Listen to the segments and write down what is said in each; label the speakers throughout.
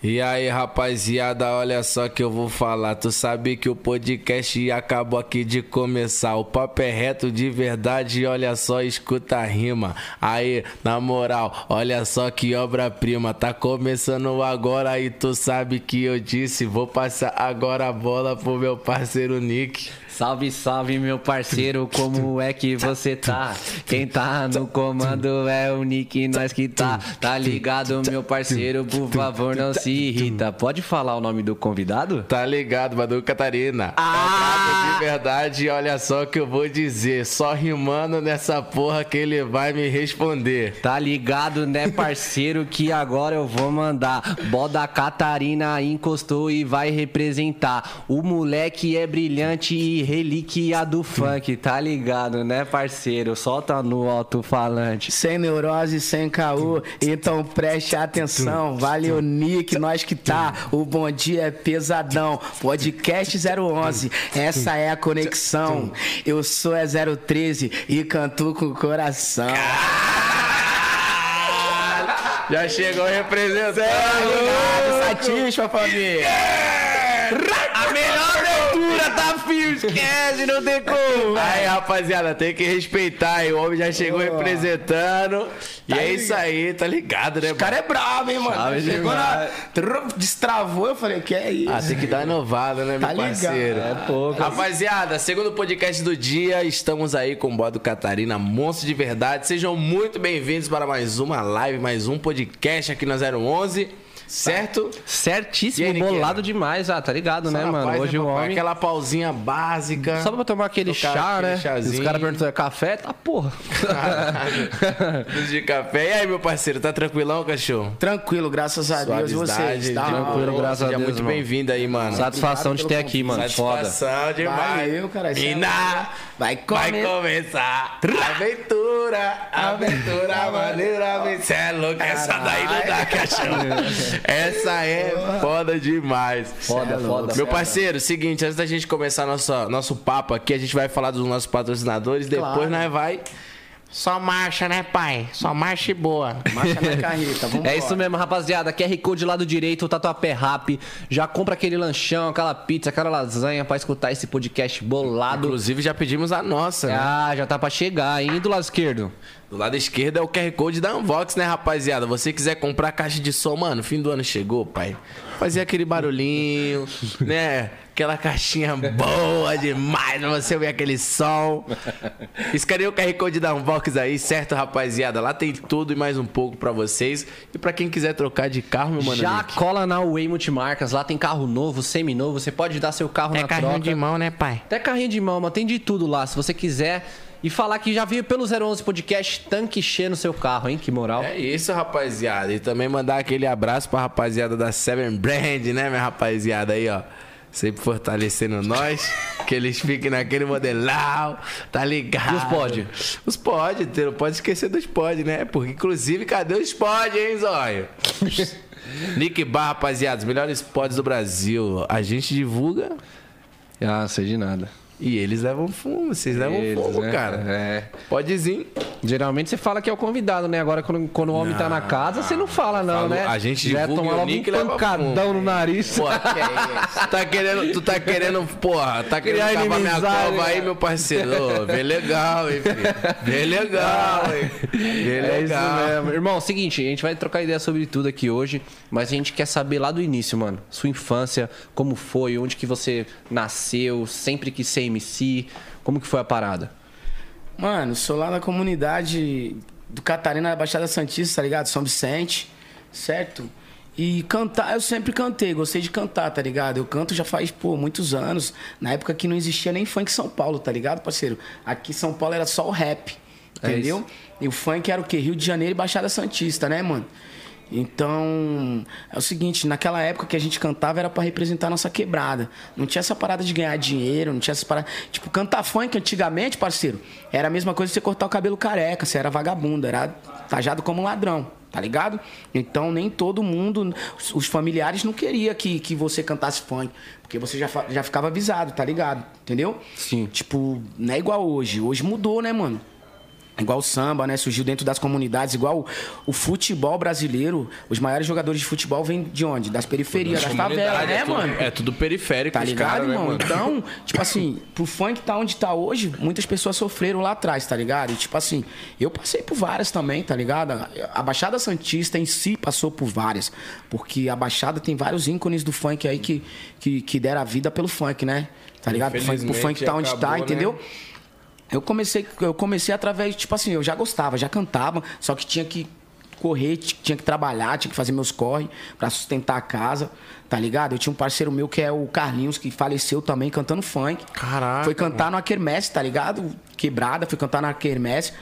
Speaker 1: E aí, rapaziada, olha só que eu vou falar. Tu sabe que o podcast acabou aqui de começar. O papo é reto de verdade, olha só, escuta a rima. Aí, na moral, olha só que obra-prima. Tá começando agora e tu sabe que eu disse. Vou passar agora a bola pro meu parceiro Nick.
Speaker 2: Salve, salve, meu parceiro, como é que você tá? Quem tá no comando é o Nick, nós que tá. Tá ligado, meu parceiro, por favor, não se irrita. Pode falar o nome do convidado?
Speaker 1: Tá ligado, Madu Catarina. Ah! de verdade, olha só o que eu vou dizer. Só rimando nessa porra que ele vai me responder.
Speaker 2: Tá ligado, né, parceiro, que agora eu vou mandar. Boda Catarina encostou e vai representar. O moleque é brilhante e relíquia do funk, tá ligado, né, parceiro? Solta no alto-falante.
Speaker 3: Sem neurose, sem caô, então preste atenção. Valeu, Nick, nós que tá. O bom dia é pesadão. Podcast 011, essa é a conexão. Eu sou é 013 e canto com o coração.
Speaker 1: Já chegou representando.
Speaker 3: é Satisfa, família.
Speaker 2: A melhor abertura, tá, filho? Esquece, não tem como.
Speaker 1: Aí, rapaziada, tem que respeitar, hein? O homem já chegou representando. e é isso aí, tá ligado, né?
Speaker 3: O né? cara é brabo, hein, mano?
Speaker 1: Sabe
Speaker 3: Chegou na... Tru- Destravou, eu falei, que é isso?
Speaker 1: Ah, tem que dar inovada, né, meu
Speaker 3: Tá ligado.
Speaker 1: parceiro?
Speaker 3: É
Speaker 2: pouco.
Speaker 1: Rapaziada, segundo podcast do dia, estamos aí com o Bodo Catarina, monstro de verdade. Sejam muito bem-vindos para mais uma live, mais um podcast aqui na 011, certo? E
Speaker 2: Certíssimo,
Speaker 1: aí, Niqueira?
Speaker 2: bolado demais, ah, tá ligado, né,
Speaker 1: Só na
Speaker 2: mano?
Speaker 1: paz,
Speaker 2: Hoje
Speaker 1: né,
Speaker 2: o
Speaker 1: papai?
Speaker 2: homem.
Speaker 1: Aquela pausinha básica.
Speaker 2: Só pra tomar aquele
Speaker 1: Tocar
Speaker 2: chá,
Speaker 1: aquele
Speaker 2: né?
Speaker 1: chazinho.
Speaker 2: Os caras perguntam, é café? Tá porra.
Speaker 1: Dos de café. E aí, meu parceiro, tá tranquilão, cachorro?
Speaker 3: Tranquilo, graças a Deus. E vocês, tá?
Speaker 2: tranquilo,
Speaker 1: Tranquilo,
Speaker 2: graças
Speaker 1: graças Seja
Speaker 2: a Deus,
Speaker 1: muito
Speaker 2: irmão.
Speaker 1: bem-vindo aí, mano.
Speaker 2: Satisfação de ter aqui, mano. Foda.
Speaker 1: Satisfação demais.
Speaker 3: Valeu, cara. Isso é
Speaker 1: Mina,
Speaker 3: Vai
Speaker 1: vai
Speaker 3: comer.
Speaker 1: começar. Aventura, aventura, maneira, aventura. Cê é louco, essa daí não dá, cachorro. Essa é foda demais.
Speaker 2: Foda, foda.
Speaker 3: é
Speaker 1: Meu parceiro, seguinte, antes da gente começar nossa, nosso papo aqui, a gente vai falar dos nossos patrocinadores, depois nós vai... Só marcha, né, pai? Só marcha e boa.
Speaker 3: Marcha na carreta, vamos
Speaker 2: É isso mesmo, rapaziada. QR Code lado direito, Tatuapé Rap. Já compra aquele lanchão, aquela pizza, aquela lasanha pra escutar esse podcast bolado.
Speaker 1: Inclusive, já pedimos a nossa, né?
Speaker 2: Ah, já tá pra chegar, hein? Do lado esquerdo.
Speaker 1: Do lado esquerdo é o QR Code da Unbox, né, rapaziada? Você quiser comprar caixa de som, mano, fim do ano chegou, pai. Fazer aquele barulhinho, né? Aquela caixinha boa demais pra você ouvir aquele som. Escaneia o QR Code da Unbox aí, certo, rapaziada? Lá tem tudo e mais um pouco pra vocês. E pra quem quiser trocar de carro, meu mano.
Speaker 2: já
Speaker 1: Nick,
Speaker 2: cola na Way Multimarcas. Lá tem carro novo, semi-novo. Você pode dar seu carro na troca.
Speaker 1: mão, né, pai?
Speaker 2: Até carrinho de mão, mano. Tem de tudo lá, se você quiser. E falar que já veio pelo 011 Podcast, tanque cheio no seu carro, hein? Que moral.
Speaker 1: É isso, rapaziada. E também mandar aquele abraço pra rapaziada da Seven Brand, né, minha rapaziada aí, ó. Sempre fortalecendo nós, que eles fiquem naquele modelau, tá ligado?
Speaker 2: E os pod?
Speaker 1: Os pod, tu não pode esquecer dos pod, né? Porque, inclusive, cadê os pod, hein, zóio? Nick Bar, rapaziada, os melhores pods do Brasil. A gente divulga
Speaker 2: Ah, sei de nada.
Speaker 1: e eles levam fumo, vocês levam
Speaker 2: Eles,
Speaker 1: fumo,
Speaker 2: né?
Speaker 1: cara.
Speaker 2: É.
Speaker 1: Podzinho.
Speaker 2: Geralmente você fala que é o convidado, né? Agora, quando, quando o homem tá na casa, você não fala, não,
Speaker 1: Falou,
Speaker 2: né?
Speaker 1: a gente
Speaker 2: Já
Speaker 1: divulga
Speaker 2: toma
Speaker 1: e o
Speaker 2: logo
Speaker 1: Nick
Speaker 2: um
Speaker 1: leva fumo.
Speaker 2: pancadão no nariz.
Speaker 1: Pô, que é isso? Tá querendo, tu tá querendo, porra, tá querendo
Speaker 2: Criar
Speaker 1: acabar minha
Speaker 2: inimizade,
Speaker 1: cova aí,
Speaker 2: cara.
Speaker 1: meu parceiro. Ô, Vê legal, hein, filho. Vê legal, hein. Vê
Speaker 2: É isso
Speaker 1: legal.
Speaker 2: mesmo. Irmão, seguinte, a gente vai trocar ideia sobre tudo aqui hoje, mas a gente quer saber lá do início, mano. Sua infância, como foi, onde que você nasceu, sempre que ser MC, como que foi a parada?
Speaker 3: Mano, sou lá na comunidade do Catarina da Baixada Santista, tá ligado? São Vicente, certo? E cantar, eu sempre cantei, gostei de cantar, tá ligado? Eu canto já faz, pô, muitos anos. Na época que não existia nem funk em São Paulo, tá ligado, parceiro? Aqui em São Paulo era só o rap,
Speaker 2: É
Speaker 3: entendeu? Então, e o funk era o quê? Rio de Janeiro e Baixada Santista, né, mano? Então, é o seguinte, naquela época que a gente cantava era pra representar a nossa quebrada. Não tinha essa parada de ganhar dinheiro, não tinha essa parada. Tipo, cantar funk antigamente, parceiro, era a mesma coisa que você cortar o cabelo careca, você era vagabundo, era tajado como um ladrão, tá ligado? Então, nem todo mundo, os- os familiares não queria que, que você cantasse funk, porque você já, fa- já ficava avisado, tá ligado? Entendeu?
Speaker 2: Sim.
Speaker 3: Tipo, não é igual hoje. Hoje mudou, né, mano? Igual o samba, né? Surgiu dentro das comunidades, igual o, o futebol brasileiro. Os maiores jogadores de futebol vêm de onde? Das periferias, das
Speaker 1: Comunidade,
Speaker 3: favelas, né,
Speaker 1: é tudo,
Speaker 3: mano?
Speaker 1: É tudo periférico,
Speaker 3: Tá
Speaker 1: os
Speaker 3: ligado,
Speaker 1: caras, né,
Speaker 3: irmão?
Speaker 1: mano?
Speaker 3: Então, tipo assim, pro funk tá onde tá hoje, muitas pessoas sofreram lá atrás, tá ligado? E, tipo assim, eu passei por várias também, tá ligado? A Baixada Santista em si passou por várias. Porque a Baixada tem vários ícones do funk aí que, que, que deram a vida pelo funk, né? Tá ligado? Pro funk, pro funk tá onde
Speaker 1: Infelizmente,
Speaker 3: tá,
Speaker 1: acabou,
Speaker 3: entendeu?
Speaker 1: né?
Speaker 3: Eu comecei, eu comecei através, tipo assim, eu já gostava, já cantava, só que tinha que correr, t- tinha que trabalhar, tinha que fazer meus corre pra sustentar a casa, tá ligado? Eu tinha um parceiro meu que é o Carlinhos, que faleceu também cantando funk.
Speaker 1: Caraca,
Speaker 3: Foi cantar numa quermesse, tá ligado? Quebrada, fui cantar na quermesse.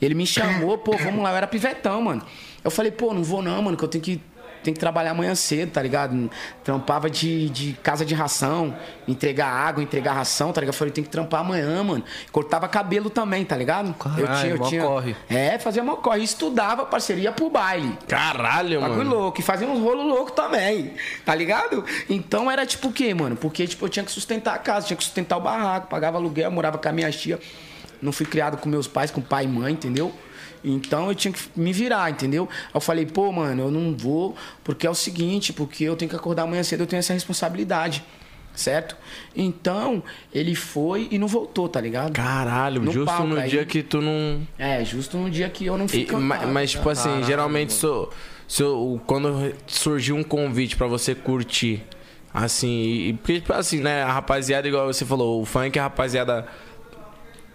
Speaker 3: Ele me chamou, pô, vamos lá, eu era pivetão, mano. Eu falei, pô, não vou não, mano, que eu tenho que tem que trabalhar amanhã cedo, tá ligado? Trampava de, de casa de ração, entregar água, entregar ração, tá ligado? Eu Falei, tem que trampar amanhã, mano. Cortava cabelo também, tá ligado?
Speaker 2: Caralho, mó corre.
Speaker 3: É, fazia mó corre. Estudava, parceria pro baile.
Speaker 1: Caralho,
Speaker 3: Bagulho
Speaker 1: mano.
Speaker 3: Tá louco. E fazia uns rolos loucos também, tá ligado? Então era tipo o quê, mano? Porque, tipo, eu tinha que sustentar a casa, tinha que sustentar o barraco, pagava aluguel, morava com a minha tia. Não fui criado com meus pais, com pai e mãe, entendeu? Então eu tinha que me virar, entendeu? Aí eu falei, pô, mano, eu não vou, porque é o seguinte, porque eu tenho que acordar amanhã cedo, eu tenho essa responsabilidade, certo? Então, ele foi e não voltou, tá ligado?
Speaker 1: Caralho,
Speaker 3: No
Speaker 1: justo
Speaker 3: palco
Speaker 1: no
Speaker 3: aí.
Speaker 1: dia que tu não.
Speaker 3: É, justo no dia que eu não fui
Speaker 1: E- ma-
Speaker 3: cantar. tá?
Speaker 1: mas, tipo assim, geralmente sou, sou, quando surgiu um convite pra você curtir, assim, e, e porque, tipo assim, né, a rapaziada, igual você falou, o funk, a rapaziada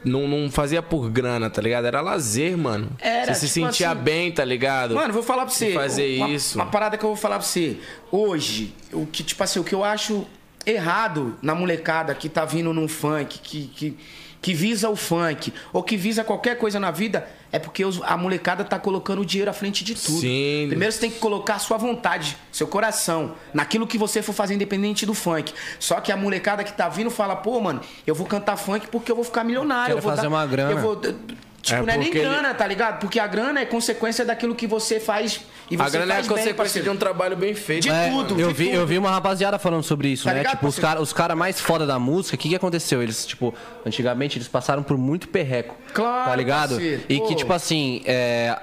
Speaker 1: não, não fazia por grana, tá ligado? Era lazer, mano.
Speaker 3: Era,
Speaker 1: você se
Speaker 3: tipo
Speaker 1: sentia
Speaker 3: assim,
Speaker 1: bem, tá ligado?
Speaker 3: Mano, vou falar pra você.
Speaker 1: fazer
Speaker 3: uma,
Speaker 1: isso.
Speaker 3: Uma parada que eu vou falar pra você. Hoje, o que, tipo assim, o que eu acho errado na molecada que tá vindo num funk, que, que, que visa o funk, ou que visa qualquer coisa na vida, é porque os- a molecada tá colocando o dinheiro à frente de tudo.
Speaker 1: Sim.
Speaker 3: Primeiro você tem que colocar a sua vontade, seu coração, naquilo que você for fazer, independente do funk. Só que a molecada que tá vindo fala, pô, mano, eu vou cantar funk porque eu vou ficar milionário.
Speaker 2: Quero
Speaker 3: eu vou
Speaker 2: fazer
Speaker 3: dar-
Speaker 2: uma grana.
Speaker 3: Eu vou, tipo,
Speaker 1: É
Speaker 3: não é nem
Speaker 1: porque ele-
Speaker 3: grana, tá ligado? Porque a grana é consequência daquilo que você faz e você
Speaker 1: a grana é a
Speaker 3: faz bem,
Speaker 1: consequência
Speaker 3: parceiro. Então,
Speaker 1: de um trabalho bem feito.
Speaker 3: De
Speaker 2: É,
Speaker 3: tudo,
Speaker 2: eu
Speaker 3: de
Speaker 2: vi,
Speaker 3: tudo.
Speaker 2: Eu vi uma rapaziada falando sobre isso,
Speaker 3: Tá
Speaker 2: né?
Speaker 3: ligado,
Speaker 2: tipo, os
Speaker 3: parceiro?
Speaker 2: caras os cara mais foda da música, o que, que aconteceu? Eles, tipo, antigamente eles passaram por muito perreco.
Speaker 3: Claro,
Speaker 2: Tá ligado?
Speaker 3: parceiro,
Speaker 2: e
Speaker 3: pô.
Speaker 2: que, tipo assim, é,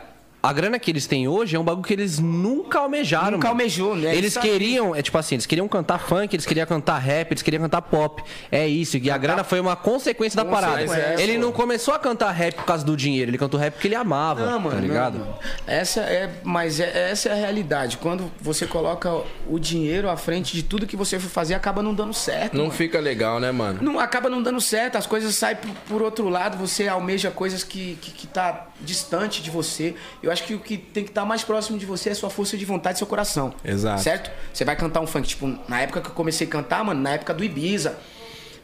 Speaker 2: A grana que eles têm hoje é um bagulho que eles nunca almejaram.
Speaker 3: Nunca
Speaker 2: mano.
Speaker 3: almejou, né?
Speaker 2: Eles
Speaker 3: Isso aí.
Speaker 2: queriam, é tipo assim, eles queriam cantar funk, eles queriam cantar rap, eles queriam cantar pop. É isso. E a grana foi uma consequência da parada.
Speaker 3: Consequência, é,
Speaker 2: Ele não começou a cantar rap por causa do dinheiro, ele cantou rap porque ele amava.
Speaker 3: Não, mano,
Speaker 2: tá
Speaker 3: não,
Speaker 2: ligado?
Speaker 3: né, mano. Essa é, mas é- essa é a realidade. Quando você coloca o dinheiro à frente de tudo que você for fazer, acaba não dando certo.
Speaker 1: Não
Speaker 3: mano.
Speaker 1: fica legal, né, mano?
Speaker 3: Não- acaba não dando certo, as coisas saem por, por outro lado, você almeja coisas que, que, que tá distante de você. Eu acho que o que tem que estar mais próximo de você é sua força de vontade e seu coração.
Speaker 1: Exato.
Speaker 3: Certo? Você vai cantar um funk, tipo, na época que eu comecei a cantar, mano, na época do Ibiza,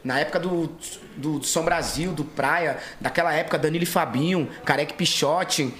Speaker 3: na época do, do, do São Brasil, do Praia, daquela época, Danilo e Fabinho, Careque Pichote,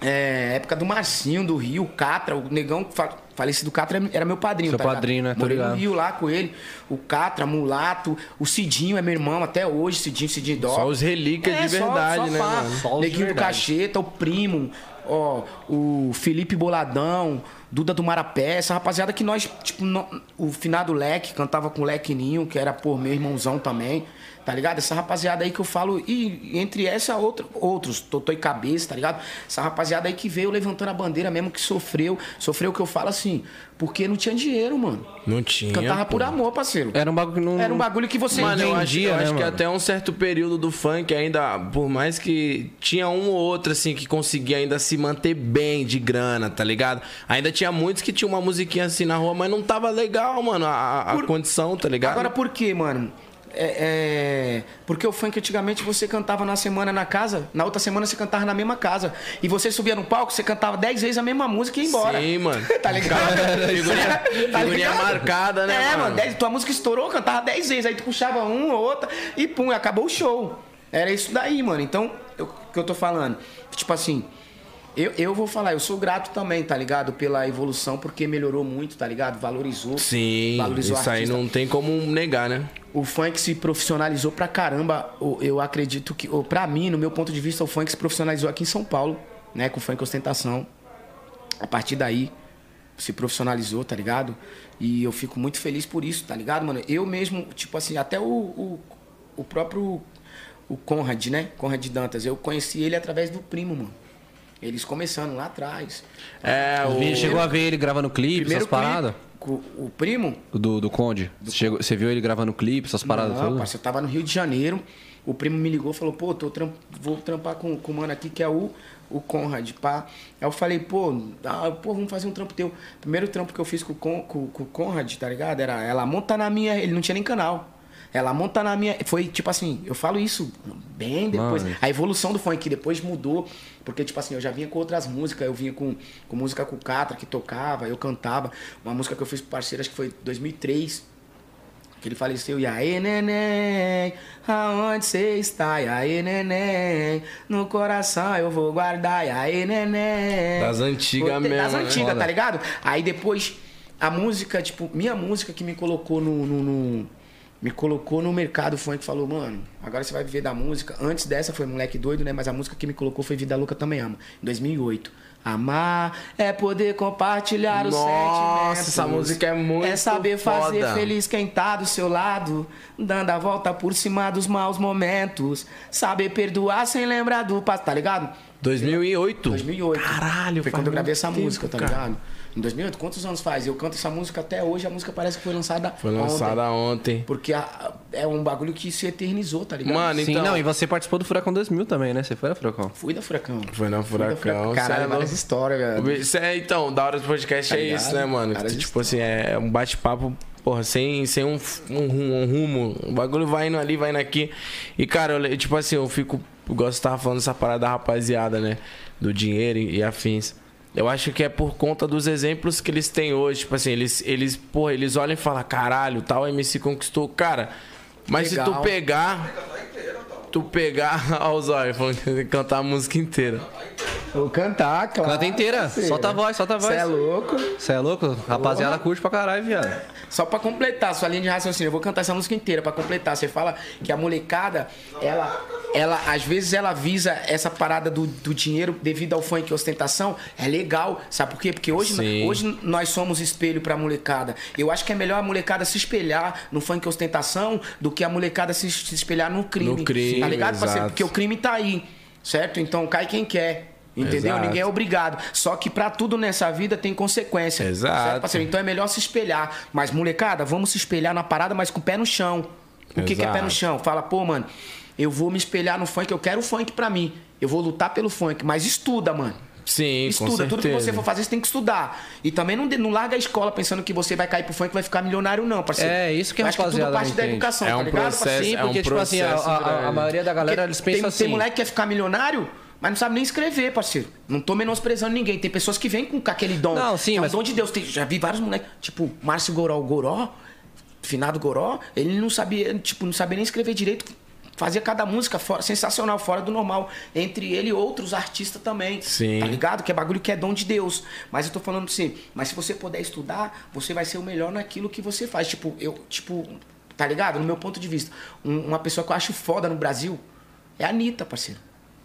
Speaker 3: é, época do Marcinho, do Rio, Catra, o negão fa- falecido Catra era meu padrinho. tá
Speaker 2: Seu padrinho, né? Tô
Speaker 3: Morei no
Speaker 2: ligado.
Speaker 3: Rio lá com ele, o Catra, Mulato, o Cidinho é meu irmão até hoje, Cidinho, Cidinho Dó. É,
Speaker 1: Só os relíquias de
Speaker 3: só-
Speaker 1: verdade,
Speaker 3: só
Speaker 1: né,
Speaker 3: pá.
Speaker 1: mano?
Speaker 2: Só os de
Speaker 3: Neguinho do
Speaker 2: verdade.
Speaker 3: Cacheta, o Primo, ó, o Felipe Boladão, Duda do Marapé, essa rapaziada que nós, tipo, nó- o finado Leque, cantava com o Leque Ninho, que era, pô, meu irmãozão também, tá ligado? Essa rapaziada aí que eu falo, e entre essa, outra, outros, Totó e Cabeça, tá ligado? Essa rapaziada aí que veio levantando a bandeira mesmo, que sofreu, sofreu o que eu falo assim, porque não tinha dinheiro, mano.
Speaker 1: Não tinha.
Speaker 3: Cantava por
Speaker 1: pô.
Speaker 3: amor, parceiro.
Speaker 2: Era um bagulho que não.
Speaker 3: Era um bagulho que você
Speaker 2: Mano,
Speaker 1: É Mano, eu
Speaker 2: Hoje em
Speaker 1: acho,
Speaker 2: dia,
Speaker 1: eu
Speaker 2: né,
Speaker 1: acho que
Speaker 2: mano?
Speaker 1: até um certo período do funk ainda, por mais que tinha um ou outro, assim, que conseguia ainda se manter bem de grana, tá ligado? Ainda tinha muitos que tinham uma musiquinha assim na rua, mas não tava legal, mano, a- a, a condição, tá ligado?
Speaker 3: Agora por quê, mano? É, é, Porque o funk antigamente você cantava na semana na casa, na outra semana você cantava na mesma casa. E você subia no palco, você cantava 10 vezes a mesma música e ia embora.
Speaker 1: Sim, mano.
Speaker 3: tá ligado?
Speaker 1: Figurinha- figurinha marcada, né,
Speaker 3: É,
Speaker 1: mano?
Speaker 3: mano, 10 tua música estourou, cantava 10 vezes, aí tu puxava um ou outra e pum, acabou o show. Era isso daí, mano. Então, eu- o que eu tô falando? Tipo assim, eu, eu vou falar, eu sou grato também, tá ligado? Pela evolução, porque melhorou muito, tá ligado? Valorizou.
Speaker 1: Sim,
Speaker 3: valorizou o
Speaker 1: isso aí
Speaker 3: artista.
Speaker 1: não tem como negar, né?
Speaker 3: O funk se profissionalizou pra caramba. O- Eu acredito que, ou pra mim, no meu ponto de vista, o funk se profissionalizou aqui em São Paulo, né? Com o funk ostentação. A partir daí, se profissionalizou, tá ligado? E eu fico muito feliz por isso, tá ligado, mano? Eu mesmo, tipo assim, até o, o, o próprio. o Conrad, né? Conrad Dantas. Eu conheci ele através do primo, mano. Eles começando lá atrás.
Speaker 1: É, o.
Speaker 2: Chegou a ver ele gravando clipe, essas
Speaker 3: Primeiro
Speaker 2: paradas?
Speaker 3: clipe, o, o primo,
Speaker 2: Do, do Conde? Chegou- você viu ele gravando clipe, essas paradas
Speaker 3: Não,
Speaker 2: todas?
Speaker 3: parça, eu tava no Rio de Janeiro. O primo me ligou e falou, pô, tô tram- vou trampar com, com o mano aqui, que é o, o Conrad, pá. Aí eu falei, pô, ah, pô, vamos fazer um trampo teu. Primeiro trampo que eu fiz com, o Con- com, com o Conrad, tá ligado? Era ela monta na minha. Ele não tinha nem canal. Ela monta na minha. Foi tipo assim, eu falo isso bem depois.
Speaker 2: Mano.
Speaker 3: A evolução do funk depois mudou. Porque, tipo assim, eu já vinha com outras músicas. Eu vinha com, com música com o Catra, que tocava, eu cantava. Uma música que eu fiz com parceiro, acho que foi 2003. Que ele faleceu, e aí, neném, aonde você está? E aí, neném, no coração eu vou guardar, e aí, neném.
Speaker 1: Das antigas
Speaker 3: Vou ter-
Speaker 1: mesmo,
Speaker 3: Das
Speaker 1: né?
Speaker 3: antigas,
Speaker 2: Foda.
Speaker 3: tá ligado? Aí depois, a música, tipo, minha música que me colocou no. no- no- me colocou no mercado funk e falou, mano, agora você vai viver da música. Antes dessa foi Moleque Doido, né? Mas a música que me colocou foi Vida Louca Também Ama, em 2008. Amar é poder compartilhar os
Speaker 1: Nossa,
Speaker 3: sentimentos.
Speaker 1: essa música é muito
Speaker 3: É saber fazer
Speaker 1: foda.
Speaker 3: feliz feliz quem tá do seu lado, dando a volta por cima dos maus momentos, saber perdoar sem lembrar do passado, tá ligado?
Speaker 1: 2008.
Speaker 3: 2008.
Speaker 1: Caralho,
Speaker 3: Foi
Speaker 1: faz
Speaker 3: quando eu
Speaker 1: muito
Speaker 3: gravei essa
Speaker 1: tempo,
Speaker 3: música, tá
Speaker 1: cara.
Speaker 3: ligado? Em 2008, quantos anos faz? Eu canto essa música até hoje, a música parece que foi lançada
Speaker 1: Foi lançada ontem.
Speaker 3: Porque a- a- é um bagulho que se eternizou, tá ligado?
Speaker 1: Mano,
Speaker 2: Sim,
Speaker 1: então.
Speaker 2: não, e você participou do Furacão 2000 também, né? Você foi a Furacão?
Speaker 3: Fui da Furacão.
Speaker 1: Foi na
Speaker 3: Fui da
Speaker 1: Furacão. cê é
Speaker 3: Caralho, várias
Speaker 1: louco.
Speaker 3: histórias,
Speaker 1: O
Speaker 3: velho.
Speaker 1: bi- cê é, então, da hora do podcast é
Speaker 3: Tá ligado?
Speaker 1: isso, né, mano?
Speaker 3: Cara, tá-
Speaker 1: Que tu,
Speaker 3: isso-
Speaker 1: tipo assim, é um bate-papo, porra, sem, sem um, f- um rumo, um rumo. O bagulho vai indo ali, vai indo aqui. E, cara, eu le- tipo assim, eu fico. Igual você tava falando essa parada da rapaziada, né? Do dinheiro e, e afins. Eu acho que é por conta dos exemplos que eles têm hoje. Tipo assim, eles, eles porra, eles olham e falam, caralho, tal MC conquistou. Cara, mas se tu
Speaker 3: Legal.
Speaker 1: pegar. Tu pegar. Ó, o Zóio falando que tem que cantar a música inteira.
Speaker 3: Vou cantar, claro.
Speaker 2: Canta inteira,
Speaker 3: parceiro.
Speaker 2: solta a voz, solta a voz.
Speaker 3: Cê é louco.
Speaker 2: Você é louco? Rapaziada, curte pra caralho, viado.
Speaker 3: Só pra completar sua linha de raciocínio, eu vou cantar essa música inteira pra completar. Você fala que a molecada, ela, ela às vezes ela visa essa parada do, do dinheiro devido ao funk e ostentação. É legal, sabe por quê? Porque hoje,
Speaker 1: Sim.
Speaker 3: hoje nós somos espelho pra molecada. Eu acho que é melhor a molecada se espelhar no funk e ostentação do que a molecada se, se espelhar no crime.
Speaker 1: No crime,
Speaker 3: tá ligado, parceiro?
Speaker 1: exato.
Speaker 3: Porque o crime tá aí, certo? Então cai quem quer. Entendeu?
Speaker 1: Exato.
Speaker 3: Ninguém é obrigado. Só que pra tudo nessa vida tem consequência.
Speaker 1: Exato.
Speaker 3: Certo, parceiro? Então é melhor se espelhar. Mas, molecada, vamos se espelhar na parada, mas com o pé no chão. O que, que é pé
Speaker 1: Exato.
Speaker 3: no chão? Fala, pô, mano, eu vou me espelhar no funk, eu quero o funk pra mim. Eu vou lutar pelo funk, mas estuda, mano.
Speaker 1: Sim, com
Speaker 3: Estuda, tudo que
Speaker 1: certeza.
Speaker 3: você for fazer, você tem que estudar. E também não, de- não larga a escola pensando que você vai cair pro funk e vai ficar milionário, não, parceiro.
Speaker 2: É, isso que a
Speaker 3: Eu Acho que tudo
Speaker 2: rapaziada
Speaker 3: parte
Speaker 2: não
Speaker 3: da
Speaker 2: entende.
Speaker 3: educação,
Speaker 1: É
Speaker 3: tá
Speaker 1: um
Speaker 3: ligado,
Speaker 1: processo,
Speaker 3: parceiro?
Speaker 2: Sim,
Speaker 1: é um
Speaker 2: porque, tipo assim, a,
Speaker 1: processo
Speaker 2: a- a
Speaker 1: grande.
Speaker 2: maioria da galera,
Speaker 3: Porque
Speaker 2: eles pensam
Speaker 3: tem,
Speaker 2: assim.
Speaker 3: Tem moleque que quer ficar milionário, mas não sabe nem escrever, parceiro. Não tô menosprezando ninguém. Tem pessoas que vêm com aquele dom.
Speaker 2: Não, sim,
Speaker 3: é
Speaker 2: mas-
Speaker 3: um dom de Deus. Tem- já vi vários moleques, tipo, Márcio Goró, o Goró, finado Goró, ele não sabia, tipo, não sabia nem escrever direito. Fazia cada música fora- sensacional, fora do normal. Entre ele e outros artistas também.
Speaker 1: Sim.
Speaker 3: Tá ligado? Que é bagulho que é dom de Deus. Mas eu tô falando assim, mas se você puder estudar, você vai ser o melhor naquilo que você faz. Tipo, eu, tipo, tá ligado? No meu ponto de vista, um- uma pessoa que eu acho foda no Brasil é a Anitta, parceiro.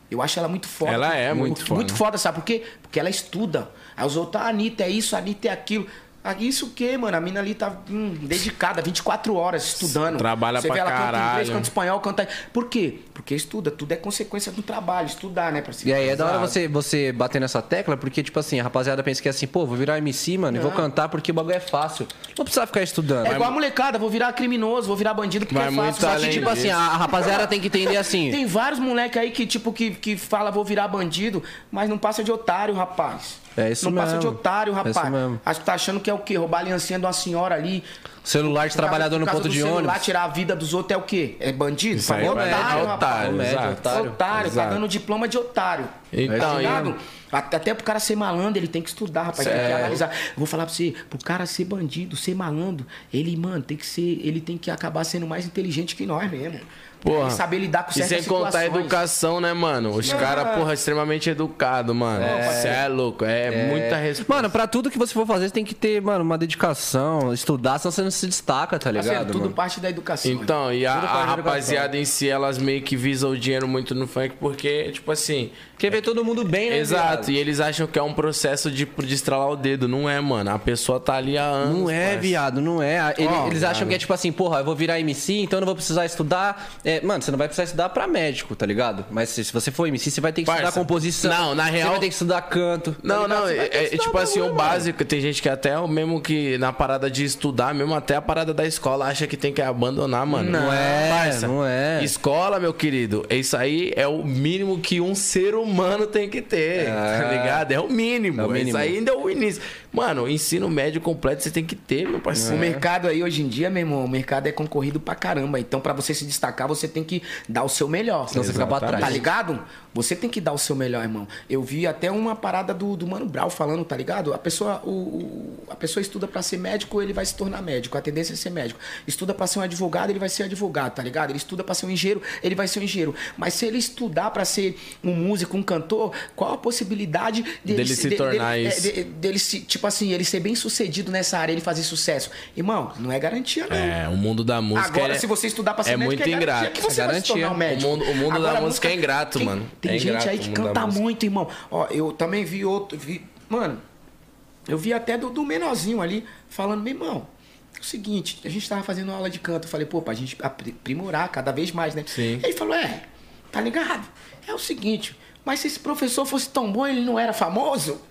Speaker 3: Eu acho ela muito foda.
Speaker 1: Ela é muito foda.
Speaker 3: Muito foda, sabe por quê? Porque ela estuda. Aí os outros, ah, a Anitta é isso, a Anitta é aquilo. Ah, Isso o quê, mano? A mina ali tá hum, dedicada 24 horas estudando.
Speaker 1: Trabalha
Speaker 3: Você
Speaker 1: pra
Speaker 3: vê ela canta inglês,
Speaker 1: caralho.
Speaker 3: canta espanhol, canta. Por quê? Porque estuda. Tudo é consequência do trabalho, estudar, né, parceiro?
Speaker 2: E aí é da hora
Speaker 1: Exato.
Speaker 2: você, você bater nessa tecla, porque, tipo assim, a rapaziada pensa que é assim, pô, vou virar MC, mano, e vou cantar porque o bagulho é fácil. Não precisa ficar estudando.
Speaker 3: É igual a molecada, vou virar criminoso, vou virar bandido porque
Speaker 1: Vai
Speaker 3: é
Speaker 1: muito
Speaker 3: fácil. Só que,
Speaker 1: além
Speaker 3: tipo,
Speaker 2: tipo assim, a, a rapaziada tem que entender assim.
Speaker 3: tem vários moleque aí que, tipo, que, que fala vou virar bandido, mas não passa de otário, rapaz.
Speaker 2: É isso
Speaker 3: Não passa
Speaker 2: mesmo.
Speaker 3: de otário,
Speaker 2: É
Speaker 3: rapaz.
Speaker 2: isso mesmo.
Speaker 3: Acho que tá achando que é o quê? Roubar a aliancinha de uma senhora ali.
Speaker 2: Celular de
Speaker 1: Tá
Speaker 3: Por causa-
Speaker 2: trabalhador no
Speaker 3: Tá por causa
Speaker 2: ponto
Speaker 3: do
Speaker 2: de
Speaker 3: celular,
Speaker 2: ônibus.
Speaker 3: tirar a vida dos outros é o quê? É bandido?
Speaker 1: Isso aí
Speaker 3: Fala,
Speaker 1: é otário,
Speaker 3: rapaz.
Speaker 1: otário,
Speaker 2: Médio,
Speaker 1: exato.
Speaker 2: otário.
Speaker 3: Otário, tá
Speaker 1: Exato.
Speaker 3: dando diploma de otário.
Speaker 1: Então,
Speaker 3: tá ligado?
Speaker 1: e- É.
Speaker 3: Até até pro cara ser malandro, ele tem que estudar, rapaz. Tem que
Speaker 1: Certo.
Speaker 3: analisar. Eu vou falar pra você, pro cara ser bandido, ser malandro, ele, mano, tem que ser. Ele tem que acabar sendo mais inteligente que nós mesmo.
Speaker 1: Porra.
Speaker 3: Ele saber lidar com
Speaker 1: E
Speaker 3: certas
Speaker 1: sem contar a
Speaker 3: situações.
Speaker 1: educação, né, mano? Os caras, porra, extremamente educado, mano. Você é. louco, é, muita resposta.
Speaker 2: Mano, pra tudo que você for fazer, você tem que ter, mano, uma dedicação, estudar, senão você não se destaca, tá
Speaker 1: Assim,
Speaker 3: Parceiro,
Speaker 2: ligado?
Speaker 3: tudo
Speaker 2: mano?
Speaker 3: parte da educação.
Speaker 1: Então, e a,
Speaker 2: Tudo
Speaker 1: a
Speaker 2: parte da
Speaker 1: rapaziada em si, elas meio que visam o dinheiro muito no funk, porque, tipo assim.
Speaker 2: Quer ver todo mundo bem, né?
Speaker 1: Exato,
Speaker 2: viado?
Speaker 1: e eles acham que é um processo de, de estralar o dedo. Não é, mano. A pessoa tá ali há anos.
Speaker 2: Não é,
Speaker 1: parça.
Speaker 2: viado, não é. Ele-
Speaker 1: Ó,
Speaker 2: eles acham
Speaker 1: viado.
Speaker 2: que é tipo assim, porra, eu vou virar MC, então eu não vou precisar estudar. É, mano, você não vai precisar estudar pra médico, tá ligado? Mas se, se você for MC, você vai ter que
Speaker 1: Parça,
Speaker 2: estudar composição.
Speaker 1: não, na
Speaker 2: Você
Speaker 1: real-
Speaker 2: vai ter que estudar canto. tá
Speaker 1: Não,
Speaker 2: ligado?
Speaker 1: não,
Speaker 2: Você vai
Speaker 1: é,
Speaker 2: ter que
Speaker 1: é
Speaker 2: estudar
Speaker 1: tipo assim, o
Speaker 2: bagulho, mano.
Speaker 1: básico, tem gente que até, o mesmo que na parada de estudar, mesmo até a parada da escola, acha que tem que abandonar, mano.
Speaker 2: Não é, não é.
Speaker 1: Escola, meu querido, isso aí é o mínimo que um ser humano tem que ter, tá ligado? É o mínimo,
Speaker 2: É o
Speaker 1: isso
Speaker 2: mínimo.
Speaker 1: aí ainda é o início. Mano, ensino médio completo você tem que ter, meu
Speaker 3: O
Speaker 2: É.
Speaker 1: parceiro.
Speaker 3: mercado aí hoje em dia, meu irmão, o mercado é concorrido pra caramba. Então, pra você se destacar, você tem que dar o seu melhor.
Speaker 2: Senão você fica pra trás.
Speaker 3: Tá ligado? Você tem que dar o seu melhor, irmão. Eu vi até uma parada do, do Mano Brau falando, tá ligado? A pessoa, o, o- a pessoa estuda pra ser médico, ele vai se tornar médico. A tendência é ser médico. Estuda pra ser um advogado, ele vai ser advogado, tá ligado? Ele estuda pra ser um engenheiro, ele vai ser um engenheiro. Mas se ele estudar pra ser um músico, um cantor, qual a possibilidade dele,
Speaker 1: Dele se tornar
Speaker 3: é,
Speaker 1: isso.
Speaker 3: de- dele se, tipo assim, ele ser bem sucedido nessa área, ele fazer sucesso. Irmão, não é garantia, não.
Speaker 1: É, o mundo da música
Speaker 3: Agora,
Speaker 1: é-
Speaker 3: se você estudar pra ser
Speaker 1: é
Speaker 3: médico,
Speaker 1: muito
Speaker 3: garantia
Speaker 1: ingrato.
Speaker 3: que você
Speaker 2: É
Speaker 3: vai se tornar
Speaker 2: garantia.
Speaker 3: um médico.
Speaker 1: O mundo- o mundo da
Speaker 3: Agora, a
Speaker 1: música é ingrato,
Speaker 3: tem-
Speaker 1: mano.
Speaker 3: Tem
Speaker 1: É
Speaker 3: gente
Speaker 1: ingrato
Speaker 3: aí
Speaker 1: o
Speaker 3: que
Speaker 1: mundo da
Speaker 3: canta
Speaker 1: música.
Speaker 3: muito, irmão. Ó, eu também vi outro. Vi, mano, eu vi até do, do menorzinho ali falando, meu irmão. é O seguinte, a gente tava fazendo aula de canto. Eu falei, pô, pra gente apri- aprimorar cada vez mais, né?
Speaker 1: Sim.
Speaker 3: Ele falou, é, tá ligado? É o seguinte, mas se esse professor fosse tão bom, ele não era famoso?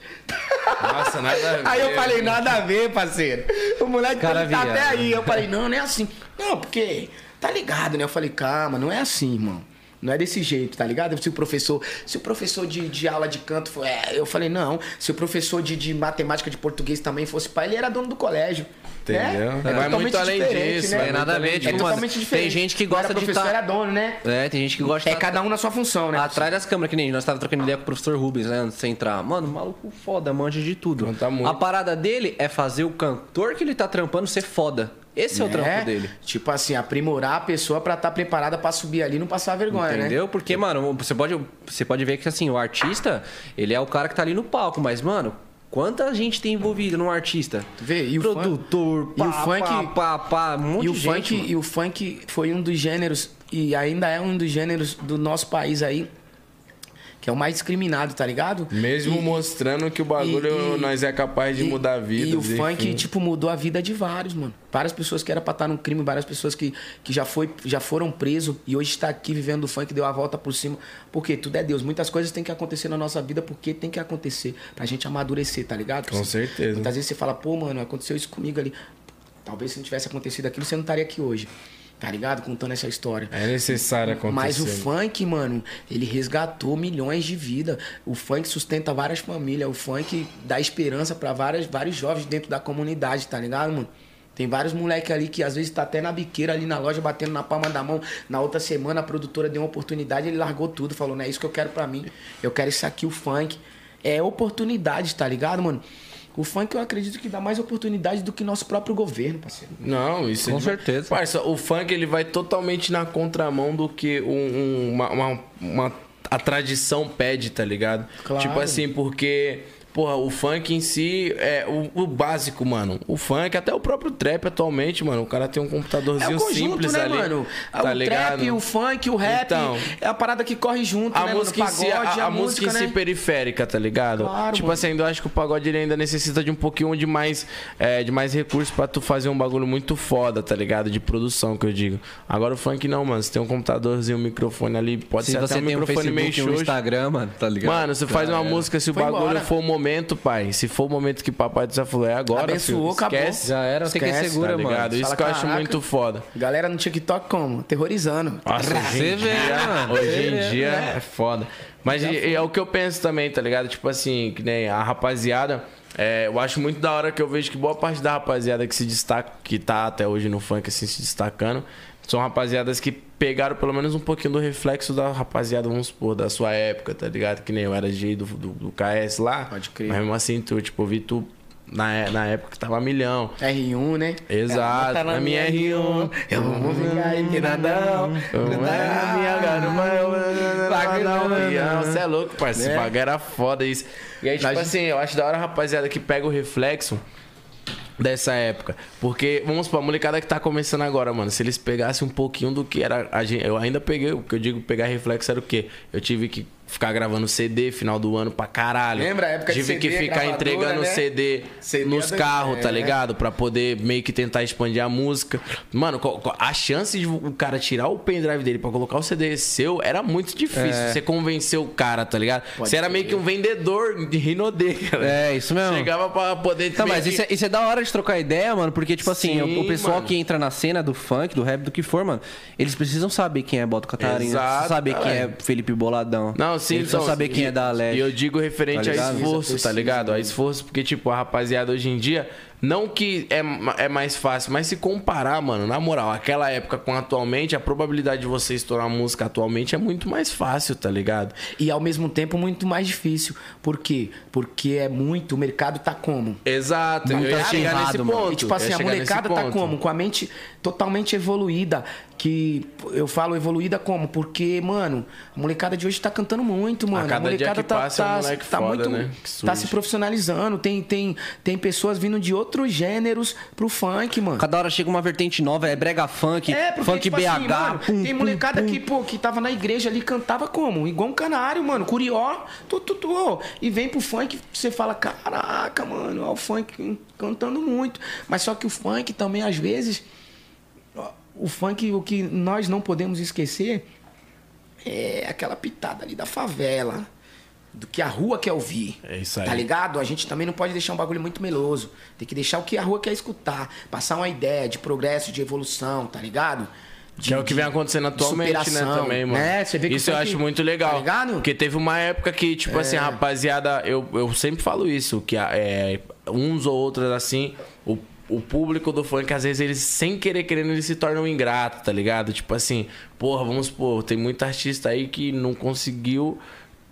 Speaker 1: Nossa, nada a
Speaker 3: Aí eu
Speaker 1: ver,
Speaker 3: falei,
Speaker 1: mano.
Speaker 3: nada a ver, parceiro. O moleque
Speaker 2: Cara
Speaker 3: tá
Speaker 2: viado.
Speaker 3: até aí. Eu falei, não, não é assim. Não, porque tá ligado, né? Eu falei, calma, não é assim, irmão. Não é desse jeito, tá ligado? Se o professor, se o professor de, de aula de canto for, é, eu falei, não. Se o professor de, de matemática de português também fosse pai, ele era dono do colégio.
Speaker 1: Entendeu?
Speaker 3: Né?
Speaker 1: Vai muito além
Speaker 3: diferente,
Speaker 1: disso,
Speaker 3: né?
Speaker 1: vai nada a ver,
Speaker 3: É
Speaker 1: tipo,
Speaker 2: mano,
Speaker 3: totalmente
Speaker 2: tem
Speaker 3: diferente.
Speaker 2: gente que
Speaker 3: Não
Speaker 2: gosta
Speaker 3: era
Speaker 2: de
Speaker 3: professor,
Speaker 2: tá-
Speaker 3: era dono, né?
Speaker 2: É, tem gente que gosta
Speaker 3: É cada um na sua função, né?
Speaker 2: Atrás das câmeras, que nem nós tava trocando ideia com o professor Rubens, né? Antes de você entrar. Mano, o maluco foda, manja de tudo.
Speaker 3: tá
Speaker 1: Canta muito.
Speaker 2: A parada dele é fazer o cantor que ele tá trampando ser foda. Esse é, o
Speaker 3: Né?
Speaker 2: trampo dele.
Speaker 3: Tipo assim, aprimorar a pessoa pra estar preparada pra subir ali e não passar vergonha, né?
Speaker 2: Entendeu? Porque, mano, você pode, você pode ver que assim, o artista, ele é o cara que tá ali no palco, mas, mano. Quanta gente tem envolvida num artista?
Speaker 3: Vê, e o fun-
Speaker 2: Produtor,
Speaker 3: e
Speaker 2: pá,
Speaker 3: o funk-
Speaker 2: pá, pá, pá, um monte
Speaker 3: e o
Speaker 2: de
Speaker 3: funk
Speaker 2: gente. mano.
Speaker 3: e o funk foi um dos gêneros e ainda é um dos gêneros do nosso país aí que é o mais discriminado tá ligado
Speaker 1: Mesmo
Speaker 3: E-
Speaker 1: mostrando que o bagulho
Speaker 3: e-
Speaker 1: nós é capaz de
Speaker 3: e-
Speaker 1: mudar a vida.
Speaker 3: E o funk, tipo, mudou a vida de vários, mano. Várias pessoas que era pra estar no crime, várias pessoas que, que já, foi, já foram presos e hoje está aqui vivendo do funk, deu a volta por cima. Porque tudo é Deus. Muitas coisas tem que acontecer na nossa vida porque tem que acontecer. Pra gente amadurecer, tá ligado?
Speaker 1: Com certeza.
Speaker 3: Muitas vezes você fala, pô, mano, aconteceu isso comigo ali. Talvez se não tivesse acontecido aquilo, você não estaria aqui hoje. Tá ligado? Contando essa história.
Speaker 1: É necessário acontecer.
Speaker 3: Mas o funk, mano, ele resgatou milhões de vidas. O funk sustenta várias famílias. O funk dá esperança pra várias, vários jovens dentro da comunidade, tá ligado, mano? Tem vários moleques ali que às vezes tá até na biqueira ali na loja, batendo na palma da mão. Na outra semana a produtora deu uma oportunidade, ele largou tudo, falou, não é isso que eu quero pra mim. Eu quero isso aqui, o funk. É oportunidade, tá ligado, mano? O funk eu acredito que dá mais oportunidade do que nosso próprio governo, parceiro.
Speaker 1: Não, isso é
Speaker 2: Com
Speaker 1: de-
Speaker 2: certeza.
Speaker 1: Parça, o funk ele vai totalmente na contramão do que um- um- uma, uma- uma- a tradição pede, tá ligado?
Speaker 3: Claro.
Speaker 1: Tipo assim, porque. Porra, o funk em si é o, o básico, mano. O funk, até o próprio trap atualmente, mano. O cara tem um
Speaker 3: É
Speaker 1: computadorzinho simples ali. Tá
Speaker 3: né, o
Speaker 1: ligado?
Speaker 3: trap, o funk, o rap.
Speaker 1: Então.
Speaker 3: é a parada que corre junto,
Speaker 1: A
Speaker 3: né,
Speaker 1: música
Speaker 3: mano?
Speaker 1: em si, a, a música, em
Speaker 3: né?
Speaker 1: si periférica, tá ligado?
Speaker 3: Claro,
Speaker 1: tipo
Speaker 3: mano.
Speaker 1: assim, ainda eu acho que o pagode ele ainda necessita de um pouquinho de mais, é, de mais recursos pra tu fazer um bagulho muito foda, tá ligado? De produção, que eu digo. Agora o funk não, mano. Você tem um computadorzinho, um microfone ali, pode
Speaker 2: Se
Speaker 1: ser
Speaker 2: você
Speaker 3: tá
Speaker 1: até um
Speaker 2: tem um
Speaker 1: microfone meio
Speaker 2: Facebook, um
Speaker 1: xoxo.
Speaker 2: Instagram, mano, tá ligado?
Speaker 1: Mano, você faz uma música se o
Speaker 3: Foi
Speaker 1: bagulho
Speaker 3: embora.
Speaker 1: for o momento, pai. Se for o momento que papai do céu falou, é agora, filho.
Speaker 3: Abençoou, acabou.
Speaker 1: Esquece,
Speaker 2: Já era, tem que
Speaker 3: Esquece,
Speaker 2: ser
Speaker 1: tá
Speaker 2: segura,
Speaker 1: ligado?
Speaker 2: mano.
Speaker 1: Isso
Speaker 3: Fala,
Speaker 1: que eu acho
Speaker 3: "Caraca."
Speaker 1: muito foda.
Speaker 3: Galera no TikTok como? Terrorizando.
Speaker 1: Nossa, hoje
Speaker 2: Você
Speaker 1: em
Speaker 2: vê,
Speaker 1: dia,
Speaker 3: né,
Speaker 2: mano.
Speaker 1: hoje
Speaker 2: Você
Speaker 1: em
Speaker 2: vê,
Speaker 1: dia é foda. Mas e- e é o que eu penso também, tá ligado? Tipo assim, que nem a rapaziada. é, eu acho muito da hora que eu vejo que boa parte da rapaziada que se destaca, que tá até hoje no funk, assim, se destacando, são rapaziadas que pegaram pelo menos um pouquinho do reflexo da rapaziada, vamos supor, da sua época, tá ligado? Que nem eu era DJ do, do, do KS lá.
Speaker 3: Pode crer.
Speaker 1: Mas mesmo assim, tu, tipo, eu vi tu na, é- na época que tava milhão.
Speaker 3: R1, né?
Speaker 1: Exato,
Speaker 3: Ela tá
Speaker 1: na
Speaker 3: na
Speaker 1: minha né?
Speaker 3: minha
Speaker 1: R1.
Speaker 3: Eu vou ficar empinadão.
Speaker 2: Hum.
Speaker 1: é
Speaker 2: Tá
Speaker 1: Você é louco, parceiro. Esse bagulho era foda isso. E aí, tipo
Speaker 3: Nós-
Speaker 1: assim, eu acho da hora a rapaziada que pega o reflexo dessa época. Porque, vamos supor, a molecada que tá começando agora, mano, se eles pegassem um pouquinho do que era. A gente, eu ainda peguei, o que eu digo pegar reflexo era o quê? Eu tive que Ficar gravando CD final do ano pra caralho.
Speaker 3: Lembra a época de
Speaker 1: Tive que
Speaker 3: CD,
Speaker 1: ficar
Speaker 3: gravadora,
Speaker 1: entregando
Speaker 3: né?
Speaker 1: CD,
Speaker 3: CD
Speaker 1: nos
Speaker 3: da-
Speaker 1: carros, tá
Speaker 3: é.
Speaker 1: ligado? Pra poder meio que tentar expandir a música. Mano, co- co- a chance de o cara tirar o pendrive dele pra colocar o CD seu era muito difícil.
Speaker 2: É.
Speaker 1: Você convenceu o cara, tá ligado? Você era meio que um vendedor de Rinodê, cara.
Speaker 2: É, isso mesmo.
Speaker 1: Chegava pra poder...
Speaker 2: Não,
Speaker 1: meio
Speaker 2: mas
Speaker 1: que-
Speaker 2: isso é, isso é da hora de trocar ideia, mano, porque, tipo assim,
Speaker 1: Sim,
Speaker 2: o, o pessoal
Speaker 1: mano.
Speaker 2: que entra na cena do funk, do rap, do que for, mano, eles precisam saber quem é Boto Catarina,
Speaker 1: Exato,
Speaker 2: precisam saber quem é
Speaker 1: caralho.
Speaker 2: Felipe Boladão.
Speaker 1: Não, sim,
Speaker 2: eles precisam
Speaker 1: então,
Speaker 2: saber quem
Speaker 1: e-
Speaker 2: é da Leste.
Speaker 1: E eu digo referente
Speaker 2: tá
Speaker 1: a
Speaker 2: ligado?
Speaker 1: esforço,
Speaker 3: Isso é
Speaker 1: tá ligado? A esforço, porque, tipo, a rapaziada hoje em dia, não que é, ma- é mais fácil, mas se comparar, mano, na moral, aquela época com atualmente, a probabilidade de você estourar uma música atualmente é muito mais fácil, tá ligado?
Speaker 3: E ao mesmo tempo muito mais difícil. Por quê? Porque é muito, o mercado tá como?
Speaker 1: Exato, eu ia chegar
Speaker 2: tá acirrado,
Speaker 1: nesse
Speaker 2: mano.
Speaker 1: ponto.
Speaker 3: E, tipo assim,
Speaker 1: eu ia
Speaker 3: a
Speaker 1: chegar nesse
Speaker 3: molecada tá
Speaker 1: ponto.
Speaker 3: como? Com a mente totalmente evoluída. Que eu falo evoluída como? Porque, mano, a molecada de hoje tá cantando muito, mano.
Speaker 1: cada dia
Speaker 3: molecada
Speaker 1: que passa, é um moleque
Speaker 3: tá
Speaker 1: foda,
Speaker 3: muito.
Speaker 1: né? Que
Speaker 3: Tá
Speaker 1: surge.
Speaker 3: se profissionalizando. Tem, tem, tem pessoas vindo de outros gêneros pro funk, mano.
Speaker 2: Cada hora chega uma vertente nova, é brega funk,
Speaker 3: É, porque,
Speaker 2: funk
Speaker 3: tipo
Speaker 2: BH,
Speaker 3: assim, mano,
Speaker 2: pum,
Speaker 3: tem
Speaker 2: pum,
Speaker 3: molecada
Speaker 2: pum.
Speaker 3: que, pô, que tava na igreja ali, cantava como? Igual um canário, mano, curió, tu, tu, tu, ô. e vem pro funk, você fala, caraca, mano, ó, o funk hum, cantando muito. Mas só que o funk também, às vezes, ó, o funk, o que nós não podemos esquecer é aquela pitada ali da favela, do que a rua quer ouvir.
Speaker 1: É isso aí.
Speaker 3: Tá ligado? ligado? A gente também não pode deixar um bagulho muito meloso. Tem que deixar o que a rua quer escutar. Passar uma ideia de progresso, de evolução, tá ligado? De-
Speaker 1: Que é o que vem acontecendo
Speaker 3: de
Speaker 1: atualmente, né,
Speaker 3: superação,
Speaker 1: também, mano.
Speaker 3: né? Você vê que
Speaker 1: isso eu
Speaker 3: foi que-
Speaker 1: acho muito legal.
Speaker 3: Tá ligado? É.
Speaker 1: Porque teve uma época que, tipo assim, a rapaziada, eu, eu sempre falo isso, que a- é, uns ou outros, assim, o, o público do funk, às vezes, eles, sem querer querendo, eles se tornam ingratos, tá ligado? Tipo assim, porra, vamos pô, tem muito artista aí que não conseguiu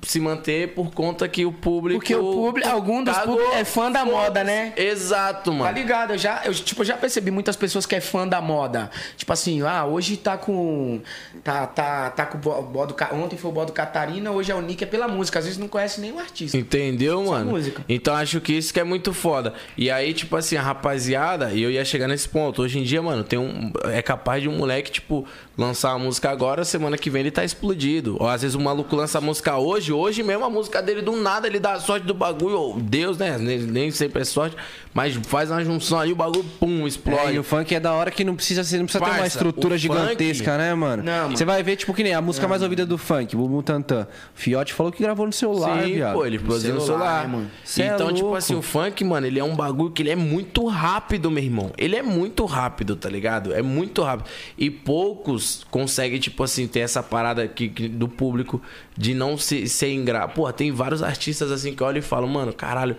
Speaker 1: se manter por conta que o público.
Speaker 3: Porque o público- algum dos
Speaker 1: cagou.
Speaker 3: públicos é fã da moda, né?
Speaker 1: Exato,
Speaker 3: Tá
Speaker 1: mano.
Speaker 3: ligado? Eu já, eu, tipo, eu já percebi muitas pessoas que é fã da moda. Tipo assim, ah, hoje tá com. Tá, tá, tá com o bo- bo do, Ca- Ontem foi o bó do Catarina, hoje é o Nick, é pela música. Às vezes não conhece nenhum artista. é
Speaker 1: Entendeu, mano?
Speaker 3: música.
Speaker 1: Então acho que isso que é muito foda. E aí, tipo assim, a rapaziada, e eu ia chegar nesse ponto. Hoje em dia, mano, tem um. É capaz de um moleque, tipo, lançar uma música agora, semana que vem ele tá explodido. Ou às vezes o maluco lança a música hoje, hoje mesmo a música dele do nada, ele dá a sorte do bagulho. Ou Deus, né? Nem, nem sempre é sorte, mas faz uma junção aí, o bagulho, pum,
Speaker 2: É,
Speaker 1: explode.
Speaker 2: e o funk é da hora que não precisa ser, não precisa ter uma
Speaker 1: Parça,
Speaker 2: estrutura
Speaker 1: o
Speaker 2: gigantesca, né, mano?
Speaker 3: Não, mano.
Speaker 2: Você vai ver, tipo, que nem a música mais ouvida do funk, Bubu Tantan. Fiote falou que gravou no celular,
Speaker 1: Sim,
Speaker 2: viado.
Speaker 1: pô, ele produziu no
Speaker 3: celular,
Speaker 1: celular.
Speaker 3: né, mano?
Speaker 2: Cê é
Speaker 1: então, tipo
Speaker 2: louco.
Speaker 1: assim, o funk, mano, ele é um bagulho que ele é muito rápido, meu irmão. Ele é muito rápido, tá ligado? É muito rápido. E poucos conseguem, tipo assim, ter essa parada que, que- do público de não se, ser ingrato. Porra, tem vários artistas assim que olham e falam, mano, caralho.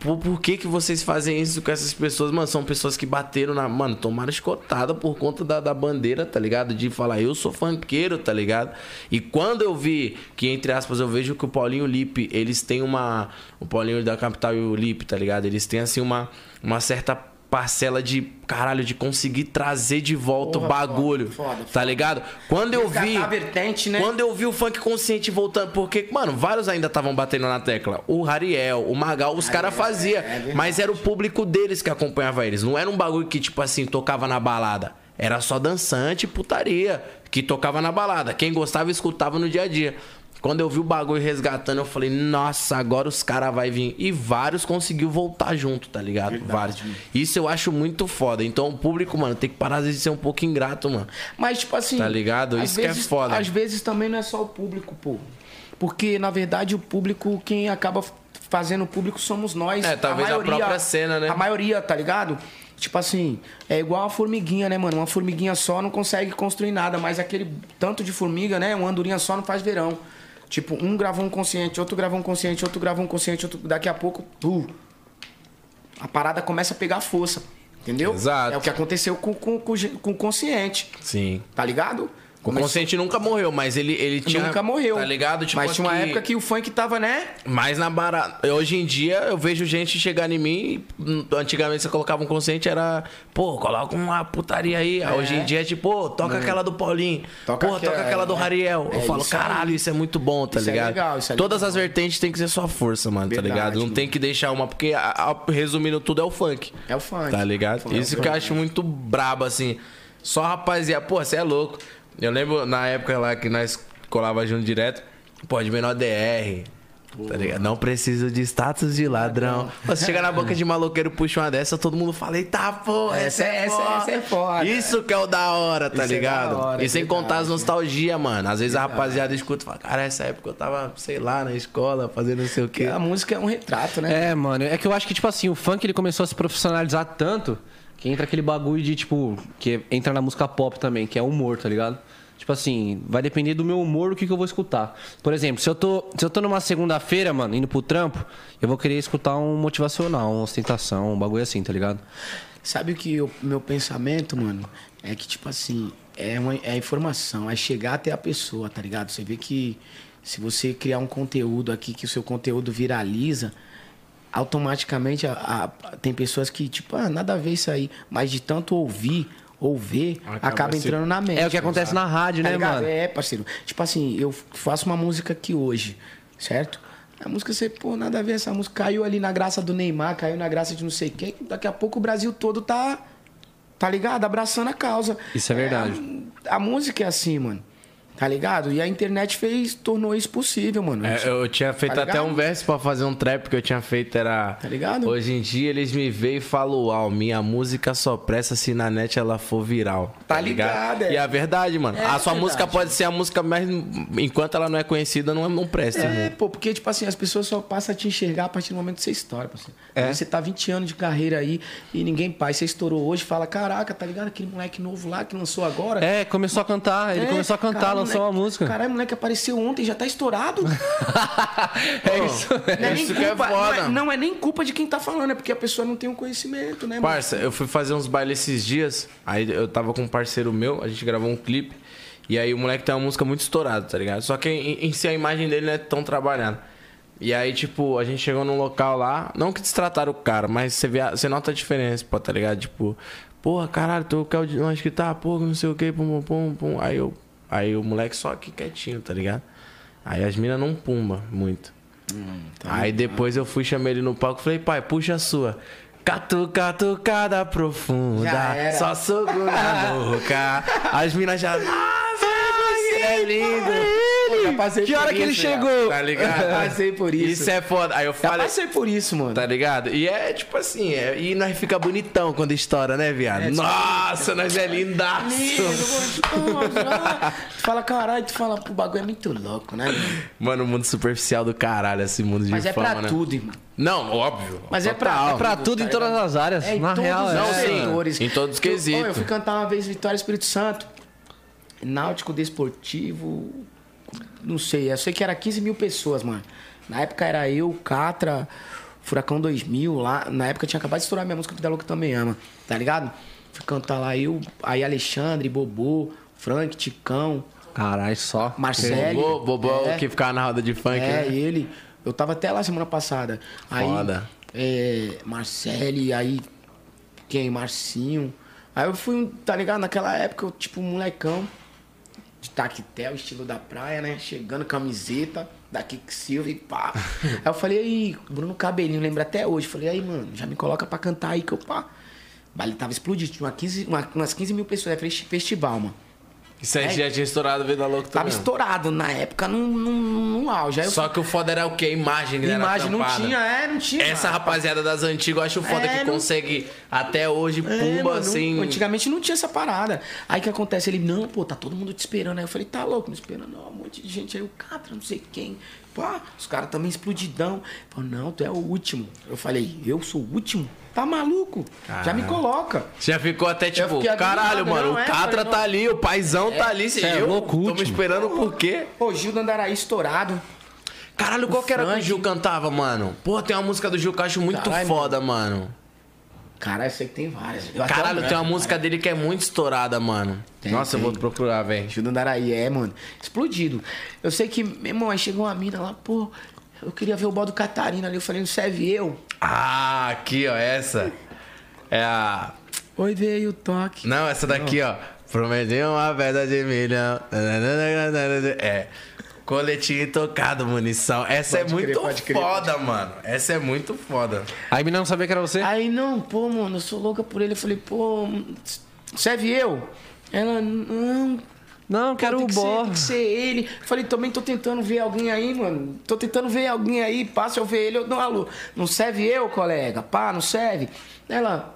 Speaker 1: Por, por que, que vocês fazem isso com essas pessoas, mano? São pessoas que bateram na. Mano, tomaram escotada por conta da, da bandeira, tá ligado? De falar, eu sou funkeiro, tá ligado? E quando eu vi que, entre aspas, eu vejo que o Paulinho Lipe, eles têm uma. O Paulinho da Capital e o Lipe, tá ligado? Eles têm, assim, uma, uma certa parcela de. Caralho, de conseguir trazer de volta o
Speaker 3: Porra,
Speaker 1: bagulho.
Speaker 3: foda, foda,
Speaker 1: Tá ligado? Quando eu vi.
Speaker 3: Resgatar a vertente, né?
Speaker 1: Quando eu vi o funk consciente voltando, porque, mano, vários ainda estavam batendo na tecla. O Rariel, o Magal, os caras
Speaker 3: é
Speaker 1: faziam. mas era o público deles que acompanhava eles. Não era um bagulho que, tipo assim, tocava na balada. Era só dançante e putaria que tocava na balada. Quem gostava, escutava no dia a dia. Quando eu vi o bagulho resgatando, eu falei, nossa, agora os caras vai vir. E vários conseguiu voltar junto, tá ligado? vários. Isso eu acho muito foda. Então o público, mano, tem que parar às vezes de ser um pouco ingrato, mano.
Speaker 3: Mas, tipo assim.
Speaker 1: Tá ligado?
Speaker 3: às
Speaker 1: Isso que é foda.
Speaker 3: Às vezes também não é só o público, pô. Porque, na verdade, o público, quem acaba f- fazendo o público somos nós.
Speaker 1: É, talvez a própria cena, né?
Speaker 3: A maioria, tá ligado? Tipo assim, é igual uma formiguinha, né, mano? Uma formiguinha só não consegue construir nada, mas aquele tanto de formiga, né? Uma andorinha só não faz verão. Tipo, um gravou um consciente, outro gravou um consciente, outro gravou um consciente, outro... daqui a pouco, tu, a parada começa a pegar força. Entendeu?
Speaker 1: Exato.
Speaker 3: É o que aconteceu com, com, com o gen- com o consciente
Speaker 1: Sim.
Speaker 3: tá ligado?
Speaker 1: O consciente nunca morreu, mas ele, ele tinha.
Speaker 3: nunca morreu.
Speaker 1: Tá ligado? Tipo,
Speaker 3: Mas tinha uma
Speaker 1: que-
Speaker 3: época que o funk tava, né?
Speaker 1: Mais na barata. Hoje em dia eu vejo gente chegar em mim. hum, Antigamente você colocava um consciente, era. Pô, coloca uma putaria aí. Hoje em dia é tipo, pô, toca aquela do Paulinho.
Speaker 3: Hum. Toca
Speaker 1: pô,
Speaker 3: aquela,
Speaker 1: toca aquela do
Speaker 3: é.
Speaker 1: Rariel. eu
Speaker 3: É
Speaker 1: falo,
Speaker 3: isso aí.
Speaker 1: caralho, isso é muito bom, tá
Speaker 3: Isso é
Speaker 1: ligado?
Speaker 3: legal, isso é
Speaker 1: Todas as vertentes tem que ser só força, mano,
Speaker 3: Verdade,
Speaker 1: tá ligado? Não
Speaker 3: mano.
Speaker 1: tem que deixar uma, porque a- a- resumindo tudo é o funk.
Speaker 3: É o funk.
Speaker 1: Tá ligado?
Speaker 3: Funk,
Speaker 1: Isso que eu acho muito brabo, assim. Só rapaziada, pô, você é louco. Eu lembro na época lá que nós colava junto direto. Pode menor DR. Tá ligado? Não preciso de status de ladrão. Você chega na boca de maloqueiro, puxa uma dessa, todo mundo fala: Eita, pô, essa,
Speaker 3: Essa é-
Speaker 1: é,
Speaker 3: essa-
Speaker 1: foda.
Speaker 3: essa é foda.
Speaker 1: Isso que é o da hora, tá
Speaker 3: Isso é
Speaker 1: ligado?
Speaker 3: da hora,
Speaker 1: e sem
Speaker 3: é
Speaker 1: contar as
Speaker 3: verdade.
Speaker 1: nostalgias, mano. Às vezes a rapaziada escuta e fala: Cara, essa época eu tava, sei lá, na escola, fazendo não sei o quê.
Speaker 3: A música é um retrato, né?
Speaker 2: É, mano, é que eu acho que, tipo assim, o funk ele começou a se profissionalizar tanto que entra aquele bagulho de, tipo, que entra na música pop também, que é humor, tá ligado? Tipo assim, vai depender do meu humor o que, que eu vou escutar. Por exemplo, se eu tô, se eu tô numa segunda-feira, mano, indo pro trampo, eu vou querer escutar um motivacional, uma ostentação, um bagulho assim, tá ligado?
Speaker 3: Sabe o que o meu pensamento, mano? É que, tipo assim, é, uma, é informação, é chegar até a pessoa, tá ligado? Você vê que se você criar um conteúdo aqui, que o seu conteúdo viraliza, automaticamente a- a- tem pessoas que, tipo, ah, nada a ver isso aí. Mas de tanto ouvir ou ver, acaba,
Speaker 4: Acaba se-
Speaker 3: entrando na mente.
Speaker 2: É o que acontece na rádio,
Speaker 3: Tá
Speaker 2: né,
Speaker 3: ligado?
Speaker 2: mano?
Speaker 3: É, parceiro. Tipo assim, eu faço uma música aqui hoje, certo? A música, você, pô, nada a ver, essa música caiu ali na graça do Neymar, caiu na graça de não sei quem. Daqui a pouco o Brasil todo tá, tá ligado? Abraçando a causa.
Speaker 2: Isso é verdade.
Speaker 3: a, a música é assim, mano. Tá ligado? E a internet fez, tornou isso possível, mano.
Speaker 1: É, eu tinha feito
Speaker 3: Tá
Speaker 1: até
Speaker 3: ligado?
Speaker 1: um verso pra fazer um trap que eu tinha feito, era.
Speaker 3: Tá ligado?
Speaker 1: Hoje em dia eles me veem e falam, uau, minha música só presta se na net ela for viral.
Speaker 3: Tá ligado, é.
Speaker 1: E é verdade, mano.
Speaker 3: É
Speaker 1: a sua
Speaker 3: verdade.
Speaker 1: música pode ser a música, mas enquanto ela não é conhecida, não, não presta,
Speaker 3: É,
Speaker 1: né?
Speaker 3: pô, porque, tipo assim, as pessoas só passam a te enxergar a partir do momento que você estoura, parceiro.
Speaker 1: É.
Speaker 3: Você tá 20 anos de carreira aí e ninguém pai. Você estourou hoje, fala, caraca, tá ligado? Aquele moleque novo lá que lançou agora.
Speaker 2: É, começou a cantar, ele
Speaker 3: É,
Speaker 2: começou a cantar,
Speaker 3: caralho,
Speaker 2: lançou
Speaker 3: moleque-
Speaker 2: uma música.
Speaker 3: Caralho, moleque apareceu ontem, já tá estourado.
Speaker 2: é isso.
Speaker 3: Não é nem
Speaker 1: Isso que é
Speaker 3: culpa,
Speaker 1: foda.
Speaker 3: Não, é, não é nem culpa de quem tá falando, é porque a pessoa não tem o conhecimento, né? mano?
Speaker 1: Parça, eu fui fazer uns bailes esses dias, aí eu tava com um parceiro meu, a gente gravou um clipe, e aí o moleque tem uma música muito estourada, tá ligado? Só que em, em si a imagem dele não é tão trabalhada. E aí, tipo, a gente chegou num local lá, não que destrataram o cara, mas você, vê a- você nota a diferença, pô, tá ligado? Tipo, porra, caralho, tu quer o de nós que tá, porra, não sei o que, pum, pum, pum, pum. Aí, eu, aí o moleque só aqui quietinho, tá ligado? Aí as minas não pumba muito. Aí depois eu fui, chamei ele no palco e falei, pai, puxa a sua. Catu, catucada
Speaker 3: Já
Speaker 1: profunda,
Speaker 3: era.
Speaker 1: só sugo na boca. As minas já... Nossa,
Speaker 3: Ah,
Speaker 1: você é lindo.
Speaker 3: Eu já passei
Speaker 2: Que
Speaker 3: por
Speaker 2: hora que ele
Speaker 3: isso, já.
Speaker 2: chegou?
Speaker 1: Tá ligado?
Speaker 3: Eu passei por isso.
Speaker 1: Isso é foda. Aí eu
Speaker 3: Já
Speaker 1: falei...
Speaker 3: passei por isso, mano.
Speaker 1: Tá ligado? E é tipo assim, é- e nós fica bonitão quando estoura, né, viado? Nossa, nós é
Speaker 3: É, tipo, Lindo,
Speaker 1: lindaço.
Speaker 3: gostoso, ah. Tu fala, caralho, tu fala, o bagulho é muito louco, né? mano?
Speaker 1: Mano, o mundo superficial do caralho, esse mundo de
Speaker 3: Mas é
Speaker 1: fama,
Speaker 3: pra
Speaker 1: né?
Speaker 3: tudo, irmão.
Speaker 1: Não, óbvio.
Speaker 3: Mas é pra,
Speaker 1: Total.
Speaker 3: é
Speaker 2: Pra tudo em todas as áreas,
Speaker 3: É, em
Speaker 2: na
Speaker 3: todos
Speaker 2: real.
Speaker 3: os
Speaker 1: Não,
Speaker 2: é.
Speaker 1: sim.
Speaker 3: setores.
Speaker 1: em todos os
Speaker 3: Eu- ó,
Speaker 1: quesitos.
Speaker 3: Eu fui cantar uma vez Vitória Espírito Santo, Náutico Desportivo, não sei, eu sei que era 15 mil pessoas, mano. Na época era eu, Catra, Furacão 2000, lá, na época tinha acabado de estourar minha música Vida Louca Também Ama, tá ligado? Fui cantar lá eu, aí Alexandre, Bobô, Frank, Ticão,
Speaker 2: Caralho, só.
Speaker 3: Marcelo.
Speaker 1: Bobô, Bobô é o que ficava na roda de funk,
Speaker 3: É,
Speaker 1: né?
Speaker 3: ele. Eu tava até lá semana passada. Aí,
Speaker 1: Foda.
Speaker 3: É, Marcele, aí. Quem? Marcinho. Aí eu fui, um- tá ligado? Naquela época, eu, tipo, um molecão. De taquetel, estilo da praia, né? Chegando, camiseta, da Kicksilver e pá. aí eu falei, aí, Bruno Cabelinho, lembra até hoje. Falei, aí, mano, já me coloca pra cantar aí que eu pá. O baile tava explodido, tinha uma 15 uma- umas 15 mil pessoas, era festi- festival, mano.
Speaker 1: Isso aí já tinha estourado Vida Louca
Speaker 3: é. Tava
Speaker 1: também.
Speaker 3: estourado na época, num, num, num auge. Aí eu
Speaker 1: Tá Só que o foda era o quê? A imagem, né?
Speaker 3: Imagem não tinha, é, não tinha.
Speaker 1: Essa rapaziada das antigas, eu acho foda
Speaker 3: É,
Speaker 1: que
Speaker 3: não-
Speaker 1: consegue até hoje,
Speaker 3: É,
Speaker 1: pumba,
Speaker 3: mano, não-
Speaker 1: assim.
Speaker 3: Antigamente não tinha essa parada. Aí o que acontece? Ele, não, pô, tá todo mundo te esperando. Aí eu falei, tá louco, me esperando, não, um monte de gente aí, o Catra, não sei quem. Pá, os caras também explodidão. Falou, não, tu é o último. Eu falei, eu sou o último? Tá maluco? Já
Speaker 1: Ah.
Speaker 3: me coloca.
Speaker 1: Já ficou até tipo,
Speaker 3: fiquei
Speaker 1: caralho,
Speaker 3: agoniado,
Speaker 1: mano,
Speaker 3: não,
Speaker 1: o
Speaker 3: é,
Speaker 1: Catra
Speaker 3: falei, não.
Speaker 1: tá ali, o paizão tá ali.
Speaker 2: cê é
Speaker 1: eu
Speaker 2: louco,
Speaker 1: tô me
Speaker 2: último.
Speaker 1: esperando por quê?
Speaker 3: Pô, Gil Dandaraí estourado.
Speaker 1: Caralho, qual que era que o
Speaker 3: Frank.
Speaker 1: Gil cantava, mano? Pô, tem uma música do Gil que eu acho muito
Speaker 3: Caralho,
Speaker 1: foda, mano.
Speaker 3: Caralho, eu sei que tem várias. Eu até
Speaker 1: Caralho,
Speaker 3: lembro, assim,
Speaker 1: tem uma
Speaker 3: cara.
Speaker 1: música dele que é muito estourada, mano.
Speaker 3: Tem,
Speaker 1: Nossa, eu
Speaker 3: tem.
Speaker 1: vou procurar, velho.
Speaker 3: Gil Dandaraí, é, mano. Explodido. Eu sei que, meu irmão, aí chegou uma mina lá, pô, eu queria ver o bode do Catarina ali. Eu falei, não serve eu?
Speaker 1: Ah, aqui, ó, essa. É a.
Speaker 3: Oi, veio o toque.
Speaker 1: Não, essa daqui, ó. Prometi uma pedra de milhão. É. Coletinho intocado, munição. Essa
Speaker 3: Pode
Speaker 1: é
Speaker 3: crer,
Speaker 1: muito
Speaker 3: pode crer,
Speaker 1: foda, mano. Essa é muito foda.
Speaker 2: Aí menina não sabia que era você?
Speaker 3: Aí, não, pô, mano, eu sou louca por ele. Eu falei, pô, serve eu? Ela, não,
Speaker 2: Não, quero
Speaker 3: tem
Speaker 2: o
Speaker 3: que Ser,
Speaker 2: Borra.
Speaker 3: tem que ser ele. Falei, também tô tentando ver alguém aí, mano. Tô tentando ver alguém aí. Passa eu ver ele. Eu não, alô, não serve eu, colega? Pá, não serve? Ela,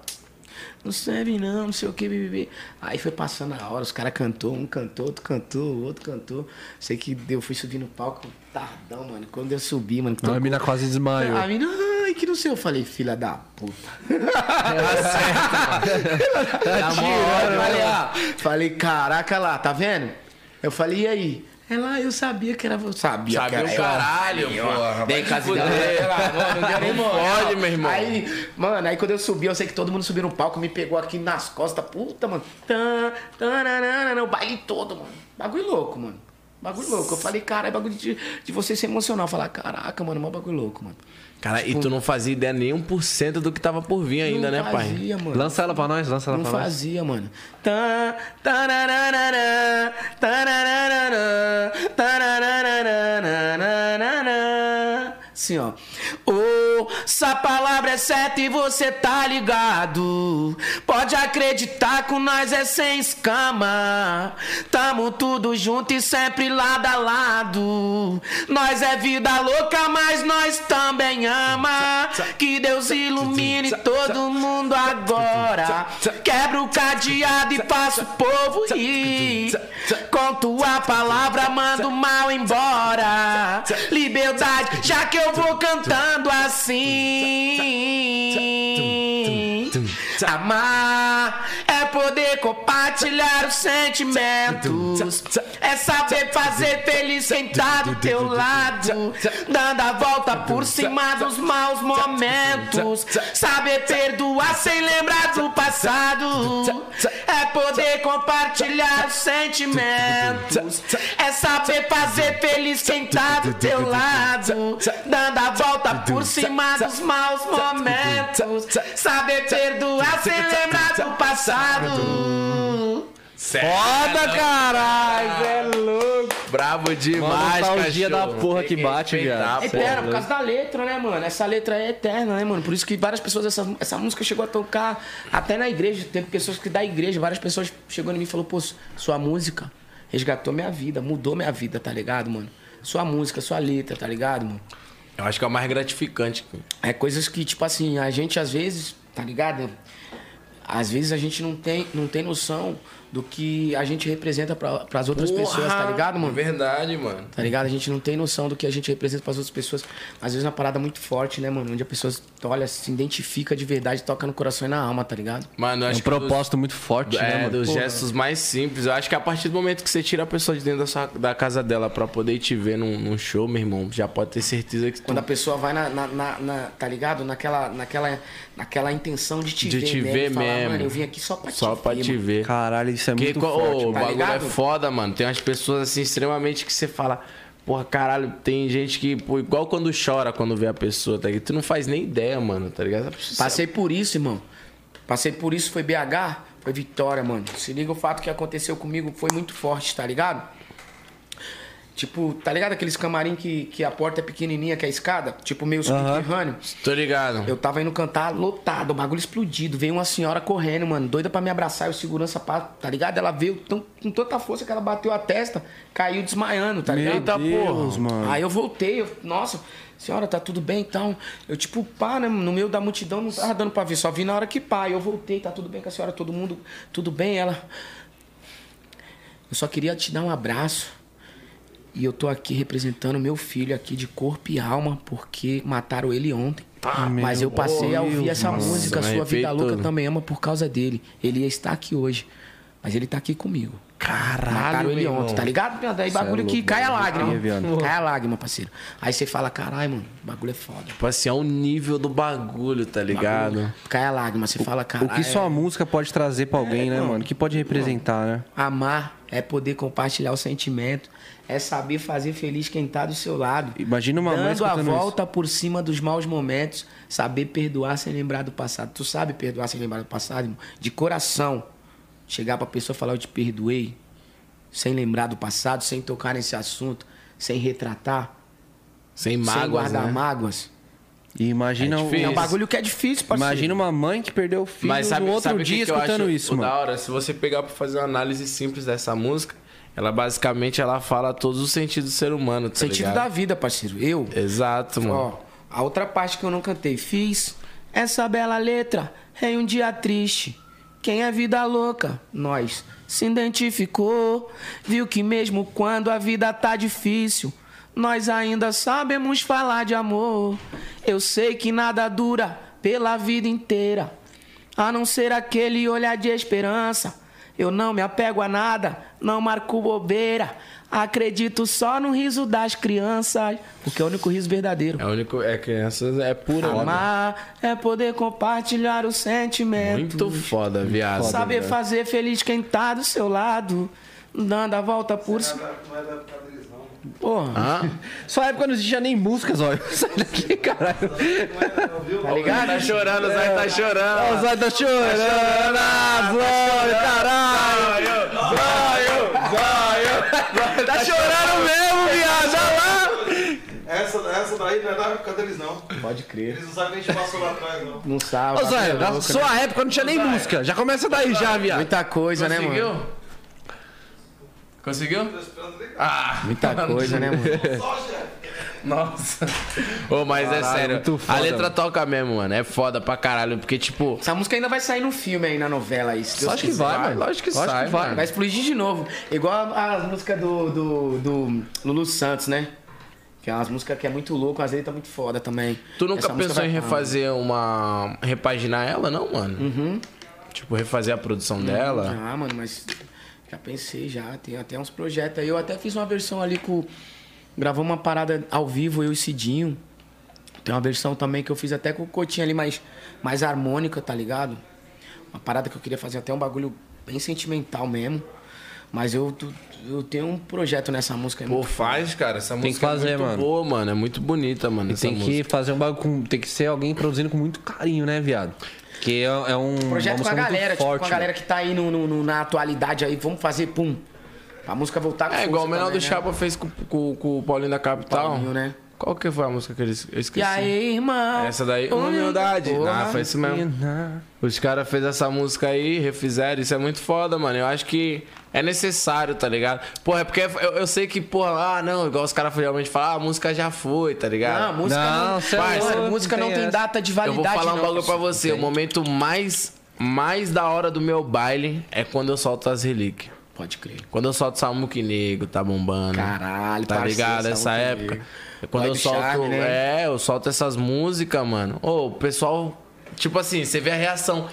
Speaker 3: não serve não, não sei o que, bebê. Aí foi passando a hora, os caras cantou, um cantou, outro cantou, o outro cantou. Sei que eu fui subir no palco tardão, mano. Quando eu subi, mano.
Speaker 2: Não, a mina quase desmaiou.
Speaker 3: A mina, ai, que não sei. Eu falei, filha da puta.
Speaker 2: Tá
Speaker 3: Tirou,
Speaker 2: mó-
Speaker 3: eu falei, ah, falei, caraca lá, tá vendo? Eu falei, e aí? Ela, eu sabia que era você. Sabia,
Speaker 1: Sabe
Speaker 3: que era
Speaker 1: o
Speaker 3: eu.
Speaker 1: caralho, porra. Dei casa dela. Não deu nem mole, meu irmão.
Speaker 3: Aí, mano, aí quando eu subi, eu sei que todo mundo subiu no palco, me pegou aqui nas costas, puta, mano. Tã, tananana, o baile todo, mano. Bagulho louco, mano. Bagulho louco. Eu falei, cara, é bagulho de, de você se emocionar. Falar, caraca, mano, mó bagulho louco, mano.
Speaker 1: Cara, e tu não fazia ideia nenhum por cento do que tava por vir ainda, né,
Speaker 3: não
Speaker 1: pai?
Speaker 3: fazia, mano.
Speaker 2: Lança ela pra nós, lança ela
Speaker 3: Não
Speaker 2: pra nós.
Speaker 3: fazia, mano. Tá, tararararã, tararararã, tararararã, Assim, ó. Ouça a palavra é certa e você tá ligado. Pode acreditar com nós é sem escama. Tamo tudo junto e sempre lado a lado. Nós é vida louca, mas nós também ama. Que Deus ilumine todo mundo agora. Quebra o cadeado e faça o povo rir. Com tua palavra, manda o mal embora. Liberdade, já que eu vou cantando assim. Amar é poder compartilhar os sentimentos. É saber fazer feliz quem tá do teu lado. Dando a volta por cima dos maus momentos. Saber perdoar sem lembrar do passado. É poder compartilhar os sentimentos. É saber fazer feliz quem tá do teu lado. Dando a volta por cima dos maus momentos. Saber perdoar sem lembrar do passado.
Speaker 2: Foda, caralho!
Speaker 1: Ah.
Speaker 2: É louco!
Speaker 1: Bravo
Speaker 2: Uma
Speaker 1: demais,
Speaker 2: nostalgia da
Speaker 1: cachorro.
Speaker 2: porra que bate,
Speaker 1: respeitar,
Speaker 2: viado.
Speaker 1: pô.
Speaker 2: Cê é
Speaker 3: Eterna, por
Speaker 2: louco.
Speaker 3: causa da letra, né, mano? Essa letra é eterna, né, mano? Por isso que várias pessoas, essa, essa música chegou a tocar até na igreja. Teve pessoas que da igreja, várias pessoas chegando em mim e falaram, pô, sua música resgatou minha vida, mudou minha vida, tá ligado, mano? Sua música, sua letra, tá ligado, mano?
Speaker 1: Eu acho que é o mais gratificante.
Speaker 3: É coisas que, tipo assim, a gente às vezes, tá ligado? Às vezes a gente não tem, não tem noção do que a gente representa pra, pras outras pessoas, tá ligado, mano?
Speaker 1: Verdade, mano.
Speaker 3: Tá ligado? A gente não tem noção do que a gente representa pras outras pessoas. Às vezes é uma parada muito forte, né, mano? Onde a pessoa olha, se identifica de verdade, toca no coração e na alma, tá ligado?
Speaker 1: Mano, eu
Speaker 2: É
Speaker 1: acho
Speaker 2: um
Speaker 1: que dos-
Speaker 2: propósito muito forte, né,
Speaker 1: É,
Speaker 2: mano?
Speaker 1: dos gestos mais simples. Eu acho que a partir do momento que você tira a pessoa de dentro da, sua- da casa dela pra poder ir te ver num, num show, meu irmão, já pode ter certeza que
Speaker 3: Quando a
Speaker 1: tu...
Speaker 3: pessoa vai na, na- na- na- tá ligado? Naquela, naquela, naquela intenção de te
Speaker 1: De
Speaker 3: ver,
Speaker 1: te
Speaker 3: mesmo,
Speaker 1: ver
Speaker 3: e falar,
Speaker 1: mesmo.
Speaker 3: mano, eu vim aqui só pra
Speaker 1: só
Speaker 3: te
Speaker 1: pra
Speaker 3: ver.
Speaker 1: te
Speaker 3: mano.
Speaker 1: ver.
Speaker 2: Caralho, isso é
Speaker 1: Porque
Speaker 2: muito
Speaker 1: co- ô,
Speaker 2: forte.
Speaker 1: o
Speaker 3: tá
Speaker 2: mano.
Speaker 1: bagulho é
Speaker 3: ligado?
Speaker 1: foda, mano. Tem umas pessoas assim extremamente que você fala, porra, caralho, tem gente que, pô, igual quando chora quando vê a pessoa, tá ligado? Tu não faz nem ideia, mano, tá ligado? Essa pessoa-
Speaker 3: Passei por isso, irmão. Passei por isso, foi BH, foi vitória, mano. Se liga o fato que aconteceu comigo, foi muito forte, tá ligado? Tipo, tá ligado aqueles camarim que, que a porta é pequenininha, que é a escada? Tipo, meio subterrâneo.
Speaker 1: Tô ligado.
Speaker 3: Eu tava indo cantar lotado, o bagulho explodido. Veio uma senhora correndo, mano, doida pra me abraçar, eu segurança, pá, tá ligado? Ela veio tão- com tanta força que ela bateu a testa, caiu desmaiando, tá
Speaker 2: Meu
Speaker 3: ligado?
Speaker 2: Deus, mano.
Speaker 3: Aí eu voltei, eu- nossa, senhora, tá tudo bem então? Eu, tipo, pá, né, no meio da multidão não tava dando pra ver, só vi na hora que pá. Eu voltei, tá tudo bem com a senhora, todo mundo, tudo bem, ela. Eu só queria te dar um abraço. E eu tô aqui representando meu filho aqui de corpo e alma, porque mataram ele ontem.
Speaker 1: Tá,
Speaker 3: Mas eu passei a ouvir essa música,
Speaker 1: me
Speaker 3: Sua Vida
Speaker 1: arrepiei
Speaker 3: Louca
Speaker 1: todo.
Speaker 3: Também Ama, por causa dele. Ele ia estar aqui hoje, mas ele tá aqui comigo.
Speaker 1: Caralho,
Speaker 3: Mataram ele
Speaker 1: meu
Speaker 3: ontem, tá ligado? viado? Aí bagulho
Speaker 2: é louco,
Speaker 3: que cai a
Speaker 2: mano.
Speaker 3: lágrima.
Speaker 2: Arrepia, viado.
Speaker 3: Cai a lágrima, parceiro. Aí você fala, caralho, mano, o bagulho é foda.
Speaker 1: Tipo assim, é o nível do bagulho, tá ligado?
Speaker 3: Cai a lágrima, você fala,
Speaker 2: O
Speaker 3: caralho.
Speaker 2: que só a música pode trazer pra alguém, né, mano? Que pode representar, né?
Speaker 3: Amar é poder compartilhar o sentimento, é saber fazer feliz quem tá do seu lado.
Speaker 2: Imagina uma mãe
Speaker 3: Dando a
Speaker 2: escutando isso.
Speaker 3: volta por cima dos maus momentos, saber perdoar sem lembrar do passado. Tu sabe perdoar sem lembrar do passado, irmão? De coração. Chegar pra pessoa e falar, eu te perdoei, sem lembrar do passado, sem tocar nesse assunto, sem retratar,
Speaker 1: Sem
Speaker 3: sem
Speaker 1: mágoas,
Speaker 3: guardar
Speaker 1: né?
Speaker 3: mágoas.
Speaker 2: E imagina,
Speaker 1: É
Speaker 2: o-
Speaker 1: difícil.
Speaker 3: É um bagulho que é difícil, parceiro.
Speaker 2: imagina uma mãe que perdeu o filho no um outro
Speaker 1: o que
Speaker 2: dia
Speaker 1: que eu
Speaker 2: escutando
Speaker 1: acho
Speaker 2: isso,
Speaker 1: o
Speaker 2: mano.
Speaker 1: Da hora, se você pegar pra fazer uma análise simples dessa música, Ela basicamente ela fala todos os sentidos do ser humano, tá
Speaker 3: Sentido
Speaker 1: ligado?
Speaker 3: da vida, parceiro. Eu,
Speaker 2: É,
Speaker 1: Exato, mano.
Speaker 3: ó, a outra parte que eu não cantei, fiz essa bela letra em um dia triste. Quem é vida louca? Nós. Se identificou, viu que mesmo quando a vida tá difícil, nós ainda sabemos falar de amor. Eu sei que nada dura pela vida inteira, a não ser aquele olhar de esperança. Eu não me apego a nada, não marco bobeira. Acredito só no riso das crianças, porque é o único riso verdadeiro.
Speaker 1: É o único. É crianças, é pura. mano.
Speaker 3: Amar é poder compartilhar os sentimentos.
Speaker 1: Muito foda, viado.
Speaker 3: Saber
Speaker 1: velho.
Speaker 3: fazer feliz quem tá do seu lado. Dando a volta por. Porra,
Speaker 1: Hã?
Speaker 2: Sua época não existia nem músicas, ó. Sai daqui, caralho.
Speaker 1: Tá ligado? Tá chorando, o Zé tá
Speaker 2: Ah,
Speaker 1: chorando.
Speaker 2: o Zóio tá chorando, ah, Zóio, caralho. Zóio, Zóio. Tá chorando mesmo, viado. Olha lá.
Speaker 4: Essa, essa daí não é da época deles, não.
Speaker 3: pode crer.
Speaker 4: Eles não sabem que a gente passou lá atrás, não.
Speaker 3: Não sabe.
Speaker 2: tá Ô, Zóio, na sua época não tinha nem música. Já começa daí, já, viado.
Speaker 3: Muita coisa, né,
Speaker 1: Conseguiu?
Speaker 3: mano?
Speaker 1: Conseguiu?
Speaker 4: Tô esperando ligar.
Speaker 1: Ah!
Speaker 3: Muita coisa, né, mano?
Speaker 4: Só, chefe.
Speaker 1: Nossa. Ô, mas é
Speaker 2: Caralho,
Speaker 1: sério.
Speaker 2: muito foda,
Speaker 1: a letra
Speaker 2: mano.
Speaker 1: toca mesmo, mano. É foda pra caralho. Porque, tipo.
Speaker 3: Essa música ainda vai sair no filme aí, na novela aí. se Deus
Speaker 2: Acho que
Speaker 3: quiser.
Speaker 2: vai, mano.
Speaker 1: Lógico que sai, mano.
Speaker 3: Vai explodir de novo. Igual a- as músicas do, do, do Lulu Santos, né? Que é umas músicas que é muito louco, às vezes tá muito foda também.
Speaker 1: Tu nunca
Speaker 3: Essa música
Speaker 1: pensou em
Speaker 3: vai- Ah.
Speaker 1: refazer uma. repaginar ela, não, mano? Uhum. Tipo, refazer a produção dela?
Speaker 3: Ah, mano, mas já pensei já. Tem até uns projetos aí. Eu até fiz uma versão ali com. Gravou uma parada ao vivo, eu e Cidinho. Tem uma versão também que eu fiz até com o Cotinho ali, mais, mais harmônica, tá ligado? Uma parada que eu queria fazer até um bagulho bem sentimental mesmo. Mas eu, tu- eu tenho um projeto nessa música aí.
Speaker 1: Pô, faz, cara. Essa
Speaker 2: que
Speaker 1: música
Speaker 2: fazer,
Speaker 1: é muito
Speaker 2: mano.
Speaker 1: boa, mano. É muito bonita, mano.
Speaker 2: E
Speaker 1: essa
Speaker 2: tem
Speaker 1: música.
Speaker 2: que fazer um bagulho com. Tem que ser alguém produzindo com muito carinho, né, viado? Porque é, é um. uma
Speaker 3: projeto com a
Speaker 2: música muito
Speaker 3: galera, tipo,
Speaker 2: forte, né?
Speaker 3: com a
Speaker 1: né?
Speaker 3: galera que tá aí no, no- no- na atualidade aí, vamos fazer, pum. Pra música voltar com
Speaker 1: É
Speaker 3: força
Speaker 1: igual o Menor
Speaker 3: também,
Speaker 1: do
Speaker 3: né?
Speaker 1: Chapa fez com, com- com o Paulinho da Capital.
Speaker 3: Paulinho, né?
Speaker 1: Qual que foi a música que eles. Eu esqueci.
Speaker 3: E aí, irmão?
Speaker 1: Essa daí,
Speaker 3: Ô, meu-
Speaker 1: humildade.
Speaker 3: Porra.
Speaker 1: Ah, foi isso mesmo.
Speaker 2: mano.
Speaker 1: Os caras fez essa música aí, refizeram, isso é muito foda, mano. Eu acho que é necessário, tá ligado? Porra, é porque eu, eu sei que, porra, ah, não, igual os caras realmente falam, ah, a música já foi, tá ligado?
Speaker 3: Não, música não,
Speaker 2: Não, cê é
Speaker 3: Parça,
Speaker 2: louco,
Speaker 3: música
Speaker 2: não
Speaker 3: não
Speaker 2: tem
Speaker 3: tem,
Speaker 2: essa.
Speaker 3: data de
Speaker 1: Eu
Speaker 3: validade.
Speaker 1: vou falar um
Speaker 3: não,
Speaker 1: bagulho pra
Speaker 3: parceiro.
Speaker 1: você. O momento mais, mais da hora do meu baile é quando eu solto as relíquias.
Speaker 3: Pode crer.
Speaker 1: Quando eu solto Samuque Negro, tá bombando.
Speaker 3: Caralho,
Speaker 1: tá
Speaker 3: parceiro,
Speaker 1: ligado? Essa
Speaker 3: Samuque
Speaker 1: época.
Speaker 3: Negro.
Speaker 1: Quando eu
Speaker 3: Vibe
Speaker 1: solto.
Speaker 3: Charme, né?
Speaker 1: É, eu solto essas músicas, mano. Ô, o pessoal. Tipo assim, você vê a reação.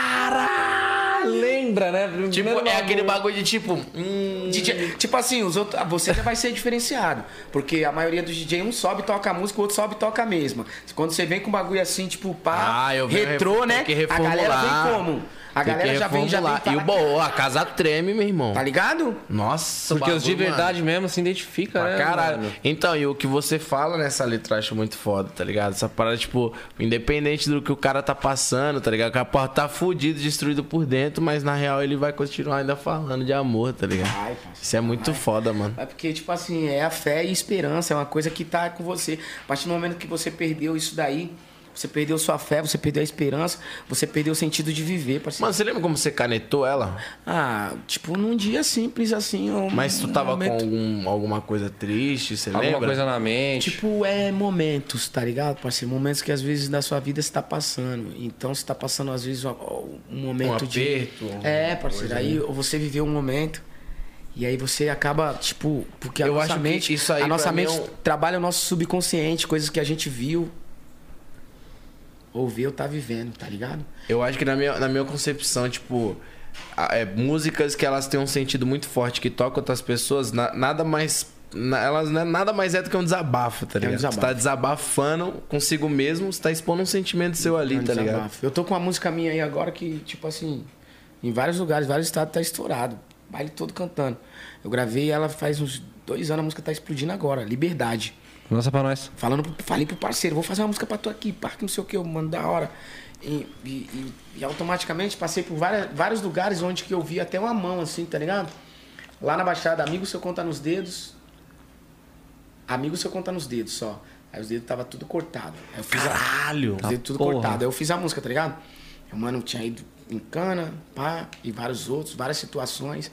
Speaker 1: Caralho!
Speaker 2: Lembra, né?
Speaker 1: Tipo, é aquele bagulho de tipo. Hum,
Speaker 3: DJ, tipo assim, os outros, você já vai ser diferenciado. Porque a maioria dos DJ, um sobe e toca a música, o outro sobe e toca a mesma. Quando você vem com bagulho assim, tipo pá,
Speaker 1: Ah, eu venho
Speaker 3: retrô,
Speaker 1: ref-
Speaker 3: né?
Speaker 1: tem que
Speaker 3: A galera
Speaker 1: reformular.
Speaker 3: vem como? A
Speaker 1: tem
Speaker 3: galera
Speaker 1: que
Speaker 3: já vem, já vem
Speaker 1: reformular. E o
Speaker 3: fala- "Ah,
Speaker 1: bom, a casa treme, meu irmão.
Speaker 3: Tá ligado?
Speaker 1: Nossa, o
Speaker 2: Porque os de
Speaker 1: bagulho, mano.
Speaker 2: verdade mesmo se identificam,
Speaker 1: Pra
Speaker 2: né?
Speaker 1: caralho.
Speaker 2: mano?
Speaker 1: Então, e o que você fala nessa letra eu acho muito foda, tá ligado? Essa parada, tipo, independente do que o cara tá passando, tá ligado? Que a porta tá fudido, destruído por dentro, mas na real ele vai continuar ainda falando de amor, tá ligado?
Speaker 3: Ai, parceiro,
Speaker 1: Isso é muito foda, mano.
Speaker 3: É porque, tipo assim, é a fé e esperança, é uma coisa que tá com você. A partir do momento que você perdeu isso daí, você perdeu sua fé, você perdeu a esperança, você perdeu o sentido de viver, parceiro.
Speaker 1: Mano, você lembra como você canetou ela?
Speaker 3: Ah, tipo, num dia simples assim. Um,
Speaker 1: Mas tu
Speaker 3: um
Speaker 1: tava com
Speaker 3: momento-
Speaker 1: algum, alguma coisa triste, você
Speaker 2: Alguma
Speaker 1: lembra?
Speaker 2: coisa na mente.
Speaker 3: Tipo, é momentos, tá ligado, parceiro? Momentos que às vezes na sua vida você tá passando. Então você tá passando, às vezes, um, um momento
Speaker 1: Um
Speaker 3: de.
Speaker 1: aperto,
Speaker 3: É, parceiro. Aí você viveu um momento. E aí você acaba, tipo, porque a
Speaker 1: Eu
Speaker 3: nossa
Speaker 1: acho que
Speaker 3: mente.
Speaker 1: isso aí
Speaker 3: a nossa
Speaker 1: pra mim é
Speaker 3: mente
Speaker 1: um-
Speaker 3: trabalha o nosso subconsciente, coisas que a gente viu. Ou vê ou tá vivendo, tá ligado?
Speaker 1: Eu acho que na minha, na minha concepção, tipo, a- é, músicas que elas têm um sentido muito forte, que tocam outras pessoas, na- nada mais. na- elas né, nada mais é do que um desabafo, tá ligado? Você
Speaker 3: desabafo.
Speaker 1: tá desabafando consigo mesmo, você tá expondo um sentimento seu ali, tá
Speaker 3: Desabafo.
Speaker 1: ligado?
Speaker 3: Eu tô com uma música minha aí agora que, tipo assim, em vários lugares, vários estados tá estourado. Baile todo cantando. Eu gravei ela faz uns dois anos, a música tá explodindo agora. Liberdade.
Speaker 2: Lança pra nós.
Speaker 3: Falando, pro- falei pro parceiro, vou fazer uma música pra tu aqui, parque, não sei o que, eu mando da hora. E, e- e- e automaticamente passei por várias- vários lugares onde que eu vi até uma mão, assim, tá ligado? Lá na Baixada, amigo seu conta nos dedos. Amigo seu conta nos dedos só. Aí os dedos tava tudo cortado. Aí eu fiz a-
Speaker 1: Caralho!
Speaker 3: os dedos tudo
Speaker 2: Tá porra.
Speaker 3: cortado. Aí eu fiz a música, tá ligado? Meu mano tinha ido em cana, pá, e vários outros, várias situações,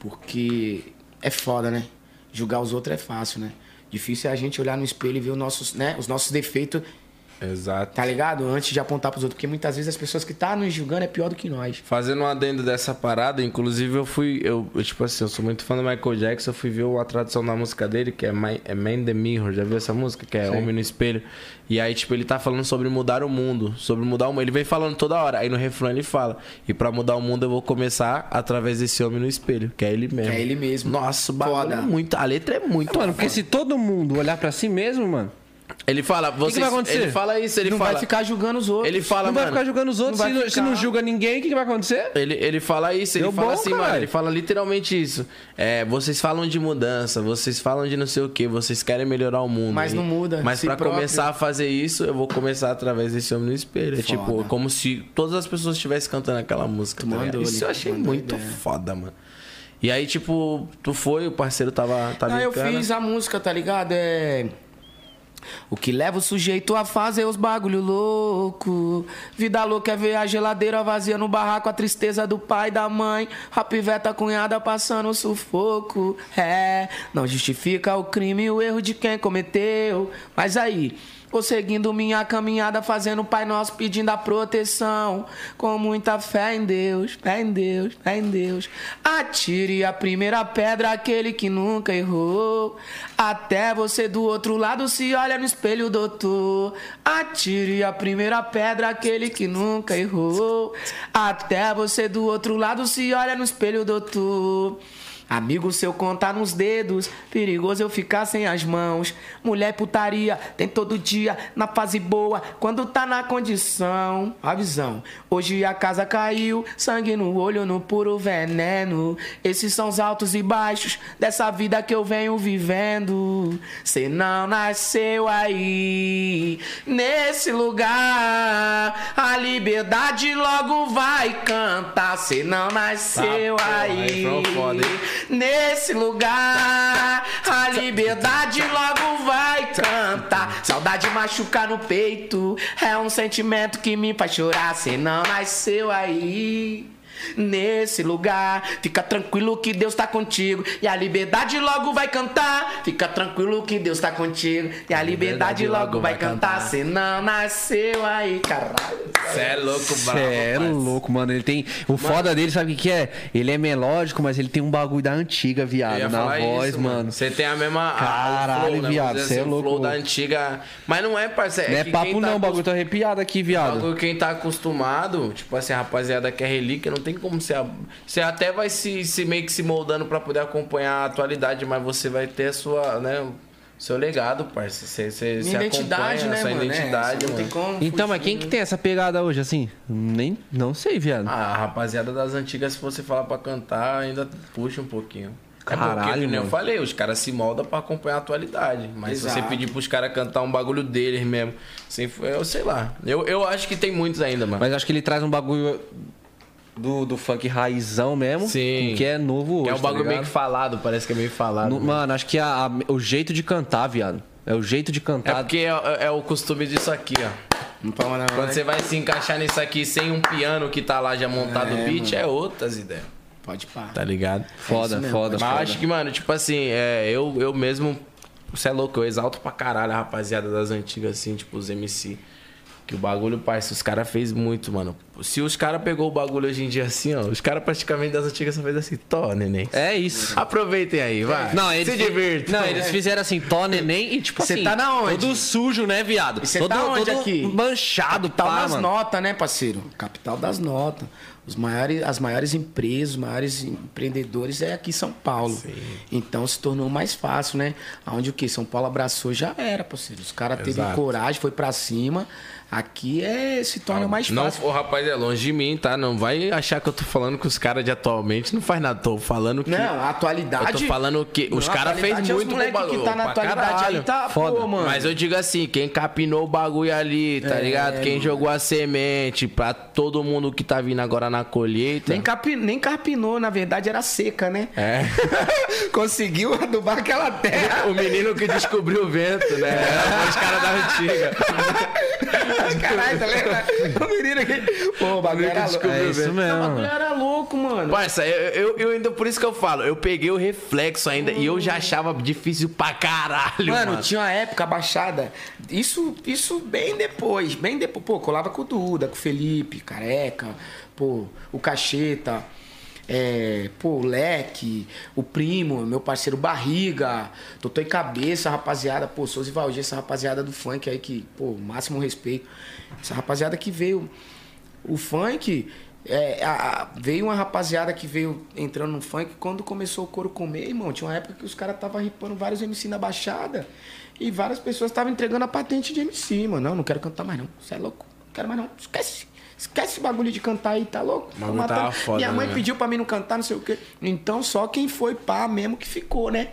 Speaker 3: porque é foda, né? Julgar os outros é fácil, né? Difícil é a gente olhar no espelho e ver os nossos, né, os nossos defeitos,
Speaker 1: Exato.
Speaker 3: tá ligado? Antes de apontar pros outros, porque muitas vezes as pessoas que tá nos julgando é pior do que nós.
Speaker 1: Fazendo um adendo dessa parada, inclusive eu fui. Eu, eu, tipo assim, eu sou muito fã do Michael Jackson, eu fui ver a tradução da música dele, que é, My, é Man in the Mirror, já viu essa música? Que é Homem no Espelho. E aí, tipo, ele tá falando sobre mudar o mundo. Sobre mudar o mundo. Ele vem falando toda hora. Aí no refrão ele fala. E pra mudar o mundo eu vou começar através desse homem no espelho. Que é ele mesmo.
Speaker 3: Que é ele mesmo.
Speaker 1: Nossa, o bagulho
Speaker 3: Foda.
Speaker 1: é muito. A letra é muito.
Speaker 2: Mano, porque se todo mundo olhar pra si mesmo, mano,
Speaker 1: Ele fala, você.
Speaker 2: vai acontecer?
Speaker 1: Ele fala isso, ele
Speaker 3: não
Speaker 1: fala.
Speaker 3: vai ficar julgando os outros.
Speaker 1: Ele fala,
Speaker 2: não vai
Speaker 1: mano.
Speaker 2: ficar julgando os outros.
Speaker 3: não
Speaker 2: se,
Speaker 3: vai
Speaker 2: não, se não
Speaker 3: ficar.
Speaker 2: julga ninguém, o que, que vai acontecer?
Speaker 1: Ele, ele fala isso, ele
Speaker 2: Deu
Speaker 1: fala
Speaker 2: bom,
Speaker 1: assim,
Speaker 2: caralho.
Speaker 1: mano. Ele fala literalmente isso. É, vocês falam de mudança, vocês falam de não sei o que, vocês querem melhorar o mundo.
Speaker 3: Mas não muda,
Speaker 1: Mas
Speaker 3: si
Speaker 1: pra
Speaker 3: próprio.
Speaker 1: começar a fazer isso, eu vou começar através desse homem no espelho. É
Speaker 3: Foda.
Speaker 1: tipo, como se todas as pessoas estivessem cantando aquela música. tá
Speaker 3: mandou,
Speaker 1: ligado? isso eu
Speaker 3: Nico,
Speaker 1: achei
Speaker 3: tu mandou
Speaker 1: muito
Speaker 3: ideia.
Speaker 1: foda, mano. E aí, tipo, tu foi, o parceiro tava, tava
Speaker 3: Não,
Speaker 1: em
Speaker 3: eu
Speaker 1: cana.
Speaker 3: fiz a música, tá ligado? É. O que leva o sujeito a fazer os bagulho louco. Vida louca é ver a geladeira vazia no barraco, a tristeza do pai e da mãe. A piveta cunhada passando sufoco. É, não justifica o crime e o erro de quem cometeu. Mas aí, vou seguindo minha caminhada, fazendo o Pai Nosso, pedindo a proteção. Com muita fé em Deus, fé em Deus, fé em Deus. Atire a primeira pedra, aquele que nunca errou. Até você do outro lado se olha no espelho, doutor. Atire a primeira pedra, aquele que nunca errou. Até você do outro lado se olha no espelho, doutor. Amigo seu contar nos dedos, perigoso eu ficar sem as mãos. Mulher putaria, tem todo dia, na fase boa, quando tá na condição. A visão, hoje a casa caiu, sangue no olho, no puro veneno. Esses são os altos e baixos dessa vida que eu venho vivendo. Cê não nasceu aí, nesse lugar. A liberdade logo vai cantar, cê não nasceu
Speaker 1: Tá porra, aí
Speaker 3: aí.
Speaker 1: foi um foda, hein?
Speaker 3: Nesse lugar, a liberdade logo vai cantar. Saudade machuca no peito, é um sentimento que me faz chorar. Cê não nasceu aí. Nesse lugar, fica tranquilo que Deus tá contigo. E a liberdade logo vai cantar. Fica tranquilo que Deus tá contigo. E a liberdade, logo vai cantar. Cê não nasceu aí, caralho.
Speaker 1: Cê é louco, bravo.
Speaker 2: Sério,
Speaker 1: rapaz.
Speaker 2: louco, mano. Ele tem. O foda dele, sabe o que, que é? Ele é melódico, mas ele tem um bagulho da antiga,
Speaker 1: Eu
Speaker 2: viado.
Speaker 1: ia
Speaker 2: Na
Speaker 1: falar
Speaker 2: voz,
Speaker 1: isso,
Speaker 2: mano.
Speaker 1: Você tem a mesma. a- o
Speaker 2: Caralho,
Speaker 1: né?
Speaker 2: viado,
Speaker 1: Vamos dizer
Speaker 2: cê é
Speaker 1: o
Speaker 2: louco.
Speaker 1: flow da antiga. Mas não é, parceiro.
Speaker 2: Não é
Speaker 1: que
Speaker 2: papo
Speaker 1: quem tá
Speaker 2: não, bagulho.
Speaker 1: acostum-
Speaker 2: Tô arrepiado aqui, viado.
Speaker 1: Bagulho, quem tá acostumado, tipo assim, a rapaziada que é relíquia, não tem como você. Você até vai se, se meio que se moldando pra poder acompanhar a atualidade, mas você vai ter a sua, né? Seu legado, parceiro. Você, você, você
Speaker 3: Minha identidade,
Speaker 1: acompanha
Speaker 3: né,
Speaker 1: a sua
Speaker 3: mano? É,
Speaker 1: identidade,
Speaker 3: não
Speaker 1: mano.
Speaker 3: tem como
Speaker 2: Então, mas
Speaker 3: fugir,
Speaker 2: quem
Speaker 3: né?
Speaker 2: que tem essa pegada hoje, assim? Nem. Não sei, viado.
Speaker 1: Ah, A rapaziada das antigas, se você falar pra cantar, ainda puxa um pouquinho. é
Speaker 2: Caralho,
Speaker 1: porque, como eu
Speaker 2: mano.
Speaker 1: falei, os caras se moldam pra acompanhar a atualidade. Mas se você
Speaker 3: Exato.
Speaker 1: pedir pros caras cantar um bagulho deles mesmo, sem, eu sei lá. Eu, eu acho que tem muitos ainda, mano.
Speaker 2: Mas acho que ele traz um bagulho do, do funk raizão mesmo.
Speaker 1: Sim.
Speaker 2: Que é novo hoje.
Speaker 1: é um bagulho
Speaker 2: tá
Speaker 1: meio
Speaker 2: ligado?
Speaker 1: que falado, parece que é meio falado.
Speaker 2: No-
Speaker 1: né?
Speaker 2: Mano, acho que a- a- o jeito de cantar, viado. É o jeito de
Speaker 1: É
Speaker 2: cantar.
Speaker 1: porque é, é o costume disso aqui, ó.
Speaker 3: Não né? pode mandar
Speaker 1: Quando você vai se encaixar nisso aqui sem um piano que tá lá já montado o beat, é outras ideias.
Speaker 3: Pode parar.
Speaker 1: Tá ligado?
Speaker 3: é
Speaker 2: Foda, foda,
Speaker 1: Mas
Speaker 2: foda.
Speaker 1: acho que, mano, tipo assim, é, eu, eu mesmo. Você é louco, eu exalto pra caralho a rapaziada das antigas, assim, tipo os MC. Que o bagulho, parça, os caras fez muito, mano. Se os caras pegou o bagulho hoje em dia assim, ó, os caras praticamente das antigas só fez assim, tó, neném.
Speaker 2: É isso.
Speaker 1: Aproveitem aí,
Speaker 3: É.
Speaker 1: vai.
Speaker 2: Não, eles,
Speaker 1: Se
Speaker 2: fi-
Speaker 1: divirtam.
Speaker 2: Não, eles fizeram assim, tó neném e tipo
Speaker 3: Cê
Speaker 2: assim.
Speaker 3: tá na onde?
Speaker 2: Todo sujo, né, viado?
Speaker 3: E cê
Speaker 2: todo,
Speaker 3: tá onde
Speaker 2: todo
Speaker 3: aqui?
Speaker 2: manchado,
Speaker 3: Capital
Speaker 2: pá,
Speaker 3: das
Speaker 2: mano.
Speaker 3: notas, né, parceiro? Capital das notas. Os maiores, as maiores empresas, os maiores empreendedores é aqui em São Paulo. Então se tornou mais fácil, né? Onde o que? São Paulo abraçou, já era, parceiro. Os caras teve
Speaker 1: Exato.
Speaker 3: coragem, foi pra cima. Aqui é, se torna mais
Speaker 1: não,
Speaker 3: fácil.
Speaker 1: o rapaz é longe de mim, tá? Não vai achar que eu tô falando que os caras de atualmente não faz nada. Tô falando que.
Speaker 3: Não, a atualidade.
Speaker 1: Eu tô falando que os
Speaker 3: Não, a
Speaker 1: cara fez
Speaker 3: atualidade é os
Speaker 1: muito com o
Speaker 3: moleque
Speaker 1: bagulho,
Speaker 3: que tá na
Speaker 1: pra
Speaker 3: atualidade
Speaker 1: caralho.
Speaker 3: aí tá,
Speaker 2: Foda.
Speaker 3: pô, mano. É,
Speaker 1: Mas eu digo assim, quem capinou o bagulho ali, tá ligado? Quem jogou a semente pra todo mundo que tá vindo agora na colheita.
Speaker 3: Nem, capi, nem carpinou, na verdade era seca, né?
Speaker 1: É.
Speaker 3: Conseguiu adubar aquela terra.
Speaker 1: O menino que descobriu o vento, né? Era os caras da antiga.
Speaker 3: Caralho, tá lembra? O menino aqui. Pô, o bagulho era louco.
Speaker 1: descobriu,
Speaker 3: É,
Speaker 1: velho.
Speaker 3: isso mesmo. O bagulho era louco, mano.
Speaker 5: Parça, eu, eu, eu ainda, por isso que eu falo, eu peguei o reflexo ainda e eu já achava difícil pra caralho, mano.
Speaker 3: Mano, tinha uma época a baixada. Isso, isso bem depois, bem depois. Pô, colava com o Duda, com o Felipe, careca, pô, o Cacheta, é, pô, o Leque, o Primo, meu parceiro Barriga, Totó e Cabeça, rapaziada, pô, Souza e Valdir, essa rapaziada do funk aí que, pô, máximo respeito. Essa rapaziada que veio. O funk. é, a- a- veio uma rapaziada que veio entrando no funk. Quando começou o couro comer, irmão, tinha uma época que os caras estavam ripando vários MC na Baixada. E várias pessoas estavam entregando a patente de MC, mano. Não, não quero cantar mais, não. Você é louco? Não quero mais, não. Esquece. Esquece esse bagulho de cantar aí, tá louco?
Speaker 1: O bagulho
Speaker 3: Tá
Speaker 1: tava
Speaker 3: matando.
Speaker 1: foda,
Speaker 3: Minha mãe
Speaker 1: né?
Speaker 3: pediu pra mim não cantar, não sei o quê. Então só quem foi pá mesmo que ficou, né?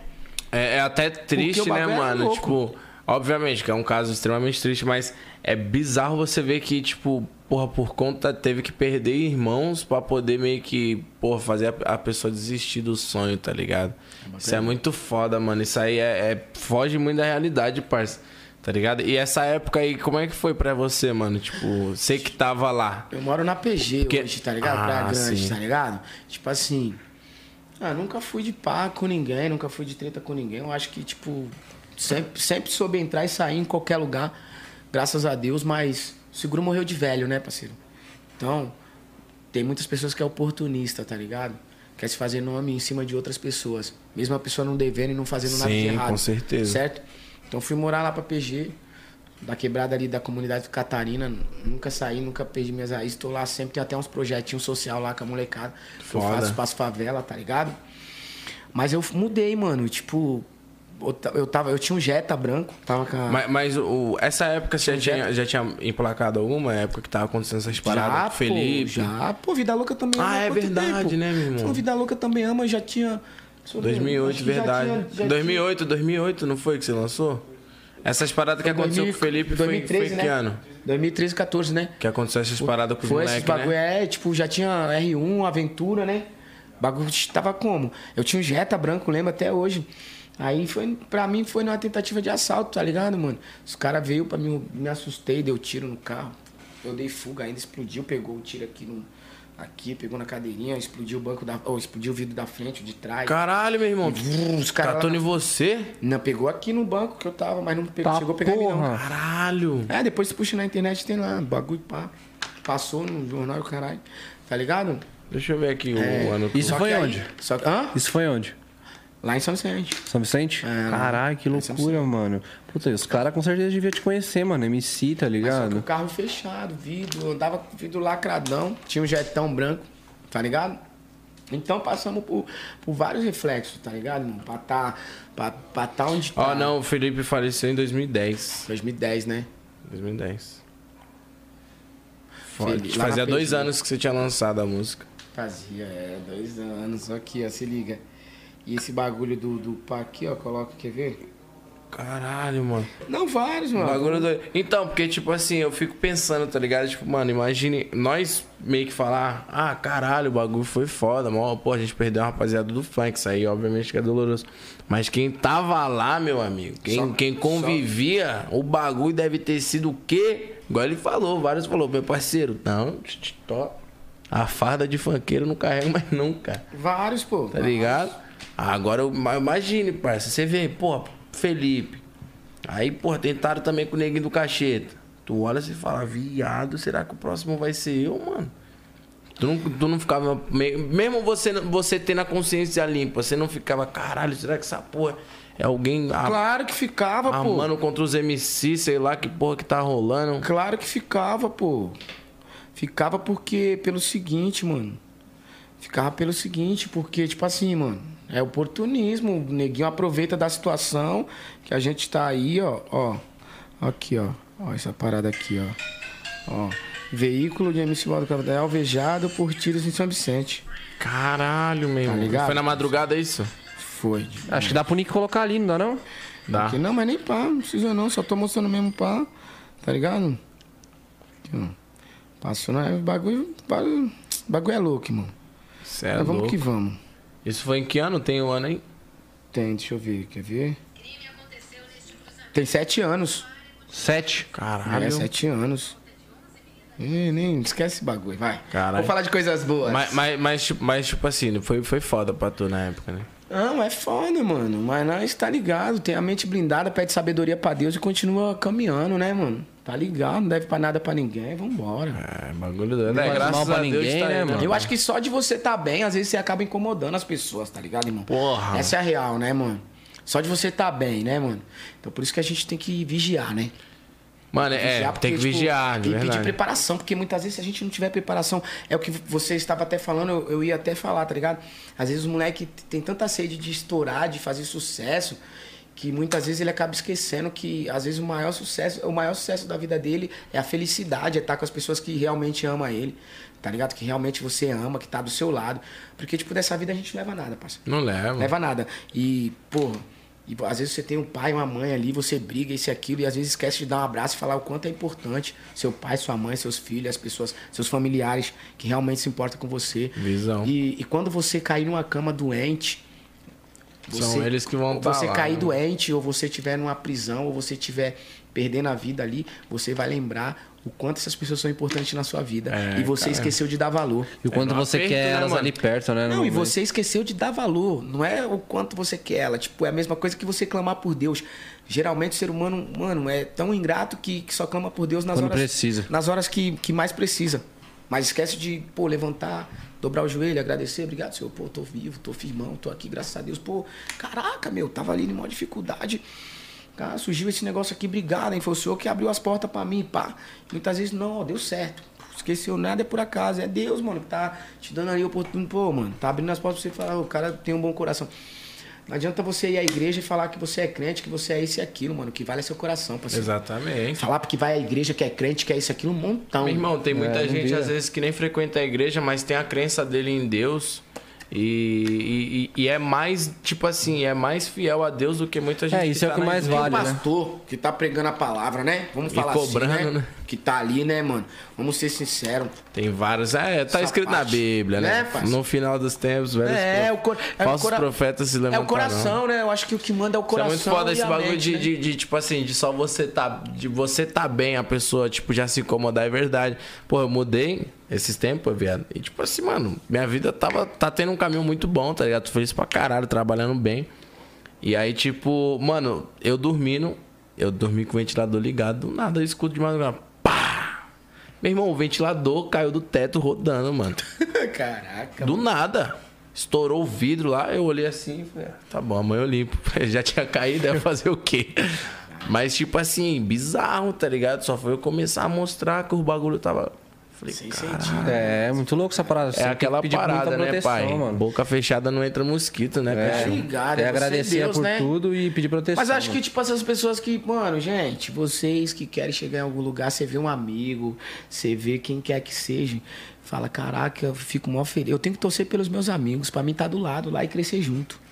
Speaker 1: É, é até
Speaker 3: Porque
Speaker 1: triste,
Speaker 3: o
Speaker 1: né,
Speaker 3: bagulho é
Speaker 1: mano?
Speaker 3: louco.
Speaker 1: Tipo, obviamente que é um caso extremamente triste, mas é bizarro você ver que, tipo, porra, por conta teve que perder irmãos pra poder meio que, porra, fazer a, a pessoa desistir do sonho, tá ligado? Isso é muito foda, mano. Isso aí é, é- foge muito da realidade, parça. Tá ligado? E essa época aí, como é que foi pra você, mano? Tipo, você que tava lá.
Speaker 3: Eu moro na PG
Speaker 1: Porque-
Speaker 3: hoje, tá ligado?
Speaker 1: Ah,
Speaker 3: Praia Grande,
Speaker 1: sim.
Speaker 3: tá ligado? Tipo assim. Ah, nunca fui de pá com ninguém, nunca fui de treta com ninguém. Eu acho que, tipo, sempre, sempre soube entrar e sair em qualquer lugar, graças a Deus, mas o seguro morreu de velho, né, parceiro? Então, tem muitas pessoas que é oportunista, tá ligado? Quer se fazer nome em cima de outras pessoas. Mesmo a pessoa não devendo e não fazendo nada de
Speaker 1: Sim,
Speaker 3: errado.
Speaker 1: com certeza.
Speaker 3: Certo? Então fui morar lá pra PG, da quebrada ali da comunidade Catarina. Nunca saí, nunca perdi minhas raízes. Tô lá sempre, tem até uns projetinhos social lá com a molecada. Que eu
Speaker 1: Foda.
Speaker 3: faço, faço favela, tá ligado? Mas eu mudei, mano. Tipo, eu ta- eu tava, eu tinha um Jetta branco, tava com a.
Speaker 1: Mas, mas o, essa época você já tinha, já tinha emplacado alguma? A época que tava acontecendo essas paradas?
Speaker 3: Já,
Speaker 1: com o Felipe?
Speaker 3: Pô, já, pô, Vida Louca também
Speaker 1: Ah, é
Speaker 3: quanto
Speaker 1: verdade, né, meu irmão?
Speaker 3: Pô, Vida Louca também ama, já tinha. Deixa eu ver, acho
Speaker 1: 2008,
Speaker 3: que já
Speaker 1: verdade.
Speaker 3: tinha- já tinha-
Speaker 1: 2008, não foi que você lançou? Essas paradas que aconteceu
Speaker 3: 2000
Speaker 1: com o Felipe foi- foi,
Speaker 3: 2013,
Speaker 1: que
Speaker 3: né?
Speaker 1: ano?
Speaker 3: 2013, 14, né?
Speaker 1: Que aconteceu essas paradas com os
Speaker 3: Foi esses
Speaker 1: moleques,
Speaker 3: bagulho,
Speaker 1: né?
Speaker 3: é, tipo, já tinha R1, Aventura, né? O bagulho tava como? Eu tinha um Jetta branco, lembro até hoje. Aí foi, pra mim foi numa tentativa de assalto, tá ligado, mano? Os caras veio pra mim, me assustei, deu tiro no carro. Eu dei fuga ainda, explodiu, pegou o tiro aqui no. Aqui, pegou na cadeirinha, explodiu o banco da. Ou explodiu o vidro da frente, o de trás.
Speaker 1: Caralho, meu irmão.
Speaker 3: Vrum, os caras lá
Speaker 1: Catando
Speaker 3: na-
Speaker 1: em você?
Speaker 3: Não, pegou aqui no banco que eu tava, mas não pegou,
Speaker 2: Tá
Speaker 3: chegou a pegar em mim, não.
Speaker 2: porra.
Speaker 1: Caralho.
Speaker 3: É, depois você puxa na internet tem lá, bagulho pá. Passou no jornal, caralho. Tá ligado?
Speaker 1: Deixa eu ver aqui o
Speaker 3: É,
Speaker 1: ano.
Speaker 2: Isso
Speaker 3: Só
Speaker 2: foi
Speaker 3: que aí-
Speaker 2: onde?
Speaker 3: só que- hã?
Speaker 2: Isso foi onde?
Speaker 3: Lá em São Vicente.
Speaker 2: São Vicente?
Speaker 3: É,
Speaker 2: Caralho, que
Speaker 3: lá em São
Speaker 2: loucura, mano. Puta, os caras com certeza deviam te conhecer, mano. MC, tá
Speaker 3: Só que o
Speaker 2: ligado?
Speaker 3: carro fechado, vidro, andava com vidro lacradão, tinha um jetão branco, tá ligado? Então passamos por, por vários reflexos, tá ligado, irmão? Pra tá, pra, pra tá onde tá.
Speaker 1: Ó, não, o Felipe faleceu em 2010.
Speaker 3: 2010, né?
Speaker 1: 2010.
Speaker 3: Felipe,
Speaker 1: Foda.
Speaker 3: lá na
Speaker 1: Fazia dois
Speaker 3: PG.
Speaker 1: anos que você tinha lançado a música.
Speaker 3: Fazia, é, dois anos. Só que, ó, se liga. E esse bagulho do, do pá aqui, ó, coloca, quer ver?
Speaker 1: Caralho, mano.
Speaker 3: Não, vários,
Speaker 1: O
Speaker 3: mano.
Speaker 1: Bagulho doido. Então, porque, tipo assim, eu fico pensando, tá ligado? Tipo, mano, imagine nós meio que falar, ah, caralho, o bagulho foi foda, mó, pô, a gente perdeu uma rapaziada do funk, isso aí, obviamente, que é doloroso. Mas quem tava lá, meu amigo, quem,
Speaker 3: Só-
Speaker 1: quem convivia, o bagulho deve ter sido o quê? Igual ele falou, vários falou, meu parceiro, não, tch, tch, tó. a farda de funkeiro não carrega mais nunca.
Speaker 3: Vários, pô.
Speaker 1: Tá ligado? Agora eu ma- imagine, parça. Você vê, porra, Felipe. Aí, porra, tentaram também com o neguinho do cacheta. Tu olha e você fala, viado, será que o próximo vai ser eu, mano? Tu não, tu não ficava. me- Mesmo você, não- você tendo a consciência limpa, você não ficava, caralho, será que essa porra é alguém a-
Speaker 3: Claro que ficava, pô.
Speaker 1: amando contra os MC, sei lá que porra que tá rolando?
Speaker 3: Claro que ficava, pô. Ficava porque, pelo seguinte, mano. Ficava pelo seguinte, porque, tipo assim, mano, é oportunismo. O neguinho aproveita da situação que a gente tá aí, ó, ó. Aqui, ó. Ó, essa parada aqui, ó. Ó. Veículo de MC Valdo Cavalho alvejado por tiros em São Vicente.
Speaker 1: Caralho, meu irmão.
Speaker 3: ligado?
Speaker 1: Foi na madrugada isso?
Speaker 3: Foi.
Speaker 2: Acho que dá pro Nick colocar ali, não dá não?
Speaker 1: Dá.
Speaker 3: Aqui, não, mas nem pá, não precisa não, só tô mostrando mesmo pá, tá ligado? Aqui, ó. Passou na. Bagulho, bagulho, bagulho é louco, irmão.
Speaker 1: Cê é
Speaker 3: Mas vamos
Speaker 1: louco.
Speaker 3: que vamos.
Speaker 1: Isso foi em que ano? Tem o ano aí?
Speaker 3: Tem, deixa eu ver, quer ver? Tem sete anos.
Speaker 2: Sete?
Speaker 3: É,
Speaker 1: Caralho.
Speaker 3: sete anos. Ih, nem esquece esse bagulho, vai.
Speaker 1: Caralho.
Speaker 3: Vou falar de coisas boas.
Speaker 1: Mas, mas, mas, tipo- mas, tipo assim, foi, foi foda pra tu na época, né?
Speaker 3: Não, é foda, mano. Mas nós tá ligado, tem a mente blindada, pede sabedoria pra Deus e continua caminhando, né, mano? Tá ligado, não deve pra nada pra ninguém, vambora.
Speaker 1: É, bagulho doido.
Speaker 2: faz
Speaker 1: É,
Speaker 2: mal
Speaker 1: graças
Speaker 2: pra
Speaker 1: a Deus
Speaker 2: ninguém,
Speaker 1: tá aí,
Speaker 2: né,
Speaker 1: né,
Speaker 2: mano?
Speaker 1: mano?
Speaker 3: Eu acho que só de você tá bem, às vezes você acaba incomodando as pessoas, tá ligado, irmão?
Speaker 1: Porra.
Speaker 3: Essa é a real, né, mano? Só de você tá bem, né, mano? Então por isso que a gente tem que vigiar, né?
Speaker 1: Mano, é, tem que
Speaker 3: porque, tipo,
Speaker 1: vigiar, de
Speaker 3: e pedir
Speaker 1: verdade.
Speaker 3: preparação, porque muitas vezes se a gente não tiver preparação, é o que você estava até falando, eu, eu ia até falar, tá ligado? Às vezes o moleque t- tem tanta sede de estourar, de fazer sucesso, que muitas vezes ele acaba esquecendo que às vezes o maior sucesso, o maior sucesso da vida dele é a felicidade, é estar com as pessoas que realmente amam ele, tá ligado? Que realmente você ama, que tá do seu lado. Porque, tipo, dessa vida a gente não leva nada, parceiro.
Speaker 1: Não leva.
Speaker 3: Leva nada. E, porra, e, às vezes você tem um pai, uma mãe ali, você briga, isso e aquilo, e às vezes esquece de dar um abraço e falar o quanto é importante seu pai, sua mãe, seus filhos, as pessoas, seus familiares que realmente se importam com você.
Speaker 1: Visão.
Speaker 3: E, e quando você cair numa cama doente.
Speaker 1: São eles que vão
Speaker 3: ou
Speaker 1: tá
Speaker 3: Você
Speaker 1: lá,
Speaker 3: cair
Speaker 1: né?
Speaker 3: doente, ou você tiver numa prisão, ou você tiver perdendo a vida ali, você vai lembrar o quanto essas pessoas são importantes na sua vida.
Speaker 1: É,
Speaker 3: e você
Speaker 1: cara.
Speaker 3: esqueceu de dar valor.
Speaker 2: E o quanto
Speaker 1: no
Speaker 2: você
Speaker 1: aperto,
Speaker 2: quer
Speaker 1: né,
Speaker 2: elas
Speaker 1: mano?
Speaker 2: ali perto, né? no
Speaker 3: Não, e
Speaker 2: momento.
Speaker 3: você esqueceu de dar valor. Não é o quanto você quer ela. Tipo, é a mesma coisa que você clamar por Deus. Geralmente o ser humano, mano, é tão ingrato que, que só clama por Deus nas
Speaker 2: Quando
Speaker 3: horas.
Speaker 2: precisa.
Speaker 3: Nas horas que, que mais precisa. Mas esquece de, pô, levantar, dobrar o joelho, agradecer, obrigado, senhor. Pô, tô vivo, tô firmão, tô aqui, graças a Deus. Pô, caraca, meu, tava ali em maior dificuldade. Cara, surgiu esse negócio aqui, obrigado, hein? Foi o senhor que abriu as portas pra mim, pá. Muitas vezes, não, deu certo. Esqueceu, nada é por acaso. É Deus, mano, que tá te dando ali a oportunidade. Pô, mano, tá abrindo as portas pra você falar, "Ô, o cara tem um bom coração. Não adianta você ir à igreja e falar que você é crente, que você é isso e aquilo, mano. O que vale é seu coração, parceiro.
Speaker 1: Exatamente.
Speaker 3: Falar porque vai à igreja, que é crente, que é isso, aquilo, um montão.
Speaker 1: Meu irmão, tem muita
Speaker 2: não
Speaker 1: gente
Speaker 2: vira.
Speaker 1: às vezes que nem frequenta a igreja, mas tem a crença dele em Deus. E, e, e- e é mais, tipo assim, é mais fiel a Deus do que muita gente.
Speaker 2: É, isso é o
Speaker 1: tá
Speaker 2: que
Speaker 1: na
Speaker 2: mais
Speaker 1: igreja.
Speaker 3: Tem um
Speaker 2: vale, né?
Speaker 3: pastor que tá pregando a palavra, né? Vamos
Speaker 1: E
Speaker 3: falar assim,
Speaker 1: cobrando,
Speaker 3: né?
Speaker 1: né?
Speaker 3: Que tá ali, né, mano? Vamos ser sinceros.
Speaker 1: Tem vários. É, tá
Speaker 3: Essa
Speaker 1: escrito na
Speaker 3: parte,
Speaker 1: Bíblia, né?
Speaker 3: né, parça?
Speaker 1: no final dos tempos, velho.
Speaker 3: É, o, cor... é, o
Speaker 1: Falsos
Speaker 3: cora-
Speaker 1: profetas se
Speaker 3: é o
Speaker 1: levantarão.
Speaker 3: coração, né? Eu acho que o que manda é o
Speaker 1: Isso é
Speaker 3: coração.
Speaker 1: muito foda
Speaker 3: e
Speaker 1: esse
Speaker 3: a
Speaker 1: bagulho
Speaker 3: mente,
Speaker 1: de,
Speaker 3: né?
Speaker 1: de, de, tipo assim, de só você tá. De você tá bem, a pessoa, tipo, já se incomodar, é verdade. Pô, eu mudei esses tempos, viado. E tipo assim, mano, minha vida tava. Tá tendo um caminho muito bom, tá ligado? Tô feliz pra caralho, trabalhando bem. E aí, tipo, mano, eu dormindo, eu dormi com o ventilador ligado, do nada eu escuto de madrugada. Pá! Meu irmão, o ventilador caiu do teto rodando, mano.
Speaker 3: né? Caraca.
Speaker 1: Do nada. Estourou o vidro lá, eu olhei assim e falei, ah, tá bom, amanhã eu limpo. Já tinha caído, ia fazer o quê? Mas, tipo assim, bizarro, tá ligado? Só foi eu começar a mostrar que o bagulho tava. Falei,
Speaker 3: Sem
Speaker 1: cara,
Speaker 3: sentido.
Speaker 2: É, é muito louco essa parada. Você
Speaker 1: é
Speaker 2: tem que
Speaker 1: aquela
Speaker 2: pedir muita
Speaker 1: parada, né,
Speaker 2: proteção,
Speaker 1: pai?
Speaker 2: Mano.
Speaker 1: Boca fechada não entra mosquito, né,
Speaker 2: É,
Speaker 1: bicho?
Speaker 3: ligado,
Speaker 2: é
Speaker 3: você é
Speaker 2: agradecer
Speaker 3: Deus,
Speaker 2: por
Speaker 3: né?
Speaker 2: tudo e pedir proteção.
Speaker 3: Mas eu acho
Speaker 2: mano.
Speaker 3: que, tipo, essas pessoas que, mano, gente, vocês que querem chegar em algum lugar, você vê um amigo, você vê quem quer que seja, fala, caraca, eu fico mó feliz. Eu tenho que torcer pelos meus amigos, pra mim tá do lado lá e crescer junto.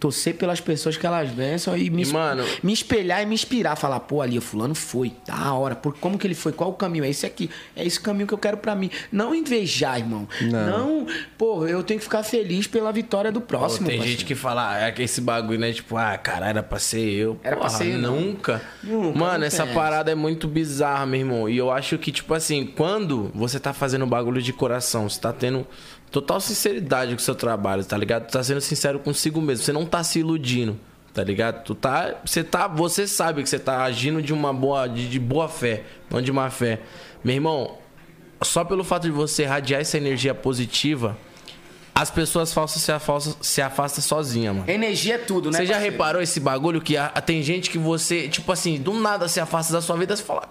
Speaker 3: Torcer pelas pessoas que elas vençam e me,
Speaker 1: E, mano-
Speaker 3: me espelhar e me inspirar. Falar, pô, ali, o fulano foi, da hora. Por, como que ele foi? Qual o caminho? É esse aqui. É esse caminho que eu quero pra mim. Não invejar, irmão. Não, pô, eu tenho que ficar feliz pela vitória do
Speaker 1: Pô,
Speaker 3: próximo. assim.
Speaker 1: tem
Speaker 3: parceiro.
Speaker 1: gente que fala, ah, é que esse bagulho, né? Tipo, ah, cara, era pra ser eu.
Speaker 3: Era pra
Speaker 1: Porra,
Speaker 3: ser eu, não.
Speaker 1: Nunca.
Speaker 3: Nunca,
Speaker 1: Mano,
Speaker 3: não
Speaker 1: essa
Speaker 3: tem
Speaker 1: parada é muito bizarra, meu irmão. E eu acho que, tipo assim, quando você tá fazendo bagulho de coração, você tá tendo total sinceridade com o seu trabalho, tá ligado? Tu tá sendo sincero consigo mesmo. Você não tá se iludindo, tá ligado? Tu tá. Você tá. Você sabe que você tá agindo de uma boa. De, de boa fé, não de má fé. Meu irmão, só pelo fato de você radiar essa energia positiva. As pessoas falsas se afastam, se afastam sozinha, mano.
Speaker 3: Energia é tudo, né?
Speaker 1: Você já
Speaker 3: parceiro?
Speaker 1: reparou esse bagulho que a- a- tem gente que você, tipo assim, do nada se afasta da sua vida, você fala.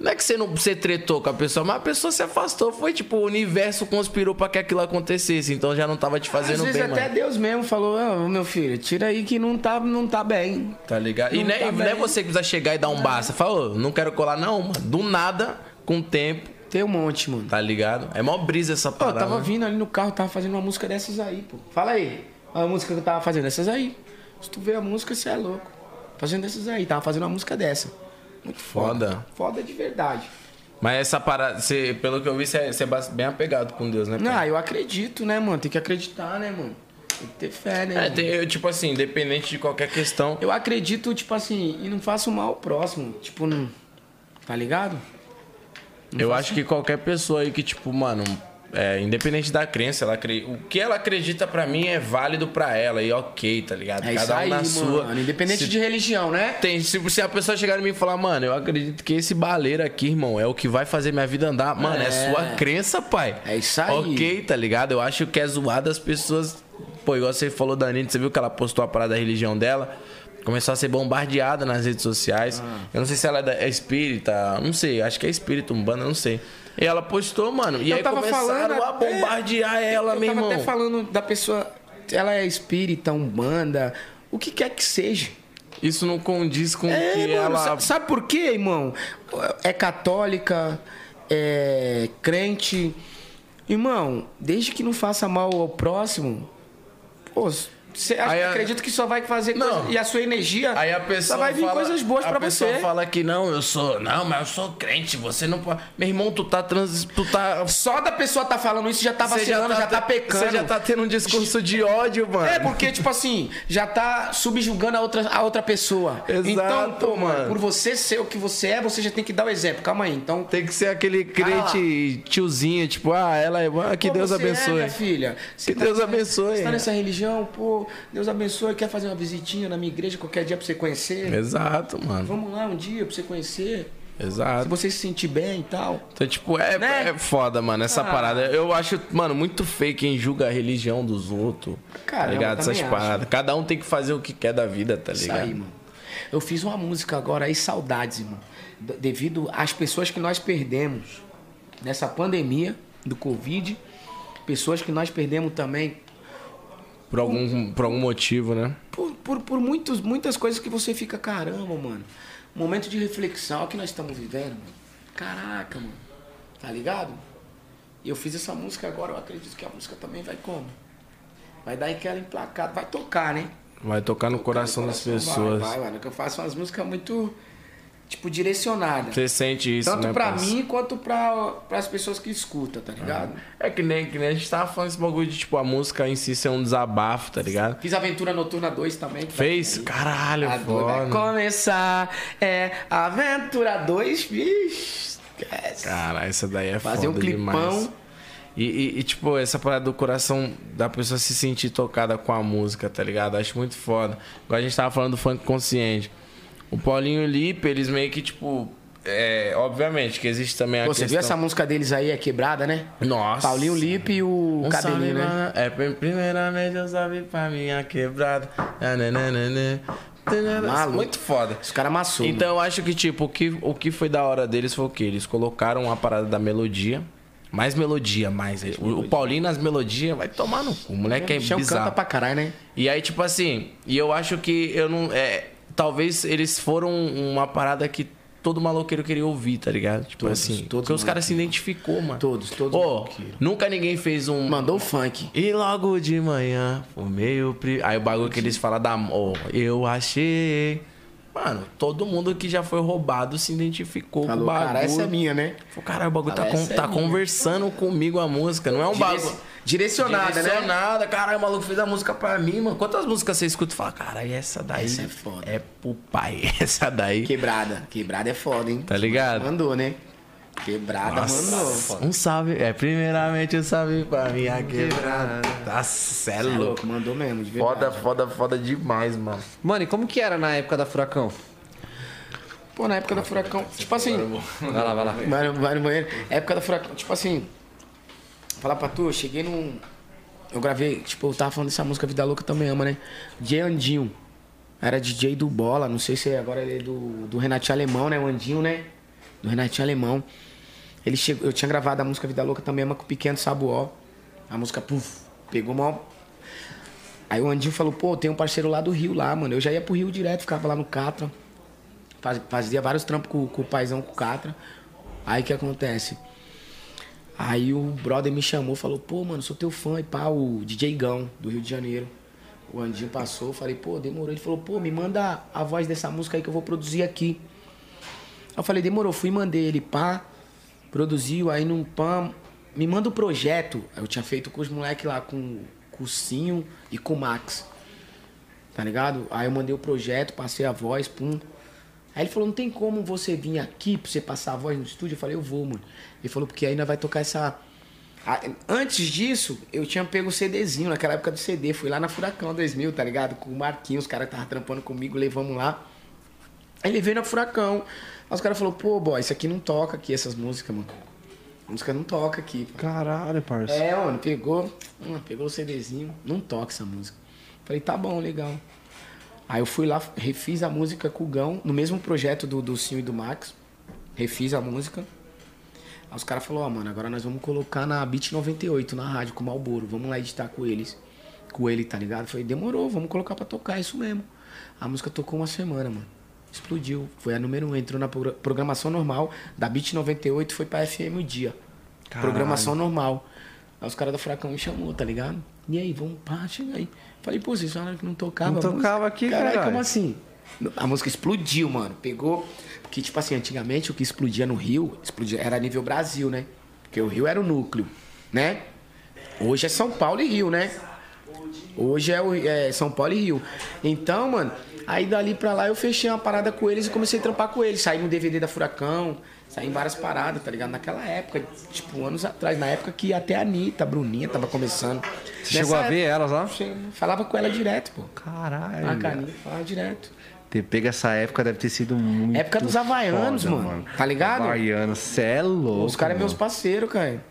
Speaker 1: Não é que você não você tretou com a pessoa, mas a pessoa se afastou. Foi tipo, o universo conspirou pra que aquilo acontecesse. Então já não tava te
Speaker 3: Às
Speaker 1: fazendo
Speaker 3: vezes
Speaker 1: bem,
Speaker 3: até
Speaker 1: mano.
Speaker 3: Deus mesmo falou, "Ah, meu filho, tira aí que não tá, não tá bem.
Speaker 1: Tá ligado? E
Speaker 3: Não
Speaker 1: não, é,
Speaker 3: tá
Speaker 1: e não é
Speaker 3: bem.
Speaker 1: você que precisa chegar e dar um basta. Fala, ô, não quero colar, não, mano. Do nada, com o tempo,
Speaker 3: Tem um monte, mano.
Speaker 1: tá ligado? É mó brisa essa
Speaker 3: Pô, eu
Speaker 1: parada.
Speaker 3: tava
Speaker 1: né?
Speaker 3: vindo ali no carro, tava fazendo uma música dessas aí, pô. Fala aí. A música que eu tava fazendo, essas aí. Se tu vê a música, você é louco. Fazendo essas aí, tava fazendo uma música dessa. Muito foda.
Speaker 1: Foda.
Speaker 3: Foda de verdade.
Speaker 1: Mas essa parada, você- pelo que eu vi, você é, você é bem apegado com Deus, né? pai?
Speaker 3: Ah, eu acredito, né, mano? Tem que acreditar, né, mano? Tem que ter fé, né?
Speaker 1: É,
Speaker 3: mano?
Speaker 1: tem- eu, tipo assim, independente de qualquer questão.
Speaker 3: Eu acredito, tipo assim, e não faço mal ao próximo. Tipo, não. Tá ligado? Uhum.
Speaker 1: Eu acho que qualquer pessoa aí que, tipo, mano, é, independente da crença, ela acre- o que ela acredita pra mim é válido pra ela e ok, tá ligado?
Speaker 3: É
Speaker 1: Cada
Speaker 3: isso
Speaker 1: um
Speaker 3: aí,
Speaker 1: na
Speaker 3: mano.
Speaker 1: sua.
Speaker 3: Independente
Speaker 1: Se-
Speaker 3: de religião, né?
Speaker 1: Tem, se, se a pessoa chegar em mim e falar, mano, eu acredito que esse baleiro aqui, irmão, é o que vai fazer minha vida andar. Mano, é,
Speaker 3: É.
Speaker 1: sua crença, pai.
Speaker 3: É isso aí.
Speaker 1: Ok, tá ligado? Eu acho que é zoado as pessoas. Pô, igual você falou da Anitta, você viu que ela postou a parada da religião dela? Começou a ser bombardeada nas redes sociais.
Speaker 3: Ah.
Speaker 1: Eu não sei se ela é, da- é espírita, não sei, acho que é espírita, umbanda, não sei. E ela postou, mano, e
Speaker 3: Eu
Speaker 1: aí
Speaker 3: tava
Speaker 1: começaram
Speaker 3: falando
Speaker 1: a
Speaker 3: até-
Speaker 1: bombardear ela,
Speaker 3: eu
Speaker 1: meu
Speaker 3: tava
Speaker 1: irmão.
Speaker 3: até falando da pessoa. Ela é espírita, umbanda, o que quer que seja.
Speaker 1: Isso não condiz com o
Speaker 3: É,
Speaker 1: que
Speaker 3: mano,
Speaker 1: ela...
Speaker 3: sa- sabe por quê, irmão? É católica, é crente. Irmão, desde que não faça mal ao próximo, pô, você
Speaker 1: Aí a-
Speaker 3: acredita que só vai fazer
Speaker 1: Não.
Speaker 3: coisa, e a sua energia
Speaker 1: Aí a pessoa
Speaker 3: só vai vir
Speaker 1: fala-
Speaker 3: coisas boas
Speaker 1: a
Speaker 3: pra
Speaker 1: pessoa
Speaker 3: você.
Speaker 1: fala que não, eu sou, não, mas eu sou crente, você não pode. Meu irmão, tu tá trans, tu tá
Speaker 3: Só da pessoa tá falando isso já tá
Speaker 1: Você
Speaker 3: vacilando, já tá,
Speaker 1: te-
Speaker 3: pecando.
Speaker 1: Você já tá tendo um discurso de ódio, mano.
Speaker 3: É, porque, tipo assim, já tá subjugando a outra, a outra pessoa.
Speaker 1: Exato,
Speaker 3: então, pô,
Speaker 1: mano.
Speaker 3: mano, por você ser o que você é, você já tem que dar o exemplo. Calma aí, então.
Speaker 1: Tem que ser aquele crente tiozinho, tipo, ah, ela é. ah, que
Speaker 3: Pô,
Speaker 1: Deus
Speaker 3: você é,
Speaker 1: abençoe.
Speaker 3: minha filha. Você
Speaker 1: Que Deus abençoe.
Speaker 3: Você tá nessa religião, pô, Deus abençoe. Quer fazer uma visitinha na minha igreja qualquer dia pra você conhecer?
Speaker 1: Exato, mano.
Speaker 3: Vamos lá um dia pra você conhecer. Se
Speaker 1: Exato.
Speaker 3: você se sentir bem e tal.
Speaker 1: Então, tipo, é,
Speaker 3: Né?
Speaker 1: é foda, mano, essa parada. Eu acho, mano, muito feio quem julga a religião dos outros. Tá
Speaker 3: Caramba,
Speaker 1: ligado?
Speaker 3: eu
Speaker 1: Essas
Speaker 3: também acho.
Speaker 1: paradas. Cada um tem que fazer o que quer da vida, tá
Speaker 3: Isso
Speaker 1: ligado?
Speaker 3: aí, mano. Eu fiz uma música agora aí, saudades, irmão. D- Devido às pessoas que nós perdemos nessa pandemia do Covid, pessoas que nós perdemos também
Speaker 1: Por algum, por algum motivo, né?
Speaker 3: por, por, por muitos, muitas coisas que você fica, caramba, mano. Momento de reflexão olha o que nós estamos vivendo, mano. Caraca, mano. Tá ligado? E eu fiz essa música agora, eu acredito que a música também vai como? Vai dar aquela emplacada, vai tocar, né?
Speaker 1: Vai tocar no coração das pessoas.
Speaker 3: Vai, vai, mano. Que eu faço umas músicas muito, tipo, direcionadas.
Speaker 1: Você sente isso,
Speaker 3: Tanto
Speaker 1: né,
Speaker 3: pra
Speaker 1: parça?
Speaker 3: mim quanto pra, pras pessoas que escutam, tá ligado?
Speaker 1: É que nem, que nem a gente tava falando esse bagulho de, tipo, a música em si ser um desabafo, tá ligado?
Speaker 3: Fiz Aventura Noturna 2 também. que tá
Speaker 1: Fez?
Speaker 3: aí.
Speaker 1: Caralho,
Speaker 3: A dor
Speaker 1: foda.
Speaker 3: vai começar. É Aventura 2, bicho. Esquece.
Speaker 1: Caralho, essa daí é
Speaker 3: Fazer
Speaker 1: foda
Speaker 3: um clipão.
Speaker 1: demais. E, e- e, tipo, essa parada do coração da pessoa se sentir tocada com a música, tá ligado? Acho muito foda. Igual a gente tava falando do funk consciente. O Paulinho e o Lipe, eles meio que, tipo... É, obviamente que existe também é a
Speaker 3: Pô, Você
Speaker 1: questão...
Speaker 3: viu essa música deles aí, é quebrada, né?
Speaker 1: Nossa.
Speaker 3: Paulinho Lipe e o
Speaker 1: Um salve,
Speaker 3: Cabelinho, né?
Speaker 1: mano. É, prim- primeiramente eu salve pra minha quebrada. Nananana.
Speaker 3: maluco.
Speaker 1: Muito foda.
Speaker 3: Os caras maçou.
Speaker 1: Então eu acho que, tipo, o que, o que foi da hora deles foi o que? Eles colocaram a parada da melodia. Mais melodia, mais. O, o Paulinho nas melodias vai tomar no cu. O moleque é
Speaker 3: Michel
Speaker 1: bizarro.
Speaker 3: canta pra caralho, né?
Speaker 1: E aí, tipo assim, e eu acho que eu não. É, talvez eles foram uma parada que todo maloqueiro queria ouvir, tá ligado? Tipo
Speaker 3: Todos,
Speaker 1: assim.
Speaker 3: todos
Speaker 1: porque os caras se identificou, mano.
Speaker 3: Todos, todos
Speaker 1: Ô,
Speaker 3: maloqueiros.
Speaker 1: nunca ninguém fez um.
Speaker 3: Mandou o funk.
Speaker 1: E logo de manhã, o meio. Pri... Aí o bagulho que eles falam da. Oh, eu achei. Mano, todo mundo que já foi roubado se identificou
Speaker 3: Falou,
Speaker 1: com o bagulho.
Speaker 3: cara, essa é minha, né?
Speaker 1: Falou, Caralho, o bagulho tá,
Speaker 3: Cara,
Speaker 1: con-
Speaker 3: essa é
Speaker 1: tá
Speaker 3: minha.
Speaker 1: conversando comigo a música. Não é um bagulho.
Speaker 3: Direc- Direcionada, né?
Speaker 1: Direcionada, Caralho, o maluco fez a música pra mim, mano. Quantas músicas você escuta e fala, caralho, essa daí.
Speaker 3: Essa é foda.
Speaker 1: É pro pai. Essa daí.
Speaker 3: Quebrada. Quebrada é foda, hein?
Speaker 1: Tá ligado?
Speaker 3: Mandou, né? Quebrada mandou.
Speaker 1: um salve. É, primeiramente, um salve pra minha quebrada. Tá, cê é
Speaker 3: É
Speaker 1: louco.
Speaker 3: louco, mandou mesmo, de verdade.
Speaker 1: Foda, foda, foda demais, mano.
Speaker 2: Mano, e como que era na época da Furacão?
Speaker 3: Pô, na época do furacão, tipo assim,
Speaker 2: Vai lá, vai lá.
Speaker 3: vai no, vai no banheiro. Época do furacão, tipo assim, falar pra tu, eu cheguei num. Eu gravei, tipo, eu tava falando dessa música Vida Louca também ama, né? DJ Andinho. Era DJ do Bola, não sei se agora ele é do, do Renatinho Alemão, né? O Andinho, né? Do Renatinho Alemão. Ele chegou, eu tinha gravado a música Vida Louca também, ama com o Pequeno Sabuó. A música, puf, pegou mal. Aí o Andinho falou, pô, tem um parceiro lá do Rio lá, mano. Eu já ia pro Rio direto, ficava lá no Catra. Faz- Fazia vários trampos com, com o paizão, com o Catra. Aí o que acontece? Aí o brother me chamou, falou, pô, mano, sou teu fã e pá, o DJ Gão, do Rio de Janeiro. O Andinho passou, eu falei, pô, demorou. Ele falou, pô, me manda a voz dessa música aí que eu vou produzir aqui. Aí eu falei, demorou, fui e mandei ele, pá, produziu, aí num pam, me manda o projeto. Aí eu tinha feito com os moleques lá, com, com com o Cinho e com o Max. Tá ligado? Aí eu mandei o projeto, passei a voz, pum. Aí ele falou, não tem como você vir aqui pra você passar a voz no estúdio? Eu falei, eu vou, mano. Ele falou, porque ainda vai tocar essa. Ah, Antes disso, eu tinha pego o CDzinho, naquela época do CD. Fui lá na Furacão 2000, tá ligado? Com o Marquinhos, os caras estavam trampando comigo, levamos lá. Aí ele veio na Furacão. Aí os caras falaram, pô, boy, isso aqui não toca aqui, essas músicas, mano. A música não toca aqui. pô.
Speaker 6: Caralho, parça.
Speaker 3: É, mano, pegou. hum, Pegou o CDzinho. Não toca essa música. Falei, tá bom, legal. Aí eu fui lá, refiz a música com o Gão, no mesmo projeto do, do Cio e do Max. Refiz a música. Aí os caras falaram, ó, mano, agora nós vamos colocar na Beat 98, na rádio, com o Malboro. Vamos lá editar com eles. Com ele, tá ligado? Eu Falei, demorou, vamos colocar pra tocar, é isso mesmo. A música tocou uma semana, mano. Explodiu. Foi a número um, entrou na progra- programação normal. Da Beat 98 foi pra FM o dia. Programação normal. Aí os caras da Furacão me chamou, tá ligado? E aí, vamos, pá, chega aí. Falei, pô, vocês falaram que não tocava.
Speaker 6: Não
Speaker 3: a música?
Speaker 6: tocava aqui,
Speaker 3: Caralho,
Speaker 6: caralho.
Speaker 3: como assim? A música explodiu, mano. Pegou. Porque, tipo assim, antigamente o que explodia no Rio, explodia, era nível Brasil, né? Porque o Rio era o núcleo, né? Hoje é São Paulo e Rio, né? Hoje é, o- é São Paulo e Rio. Então, mano, aí dali pra lá eu fechei uma parada com eles e comecei a trampar com eles. Saí no DVD da Furacão, saí em várias paradas, tá ligado? Naquela época, tipo, anos atrás, na época que até a Anitta, a Bruninha tava começando.
Speaker 6: Você chegou a ver elas lá?
Speaker 3: Falava com ela direto, pô. Ah,
Speaker 6: Caralho.
Speaker 3: A Caninha falava direto.
Speaker 2: Ter pego essa época deve ter sido muito.
Speaker 3: Época dos Havaianos,
Speaker 2: foda,
Speaker 3: mano. Tá ligado?
Speaker 2: Havaianos, cê é louco.
Speaker 3: Os caras é meus
Speaker 2: mano.
Speaker 3: parceiros, cara.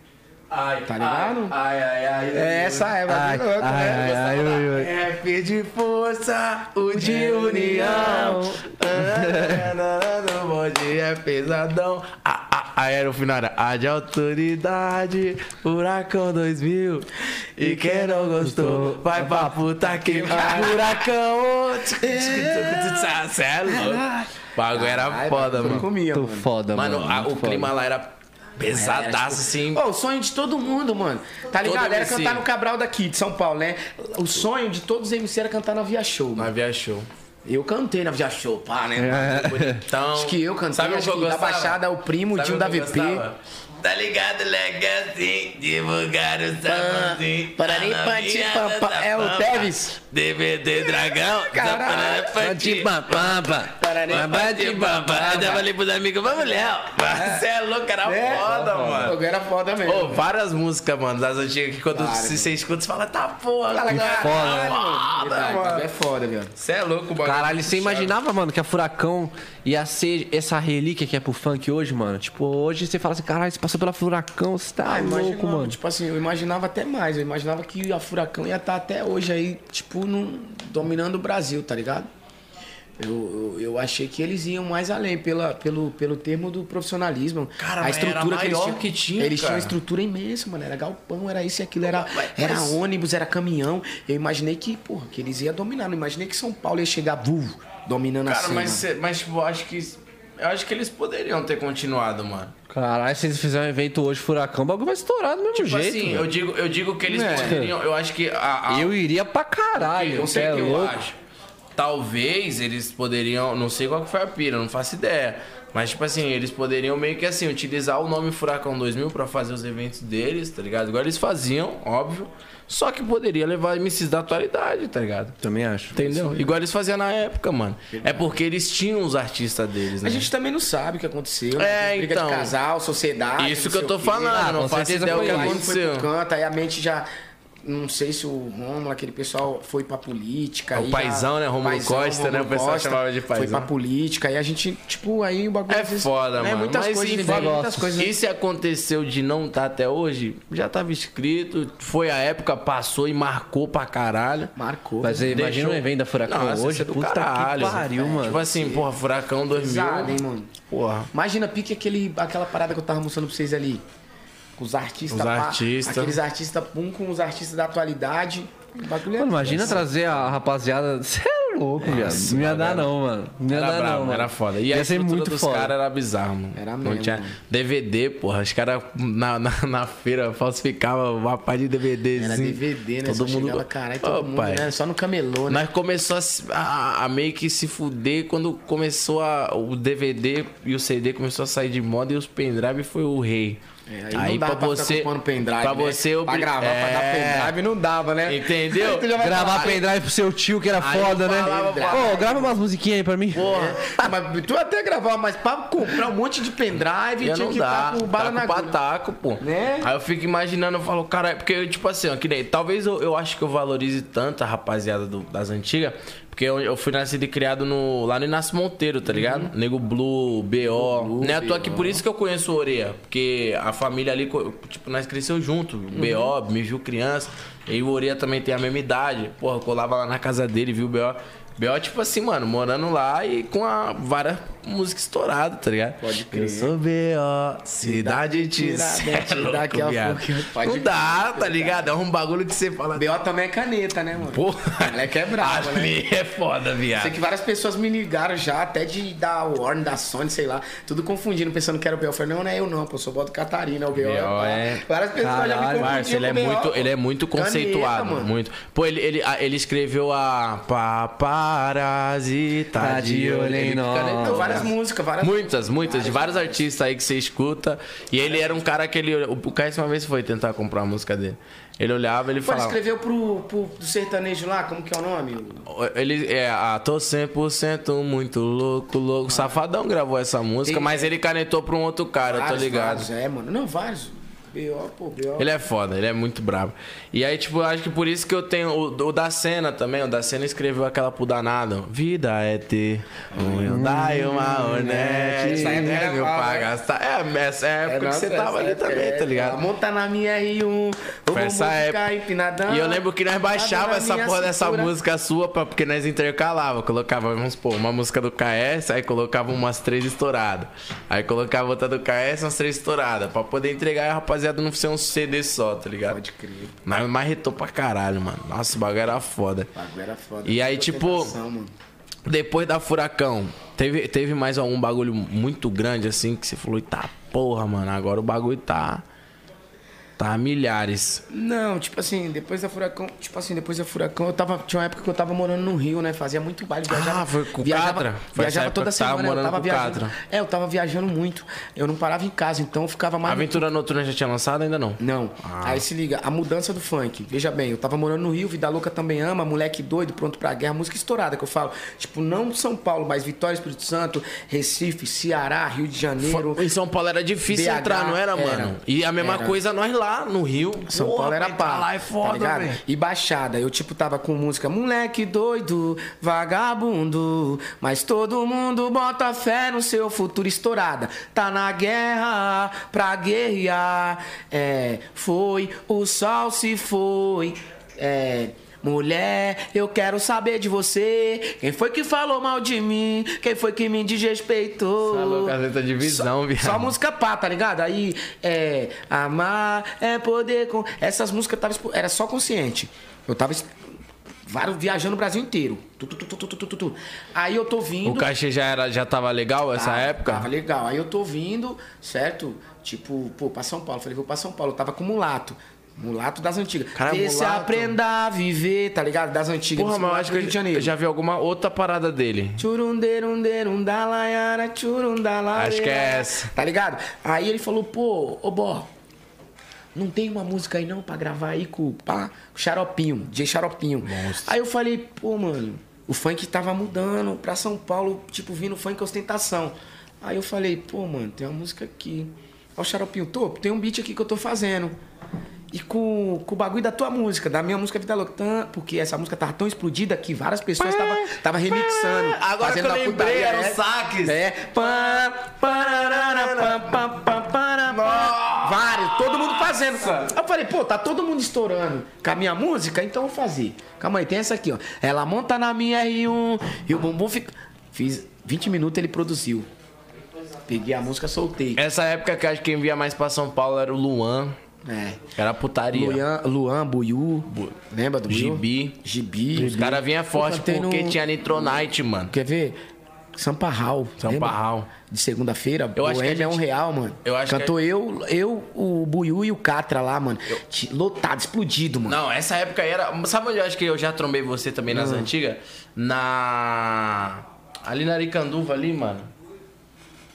Speaker 1: Ai,
Speaker 3: Tá ligado?
Speaker 1: Ai, ai, ai. É,
Speaker 3: É essa época.
Speaker 2: Ai,
Speaker 3: louco,
Speaker 2: ai,
Speaker 3: né?
Speaker 2: ai, ai, ai, ai.
Speaker 1: F de força, o de união. Ah, O bonde é pesadão. Ah, ah, ah, era o final. era A de autoridade, Furacão 2000. E quem não gostou, vai pra puta que vai. Furacão. Cê é louco. O bagulho era foda,
Speaker 3: Eu
Speaker 1: mano.
Speaker 3: comia,
Speaker 2: Muito
Speaker 3: mano.
Speaker 2: foda, mano.
Speaker 1: Mano, a-
Speaker 2: muito
Speaker 1: o
Speaker 2: foda.
Speaker 1: clima lá era
Speaker 3: tipo,
Speaker 1: pesadaço, assim.
Speaker 3: Ô, o sonho de todo mundo, mano. Tá ligado? Era
Speaker 1: MC.
Speaker 3: cantar no Cabral daqui, de São Paulo, né? O sonho de todos os MC era cantar na Via Show, mano.
Speaker 1: Mas viajou.
Speaker 3: Eu cantei na Via Show, pá, né?
Speaker 1: Bonitão.
Speaker 3: Acho que eu cantei,
Speaker 1: Então, o
Speaker 3: acho que da
Speaker 1: gostava?
Speaker 3: Baixada, é o primo, o
Speaker 1: Sabe
Speaker 3: tio
Speaker 1: o
Speaker 3: um da
Speaker 1: que eu
Speaker 3: VP.
Speaker 1: gostava? Tá ligado, legacy, divulgar o Tá sabãozinho.
Speaker 3: Pararim, panti, pam, pam. Ah. É o Teves?
Speaker 1: DVD Dragão.
Speaker 3: Caralho. né?
Speaker 1: Panti, papampa.
Speaker 3: Pararim,
Speaker 1: Panti, papampa. Eu falei pros amigos, vamos, Léo. Você é louco, era
Speaker 3: É.
Speaker 1: foda, mano.
Speaker 3: Eu era foda mesmo.
Speaker 1: Ô, várias músicas, mano, das antigas que quando se você escuta, você fala, tá porra, cara,
Speaker 2: foda,
Speaker 1: foda.
Speaker 3: Verdade, é foda, velho.
Speaker 1: Você é louco, o bagulho.
Speaker 2: Caralho, você imaginava, mano, que a Furacão ia ser essa relíquia que é pro funk hoje, mano? Tipo, hoje você fala assim, caralho, você passou pela Furacão, você tá
Speaker 3: Ah,
Speaker 2: louco,
Speaker 3: imaginava,
Speaker 2: mano.
Speaker 3: Tipo assim, eu imaginava até mais. Eu imaginava que a Furacão ia estar até hoje aí, tipo, num- dominando o Brasil, tá ligado? Eu, eu, eu achei que eles iam mais além pela, pelo, pelo termo do profissionalismo.
Speaker 1: Cara,
Speaker 3: a
Speaker 1: mas era
Speaker 3: estrutura que eles
Speaker 1: maior
Speaker 3: tinham.
Speaker 1: que tinha,
Speaker 3: eles tinham
Speaker 1: cara.
Speaker 3: uma estrutura imensa, mano. Era galpão, era isso e aquilo. Era,
Speaker 1: Mas-
Speaker 3: era
Speaker 1: mas-
Speaker 3: ônibus, era caminhão. Eu imaginei que, porra, que eles iam dominar. Não imaginei que São Paulo ia chegar, vulvo, dominando
Speaker 1: Cara,
Speaker 3: assim.
Speaker 1: mas, cê-
Speaker 3: mano.
Speaker 1: mas tipo, eu acho que. Eu acho que eles poderiam ter continuado, mano.
Speaker 2: Caralho, se eles fizerem um evento hoje, Furacão, o bagulho vai estourar do mesmo
Speaker 1: Tipo
Speaker 2: jeito.
Speaker 1: assim,
Speaker 2: velho.
Speaker 1: eu digo, eu digo que eles
Speaker 2: É.
Speaker 1: poderiam. Eu acho que a. a-
Speaker 2: eu... iria pra caralho,
Speaker 1: não
Speaker 2: você
Speaker 1: sei
Speaker 2: é
Speaker 1: o que eu
Speaker 2: louco.
Speaker 1: acho. Talvez eles poderiam. Não sei qual que foi a pira, não faço ideia. Mas, tipo assim, eles poderiam meio que assim, utilizar o nome Furacão 2000 pra fazer os eventos deles, tá ligado? Agora eles faziam, óbvio. Só que poderia levar MCs da atualidade, tá ligado?
Speaker 2: Também acho.
Speaker 1: Entendeu? Igual eles faziam na época, mano. É porque eles tinham os artistas deles, né?
Speaker 3: A gente também não sabe o que aconteceu. né?
Speaker 1: É,
Speaker 3: briga
Speaker 1: então.
Speaker 3: de casal, sociedade.
Speaker 1: Isso
Speaker 3: não
Speaker 1: que eu
Speaker 3: sei
Speaker 1: tô
Speaker 3: o quê.
Speaker 1: falando,
Speaker 2: Ah,
Speaker 1: não
Speaker 2: com
Speaker 1: faço
Speaker 2: certeza
Speaker 1: ideia o
Speaker 2: foi
Speaker 1: que
Speaker 2: isso.
Speaker 3: Aí um foi pro
Speaker 1: aconteceu.
Speaker 3: canto, aí a mente já. Não sei se o Rômulo, aquele pessoal, foi pra política.
Speaker 1: É o
Speaker 3: aí
Speaker 1: paizão, né? Rômulo Costa, né? O pessoal chamava de
Speaker 3: Foi
Speaker 1: paizão.
Speaker 3: pra política. Aí a gente, tipo, aí o bagulho.
Speaker 1: É
Speaker 3: às vezes,
Speaker 1: foda,
Speaker 3: né?
Speaker 1: mano.
Speaker 3: Muitas
Speaker 1: Mas
Speaker 3: coisas,
Speaker 1: enfim,
Speaker 3: né? muitas coisas.
Speaker 1: E se aconteceu de não estar até hoje, já tava escrito, foi a época, passou e marcou pra caralho.
Speaker 3: Marcou.
Speaker 2: Mas
Speaker 3: né?
Speaker 2: imagina
Speaker 1: Deixou-
Speaker 2: um evento da Furacão
Speaker 1: Nossa, isso
Speaker 2: hoje,
Speaker 1: é do
Speaker 2: puta
Speaker 1: caralho.
Speaker 2: que pariu, mano.
Speaker 1: Tipo assim, porra, Furacão 2000.
Speaker 3: Pesado, hein, mano?
Speaker 1: Porra.
Speaker 3: Imagina, pique aquele, aquela parada que eu tava mostrando pra vocês ali. Com os artistas.
Speaker 1: Os
Speaker 3: pá,
Speaker 1: artistas.
Speaker 3: Aqueles artistas, um com os artistas da atualidade. O bagulho é
Speaker 2: Mano, imagina trazer a rapaziada. Você é louco, viado. Não ia dar, não, mano. Não ia
Speaker 1: Era
Speaker 2: dar, não.
Speaker 1: brabo,
Speaker 2: mano.
Speaker 1: era foda. E a
Speaker 2: ia ser
Speaker 1: estrutura
Speaker 2: muito
Speaker 1: dos
Speaker 2: foda.
Speaker 1: caras era bizarro, mano.
Speaker 3: Era
Speaker 1: Não
Speaker 3: mesmo,
Speaker 1: tinha
Speaker 3: mano.
Speaker 1: DVD, porra. Os caras na, na, na feira falsificavam uma pá de DVDzinho.
Speaker 3: Era DVD, né?
Speaker 1: Todo
Speaker 3: Só
Speaker 1: mundo.
Speaker 3: chegava, caralho, todo
Speaker 1: Ô,
Speaker 3: mundo,
Speaker 1: pai.
Speaker 3: né? Só no camelô, né?
Speaker 1: Nós começou a se- a, a meio que se fuder quando começou a, o DVD e o CD começou a sair de moda e os pendrive foi o rei.
Speaker 3: É,
Speaker 1: Aí
Speaker 3: não dá
Speaker 1: pra
Speaker 3: pra, ficar
Speaker 1: você-
Speaker 3: comprando pendrive,
Speaker 1: pra
Speaker 3: né?
Speaker 1: você
Speaker 3: Pra
Speaker 1: obri-
Speaker 3: gravar, pra dar
Speaker 1: É.
Speaker 3: pendrive não dava, né?
Speaker 1: Entendeu?
Speaker 3: Tu já vai
Speaker 2: Gravar
Speaker 3: falar,
Speaker 2: pendrive pro seu tio, que era
Speaker 1: Aí eu
Speaker 2: foda, né?
Speaker 1: falava,
Speaker 2: Ô, grava umas musiquinhas aí pra mim.
Speaker 1: Porra.
Speaker 3: "Ah, mas tu até gravar, mas pra comprar um monte de pendrive,
Speaker 1: Eu
Speaker 3: tinha
Speaker 1: não
Speaker 3: que
Speaker 1: dá,
Speaker 3: ficar Tá com
Speaker 1: tá bala
Speaker 3: bala
Speaker 1: taco
Speaker 3: na
Speaker 1: pra
Speaker 3: agulha.
Speaker 1: taco, pô.
Speaker 3: Né?
Speaker 1: Aí eu fico imaginando, eu falo, caralho, porque, tipo assim, ó, que nem, talvez eu, eu acho que eu valorize tanto a rapaziada do- das antigas, porque eu, eu fui nascido e criado no, lá no Inácio Monteiro, tá ligado? Nego Blue, B.O. né? Eu tô aqui por isso que eu conheço o Oreia, porque a família ali, co- tipo, nós cresceu junto, B.O., me viu criança, e o Oreia também tem a mesma idade, porra, eu colava lá na casa dele, viu o B.O., B.O., tipo assim, mano, morando lá e com a várias música estourada, tá ligado? Pode crer. Eu sou B.O., cidade de
Speaker 3: Tiradentes, daqui a pouco eu- pode
Speaker 1: é Não dá, tá ligado? É um bagulho que você fala...
Speaker 3: B.O. também é caneta, né, mano?
Speaker 1: Porra,
Speaker 3: Moleque é brabo, né?
Speaker 1: ali é foda,
Speaker 3: Sei
Speaker 1: viado.
Speaker 3: que várias pessoas me ligaram já, até de da Warner, da Sony, sei lá, tudo confundindo, pensando que era o B.O. Eu falei, não, não é eu não, pô, eu sou Boto Catarina, é o B.O.
Speaker 1: B.O. é-
Speaker 3: Várias pessoas já me
Speaker 2: Caralho,
Speaker 3: confundiram
Speaker 1: Parça, ele é
Speaker 3: com o B.O.,
Speaker 1: muito,
Speaker 3: pô.
Speaker 1: ele é muito
Speaker 3: Caneta,
Speaker 1: conceituado, muito. Pô, ele, ele, a- ele escreveu a paparazzi, tá de olho em nós.
Speaker 3: Não, Então, várias músicas, várias
Speaker 1: Muitas, muitas, de vários artistas aí que você escuta. E ele era um cara que ele. O Caio uma vez foi tentar comprar a música dele. Ele olhava, ele
Speaker 3: Pô, ele
Speaker 1: falava.
Speaker 3: escreveu pro, pro do sertanejo lá, como que é o nome?
Speaker 1: Ele é, ah, tô 100% muito louco, louco. Safadão gravou essa música,
Speaker 3: Ah. Tem-
Speaker 1: mas ele canetou pra um outro cara, eu tô
Speaker 3: Vários,
Speaker 1: ligado.
Speaker 3: vários, é, mano. Não, vários. B.O., pô, B.O.
Speaker 1: Ele é foda, ele é muito brabo. E aí, tipo, eu acho que por isso que eu tenho. O, o da cena também, o da cena escreveu aquela pro danado. Vida é ter um Hyundai e uma Hornet.
Speaker 3: Essa Hum,
Speaker 1: né,
Speaker 3: é minha
Speaker 1: meu
Speaker 3: fala,
Speaker 1: pai?
Speaker 3: né?
Speaker 1: gastar. É, essa é a época que
Speaker 3: nossa,
Speaker 1: você tava
Speaker 3: essa
Speaker 1: ali
Speaker 3: é-
Speaker 1: também,
Speaker 3: é,
Speaker 1: tá ligado?
Speaker 3: Monta na minha R1, eu
Speaker 1: Foi
Speaker 3: vou
Speaker 1: essa
Speaker 3: ficar
Speaker 1: época.
Speaker 3: empinadão.
Speaker 1: E eu lembro que nós baixava
Speaker 3: na
Speaker 1: essa
Speaker 3: minha
Speaker 1: porra dessa
Speaker 3: cintura.
Speaker 1: música sua, pra- porque nós intercalava. Colocava, vamos supor, uma música do KS, aí colocava umas três estouradas. Aí colocava outra do KS, umas três estouradas. Pra poder entregar, a rapaziada, não ser um CD só, tá ligado?
Speaker 3: Pode crer.
Speaker 1: Mas marretou pra caralho, mano. Nossa, o bagulho era foda.
Speaker 3: O bagulho era foda.
Speaker 1: E aí,
Speaker 3: Tentação,
Speaker 1: tipo,
Speaker 3: mano.
Speaker 1: Depois da Furacão, teve, teve mais algum bagulho muito grande, assim, que você falou, tá porra, mano, agora o bagulho tá... Tá a milhares.
Speaker 3: Não, tipo assim, depois da Furacão, tipo assim, depois da Furacão, eu tava, tinha uma época que eu tava morando no Rio, né? Fazia muito baile, viajava.
Speaker 1: Ah, foi com o
Speaker 3: viajava,
Speaker 1: Catra? Foi essa
Speaker 3: Viajava
Speaker 1: época
Speaker 3: toda
Speaker 1: que tava
Speaker 3: semana, eu
Speaker 1: morando
Speaker 3: tava
Speaker 1: com o
Speaker 3: viajando.
Speaker 1: Catra.
Speaker 3: É, eu tava viajando muito. Eu não parava em casa, então eu ficava mais no
Speaker 1: Aventura Noturna já tinha lançado? Ainda não.
Speaker 3: Não. Aí se liga, a mudança do funk. Veja bem, eu tava morando no Rio, Vida Louca também ama, moleque doido, pronto pra guerra, música estourada que eu falo. Tipo, não São Paulo, mas Vitória, Espírito Santo, Recife, Ceará, Rio de Janeiro.
Speaker 1: Fo- Em São Paulo era difícil
Speaker 3: BH,
Speaker 1: entrar, não era,
Speaker 3: era.
Speaker 1: mano? E a mesma
Speaker 3: Era.
Speaker 1: coisa nós lá no Rio.
Speaker 3: São
Speaker 1: Porra,
Speaker 3: Paulo era
Speaker 1: pra
Speaker 3: pá.
Speaker 1: entrar Lá é foda,
Speaker 3: tá ligado?
Speaker 1: velho.
Speaker 3: E baixada. Eu, tipo, tava com música Moleque doido, vagabundo. Mas todo mundo bota fé no seu futuro estourada. Tá na guerra pra guerrear. É, foi, o sol se foi. É. Mulher, eu quero saber de você. Quem foi que falou mal de mim? Quem foi que me desrespeitou?
Speaker 1: Tá louco, Gazeta de Visão,
Speaker 3: só,
Speaker 1: viado.
Speaker 3: só música pá, tá ligado? Aí, é. Amar é poder. Com... Essas músicas tava. expo- Era só consciente. Eu tava. es- Vários viajando o Brasil inteiro. Tu, tu, tu, tu, tu, tu, tu, tu, tu. Aí eu tô vindo.
Speaker 1: O cachê já, era, já tava legal essa
Speaker 3: Tava-
Speaker 1: época?
Speaker 3: Tava legal. Aí eu tô vindo, certo? Tipo, pô, pra São Paulo. Falei, vou pra São Paulo. Eu tava com mulato. Mulato das antigas.
Speaker 1: Cara,
Speaker 3: Vê se
Speaker 1: mulato.
Speaker 3: aprenda a viver, tá ligado? Das antigas.
Speaker 1: Porra,
Speaker 3: desse
Speaker 1: mas eu
Speaker 3: mulato
Speaker 1: acho
Speaker 3: do Rio de
Speaker 1: que eu
Speaker 3: Janeiro.
Speaker 1: já vi alguma outra parada dele.
Speaker 3: Tchurunderunderundalayara, tchurundalayara.
Speaker 1: Acho que é essa.
Speaker 3: Tá ligado? Aí ele falou, pô, ô Bó, não tem uma música aí não pra gravar aí com pá, com Xaropinho, DJ Xaropinho. Aí eu falei, pô, mano, o funk tava mudando pra São Paulo, tipo, vindo funk ostentação. Aí eu falei, pô, mano, tem uma música aqui. Ó, o Xaropinho, tô, tem um beat aqui que eu tô fazendo. E com, com o bagulho da tua música, da minha música Vida Louca, Tan, porque essa música tava tão explodida que várias pessoas estavam tava remixando.
Speaker 1: Agora que
Speaker 3: fazendo
Speaker 1: eu
Speaker 3: uma
Speaker 1: lembrei,
Speaker 3: putaria,
Speaker 1: era o
Speaker 3: é.
Speaker 1: Saques.
Speaker 3: É. Pá, pararara, pá, pá, pá, pará, pá. Vários, todo mundo fazendo. Aí eu falei, pô, tá todo mundo estourando com a minha música, então eu vou fazer. Calma aí, tem essa aqui, ó. Ela monta na minha R1 e o bumbum fica. Fiz 20 minutos, ele produziu. Peguei a música, soltei.
Speaker 1: Essa época que eu acho que quem via mais pra São Paulo era o Luan.
Speaker 3: É.
Speaker 1: Era putaria.
Speaker 3: Luan, Luan Buiú. Lembra do Buiú?
Speaker 1: Gibi.
Speaker 3: Gibi.
Speaker 1: Os caras vinham forte
Speaker 3: Eu cantei
Speaker 1: porque
Speaker 3: no-
Speaker 1: tinha Nitronite, mano. tá
Speaker 3: Quer ver? Samparral. lembra?
Speaker 1: Samparral.
Speaker 3: De segunda-feira,
Speaker 1: Eu acho que a
Speaker 3: Boêmia é um
Speaker 1: gente-
Speaker 3: real, mano.
Speaker 1: Eu acho que
Speaker 3: Cantou eu, eu, o Buiú e o Catra lá, mano. Ti- Lotado, explodido, mano.
Speaker 1: Não, essa época aí era. Sabe onde eu acho que eu já trombei você também nas
Speaker 3: Hum.
Speaker 1: antigas? Na. Ali na Aricanduva, ali, mano.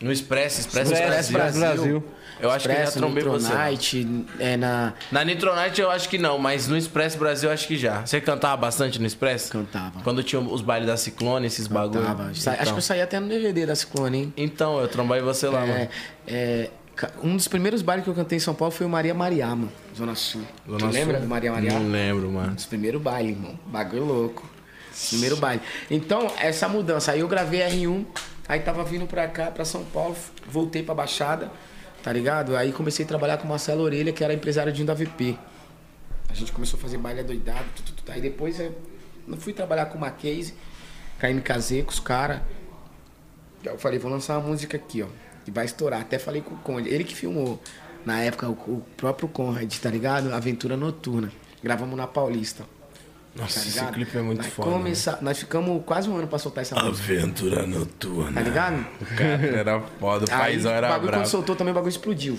Speaker 1: No Express, Express,
Speaker 3: Express
Speaker 1: Express Brasil.
Speaker 3: Brasil.
Speaker 1: Eu acho que
Speaker 3: Expresso,
Speaker 1: eu já trombei você.
Speaker 3: Nitronite, é na...
Speaker 1: Na Nitronite eu acho que não, mas no Express Brasil eu acho que já. Você cantava bastante no Express?
Speaker 3: Cantava.
Speaker 1: Quando tinha os bailes da Ciclone, esses bagulho.
Speaker 3: Tava. Sa- Acho que eu saí até no DVD da Ciclone, hein?
Speaker 1: Então, eu trombei você lá,
Speaker 3: É,
Speaker 1: mano.
Speaker 3: é, ca- um dos primeiros bares que eu cantei em São Paulo foi o Maria Mariá, mano. Zona Sul.
Speaker 1: Zona
Speaker 3: Tu
Speaker 1: Sul.
Speaker 3: lembra do Maria Mariá?
Speaker 1: Não lembro, mano.
Speaker 3: Os primeiros bailes, irmão. Bagulho louco. Primeiro baile. Então, essa mudança. Aí eu gravei R1, aí tava vindo pra cá, pra São Paulo, voltei pra Baixada, tá ligado? Aí comecei a trabalhar com o Marcelo Orelha, que era empresário de um da VP. A gente começou a fazer baile adoidado, tu, tu, tu. aí depois é, eu não fui trabalhar com o Mackenzie, caí me casei com os caras. Eu falei, vou lançar uma música aqui, ó. Que vai estourar. Até falei com o Conde. Ele que filmou, na época, o, o próprio Conrad, tá ligado? Aventura Noturna. Gravamos na Paulista.
Speaker 1: Nossa,
Speaker 3: tá
Speaker 1: esse
Speaker 3: ligado?
Speaker 1: clipe é muito
Speaker 3: nós
Speaker 1: foda. né?
Speaker 3: começa- Nós ficamos quase um ano pra soltar essa música,
Speaker 1: Aventura noturna.
Speaker 3: tá ligado?
Speaker 1: Cara, era foda, Ah, o paizão
Speaker 3: o
Speaker 1: era
Speaker 3: bagulho quando
Speaker 1: bravo.
Speaker 3: soltou também, o bagulho explodiu.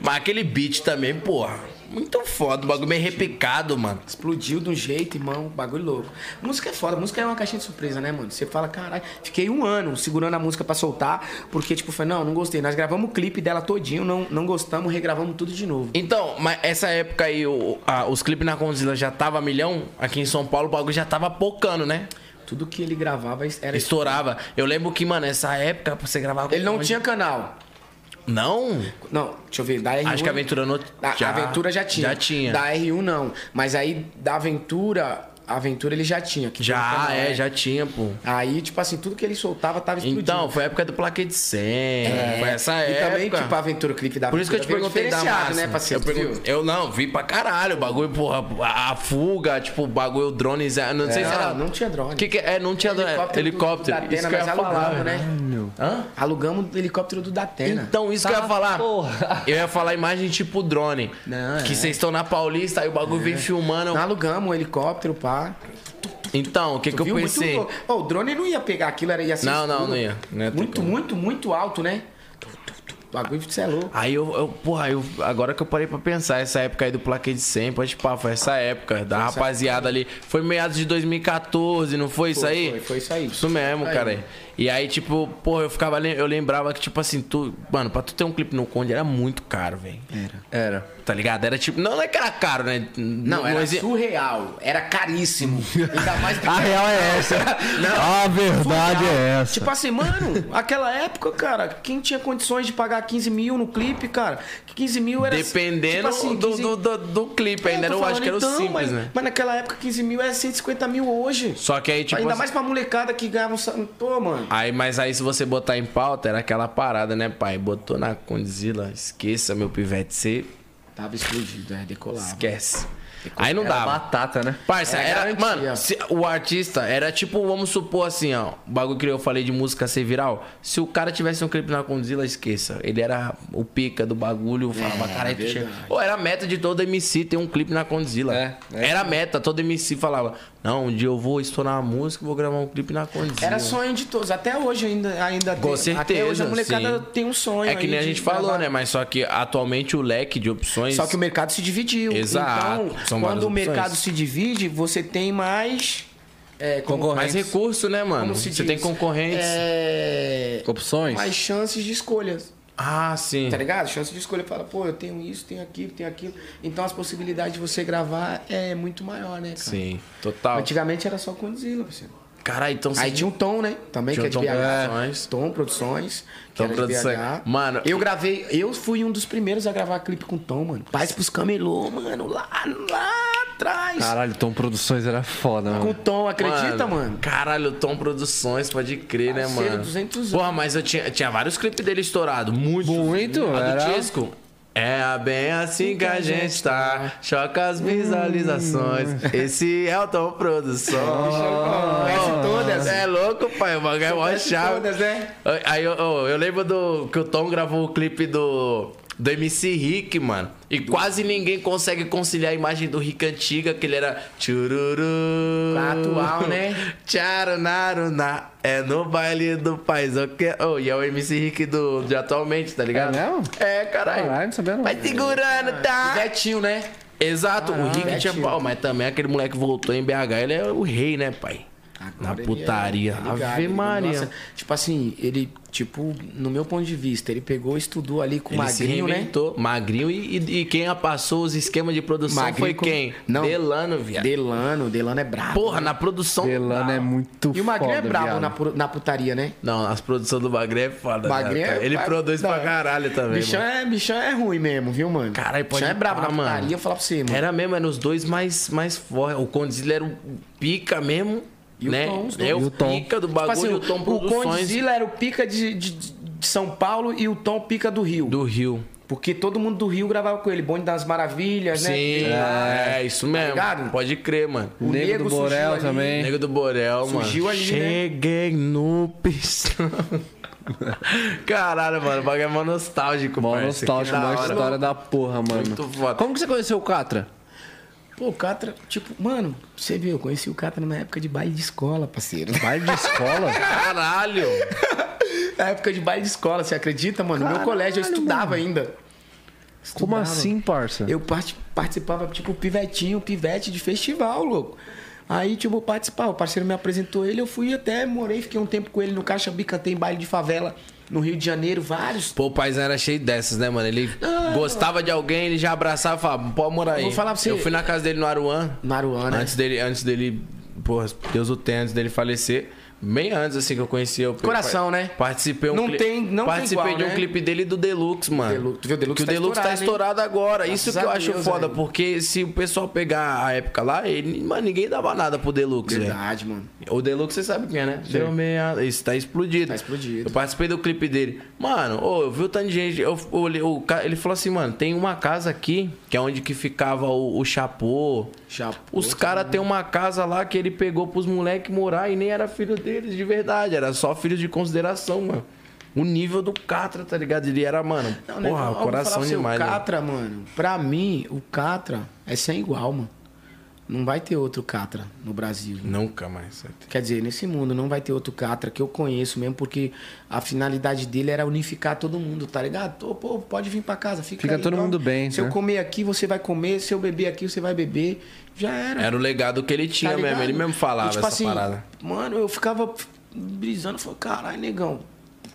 Speaker 1: Mas aquele beat também, porra. Muito foda, o bagulho meio repicado, mano.
Speaker 3: Explodiu de um jeito, irmão, bagulho louco. Música é foda, música é uma caixinha de surpresa, né, mano? Você fala, caralho, fiquei um ano segurando a música pra soltar, porque, tipo, foi, não, não gostei. Nós gravamos o clipe dela todinho, não, não gostamos, regravamos tudo de novo.
Speaker 1: Então, mas essa época aí, o- a- os clipes na Condzilla já tava milhão? Aqui em São Paulo o bagulho já tava pocando, né?
Speaker 3: Tudo que ele gravava era.
Speaker 1: Estourava. Eu lembro que, mano, essa época pra você gravar... com
Speaker 3: Ele não
Speaker 1: onde?
Speaker 3: tinha canal.
Speaker 1: Não?
Speaker 3: Não, deixa eu ver, um da R1.
Speaker 1: Acho que a Aventura não...
Speaker 3: Da, a Aventura já tinha.
Speaker 1: Já tinha.
Speaker 3: Da R1 não. Mas aí, da Aventura, a Aventura ele já tinha. que tinha um
Speaker 1: Já,
Speaker 3: canal,
Speaker 1: é,
Speaker 3: né?
Speaker 1: já tinha, pô.
Speaker 3: Aí, tipo assim, tudo que ele soltava tava explodindo.
Speaker 1: Então, foi a época do plaquete 100, foi essa
Speaker 3: É, E
Speaker 1: época.
Speaker 3: também, tipo, a Aventura Clique da
Speaker 1: Por isso que eu te
Speaker 3: Aventura veio
Speaker 1: perguntei da
Speaker 3: diferenciado,
Speaker 1: massa.
Speaker 3: né, parceiro?
Speaker 1: eu,
Speaker 3: Tu viu?
Speaker 1: pergun- eu não, vi pra caralho o bagulho, porra, a, a fuga, tipo, o bagulho, o drone, Zé, não sei se era...
Speaker 3: Não, É. não tinha drone.
Speaker 1: Que que é? Não tinha drone,
Speaker 3: Helicóptero do-
Speaker 1: helicóptero.
Speaker 3: da Atena,
Speaker 1: isso que eu
Speaker 3: mas
Speaker 1: ia
Speaker 3: alugava,
Speaker 1: falar,
Speaker 3: né?
Speaker 1: Hã?
Speaker 3: Alugamos o helicóptero do Datena.
Speaker 1: Então, isso que eu ia falar. Eu ia falar imagem tipo drone.
Speaker 3: Não,
Speaker 1: que
Speaker 3: é.
Speaker 1: vocês estão na Paulista, aí o bagulho vem filmando.
Speaker 3: Nós alugamos o helicóptero, pá.
Speaker 1: Então, o que que eu
Speaker 3: Viu? Muito
Speaker 1: pensei?
Speaker 3: louco. Ó, o drone não ia pegar aquilo, era, ia ser
Speaker 1: Não, não,
Speaker 3: escuro.
Speaker 1: não ia. Não ia ter
Speaker 3: muito,
Speaker 1: como.
Speaker 3: muito, muito alto, né? Tu, tu, tu. O bagulho você é louco.
Speaker 1: Aí eu, eu- porra, eu, agora que eu parei pra pensar, essa época aí do plaquete de 100, pode pá, foi essa época da rapaziada ali. Foi meados de 2014, não foi, isso aí?
Speaker 3: Foi, foi isso aí.
Speaker 1: Isso mesmo,
Speaker 3: Aí.
Speaker 1: cara. E aí, tipo, porra, eu ficava, lem- eu lembrava que, tipo assim, tu, mano, pra tu ter um clipe no Conde era muito caro, velho.
Speaker 3: É.
Speaker 6: Era.
Speaker 1: Tá ligado? Era tipo, não, não é que era caro, né?
Speaker 3: Não, era
Speaker 1: exi-
Speaker 3: surreal. Era caríssimo. Ainda mais que...
Speaker 2: A real é essa. A verdade é essa.
Speaker 3: Tipo assim, mano, aquela época, cara, quem tinha condições de pagar 15 mil no clipe, cara? que 15 mil era.
Speaker 1: Dependendo
Speaker 3: tipo assim,
Speaker 1: do,
Speaker 3: 15
Speaker 1: do, do, do clipe, ainda
Speaker 3: tô
Speaker 1: eu acho
Speaker 3: falando,
Speaker 1: que era o
Speaker 3: então,
Speaker 1: simples,
Speaker 3: mas,
Speaker 1: né?
Speaker 3: Mas naquela época, 15 mil é 150 mil hoje.
Speaker 1: Só que aí, tipo.
Speaker 3: Ainda
Speaker 1: assim-
Speaker 3: mais pra molecada que ganhava um. sal- Pô, mano.
Speaker 1: Aí, mas aí se você botar em pauta, era aquela parada, né, pai? Botou na condizila, esqueça meu pivete, você
Speaker 3: Tava explodido, é, decolava.
Speaker 1: esquece. Aí não
Speaker 2: Era
Speaker 1: dava.
Speaker 2: batata, né?
Speaker 1: Parça,
Speaker 3: Era
Speaker 1: era,
Speaker 3: garantia.
Speaker 1: mano, se- o artista era tipo, vamos supor assim, ó, o bagulho que eu falei de música ser viral. Se o cara tivesse um clipe na Condizila, esqueça. Ele era o pica do bagulho, falava, caralho, tu chega. Ou era a meta de todo MC ter um clipe na Condizila.
Speaker 2: É,
Speaker 1: Era a meta, todo MC falava, não, um dia eu vou estourar uma música e vou gravar um clipe na Condizila.
Speaker 3: Era sonho de todos. Até hoje ainda, ainda
Speaker 1: Com
Speaker 3: tem.
Speaker 1: certeza.
Speaker 3: Até hoje a molecada
Speaker 1: sim.
Speaker 3: tem um sonho.
Speaker 1: É que
Speaker 3: aí
Speaker 1: nem a
Speaker 3: de
Speaker 1: gente falou,
Speaker 3: gravar.
Speaker 1: né? Mas só que atualmente o leque de opções.
Speaker 3: Só que o mercado se dividiu.
Speaker 1: Exato.
Speaker 3: Então,
Speaker 1: São várias
Speaker 3: quando o
Speaker 1: opções.
Speaker 3: mercado se divide, você tem mais. É, como-
Speaker 1: mais recurso, né, mano?
Speaker 3: como se
Speaker 1: Você
Speaker 3: diz?
Speaker 1: tem concorrentes.
Speaker 3: É,
Speaker 2: Opções?
Speaker 3: mais chances de escolhas.
Speaker 1: Ah, sim.
Speaker 3: Tá ligado? Chance de escolha. Fala, pô, eu tenho isso, tenho aquilo, tenho aquilo. Então as possibilidades de você gravar é muito maior, né, cara?
Speaker 1: Sim, total.
Speaker 3: Antigamente era só Condzilla, parceiro.
Speaker 1: Cara, então
Speaker 3: tipo, Aí tinha um Tom, né? Também
Speaker 1: Tinha
Speaker 3: que é
Speaker 1: o Tom
Speaker 3: de BH.
Speaker 1: Produções.
Speaker 3: Tom Produções. que
Speaker 1: Tom
Speaker 3: era de
Speaker 1: Produções.
Speaker 3: BH.
Speaker 1: Mano,
Speaker 3: Eu gravei, eu fui um dos primeiros a gravar clipe com Tom, mano. Paz pros camelô, mano, lá, lá atrás.
Speaker 2: Caralho, Tom Produções era foda,
Speaker 1: Ah,
Speaker 3: Com o
Speaker 2: mano.
Speaker 3: Tom, acredita, mano?
Speaker 1: Caralho, Tom Produções, pode crer, né,
Speaker 3: Parceiro,
Speaker 1: mano?
Speaker 3: 200
Speaker 1: Porra, mas eu tinha, tinha vários clipes dele estourado. Muito.
Speaker 2: Muito,
Speaker 1: A do
Speaker 2: era.
Speaker 1: disco. É bem assim que a gente tá. Choca as visualizações.
Speaker 3: Hum.
Speaker 1: Esse é o Tom Produções. Ah.
Speaker 3: Conhece todas.
Speaker 1: Cê É louco, pai. O bagulho é mó
Speaker 3: Conhece
Speaker 1: chave.
Speaker 3: todas, né?
Speaker 1: Aí eu, eu- eu lembro do que o Tom gravou o clipe do. Do MC Rick, mano. E quase ninguém consegue conciliar a imagem do Rick antiga, que ele era. Tchururu.
Speaker 3: Com a atual, né?
Speaker 1: Tcharunaruná. É no baile do paizão. Que... Oh, e é o MC Rick do, de atualmente, tá ligado?
Speaker 2: É mesmo?
Speaker 1: É, caralho.
Speaker 2: Caralho, não sabia não.
Speaker 1: Vai segurando, tá?
Speaker 3: Betinho, né?
Speaker 1: Exato, o Rick tinha
Speaker 3: Betinho.
Speaker 1: pau, mas também aquele moleque voltou em BH, ele é o rei, né, pai? Na
Speaker 3: ele é
Speaker 1: putaria.
Speaker 3: ligado,
Speaker 1: Ave
Speaker 3: ele-
Speaker 1: Maria.
Speaker 3: nossa, tipo assim, ele, tipo, no meu ponto de vista, ele pegou, estudou ali com o
Speaker 1: Ele
Speaker 3: magrinho,
Speaker 1: se
Speaker 3: né?
Speaker 1: reinventou. Magrinho e, e- e quem passou os esquemas de produção
Speaker 3: Magrinho
Speaker 1: foi
Speaker 3: com-
Speaker 1: quem?
Speaker 3: Não.
Speaker 1: Delano, viado.
Speaker 3: Delano, Delano é brabo.
Speaker 1: Porra, na produção.
Speaker 2: Delano é muito
Speaker 3: E o magrinho
Speaker 2: foda,
Speaker 3: é brabo
Speaker 2: viado.
Speaker 3: na, pu- na putaria, né?
Speaker 1: Não, as produções do Magrinho é foda.
Speaker 3: Magrinho
Speaker 1: né, cara?
Speaker 3: é-
Speaker 1: Ele
Speaker 3: vai-
Speaker 1: produz pra
Speaker 3: não.
Speaker 1: caralho também.
Speaker 3: bichão,
Speaker 1: mano.
Speaker 3: é, bichão é ruim mesmo, viu, mano?
Speaker 1: Caralho, pode
Speaker 3: Bichão é brabo
Speaker 1: pá,
Speaker 3: na putaria,
Speaker 1: mano.
Speaker 3: eu falo pra você, mano.
Speaker 1: Era mesmo, era os dois mais, mais fortes. O Condzilla era o pica mesmo.
Speaker 3: E o
Speaker 1: né?
Speaker 3: Tom, os dois.
Speaker 1: é
Speaker 2: E
Speaker 1: o
Speaker 2: o Tom.
Speaker 1: pica do
Speaker 3: Tipo
Speaker 1: bagulho
Speaker 3: assim,
Speaker 1: e o Tom
Speaker 3: o
Speaker 1: Produções
Speaker 3: Condzilla era o pica de, de- de São Paulo e o Tom pica do Rio.
Speaker 1: do Rio.
Speaker 3: Porque todo mundo do Rio gravava com ele. Bonde das Maravilhas, né?
Speaker 1: Sim,
Speaker 3: Ele lá,
Speaker 1: é, isso mesmo.
Speaker 3: ligado?
Speaker 1: Pode crer, mano.
Speaker 2: O Nego do
Speaker 3: surgiu
Speaker 2: Borel
Speaker 3: ali.
Speaker 2: também.
Speaker 1: Nego do Borel,
Speaker 3: É. Surgiu
Speaker 1: mano.
Speaker 3: ali, né?
Speaker 1: Cheguei no pistão. Caralho, mano. O bagulho é mó nostálgico,
Speaker 2: Mó
Speaker 1: parça,
Speaker 2: nostálgico,
Speaker 1: que da
Speaker 2: mó
Speaker 1: hora.
Speaker 2: história da porra, mano.
Speaker 1: Muito foda.
Speaker 2: Como que você conheceu o Catra?
Speaker 3: Pô, o Catra, tipo, mano, você viu, eu conheci o Catra numa época de baile de escola, parceiro.
Speaker 2: Baile de escola?
Speaker 1: Caralho.
Speaker 3: Na época de baile de escola, você acredita, mano? No meu colégio eu estudava ainda.
Speaker 2: Como
Speaker 3: Estudava.
Speaker 2: assim, parça?
Speaker 3: Eu parti- participava, tipo, pivetinho, pivete de festival, louco. Aí, tipo, eu participava. O parceiro me apresentou ele, eu fui até, morei, fiquei um tempo com ele no Caixa Bi, cantei em baile de favela no Rio de Janeiro, vários.
Speaker 1: Pô, o paizão era cheio dessas, né, mano? Ele gostava de alguém, ele já abraçava e falava, pode morar aí.
Speaker 3: vou falar pra você-
Speaker 1: Eu fui na casa dele no Aruan.
Speaker 3: Maruana. né?
Speaker 1: Antes dele, antes dele, porra, Deus o tenha, antes dele falecer. Bem antes, assim, que eu conheci eu
Speaker 3: Coração, né?
Speaker 1: Participei um
Speaker 3: Não tem- não tem
Speaker 1: Participei
Speaker 3: igual,
Speaker 1: de um
Speaker 3: né?
Speaker 1: clipe dele e do Deluxe, mano.
Speaker 3: Delu- tu viu, o Deluxe
Speaker 1: que
Speaker 3: tá
Speaker 1: o Deluxe tá
Speaker 3: estourado,
Speaker 1: estourado agora. Isso que
Speaker 3: Graças
Speaker 1: eu
Speaker 3: a
Speaker 1: acho
Speaker 3: Deus,
Speaker 1: foda,
Speaker 3: velho.
Speaker 1: porque se o pessoal pegar a época lá, ele, mano, ninguém dava nada pro Deluxe, velho.
Speaker 3: Verdade, mano.
Speaker 1: O Deluxe você sabe quem é, né? Deu meia. Isso tá explodido.
Speaker 3: Tá explodido.
Speaker 1: Eu participei do clipe dele. Mano, ô, eu vi o tanto de gente. Eu, olhei- o ca- ele falou assim, mano, tem uma casa aqui, que é onde que ficava o, o Chapô.
Speaker 3: Chapô,
Speaker 1: Os caras têm uma casa lá que ele pegou pros moleques morar e nem era filho deles de verdade. Era só filho de consideração, mano. O nível do Catra, tá ligado? Ele era, mano.
Speaker 3: Não, né,
Speaker 1: porra,
Speaker 3: eu vou falar
Speaker 1: coração
Speaker 3: pra você,
Speaker 1: demais, né?
Speaker 3: O
Speaker 1: mano.
Speaker 3: Catra, mano, pra mim, o Catra é sem igual, mano. Não vai ter outro Catra no Brasil. né?
Speaker 1: Nunca mais. vai ter.
Speaker 3: Quer dizer, nesse mundo não vai ter outro Catra que eu conheço mesmo, porque a finalidade dele era unificar todo mundo, tá ligado? Tô, Pô, pode vir pra casa, fica
Speaker 2: Fica
Speaker 3: aí,
Speaker 2: todo
Speaker 3: então,
Speaker 2: mundo bem,
Speaker 3: Se eu
Speaker 2: né?
Speaker 3: comer aqui, você vai comer, se eu beber aqui, você vai beber. Já era.
Speaker 1: Era o legado que ele tinha
Speaker 3: tá
Speaker 1: mesmo.
Speaker 3: ligado?
Speaker 1: Ele mesmo falava
Speaker 3: E, tipo assim,
Speaker 1: essa parada.
Speaker 3: Mano, eu ficava brisando, falando, caralho, negão,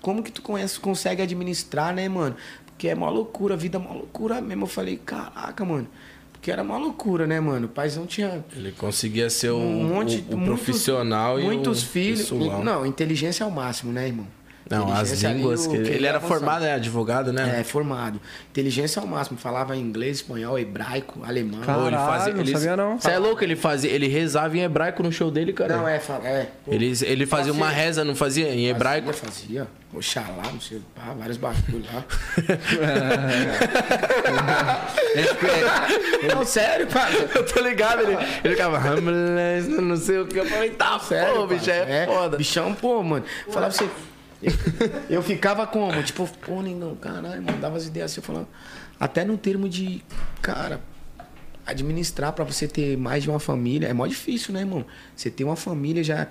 Speaker 3: como que tu conhece, consegue administrar, né, mano? Porque é mó loucura, a vida é mó loucura mesmo. Eu falei, caraca, mano. Porque era mó loucura, né, mano? O paizão tinha
Speaker 1: Ele conseguia ser o,
Speaker 3: um monte
Speaker 1: o- o
Speaker 3: muitos-
Speaker 1: profissional e
Speaker 3: muitos
Speaker 1: o
Speaker 3: filhos.
Speaker 1: pessoal.
Speaker 3: Não, inteligência é o máximo, né, irmão?
Speaker 1: Não, as
Speaker 3: Inteligência ali,
Speaker 1: línguas.
Speaker 3: o
Speaker 1: que-
Speaker 3: que
Speaker 1: ele era
Speaker 3: avançava.
Speaker 1: formado, né? Advogado, né?
Speaker 3: É, formado. Inteligência ao máximo. Falava inglês, espanhol, hebraico, alemão.
Speaker 2: Caralho, não sabia não.
Speaker 1: Você é louco? Ele fazia, ele rezava em hebraico no show dele, cara.
Speaker 3: Não, é, fa- é. pô,
Speaker 1: Ele, ele fazia uma reza, não fazia? Em hebraico?
Speaker 3: Fazia, fazia. Oxalá, não sei, pá, vários bagulho lá. não, sério, cara.
Speaker 1: Eu tô ligado, ele, ele ficava, "Hamlet", não sei o que. Eu falei, tá,
Speaker 3: Sério,
Speaker 1: pô, bicho,
Speaker 3: parça,
Speaker 1: é, foda.
Speaker 3: Bichão, pô, mano. Falava pra você. Eu, eu ficava como? Tipo, pô, negão, caralho, mano, dava as ideias assim, eu falava. Até no termo de, cara, administrar pra você ter mais de uma família é mó difícil, né, irmão? Você ter uma família já.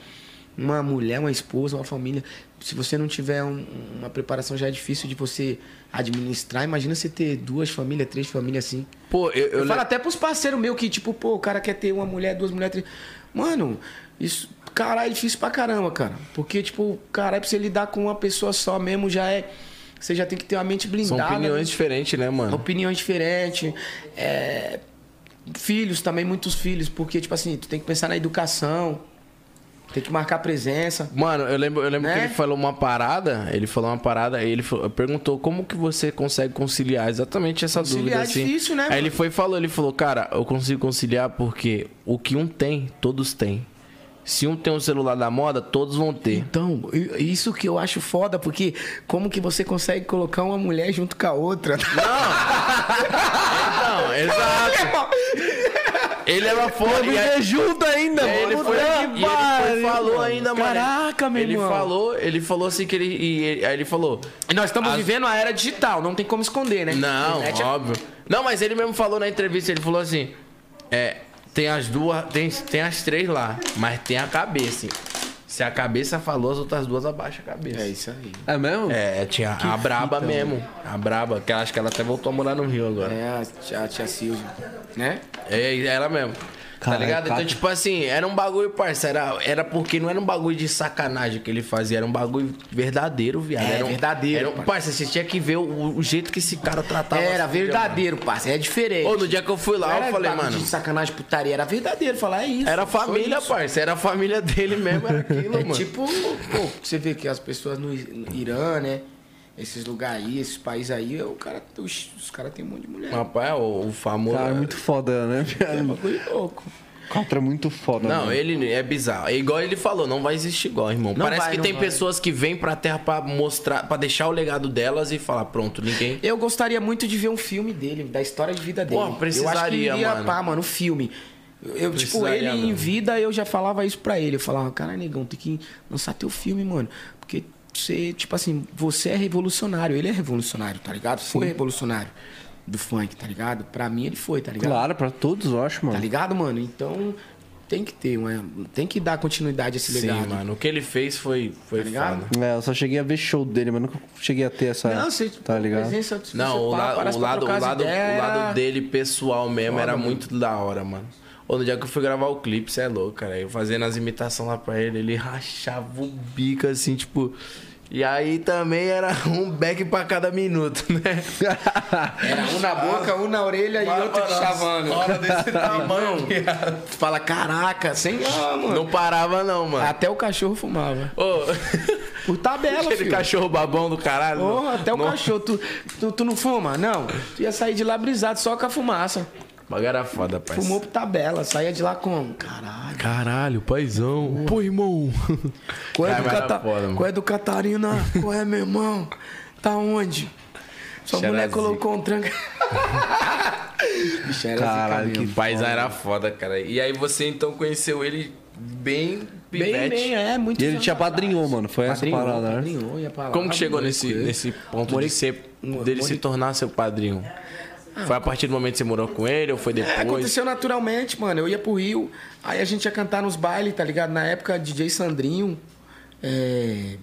Speaker 3: Uma mulher, uma esposa, uma família. Se você não tiver um- uma preparação, já é difícil de você administrar. Imagina você ter duas famílias, três famílias assim.
Speaker 1: Pô, eu, eu
Speaker 3: Eu,
Speaker 1: le-
Speaker 3: falo até pros parceiros meus que, tipo, pô, o cara quer ter uma mulher, duas mulheres, três. Mano, isso, caralho, é difícil pra caramba, cara. Porque, tipo, caralho, pra você lidar com uma pessoa só mesmo já é. Você já tem que ter uma mente
Speaker 1: São
Speaker 3: blindada.
Speaker 1: opiniões
Speaker 3: né?
Speaker 1: diferentes, né, mano?
Speaker 3: Opiniões diferentes. é, Filhos também, muitos filhos, porque, tipo assim, tu tem que pensar na educação, tem que marcar presença.
Speaker 1: Mano, eu lembro, eu lembro
Speaker 3: Né?
Speaker 1: que ele falou uma parada, ele falou uma parada, ele falou- perguntou como que você consegue conciliar exatamente essa
Speaker 3: Conciliar
Speaker 1: dúvida
Speaker 3: é
Speaker 1: assim.
Speaker 3: difícil, né,
Speaker 1: Aí
Speaker 3: mano?
Speaker 1: ele foi e falou, ele falou, cara, eu consigo conciliar porque o que um tem, todos têm. Se um tem um celular da moda, todos vão ter.
Speaker 3: Então, i- isso que eu acho foda, porque como que você consegue colocar uma mulher junto com a outra?
Speaker 1: Não, exato. Ele era foda. E aí,
Speaker 2: junto ainda,
Speaker 1: É, ele foi, e ele foi, falou ainda, mano.
Speaker 2: Caraca, meu
Speaker 1: ele
Speaker 2: irmão.
Speaker 1: falou, ele falou assim que ele. e ele- aí ele falou.
Speaker 3: E nós estamos vivendo a era digital, não tem como esconder, né?
Speaker 1: Não,
Speaker 3: Internet é
Speaker 1: óbvio. Não, mas ele mesmo falou na entrevista, ele falou assim: É, tem as duas, tem, tem as três lá, mas tem a cabeça. hein? Se a cabeça falou, as outras duas abaixa a cabeça.
Speaker 3: É isso aí.
Speaker 2: É mesmo?
Speaker 1: É, tinha a braba mesmo. A braba, que eu acho que ela até voltou a morar no Rio agora.
Speaker 3: É, a tia, a tia Silvia, né?
Speaker 1: É, ela mesmo. Tá
Speaker 2: Caralho,
Speaker 1: ligado? Então,
Speaker 2: Caco.
Speaker 1: tipo assim, era um bagulho, parça. Era, era porque não era um bagulho de sacanagem que ele fazia, era um bagulho verdadeiro, viado.
Speaker 3: É,
Speaker 1: era um,
Speaker 3: verdadeiro,
Speaker 1: Era um, parça, você tinha que ver o, o jeito que esse cara tratava.
Speaker 3: Era
Speaker 1: as filhas,
Speaker 3: verdadeiro, parceiro. É diferente.
Speaker 1: mano. Ô, no dia que eu fui
Speaker 3: Não
Speaker 1: lá,
Speaker 3: era
Speaker 1: eu falei,
Speaker 3: papo
Speaker 1: mano.
Speaker 3: De sacanagem, putaria. Era verdadeiro. Falar, é isso.
Speaker 1: Era a
Speaker 3: sou
Speaker 1: família,
Speaker 3: isso.
Speaker 1: parça. Era a família dele mesmo, era aquilo,
Speaker 3: É
Speaker 1: mano.
Speaker 3: tipo, pô, você vê que as pessoas no, I- no Irã, né? Esses lugares aí, esses países aí, o cara, os, os caras têm um monte de mulher.
Speaker 1: Rapaz, o, o famoso.
Speaker 2: Cara, é muito foda, né?
Speaker 3: É um bagulho louco.
Speaker 2: Catra é muito foda.
Speaker 1: Não,
Speaker 2: né?
Speaker 1: ele é bizarro. É igual ele falou, não vai existir igual, irmão.
Speaker 3: Não
Speaker 1: Parece
Speaker 3: vai,
Speaker 1: que
Speaker 3: não
Speaker 1: tem
Speaker 3: vai.
Speaker 1: pessoas que vêm pra terra pra mostrar, pra deixar o legado delas e falar, pronto, ninguém.
Speaker 3: Eu gostaria muito de ver um filme dele, da história de vida dele.
Speaker 1: Pô, precisaria,
Speaker 3: eu acho que iria,
Speaker 1: mano.
Speaker 3: pá, mano, um filme. Eu, tipo,
Speaker 1: Precisaria
Speaker 3: ele em
Speaker 1: mesmo.
Speaker 3: vida, eu já falava isso pra ele. Eu falava, cara, negão, tem que lançar teu filme, mano. Porque você, tipo assim, você é revolucionário. Ele é revolucionário, tá ligado? Foi revolucionário do funk, tá ligado? Pra mim ele foi, tá ligado?
Speaker 2: Claro, pra todos, eu acho,
Speaker 3: Tá
Speaker 2: mano.
Speaker 3: ligado, mano? Então tem que ter, uma, tem que dar continuidade a esse
Speaker 1: Sim,
Speaker 3: legado.
Speaker 1: mano. O que ele fez foi, foi
Speaker 3: Tá ligado?
Speaker 1: foda.
Speaker 2: É, eu só cheguei a ver show dele, mas nunca cheguei a ter essa.
Speaker 3: Não, você,
Speaker 2: tá ligado?
Speaker 3: presença, você
Speaker 1: É, Não, o,
Speaker 3: pá,
Speaker 1: la-
Speaker 3: parece
Speaker 1: o
Speaker 3: pra
Speaker 1: lado, o,
Speaker 3: trocar as
Speaker 1: lado,
Speaker 3: ideias,
Speaker 1: o
Speaker 3: era-
Speaker 1: lado dele pessoal mesmo
Speaker 3: Foda,
Speaker 1: era
Speaker 3: mano.
Speaker 1: muito da hora, mano. Ô, no dia que eu fui gravar o clipe, você é louco, cara. Eu fazendo as imitações lá pra ele, ele rachava o bico assim, tipo. E aí também era um back pra cada minuto, né?
Speaker 3: Era um na boca, um na orelha e outro te chavando.
Speaker 1: Hora desse tamanho.
Speaker 3: Tu fala, caraca, sem ah, mano.
Speaker 1: Não parava, não, mano.
Speaker 3: Até o cachorro fumava.
Speaker 1: Ô,
Speaker 3: Por tabela,
Speaker 1: aquele
Speaker 3: filho.
Speaker 1: cachorro babão do caralho.
Speaker 3: Porra, até o
Speaker 1: não-
Speaker 3: cachorro. Tu, tu, tu não fuma? Não. Tu ia sair de lá brisado só com a fumaça.
Speaker 1: O bagulho era foda, pai.
Speaker 3: Fumou por tabela. Saía de lá como? Caralho.
Speaker 1: Caralho, paizão. Pô, irmão.
Speaker 3: Qual é,
Speaker 1: Cara,
Speaker 3: do
Speaker 1: mas era
Speaker 3: Cata-
Speaker 1: foda, mano.
Speaker 3: Qual é do Catarina? Qual é, meu irmão? Tá onde? Sua
Speaker 1: Bicho era
Speaker 3: mulher
Speaker 1: zica.
Speaker 3: colocou um tranca. Bicho, era
Speaker 2: Caralho,
Speaker 1: O paizão era foda, cara. E aí você então conheceu ele bem
Speaker 3: Bem,
Speaker 1: pivete.
Speaker 3: bem, é, muito
Speaker 2: E ele te apadrinhou, mano. Foi essa
Speaker 3: Padrinho,
Speaker 2: parada, né?
Speaker 3: padrinho, ia pra lá,
Speaker 1: Como que chegou
Speaker 3: mano,
Speaker 1: nesse,
Speaker 3: coisa.
Speaker 1: nesse ponto
Speaker 3: Morei-
Speaker 1: de ser,
Speaker 3: mo-
Speaker 1: dele se
Speaker 3: morei-
Speaker 1: tornar seu padrinho? Foi a partir do momento que você morou com ele ou foi
Speaker 3: É,
Speaker 1: depois?
Speaker 3: aconteceu naturalmente, mano. Eu ia pro Rio, aí a gente ia cantar nos bailes, tá ligado? Na época, DJ Sandrinho. é,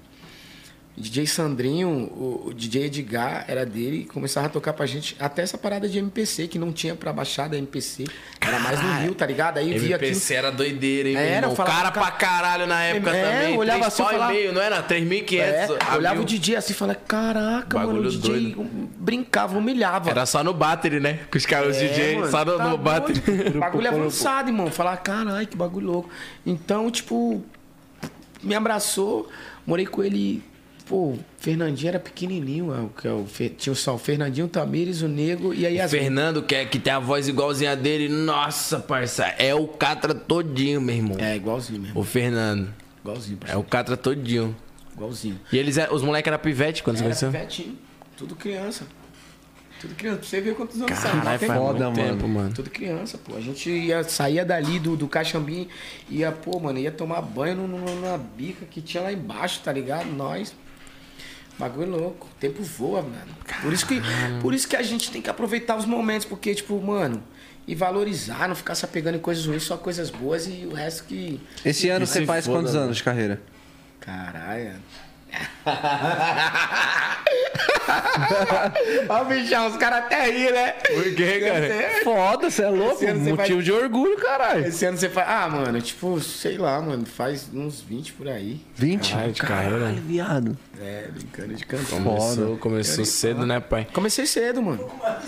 Speaker 3: DJ Sandrinho, o, o DJ Edgar era dele, e começava a tocar pra gente até essa parada de MPC, que não tinha pra baixada MPC. Era mais no Rio, tá ligado? Aí via aquilo.
Speaker 1: MPC era doideira, hein,
Speaker 3: Era,
Speaker 1: meu irmão?
Speaker 3: eu falava,
Speaker 1: cara pra
Speaker 3: cara-
Speaker 1: caralho na época
Speaker 3: É,
Speaker 1: também.
Speaker 3: eu olhava
Speaker 1: Três
Speaker 3: assim e
Speaker 1: pau
Speaker 3: falava-
Speaker 1: e meio, não era? 3.500.
Speaker 3: É,
Speaker 1: a
Speaker 3: olhava
Speaker 1: mil.
Speaker 3: o DJ assim e falava, caraca, mano,
Speaker 1: Bagulho
Speaker 3: o DJ brincava, humilhava.
Speaker 1: Era só no battery, né? Com os caras, os
Speaker 3: É,
Speaker 1: DJ,
Speaker 3: mano,
Speaker 1: só no,
Speaker 3: tá
Speaker 1: no battery.
Speaker 3: doido. Bagulho avançado, irmão. Falar, caralho, que bagulho louco. Então, tipo, me abraçou, morei com ele. Pô, o Fernandinho era pequenininho, é, o que é o Fer- tinha só o Fernandinho, o Tamires, o Nego e aí as
Speaker 1: Fernando, que, é- que tem a voz igualzinha dele, nossa, parça, é o Catra todinho, meu irmão.
Speaker 3: É, igualzinho mesmo.
Speaker 1: O Fernando.
Speaker 3: Igualzinho,
Speaker 1: É o Catra todinho.
Speaker 3: igualzinho.
Speaker 1: E eles, é- os moleques eram pivete quando você
Speaker 3: Era
Speaker 1: conheceu?
Speaker 3: pivetinho, tudo criança. Tudo criança, pra você ver quantos anos são.
Speaker 1: Caralho,
Speaker 3: tem
Speaker 1: faz
Speaker 2: foda,
Speaker 1: muito tempo, mano.
Speaker 3: Tudo criança, pô. A gente ia, saía dali do, do Caxambim, ia, pô, mano, ia tomar banho no- no- numa bica que tinha lá embaixo, tá ligado? Nós. Bagulho louco. O tempo voa, mano. Por isso, que, por isso que a gente tem que aproveitar os momentos, porque, tipo, mano, e valorizar, não ficar se apegando em coisas ruins, só coisas boas e o resto que.
Speaker 2: Esse ano
Speaker 1: se
Speaker 2: você faz
Speaker 1: foda, né?
Speaker 2: quantos
Speaker 1: mano.
Speaker 2: anos de carreira?
Speaker 3: Caralho.
Speaker 1: Ó, bichão, os caras até aí, né? Por quê, cara?
Speaker 2: Foda, você é louco.
Speaker 3: Esse ano você
Speaker 2: Motivo
Speaker 3: faz-
Speaker 2: de orgulho, caralho.
Speaker 3: Esse ano você faz. Ah, mano, tipo, sei lá, mano, faz uns 20 por aí.
Speaker 2: 20?
Speaker 1: Caralho, de carreira.
Speaker 2: Caralho, viado.
Speaker 3: É, brincando de cantar.
Speaker 1: Começou, começou cedo, né, pai?
Speaker 3: Comecei cedo, mano.
Speaker 1: Um pouco,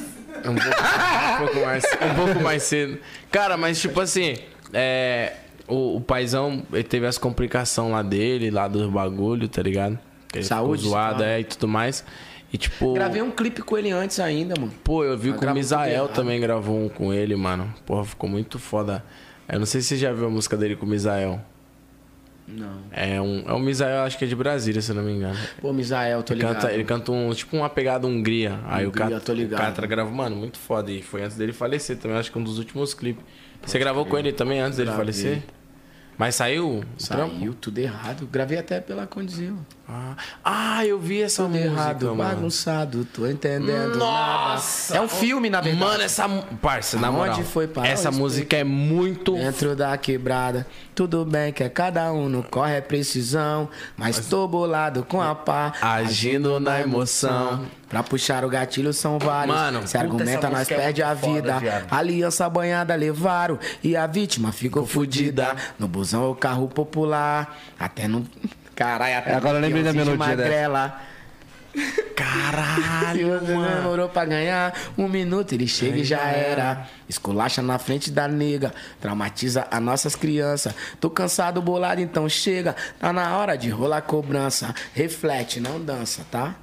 Speaker 1: um pouco mais, um pouco mais cedo. Cara, mas tipo assim, é, o, o paizão ele teve as complicações lá dele, lá dos bagulho, tá ligado? Que ele ficou
Speaker 3: Saúde,
Speaker 1: zoado,
Speaker 3: tá.
Speaker 1: é, e tudo mais. E tipo.
Speaker 3: Gravei um clipe com ele antes ainda, mano.
Speaker 1: Pô, eu vi
Speaker 3: Mas
Speaker 1: que o
Speaker 3: gravou Ah. tudo
Speaker 1: Misael
Speaker 3: errado.
Speaker 1: também gravou um com ele, mano. Porra, ficou muito foda. Eu não sei se você já viu a música dele com o Misael.
Speaker 3: Não.
Speaker 1: É um, é um Misael, acho que é de Brasília, se eu não me engano.
Speaker 3: Pô, Misael, tô
Speaker 1: Ele
Speaker 3: ligado.
Speaker 1: canta, ele canta um, tipo uma pegada Hungria. Aí o,
Speaker 3: Hungria,
Speaker 1: Cat-
Speaker 3: tô
Speaker 1: o
Speaker 3: ligado.
Speaker 1: Catra gravou, mano, muito foda. E foi antes dele falecer também, acho que um dos últimos clipes. Você gravou com ele também antes dele
Speaker 3: Gravei.
Speaker 1: falecer? Mas saiu? o trampo?
Speaker 3: Saiu tudo errado. Gravei até pela condizila.
Speaker 1: Ah, ah, eu vi essa
Speaker 3: Tudo
Speaker 1: música,
Speaker 3: errado,
Speaker 1: mano.
Speaker 3: bagunçado, tô entendendo
Speaker 1: Nossa!
Speaker 3: nada. É um filme, na verdade.
Speaker 1: Mano, essa... mu- Parça, na
Speaker 3: Aonde
Speaker 1: moral.
Speaker 3: foi parar
Speaker 1: essa
Speaker 3: isso,
Speaker 1: música é muito
Speaker 3: Dentro da quebrada, tudo bem que é cada um no corre é precisão, mas tô bolado com a pá,
Speaker 1: Agindo na emoção,
Speaker 3: Pra puxar o gatilho são vários.
Speaker 1: Mano,
Speaker 3: se
Speaker 1: puta,
Speaker 3: argumenta,
Speaker 1: essa
Speaker 3: nós
Speaker 1: música é
Speaker 3: perde a
Speaker 1: muito foda,
Speaker 3: vida.
Speaker 1: viado.
Speaker 3: Aliança banhada levaram e a vítima ficou fudida. No busão é o carro popular. Até no. Caralho, até
Speaker 2: Agora eu lembrei da
Speaker 3: peãozinho de
Speaker 2: melodia dela.
Speaker 3: magrela. Se
Speaker 1: Caralho,
Speaker 3: você
Speaker 1: mano.
Speaker 3: demorou pra ganhar um minuto, ele chega e já era. Esculacha na frente da nega, traumatiza as nossas crianças. Tô cansado, bolado, então chega. Tá na hora de rolar cobrança. Reflete, não dança, tá?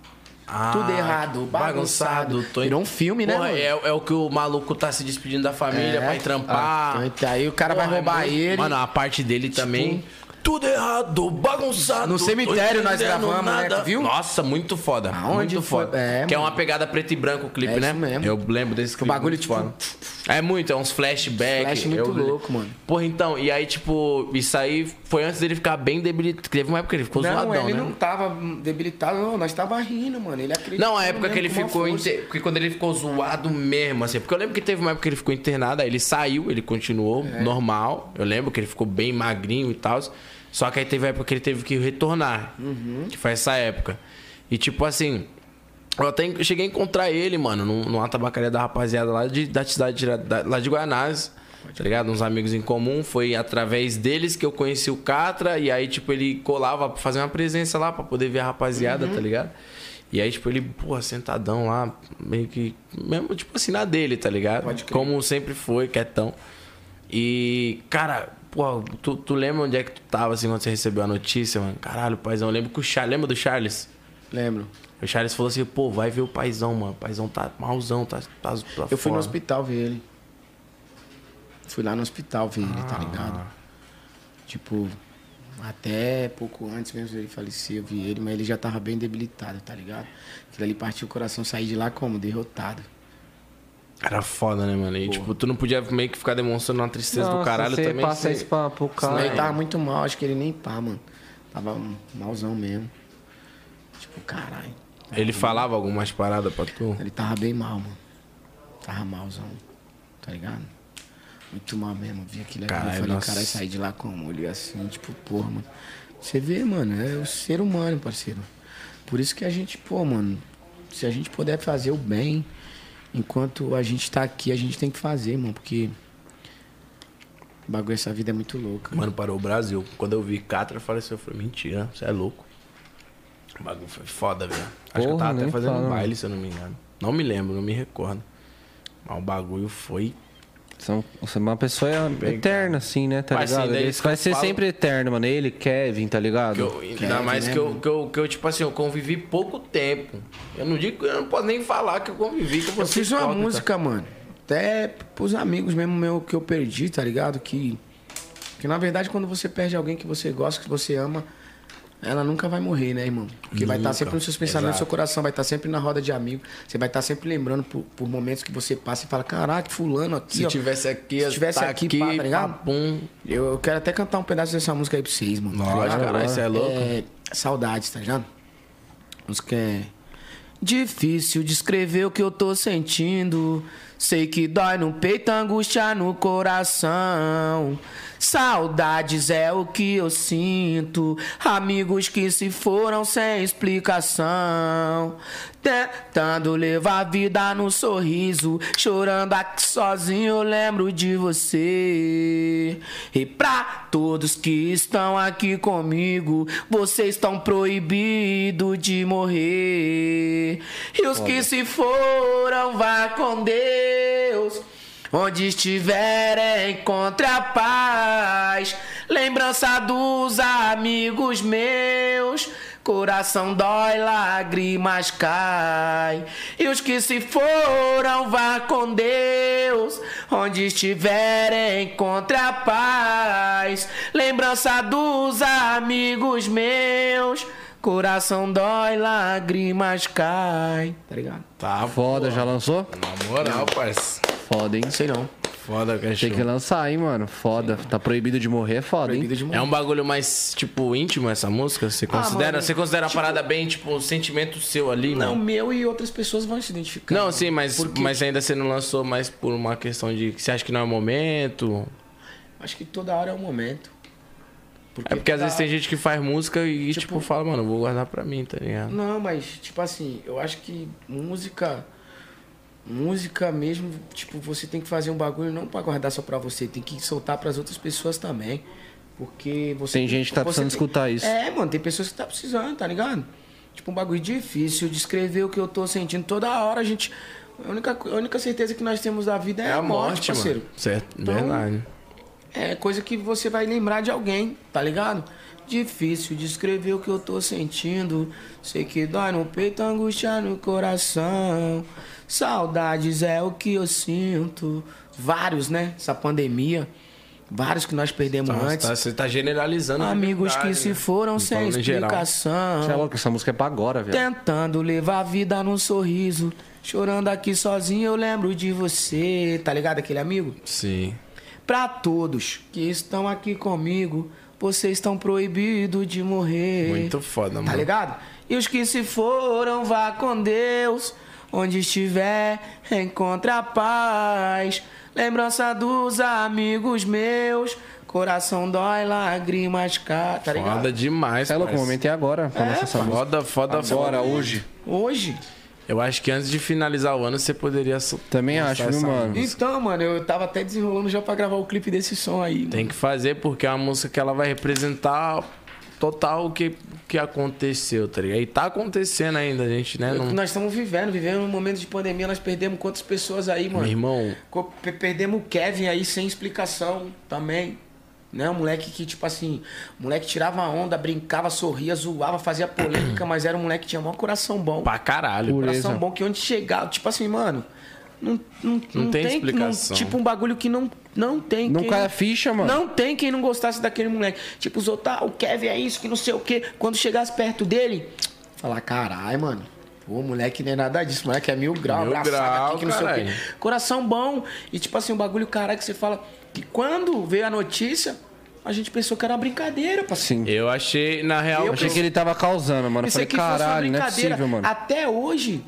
Speaker 1: Ah,
Speaker 3: Tudo errado, bagunçado.
Speaker 1: tô em-
Speaker 3: Virou um filme, né,
Speaker 1: Porra,
Speaker 3: mano?
Speaker 1: é, é o que o maluco tá se despedindo da família,
Speaker 3: É.
Speaker 1: vai trampar.
Speaker 3: Ah, então aí o cara vai
Speaker 1: Porra, é
Speaker 3: roubar
Speaker 1: muito-
Speaker 3: ele. Tipo,
Speaker 1: Mano, a parte dele também. Tudo errado, bagunçado.
Speaker 3: No cemitério
Speaker 1: tô
Speaker 3: nós
Speaker 1: entendendo
Speaker 3: gravamos, né, viu?
Speaker 1: Nossa, muito foda.
Speaker 3: Aonde
Speaker 1: muito
Speaker 3: foi?
Speaker 1: foda.
Speaker 3: É,
Speaker 1: que é
Speaker 3: mano.
Speaker 1: uma pegada preto e branco o clipe,
Speaker 3: É
Speaker 1: né?
Speaker 3: isso mesmo.
Speaker 1: Eu lembro desse clipe.
Speaker 3: bagulho,
Speaker 1: muito
Speaker 3: tipo,
Speaker 1: foda. É muito, é uns flashbacks.
Speaker 3: Flash muito louco, mano.
Speaker 1: Porra, então, e aí, tipo, isso aí foi antes dele ficar bem debilitado. Teve uma época que ele ficou
Speaker 3: não,
Speaker 1: zoadão,
Speaker 3: ele
Speaker 1: né?
Speaker 3: não tava debilitado, não. Nós tava rindo, mano. é Ele acreditou.
Speaker 1: Não, a época que ele ficou. Inter... Porque quando ele ficou zoado mesmo, assim. Porque eu lembro que teve uma época que ele ficou internado, aí ele saiu, ele continuou normal. Eu lembro que ele ficou bem magrinho e tal. Só que aí teve a época que ele teve que retornar. Que foi essa época. E tipo assim. Eu até en- cheguei a encontrar ele, mano, num- numa tabacaria da rapaziada lá de, da cidade de- da- lá de Guanás, tá ligado? Uns amigos em comum. Foi através deles que eu conheci o Catra. E aí, tipo, ele colava pra fazer uma presença lá pra poder ver a rapaziada, tá ligado? E aí, tipo, ele, porra, sentadão lá, meio que. Mesmo, tipo assim, na dele, tá ligado? Como sempre foi, quietão. E, cara, pô, tu, tu lembra onde é que tu tava, assim, quando você recebeu a notícia, mano? Caralho, paizão, eu lembro que o Charles. Lembra do Charles?
Speaker 3: Lembro.
Speaker 1: O Charles falou assim, pô, vai ver o paizão, mano. O paizão tá malzão, tá, tá, tá
Speaker 3: Eu fui
Speaker 1: fora.
Speaker 3: no hospital ver ele. Fui lá no hospital ver ele,
Speaker 1: Ah.
Speaker 3: tá ligado? Tipo, até pouco antes mesmo ele falecer, eu vi ele, mas ele já tava bem debilitado, tá ligado? Aquilo ali partiu o coração, saí de lá como? Derrotado.
Speaker 1: Era foda, né, mano? E, tipo, tu não podia meio que ficar demonstrando uma tristeza do caralho
Speaker 2: você
Speaker 1: também.
Speaker 2: passa
Speaker 1: você-
Speaker 2: isso pra, pro
Speaker 3: Senão ele
Speaker 2: cara.
Speaker 3: tava muito mal, acho que ele nem pá, mano. Tava um malzão mesmo. Tipo, caralho.
Speaker 1: Ele falava algumas paradas pra tu?
Speaker 3: Ele tava bem mal, mano. Tava malzão, tá ligado? Muito mal mesmo. Vi aquilo ali,
Speaker 1: Caralho,
Speaker 3: eu falei,
Speaker 1: nossa.
Speaker 3: caralho, saí de lá com um olho assim, tipo, porra, mano. Você vê, mano, é o ser humano, parceiro. Por isso que a gente, pô, mano, se a gente puder fazer o bem, enquanto a gente tá aqui, a gente tem que fazer, mano, porque. O bagulho, essa vida é muito louca.
Speaker 1: Mano, parou o Brasil. Quando eu vi Catra faleceu, eu falei, mentira, você é louco. O bagulho foi foda, velho. Acho que eu
Speaker 2: Porra,
Speaker 1: tava até
Speaker 2: nem
Speaker 1: fazendo
Speaker 2: fala,
Speaker 1: um
Speaker 2: mano.
Speaker 1: baile, se eu não me engano. Não me lembro, não me recordo. Mas o bagulho foi.
Speaker 2: São, você é uma pessoa eterna, assim, né? Tá
Speaker 1: Mas, assim,
Speaker 2: ligado?
Speaker 1: daí
Speaker 2: Ele
Speaker 1: isso que
Speaker 2: vai
Speaker 1: eu
Speaker 2: ser
Speaker 1: falo-
Speaker 2: sempre eterno, mano. Ele, Kevin, tá ligado?
Speaker 1: Que eu, ainda mais que eu, que, eu, que eu, tipo assim, eu convivi pouco tempo. Eu não digo, eu não posso nem falar que eu convivi com
Speaker 3: Eu
Speaker 1: você.
Speaker 3: fiz uma música, mano. Até pros amigos mesmo meu que eu perdi, tá ligado? Que, que na verdade quando você perde alguém que você gosta, que você ama, ela nunca vai morrer, né, irmão? Porque vai estar
Speaker 1: Nunca.
Speaker 3: sempre nos seus pensamentos, no seu coração, vai estar sempre na roda de amigo. Você vai estar sempre lembrando por, por momentos que você passa e fala, caraca, fulano aqui,
Speaker 1: Se
Speaker 3: ó.
Speaker 1: tivesse aqui,
Speaker 3: se tivesse
Speaker 1: tá
Speaker 3: aqui, pá, tá ligado?
Speaker 1: papum.
Speaker 3: Eu, eu quero até cantar um pedaço dessa música aí pra vocês, mano.
Speaker 1: Lógico,
Speaker 3: ligado?
Speaker 1: caralho, cê é louco.
Speaker 3: saudades, tá ligado? Música é. Difícil descrever o que eu tô sentindo. Sei que dói no peito, angústia no coração. Saudades é o que eu sinto. Amigos que se foram sem explicação. Tentando levar a vida no sorriso. Chorando aqui sozinho, eu lembro de você. E pra todos que estão aqui comigo, vocês estão proibidos de morrer. E os que se foram, vá com Deus. Onde estiver, é, encontre a paz. Lembrança dos amigos meus. Coração dói, lágrimas caem. E os que se foram, vá com Deus. Onde estiver, é, encontre a paz. Lembrança dos amigos meus. Coração dói, lágrimas caem. Tá ligado?
Speaker 1: Tá
Speaker 2: Foda, já lançou?
Speaker 1: Na moral, parça.
Speaker 2: Foda, hein?
Speaker 3: Não sei não.
Speaker 1: Foda,
Speaker 2: Tem que
Speaker 1: cachorro.
Speaker 2: lançar, hein, mano? Foda. Tá proibido de morrer, é foda, hein?
Speaker 3: Proibido de
Speaker 1: É um bagulho mais, tipo, íntimo essa música? Você considera,
Speaker 3: Ah, mano,
Speaker 1: você considera a parada bem, tipo, um sentimento seu ali?
Speaker 3: Não,
Speaker 1: Não.
Speaker 3: meu e outras pessoas vão se identificar.
Speaker 1: Não, sim, mas,
Speaker 3: Porque-
Speaker 1: mas ainda você não lançou mais por uma questão de que você acha que não é o momento.
Speaker 3: um Acho que toda hora é o momento. Porque,
Speaker 1: É porque às vezes tem gente que faz música e, tipo, fala, mano, eu vou guardar pra mim, tá ligado?
Speaker 3: Não, mas, tipo assim, eu acho que música. Música mesmo, tipo, você tem que fazer um bagulho não pra guardar só pra você, tem que soltar pras outras pessoas também. Porque você.
Speaker 2: Tem gente que tá
Speaker 3: você
Speaker 2: precisando
Speaker 3: tem-
Speaker 2: escutar isso.
Speaker 3: É, mano, tem pessoas que tá precisando, tá ligado? Tipo, um bagulho difícil, descrever o que eu tô sentindo toda hora, a gente. A única, co- a única certeza que nós temos da vida é, a morte, parceiro.
Speaker 1: mano. Certo,
Speaker 3: Então,
Speaker 1: verdade.
Speaker 3: É coisa que você vai lembrar de alguém, tá ligado? Difícil descrever o que eu tô sentindo. Sei que dói no peito, angústia no coração. Saudades é o que eu sinto. Vários, né? Essa pandemia. Vários que nós perdemos
Speaker 1: Nossa,
Speaker 3: antes.
Speaker 1: tá- você tá generalizando. a
Speaker 3: Amigos
Speaker 1: verdade,
Speaker 3: que
Speaker 1: né?
Speaker 3: se foram sem
Speaker 1: falando em geral.
Speaker 3: explicação.
Speaker 2: Você é louco, essa música é pra agora, velho.
Speaker 3: Tentando levar a vida num sorriso. Chorando aqui sozinho, eu lembro de você. Tá ligado aquele amigo?
Speaker 1: Sim.
Speaker 3: Pra todos que estão aqui comigo, vocês estão proibidos de morrer.
Speaker 1: Muito foda,
Speaker 3: Tá
Speaker 1: mano.
Speaker 3: ligado? E os que se foram, vá com Deus. Onde estiver, encontra a paz. Lembrança dos amigos meus. Coração dói, lágrimas cá. Tá ligado?
Speaker 1: Foda demais,
Speaker 2: Você é louco, o
Speaker 1: parça.
Speaker 2: momento é agora pra lançar essa música.
Speaker 1: Foda, foda, foda.
Speaker 2: hoje.
Speaker 3: Hoje.
Speaker 1: Eu acho que antes de finalizar o ano você poderia. sol-
Speaker 2: Também
Speaker 1: lançar
Speaker 2: acho, viu,
Speaker 1: essa
Speaker 2: mano?
Speaker 1: música.
Speaker 3: Então, mano, eu tava até desenrolando já pra gravar o clipe desse som aí.
Speaker 1: Tem que fazer porque é uma música que ela vai representar total o que, que aconteceu, tá ligado? E tá acontecendo ainda, a gente, né? Não...
Speaker 3: É Nós estamos vivendo, vivendo um momento de pandemia, nós perdemos quantas pessoas aí, mano?
Speaker 1: Meu irmão,
Speaker 3: Co- pe- Perdemos o Kevin aí sem explicação também. Né? Um moleque que, tipo assim, o moleque tirava onda, brincava, sorria, zoava, fazia polêmica, mas era um moleque que tinha maior coração bom.
Speaker 1: pra caralho.
Speaker 3: Coração
Speaker 2: Pureza.
Speaker 3: bom que onde chegava, tipo assim, mano. Não, não,
Speaker 1: Não tem explicação.
Speaker 3: tipo, um bagulho que não, não tem.
Speaker 2: Não
Speaker 3: quem-
Speaker 2: cai a ficha, mano.
Speaker 3: Não tem quem não gostasse daquele moleque. Tipo, os outros, ah, o Kevin é isso, que não sei o quê. Quando chegasse perto dele, falar, caralho, mano. O moleque não é nada disso, moleque é mil grau,
Speaker 1: Mil
Speaker 3: abraçado
Speaker 1: grau,
Speaker 3: aqui, que não sei o
Speaker 1: caralho.
Speaker 3: quê. Coração bom. E tipo assim, um bagulho, caralho, que você fala que quando veio a notícia, a gente pensou que era uma brincadeira, parceiro.
Speaker 2: Sim.
Speaker 1: Eu achei, na real,
Speaker 3: Eu
Speaker 2: Achei que ele tava causando, mano. Eu falei,
Speaker 3: Pensei que fosse uma
Speaker 2: caralho, não é
Speaker 3: brincadeira.
Speaker 2: possível, mano.
Speaker 3: Até hoje,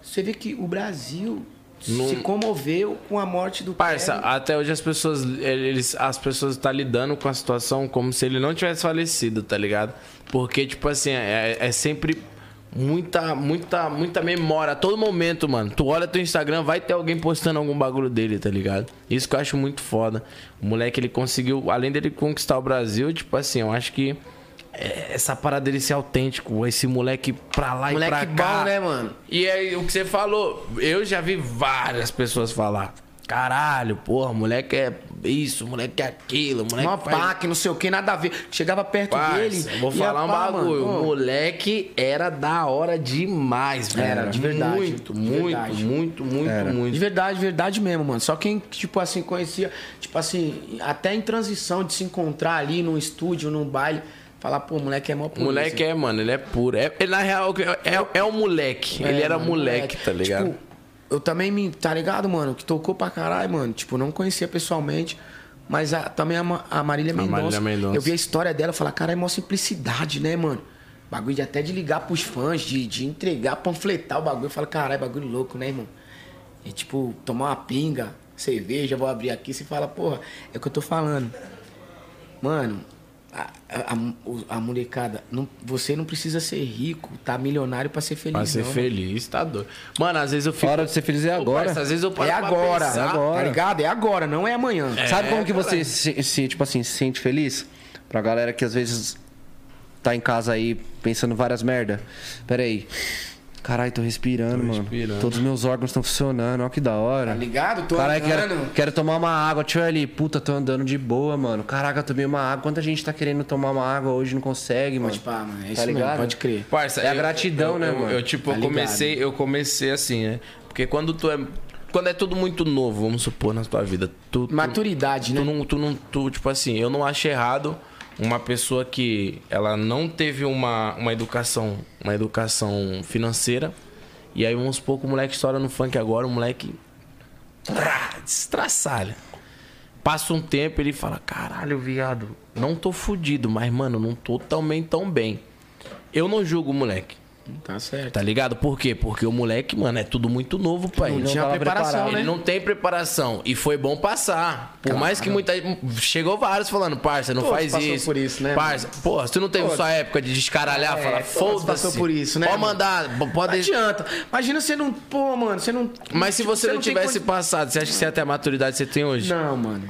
Speaker 3: você vê que o Brasil se comoveu com a morte do
Speaker 1: Parça,
Speaker 3: Kevin.
Speaker 1: até hoje as pessoas eles, as pessoas tá lidando com a situação como se ele não tivesse falecido, tá ligado? Porque tipo assim, é, é sempre muita muita muita memória a todo momento, mano. Tu olha teu Instagram, vai ter alguém postando algum bagulho dele, tá ligado? Isso que eu acho muito foda. O moleque ele conseguiu, além dele conquistar o Brasil, tipo assim, eu acho que é, essa parada dele ser autêntico, esse moleque pra lá e pra
Speaker 3: Moleque
Speaker 1: cá.
Speaker 3: bom, né, mano?
Speaker 1: E aí, o que você falou, eu já vi várias pessoas falar. Caralho, porra, moleque é isso, moleque é aquilo, moleque
Speaker 3: Uma
Speaker 1: faz...
Speaker 3: pá, que não sei o que, nada a ver. Chegava perto
Speaker 1: Parça,
Speaker 3: dele.
Speaker 1: eu vou
Speaker 3: e a
Speaker 1: falar um
Speaker 3: pá,
Speaker 1: bagulho.
Speaker 3: mano,
Speaker 1: O
Speaker 3: ó,
Speaker 1: moleque era da hora demais, velho.
Speaker 3: Era, de verdade,
Speaker 1: Muito,
Speaker 3: de
Speaker 1: muito,
Speaker 3: verdade.
Speaker 1: muito, muito,
Speaker 3: De
Speaker 1: muito.
Speaker 3: verdade, verdade mesmo, mano. Só quem, tipo assim, conhecia, tipo assim, até em transição de se encontrar ali num estúdio, num baile, falar, pô, moleque é mó
Speaker 1: O moleque é, mano, ele é puro. É, ele, na real, é, é um moleque. ele era
Speaker 3: É, mano,
Speaker 1: moleque, tá ligado?
Speaker 3: Tipo, eu também me, tá ligado, mano? Que tocou pra caralho, mano. Tipo, não conhecia pessoalmente. Mas a- também a, Ma- a Marília Mendonça.
Speaker 1: Marília Mendonça.
Speaker 3: Eu vi a história dela e falei, cara, é mó simplicidade, né, mano? Bagulho de até de ligar pros fãs, de, de entregar, panfletar o bagulho. Eu falo, caralho, bagulho louco, né, irmão? E tipo, tomar uma pinga, cerveja, vou abrir aqui. Você fala, porra, é o que eu tô falando. Mano, a, a- a- o- a molecada, não- você não precisa ser rico, tá milionário pra ser feliz.
Speaker 1: Pra ser
Speaker 3: não, mano.
Speaker 1: feliz, tá doido. Mano, às vezes eu fico.
Speaker 2: Hora de ser feliz é
Speaker 1: Ô,
Speaker 2: agora.
Speaker 1: parça, às vezes eu paro
Speaker 3: É
Speaker 1: pra
Speaker 3: agora,
Speaker 1: pensar,
Speaker 2: é agora.
Speaker 3: tá ligado? É agora, não é amanhã.
Speaker 2: Sabe como que você se, se, tipo assim, se sente feliz? Pra galera que às vezes tá em casa aí pensando várias merda. Pera aí. Caralho, tô respirando, mano.
Speaker 1: respirando.
Speaker 2: Todos os meus órgãos estão funcionando, ó que da hora.
Speaker 3: Tá ligado? Tô
Speaker 2: Caralho, quero,
Speaker 3: andando.
Speaker 2: quero tomar uma água. Deixa eu olhar ali. Puta, tô andando de boa, mano. Caraca, tomei uma água. Quanta gente tá querendo tomar uma água hoje e não consegue, mano.
Speaker 3: Pode pá, mano. É
Speaker 2: Tá
Speaker 3: isso mesmo,
Speaker 2: ligado?
Speaker 3: pode crer.
Speaker 1: Parça,
Speaker 2: É a
Speaker 1: eu-
Speaker 2: gratidão,
Speaker 1: eu-
Speaker 2: né,
Speaker 1: eu-
Speaker 2: mano?
Speaker 1: Eu, tipo,
Speaker 3: Tá
Speaker 1: eu
Speaker 3: ligado.
Speaker 1: comecei, eu comecei assim, né? Porque quando tu é. Quando é tudo muito novo, vamos supor, na tua vida, tu. tu-
Speaker 3: Maturidade,
Speaker 1: tu
Speaker 3: né?
Speaker 1: não, tu não, tu, tipo assim, eu não acho errado uma pessoa que ela não teve uma, uma educação, uma educação financeira. E aí vamos supor que o moleque estoura no funk agora, o moleque trá, destraçalha. Passa um tempo, ele fala: "Caralho, viado, não tô fudido, mas mano, não tô também tão bem". Eu não julgo o moleque.
Speaker 3: Tá certo.
Speaker 1: Tá ligado? Por quê? Porque o moleque, mano, é tudo muito novo, pai.
Speaker 3: Não
Speaker 1: Ele
Speaker 3: tinha
Speaker 1: tava
Speaker 3: preparação,
Speaker 1: preparado.
Speaker 3: né?
Speaker 1: Ele não tem preparação. E foi bom passar. Por mais que muita. Chegou vários falando, parça, não
Speaker 3: Todos
Speaker 1: faz
Speaker 3: passou
Speaker 1: isso.
Speaker 3: por isso, né,
Speaker 1: Parça, porra, se tu não teve sua época de descaralhar,
Speaker 3: É,
Speaker 1: falar,
Speaker 3: todos
Speaker 1: foda-se.
Speaker 3: passou por isso, né,
Speaker 1: Pode
Speaker 3: mano?
Speaker 1: mandar, b-
Speaker 3: Não
Speaker 1: pode.
Speaker 3: adianta. Imagina você não. Pô, mano, você não.
Speaker 1: Mas se
Speaker 3: tipo,
Speaker 1: você não
Speaker 3: tem
Speaker 1: tivesse
Speaker 3: condi-
Speaker 1: passado, você acha que você ia ter a maturidade que você tem hoje?
Speaker 3: Não, mano.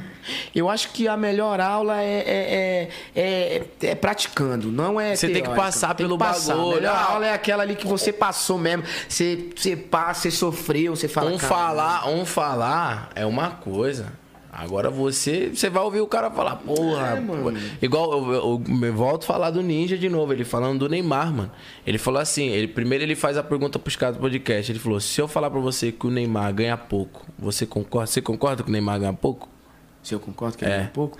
Speaker 3: Eu acho que a melhor aula é, é, é, é- é praticando, não é.
Speaker 1: Você tem que
Speaker 3: teórica.
Speaker 1: passar
Speaker 3: Tem que
Speaker 1: pelo
Speaker 3: A
Speaker 1: bagulho.
Speaker 3: melhor
Speaker 1: Ah.
Speaker 3: aula é aquela ali que você passou mesmo. Você, você passa, você sofreu, você fala.
Speaker 1: um
Speaker 3: "Caramba".
Speaker 1: falar, um falar é uma coisa. Agora você, você vai ouvir o cara falar, porra.
Speaker 3: É, mano.
Speaker 1: pô. Igual eu, eu- eu me volto a falar do Ninja de novo, ele falando do Neymar, mano. Ele falou assim, ele primeiro ele faz a pergunta pros caras do podcast, ele falou: "Se eu falar pra você que o Neymar ganha pouco, você concorda, você concorda que o Neymar ganha pouco?"
Speaker 3: Se eu concordo que
Speaker 1: É.
Speaker 3: é um pouco,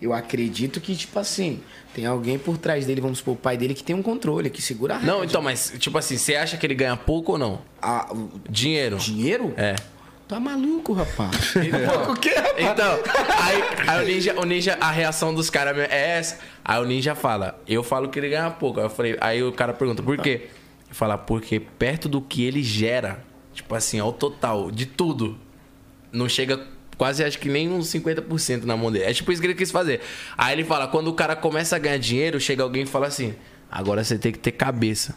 Speaker 3: eu acredito que, tipo assim, tem alguém por trás dele, vamos supor, o pai dele que tem um controle, que segura a
Speaker 1: Não,
Speaker 3: rédea.
Speaker 1: então, mas tipo assim, você acha que ele ganha pouco ou não?
Speaker 3: Ah, o
Speaker 1: Dinheiro.
Speaker 3: dinheiro?
Speaker 1: É.
Speaker 3: Tá maluco, rapaz.
Speaker 1: Então, Então, aí, aí o, ninja, o ninja, a reação dos caras é essa. Aí o ninja fala, eu falo que ele ganha pouco. Aí, eu falei, aí o cara pergunta, por quê? Ele fala, porque perto do que ele gera, tipo assim, ao total, de tudo, não chega quase acho que nem uns 50% na mão dele. É tipo isso que ele quis fazer. Aí ele fala, quando o cara começa a ganhar dinheiro, chega alguém e fala assim, agora você tem que ter cabeça.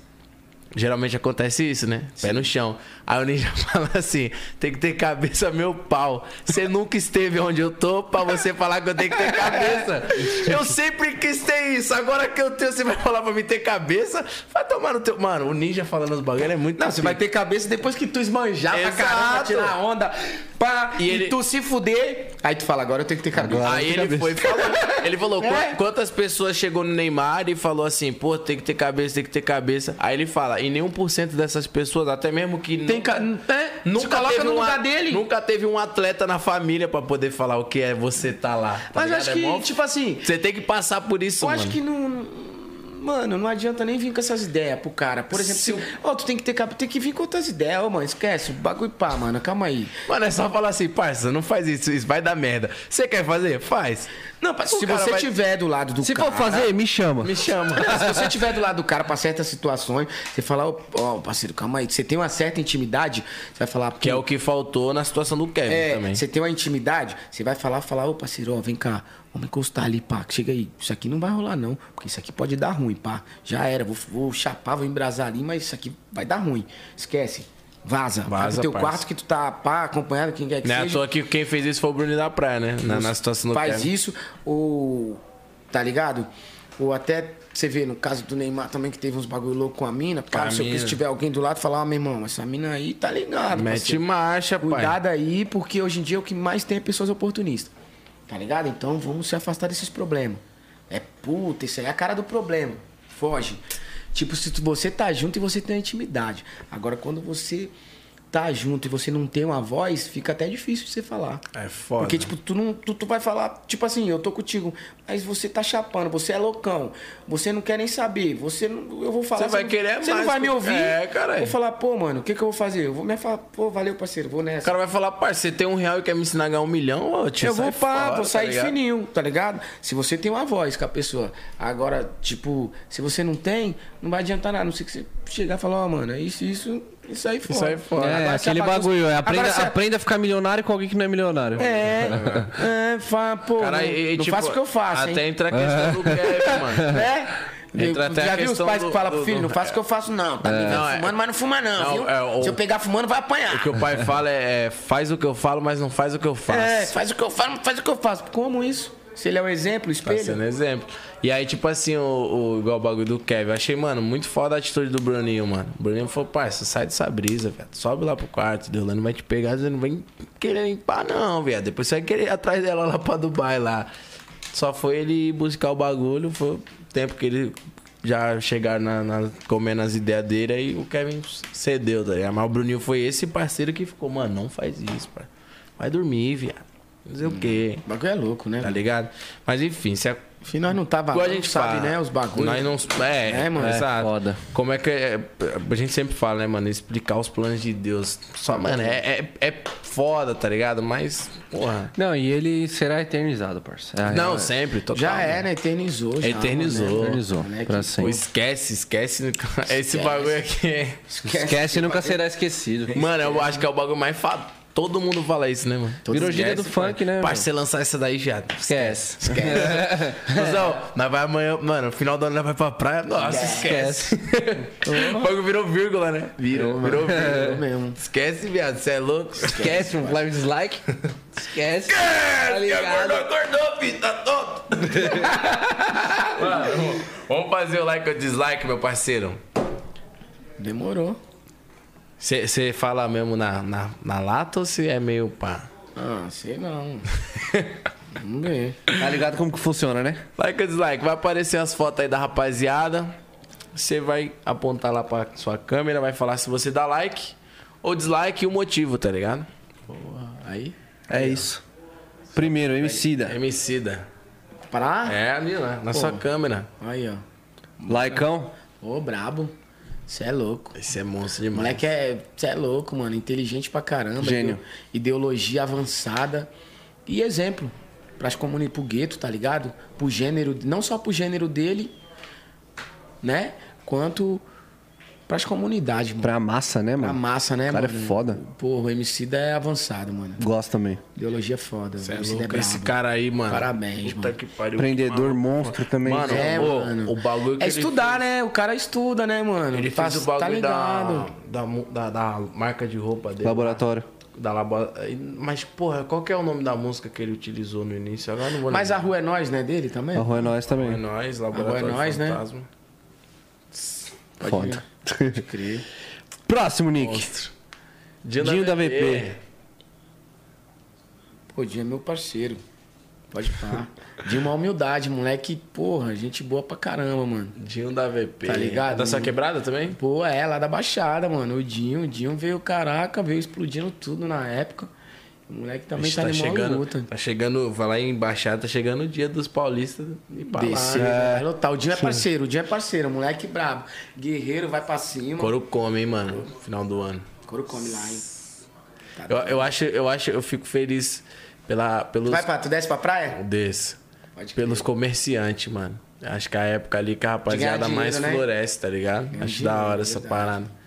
Speaker 1: Geralmente acontece isso, né? Pé no chão. Aí o ninja fala assim: tem que ter cabeça, meu pau. Você nunca esteve onde eu tô pra você falar que eu tenho que ter cabeça. Eu sempre quis ter isso. Agora que eu tenho, você vai falar pra mim ter cabeça? Vai tomar no teu. Mano, o ninja falando os bagulho é muito.
Speaker 6: Não, você vai ter cabeça depois que tu esmanjar pra
Speaker 1: Exato.
Speaker 6: caramba, tirar onda, pá,
Speaker 1: E
Speaker 6: e,
Speaker 1: ele-
Speaker 6: tu se fuder. Aí tu fala, agora eu tenho que ter cabeça. É.
Speaker 1: Aí ele foi e falou, ele falou "Qu- quantas pessoas chegou no Neymar e falou assim, pô, tem que ter cabeça, tem que ter cabeça. Aí ele fala, e nenhum por cento dessas pessoas, até mesmo que
Speaker 3: Tem ca- é, se coloca no
Speaker 1: um a-
Speaker 3: lugar dele.
Speaker 1: nunca teve um atleta na família pra poder falar o que é você tá lá. tá
Speaker 3: Mas eu
Speaker 1: ligado?
Speaker 3: acho
Speaker 1: É
Speaker 3: que,
Speaker 1: mó-
Speaker 3: tipo assim,
Speaker 1: você tem que passar por isso,
Speaker 3: eu
Speaker 1: mano.
Speaker 3: acho que não. Mano, não adianta nem vir com essas ideias pro cara. Por exemplo, se. Ô, tu tem que ter cap- tem que vir com outras ideias, ô, mano. Esquece, o bagulho pá, mano. Calma aí.
Speaker 1: Mano, é só falar assim, parça, não faz isso, isso vai dar merda. Você quer fazer? Faz.
Speaker 3: Não, pa-
Speaker 1: O
Speaker 3: se
Speaker 1: cara
Speaker 3: você
Speaker 1: vai-
Speaker 3: tiver do lado do
Speaker 2: Se
Speaker 3: cara.
Speaker 2: for fazer, me chama.
Speaker 1: Me chama.
Speaker 3: Se você tiver do lado do cara pra certas situações, você falar, ó, ó, parceiro, calma aí. Você tem uma certa intimidade, você vai falar.
Speaker 1: Que é o que faltou na situação do Kevin
Speaker 3: É,
Speaker 1: também.
Speaker 3: você tem uma intimidade, você vai falar, falar, ô parceiro, ó, vem cá, vamos encostar ali, pá, chega aí, isso aqui não vai rolar não, porque isso aqui pode dar ruim, pá, já era, vou, vou chapar, vou embrasar ali, mas isso aqui vai dar ruim, esquece, vaza, vai pro
Speaker 1: Vaza,
Speaker 3: teu
Speaker 1: parça.
Speaker 3: quarto que tu tá, pá, acompanhado, quem quer que
Speaker 1: Não é à
Speaker 3: seja,
Speaker 1: toa que quem fez isso foi o Bruno da Praia, né? Na, na situação do
Speaker 3: faz
Speaker 1: Kevin.
Speaker 3: isso, ou, tá ligado? Ou até, você vê, no caso do Neymar também, que teve uns bagulho louco com a mina, cara,
Speaker 1: a
Speaker 3: se eu
Speaker 1: mina.
Speaker 3: tiver alguém do lado, falar, ó, meu irmão, essa mina aí tá ligado,
Speaker 1: Mete marcha, pai.
Speaker 3: Cuidado aí, porque hoje em dia o que mais tem é pessoas oportunistas. Tá ligado? Então vamos se afastar desses problemas. É puta, isso aí é a cara do problema. Foge. Tipo, se tu- você tá junto e você tem a intimidade. Agora, quando você tá junto e você não tem uma voz, fica até difícil de você falar.
Speaker 1: É foda.
Speaker 3: Porque, tipo, tu, não, tu, tu vai falar, tipo assim, eu tô contigo, mas você tá chapando, você é loucão, você não quer nem saber, você não, eu vou falar.
Speaker 1: Você vai
Speaker 3: não-
Speaker 1: querer
Speaker 3: Você não
Speaker 1: mais,
Speaker 3: vai me
Speaker 1: pô.
Speaker 3: ouvir.
Speaker 1: É, caralho.
Speaker 3: Vou falar, pô, mano, o que que eu vou fazer? Eu vou me falar, pô, valeu, parceiro, vou nessa.
Speaker 1: O cara vai falar, parceiro, você tem um real e quer me ensinar a ganhar um milhão? Ô, tio,
Speaker 3: Eu vou
Speaker 1: sai
Speaker 3: pá,
Speaker 1: fora,
Speaker 3: vou
Speaker 1: tá
Speaker 3: sair
Speaker 1: ligado?
Speaker 3: fininho, tá ligado? Se você tem uma voz com a pessoa. Agora, tipo, se você não tem, não vai adiantar nada. A não sei que você chegar e falar, ó, mano, é isso, isso, isso aí fora.
Speaker 1: aí fora.
Speaker 2: É,
Speaker 3: Agora, se
Speaker 2: aquele
Speaker 3: a bagunça-
Speaker 2: bagulho. É, aprenda,
Speaker 3: Agora, se a-
Speaker 2: aprenda a ficar milionário com alguém que não é milionário.
Speaker 3: É, é, fa, pô,
Speaker 1: Cara,
Speaker 3: não,
Speaker 1: e, e,
Speaker 3: não
Speaker 1: tipo,
Speaker 3: faço o que eu faço,
Speaker 1: Até
Speaker 3: hein?
Speaker 1: entra a questão do Kevin, mano.
Speaker 3: Né?
Speaker 1: Entra até
Speaker 3: já
Speaker 1: a
Speaker 3: viu os
Speaker 1: questão
Speaker 3: pais
Speaker 1: do-
Speaker 3: que falam,
Speaker 1: do-
Speaker 3: filho,
Speaker 1: do-
Speaker 3: não faço o que eu faço, não. Tá me vendo
Speaker 1: Não, é-
Speaker 3: fumando, mas não fuma, não,
Speaker 1: Não,
Speaker 3: viu?
Speaker 1: é, o-
Speaker 3: Se eu pegar fumando, vai apanhar.
Speaker 1: O que o pai fala é, é, faz o que eu falo, mas não faz o que eu faço.
Speaker 3: É, faz o que eu falo, faz o que eu faço. Como isso? Se ele é o exemplo, o
Speaker 1: Tá
Speaker 3: espelho.
Speaker 1: sendo exemplo. E aí, tipo assim, o, o- igual o bagulho do Kevin. Eu achei, mano, muito foda a atitude do Bruninho, mano. O Bruninho falou, parça, sai dessa brisa, velho. Sobe lá pro quarto, Deus lá não vai te pegar, você não vai querer limpar, não, velho. Depois você vai querer ir atrás dela lá pra Dubai lá. Só foi ele buscar o bagulho, foi o tempo que ele já chegaram na, na- comendo as ideias dele, aí o Kevin cedeu, tá ligado? Mas o Bruninho foi esse parceiro que ficou, mano, não faz isso, pai. Vai dormir, viado. Não sei o quê.
Speaker 3: O bagulho é louco, né?
Speaker 1: Tá ligado? Mas enfim, se a-
Speaker 3: Enfim, nós não tava
Speaker 7: Igual a
Speaker 3: lá,
Speaker 7: gente
Speaker 3: sabe,
Speaker 7: fala.
Speaker 3: né? Os bagulhos.
Speaker 1: Nós não. É,
Speaker 3: É, mano.
Speaker 1: Exato.
Speaker 2: Foda.
Speaker 1: Como é que. é- a gente sempre fala, né, mano? Explicar os planos de Deus. Só, mano, é, é, é foda, tá ligado? Mas, porra.
Speaker 2: Não, e ele será eternizado, parça. É a
Speaker 1: Não,
Speaker 2: real,
Speaker 1: sempre, total.
Speaker 3: Já é,
Speaker 1: mano.
Speaker 3: né? Eternizou. já,
Speaker 1: Eternizou.
Speaker 3: mano, né?
Speaker 2: Eternizou,
Speaker 3: Moleque,
Speaker 2: pra
Speaker 1: Pô,
Speaker 2: sempre.
Speaker 1: esquece, esquece. Esse bagulho aqui é.
Speaker 2: Esquece e nunca será esquecido.
Speaker 1: Mano, eu acho que é o bagulho mais fato. Todo mundo fala isso, né, mano?
Speaker 2: Virou
Speaker 1: Esquece,
Speaker 2: gíria do funk, né,
Speaker 1: Parça,
Speaker 2: mano?
Speaker 1: você lançar essa daí já.
Speaker 2: Esquece.
Speaker 1: Cusão, nós vai amanhã, mano, no final do ano nós vai pra praia. Nossa, esquece. o bagulho virou vírgula, né? Virou, É virou vírgula.
Speaker 3: Eu mesmo.
Speaker 1: Esquece, viado, você é louco.
Speaker 2: Esquece, um live dislike. Esquece. Tá
Speaker 1: Esquece,
Speaker 2: ligado?
Speaker 1: acordou, acordou, filho, tá todo. Mano, vamos fazer o like ou dislike, meu parceiro.
Speaker 3: Demorou.
Speaker 1: Você fala mesmo na, na, na lata ou você é meio pá?
Speaker 3: Ah, sei não. Vamos ver.
Speaker 2: Tá ligado como que funciona, né?
Speaker 1: Like ou dislike? Vai aparecer as fotos aí da rapaziada. Você vai apontar lá pra sua câmera, vai falar se você dá like ou dislike e o motivo, tá ligado?
Speaker 3: Aí.
Speaker 2: É isso. Primeiro,
Speaker 1: É
Speaker 2: Emicida.
Speaker 1: Emicida.
Speaker 3: Pra?
Speaker 1: É, ali lá, na sua câmera.
Speaker 3: Aí, ó.
Speaker 2: Laicão.
Speaker 3: Ô, brabo. Você é louco.
Speaker 1: Esse é monstro
Speaker 3: O
Speaker 1: demais.
Speaker 3: moleque é. Você é louco, mano. Inteligente pra caramba.
Speaker 2: Gênio.
Speaker 3: Ideo- Ideologia avançada. E exemplo. Pras comuni pro gueto, tá ligado? Pro gênero. Não só pro gênero dele, né? Quanto pras comunidades, mano.
Speaker 2: Pra massa, né,
Speaker 3: Pra
Speaker 2: mano?
Speaker 3: massa, né,
Speaker 2: O cara é
Speaker 3: mano?
Speaker 2: foda.
Speaker 3: Porra, o MC da é avançado, mano.
Speaker 2: Gosto também.
Speaker 3: Ideologia é foda.
Speaker 1: Cê é
Speaker 3: MC da
Speaker 1: louco
Speaker 3: brabo.
Speaker 1: esse cara aí, mano.
Speaker 3: Parabéns,
Speaker 1: Puta
Speaker 3: mano.
Speaker 1: que pariu.
Speaker 2: Empreendedor monstro também.
Speaker 1: Mano,
Speaker 3: É,
Speaker 1: Ô,
Speaker 3: mano.
Speaker 1: o bagulho que
Speaker 3: é
Speaker 1: ele
Speaker 3: estudar, né? O cara estuda, né, mano?
Speaker 1: Ele
Speaker 3: Tá-
Speaker 1: faz o bagulho
Speaker 3: tá
Speaker 1: da,
Speaker 3: ligado.
Speaker 1: da, mu- da, da marca de roupa dele.
Speaker 2: Laboratório.
Speaker 1: Da labo... Mas, porra, qual que é o nome da música que ele utilizou no início? Agora eu não vou
Speaker 3: Mas a rua é nós, né? Dele também?
Speaker 2: A rua é nós
Speaker 1: É
Speaker 2: também.
Speaker 1: nóis, Laboratório
Speaker 3: Agora é nóis, né?
Speaker 1: Fantasma.
Speaker 2: Foda.
Speaker 3: Pode crer.
Speaker 2: Próximo, Nick. Dinho da VP.
Speaker 3: Pô, Dinho é meu parceiro. Pode falar. De uma humildade, moleque. Porra, gente boa pra caramba, mano.
Speaker 1: Dinho da VP.
Speaker 3: Tá ligado?
Speaker 1: Da sua quebrada também?
Speaker 3: Pô, é, lá da Baixada, mano. O Dinho, o Dinho veio, caraca, veio explodindo tudo na época. O moleque também
Speaker 1: Vixe,
Speaker 3: tá, em maior
Speaker 1: chegando,
Speaker 3: luta.
Speaker 1: tá chegando, vai lá em Baixada, tá chegando o dia dos paulistas e pra lá.
Speaker 3: Desceu, vai lotar. O Dinho é parceiro, o Dinho é parceiro, moleque brabo. Guerreiro, vai pra cima. Coro,
Speaker 1: Coro come, hein, mano, final do ano.
Speaker 3: come lá, hein.
Speaker 1: Eu, eu acho, eu acho, eu fico feliz pela, pelos...
Speaker 3: Vai pra, tu desce pra praia?
Speaker 1: Desse.
Speaker 3: Pode crer.
Speaker 1: Pelos comerciantes, mano. Acho que é a época ali que a rapaziada
Speaker 3: dinheiro,
Speaker 1: mais
Speaker 3: né?
Speaker 1: floresce, tá ligado? Acho
Speaker 3: dinheiro,
Speaker 1: da hora essa
Speaker 3: verdade.
Speaker 1: parada.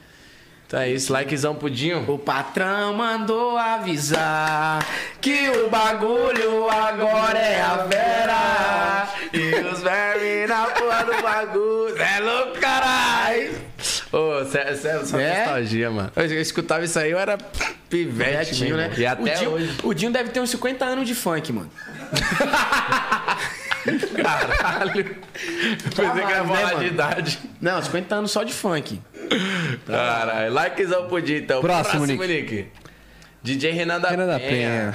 Speaker 1: Então é isso, likezão pudinho.
Speaker 3: O patrão mandou avisar que o bagulho agora é a vera.
Speaker 1: E os vermes na porra do bagulho. É louco, caralho! Ô, sério, sério, só
Speaker 3: É?
Speaker 1: nostalgia, mano. Eu, eu escutava isso aí, eu era pivete,
Speaker 3: Dinho,
Speaker 1: meu
Speaker 3: né?
Speaker 1: irmão. E até
Speaker 3: o, Dinho,
Speaker 1: hoje.
Speaker 3: o Dinho deve ter uns 50 anos de funk, mano.
Speaker 1: Caralho. Pensei que
Speaker 3: mais,
Speaker 1: era
Speaker 3: né,
Speaker 1: falar de
Speaker 3: mano?
Speaker 1: idade.
Speaker 3: Não, 50 anos só de funk. Tá
Speaker 1: Caralho, likezão pudim, então.
Speaker 2: Próximo,
Speaker 1: Nick. DJ Renan da
Speaker 2: Renan da
Speaker 1: Penha.
Speaker 2: Penha.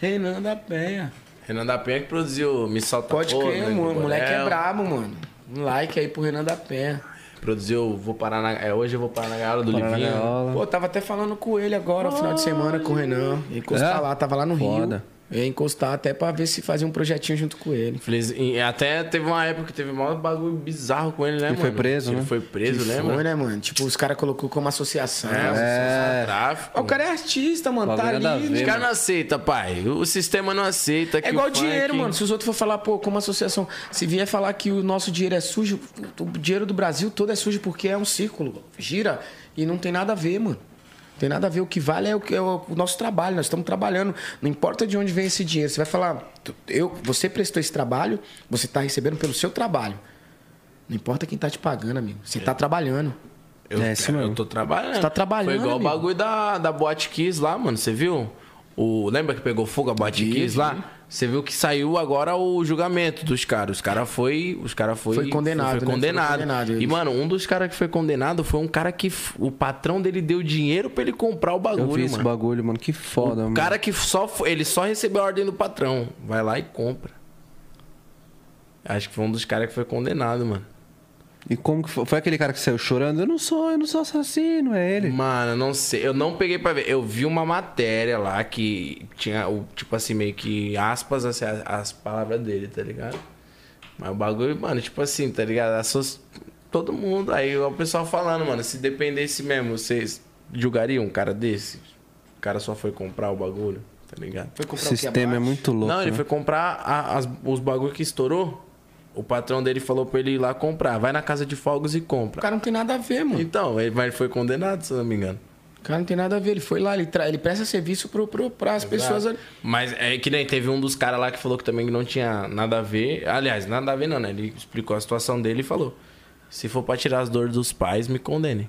Speaker 3: Renan da Penha.
Speaker 1: Renan da Penha que produziu Me Solta
Speaker 3: Pode
Speaker 1: Pô,
Speaker 3: crer,
Speaker 1: né,
Speaker 3: mano. O
Speaker 1: do
Speaker 3: moleque é
Speaker 1: Borel.
Speaker 3: brabo, mano. Um like aí pro Renan da Penha.
Speaker 1: Produziu Vou Parar na... É, hoje eu vou parar na gaiola do
Speaker 2: Parar na
Speaker 1: Livinho.
Speaker 2: gaiola.
Speaker 3: Pô, eu tava até falando com ele agora, final de semana, com o Renan. Ia Encostar
Speaker 2: É?
Speaker 3: lá, tava lá no
Speaker 2: Foda.
Speaker 3: Rio. Ia encostar até pra ver se fazia um projetinho junto com ele.
Speaker 1: Feliz- e Até teve uma época que teve um bagulho bizarro com ele, né, mano?
Speaker 2: foi preso,
Speaker 1: Ele
Speaker 2: né?
Speaker 1: foi preso,
Speaker 3: Que
Speaker 1: né,
Speaker 3: foi,
Speaker 1: mano?
Speaker 3: né, mano? Tipo, os caras colocou como associação.
Speaker 1: É,
Speaker 2: É.
Speaker 1: é. tráfico.
Speaker 3: Ó, O cara é artista, mano. Tá
Speaker 2: Bagulho nada a
Speaker 3: ali.
Speaker 2: ver,
Speaker 1: Os caras não aceitam, pai. O sistema não aceita.
Speaker 3: É
Speaker 1: que
Speaker 3: igual
Speaker 1: o funk-
Speaker 3: dinheiro, mano. Se os outros for falar, pô, como associação, se vier falar que o nosso dinheiro é sujo, o dinheiro do Brasil todo é sujo porque é um círculo, gira e não tem nada a ver, mano. Não Tem nada a ver. O que vale é o, que- é o nosso trabalho. Nós estamos trabalhando. Não importa de onde vem esse dinheiro. Você vai falar, tu- eu, você prestou esse trabalho, você está recebendo pelo seu trabalho. Não importa quem tá te pagando, amigo.
Speaker 1: É.
Speaker 3: Você tá trabalhando.
Speaker 1: Eu,
Speaker 2: É, isso mesmo.
Speaker 1: eu tô trabalhando.
Speaker 3: Você tá trabalhando,
Speaker 1: Foi igual
Speaker 3: amigo.
Speaker 1: o bagulho da, da Boate Kiss lá, mano. Você viu? O, lembra que pegou fogo a Boate Kiss lá? Você viu que saiu agora o julgamento dos caras. Os caras foi... Os cara foi,
Speaker 3: Foi condenado,
Speaker 1: Foi,
Speaker 3: né? Foi
Speaker 1: condenado.
Speaker 3: condenado,
Speaker 1: E,
Speaker 3: eles.
Speaker 1: mano, um dos caras que foi condenado foi um cara que... f- O patrão dele deu dinheiro pra ele comprar o
Speaker 2: Eu vi
Speaker 1: bagulho,
Speaker 2: esse
Speaker 1: mano.
Speaker 2: bagulho, mano. Que foda,
Speaker 1: O
Speaker 2: mano.
Speaker 1: cara que só... f- Ele só recebeu a ordem do patrão. Vai lá e compra. Acho que foi um dos caras que foi condenado, mano.
Speaker 2: E como que foi? Foi aquele cara que saiu chorando? Eu não sou, eu não sou assassino, é
Speaker 3: Hum.
Speaker 2: ele.
Speaker 1: Mano, eu não sei. Eu não peguei pra ver. Eu vi uma matéria lá que tinha, o, tipo assim, meio que aspas, assim, as, as palavras dele, tá ligado? Mas o bagulho, mano, tipo assim, tá ligado? Assos- Todo mundo. Aí o pessoal falando, mano, se dependesse mesmo, vocês julgariam um cara desse? O cara só foi comprar o bagulho, tá ligado?
Speaker 3: Foi comprar
Speaker 2: Esse sistema é
Speaker 3: abaixo?
Speaker 2: muito louco.
Speaker 1: não, ele
Speaker 2: né?
Speaker 1: foi comprar a- as- os bagulhos que estourou. O patrão dele falou pra ele ir lá comprar. Vai na casa de fogos e
Speaker 3: O
Speaker 1: compra.
Speaker 3: cara não tem nada a ver, mano.
Speaker 1: Então, ele, mas ele foi condenado, se eu não me engano.
Speaker 3: O cara não tem nada a ver. Ele foi lá, ele, tra... ele presta serviço pro, pro, pras pessoas ali.
Speaker 1: tá Mas é que nem teve um dos caras lá que falou que também não tinha nada a ver. Aliás, nada a ver não, né? Ele explicou a situação dele e falou: se for pra tirar as dores dos pais, me condene.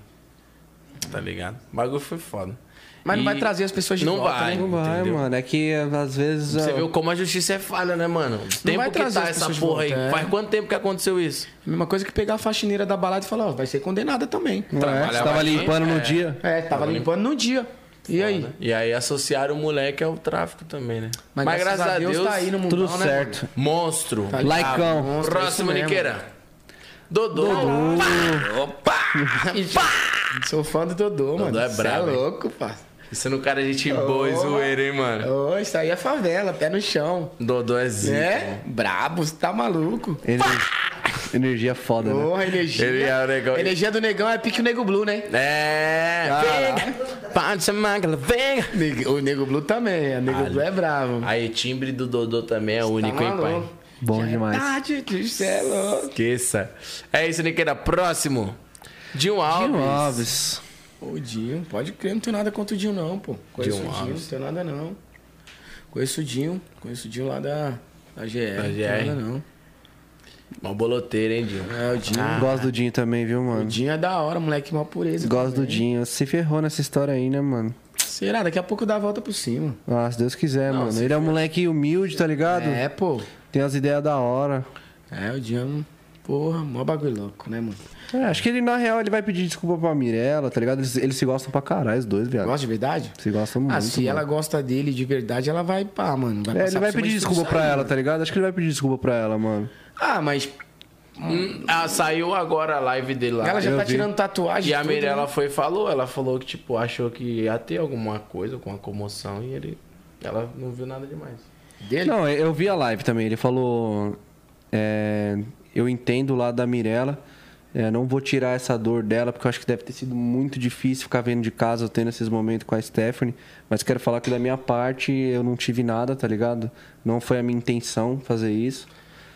Speaker 1: Tá ligado? O bagulho foi foda.
Speaker 3: Mas não
Speaker 1: E
Speaker 3: vai trazer as pessoas de
Speaker 1: não
Speaker 3: volta,
Speaker 1: Vai,
Speaker 3: né?
Speaker 2: Não vai,
Speaker 1: entendeu?
Speaker 2: mano. É que às vezes.
Speaker 1: Você
Speaker 2: ó,
Speaker 1: viu como a justiça é falha, né, mano? Tempo
Speaker 3: vai
Speaker 1: que
Speaker 3: trazer
Speaker 1: tá
Speaker 3: as
Speaker 1: essa
Speaker 3: pessoas de
Speaker 1: porra aí.
Speaker 3: volta, é.
Speaker 1: Faz quanto tempo que aconteceu isso?
Speaker 3: Mesma coisa que pegar a faxineira da balada e falar, ó, vai ser condenada também.
Speaker 2: é,
Speaker 1: trabalhava
Speaker 2: você tava
Speaker 1: aqui,
Speaker 2: limpando
Speaker 1: é.
Speaker 2: no dia.
Speaker 3: É, tava limpando no dia. E aí?
Speaker 1: E aí associaram o moleque ao tráfico também, né? Mas, graças, a Deus,
Speaker 3: tá aí no mundão,
Speaker 2: Tudo
Speaker 3: né, Tá
Speaker 2: certo.
Speaker 1: monstro.
Speaker 3: mano?
Speaker 2: Laicão.
Speaker 3: monstro, é
Speaker 1: Próximo,
Speaker 3: isso mesmo.
Speaker 1: Niqueira. Dodô. Opa! Opa!
Speaker 3: Sou fã do Dodô, mano.
Speaker 1: é
Speaker 3: Cê
Speaker 1: brabo,
Speaker 3: É
Speaker 1: hein?
Speaker 3: louco, pá.
Speaker 1: Isso no cara gente boa e zoeira, hein, mano?
Speaker 3: Ô, isso aí é favela, pé no chão.
Speaker 1: Dodô é zica.
Speaker 3: É? Brabo, você tá maluco.
Speaker 2: Ener- Energia foda, né?
Speaker 3: Porra, energia.
Speaker 1: Ele é o negão.
Speaker 3: Energia do negão é pique o nego blue, né?
Speaker 1: É. Vem, Pode chamar que ela vem.
Speaker 3: Neg- O nego blue também, o nego blue é bravo.
Speaker 1: Aí, timbre do Dodô também
Speaker 3: tá
Speaker 1: é Ah, único, hein, pai?
Speaker 2: Bom demais.
Speaker 3: Tarde, você é louco.
Speaker 1: Esqueça. É isso, Niqueira. Próximo. Dinho Alves.
Speaker 2: Dinho Alves.
Speaker 3: O Dinho, pode crer, não tenho nada contra o Dinho, não, pô. Conheço
Speaker 1: Dinho
Speaker 3: o Dinho,
Speaker 1: Alves.
Speaker 3: não tenho nada, não. Conheço o Dinho, conheço o Dinho lá da, da GR.
Speaker 1: Da
Speaker 3: Não
Speaker 1: GR.
Speaker 3: tenho nada, não.
Speaker 1: Mó boloteiro, hein, Dinho?
Speaker 3: É, o Dinho.
Speaker 2: Gosto do Dinho também, viu,
Speaker 3: O
Speaker 2: mano?
Speaker 3: Dinho é da hora, moleque, uma pureza.
Speaker 2: Gosto do Dinho. Se ferrou nessa história aí, né, mano?
Speaker 3: Será? Daqui a pouco dá a volta por cima.
Speaker 2: Ah, se Deus quiser, mano. Ele é um moleque humilde, tá ligado?
Speaker 3: É, pô.
Speaker 2: Tem as ideias da hora.
Speaker 3: É, o Dinho, porra, mó bagulho louco, né, mano?
Speaker 2: É, acho que ele, na real, ele vai pedir desculpa pra Mirella, tá ligado? Eles, eles se gostam pra caralho, os dois, viado.
Speaker 3: Gosta de verdade?
Speaker 2: Se gostam muito.
Speaker 3: ah, se
Speaker 2: mano.
Speaker 3: ela gosta dele de verdade, ela vai, pá, mano. Vai
Speaker 2: É,
Speaker 3: passar
Speaker 2: ele vai
Speaker 3: por cima
Speaker 2: pedir
Speaker 3: de tudo
Speaker 2: desculpa
Speaker 3: isso
Speaker 2: pra
Speaker 3: aí,
Speaker 2: ela,
Speaker 3: mano.
Speaker 2: tá ligado? Acho que ele vai pedir desculpa pra ela, mano.
Speaker 3: Ah, mas
Speaker 1: Hum, ah, saiu agora a live dele lá.
Speaker 3: ela já
Speaker 2: eu
Speaker 3: tá
Speaker 2: vi.
Speaker 3: tirando tatuagem.
Speaker 1: E a
Speaker 3: tudo, né?
Speaker 1: Mirella foi e falou, ela falou que, tipo, achou que ia ter alguma coisa, alguma comoção, e ele. Ela não viu nada demais.
Speaker 3: Dele?
Speaker 2: Não, eu vi a live também. Ele falou. é, eu entendo o lado da Mirella. é, não vou tirar essa dor dela, porque eu acho que deve ter sido muito difícil ficar vendo de casa, eu tendo esses momentos com a Stephanie. Mas quero falar que da minha parte eu não tive nada, tá ligado? Não foi a minha intenção fazer isso.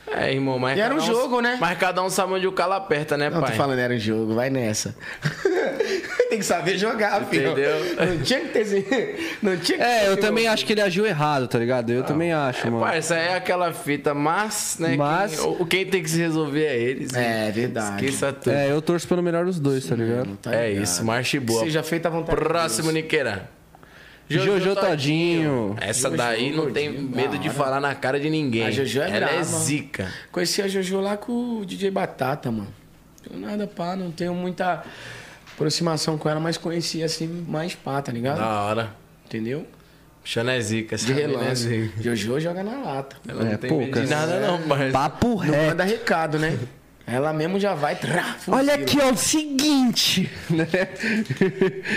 Speaker 1: É, irmão, mas.
Speaker 3: E era
Speaker 1: cada
Speaker 3: um jogo, né?
Speaker 1: Mas cada um sabe onde o calo aperta, né,
Speaker 3: Não,
Speaker 1: pai?
Speaker 3: tô falando, era um jogo, vai nessa. Tem que saber jogar, filho.
Speaker 1: Entendeu?
Speaker 3: Não tinha que ter. esse- Não tinha que
Speaker 2: É,
Speaker 3: ter
Speaker 2: eu
Speaker 3: esse
Speaker 2: também
Speaker 3: jogo.
Speaker 2: acho que ele agiu errado, tá ligado? Eu também acho,
Speaker 1: É,
Speaker 2: mano.
Speaker 1: parça, é aquela fita, mas, né?
Speaker 2: Mas-
Speaker 1: Quem, o- quem tem que se resolver é eles.
Speaker 3: É,
Speaker 1: né?
Speaker 3: verdade.
Speaker 1: Esqueça tudo. É,
Speaker 2: É, eu torço pelo melhor dos dois, tá ligado?
Speaker 3: Tá ligado.
Speaker 1: isso, marche
Speaker 3: Que
Speaker 1: boa.
Speaker 3: seja feita à vontade. de
Speaker 1: Próximo, Niqueira.
Speaker 2: Jojo, Todinho.
Speaker 1: Essa
Speaker 3: Jojo
Speaker 1: daí não tem
Speaker 3: Todinho,
Speaker 1: medo
Speaker 3: da
Speaker 1: de
Speaker 3: hora.
Speaker 1: falar na cara de ninguém.
Speaker 3: A Jojo é
Speaker 1: Ela é
Speaker 3: brava.
Speaker 1: zica.
Speaker 3: Deus. Conheci a Jojo lá com o DJ Batata, mano. Não tenho nada pá, não tenho muita aproximação com ela, mas conheci assim mais pá, tá ligado?
Speaker 1: Da hora.
Speaker 3: Entendeu?
Speaker 1: Xana é zica. essa
Speaker 3: De
Speaker 1: mina é
Speaker 3: relance.
Speaker 1: zica.
Speaker 3: Jojo joga na lata.
Speaker 1: Ela
Speaker 2: É,
Speaker 1: não tem É, medo de
Speaker 2: poucas.
Speaker 1: nada,
Speaker 3: É.
Speaker 1: não, parça.
Speaker 2: Papo
Speaker 3: Não
Speaker 2: reto.
Speaker 3: manda recado, né? Ela mesmo já vai. Trá,
Speaker 1: é
Speaker 3: fuzila.
Speaker 2: Olha aqui, ó, o seguinte. né?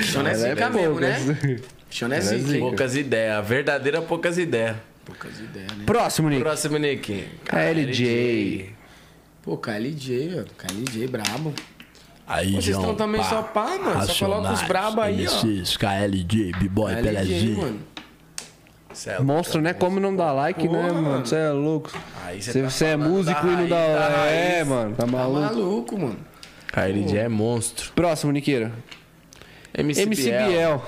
Speaker 3: Xana é
Speaker 1: assim
Speaker 2: Ela
Speaker 3: zica mesmo, né?
Speaker 2: poucas.
Speaker 3: Xana é
Speaker 2: Ela é
Speaker 3: zica.
Speaker 2: zica.
Speaker 1: Poucas ideias, verdadeira poucas ideias.
Speaker 3: Poucas ideias, né?
Speaker 2: Próximo, Nick.
Speaker 1: Próximo, Nick.
Speaker 3: É,
Speaker 2: LJ.
Speaker 3: Pô, KLJ, velho. KLJ brabo.
Speaker 8: Aí,
Speaker 3: Vocês
Speaker 8: João,
Speaker 3: estão também
Speaker 8: pá,
Speaker 3: só pá, mano. Só coloca os
Speaker 8: Racionais,
Speaker 3: braba aí, ó.
Speaker 8: MCs, KLJ, B-Boy,
Speaker 2: É
Speaker 3: KLJ,
Speaker 8: Pelezinho.
Speaker 3: mano.
Speaker 1: Cê é
Speaker 2: Monstro, né? Como não dá like, né, mano? Você é louco.
Speaker 1: Aí cê
Speaker 2: Você
Speaker 1: tá
Speaker 2: é
Speaker 1: falando
Speaker 2: músico
Speaker 1: da
Speaker 2: e não dá
Speaker 1: raiz, da
Speaker 2: like. É,
Speaker 1: raiz.
Speaker 2: mano. Tá
Speaker 3: Tá
Speaker 2: maluco.
Speaker 3: maluco, mano.
Speaker 1: KLJ é monstro.
Speaker 2: Próximo, Niqueira.
Speaker 1: MC,
Speaker 2: MC
Speaker 1: Biel.
Speaker 2: Biel.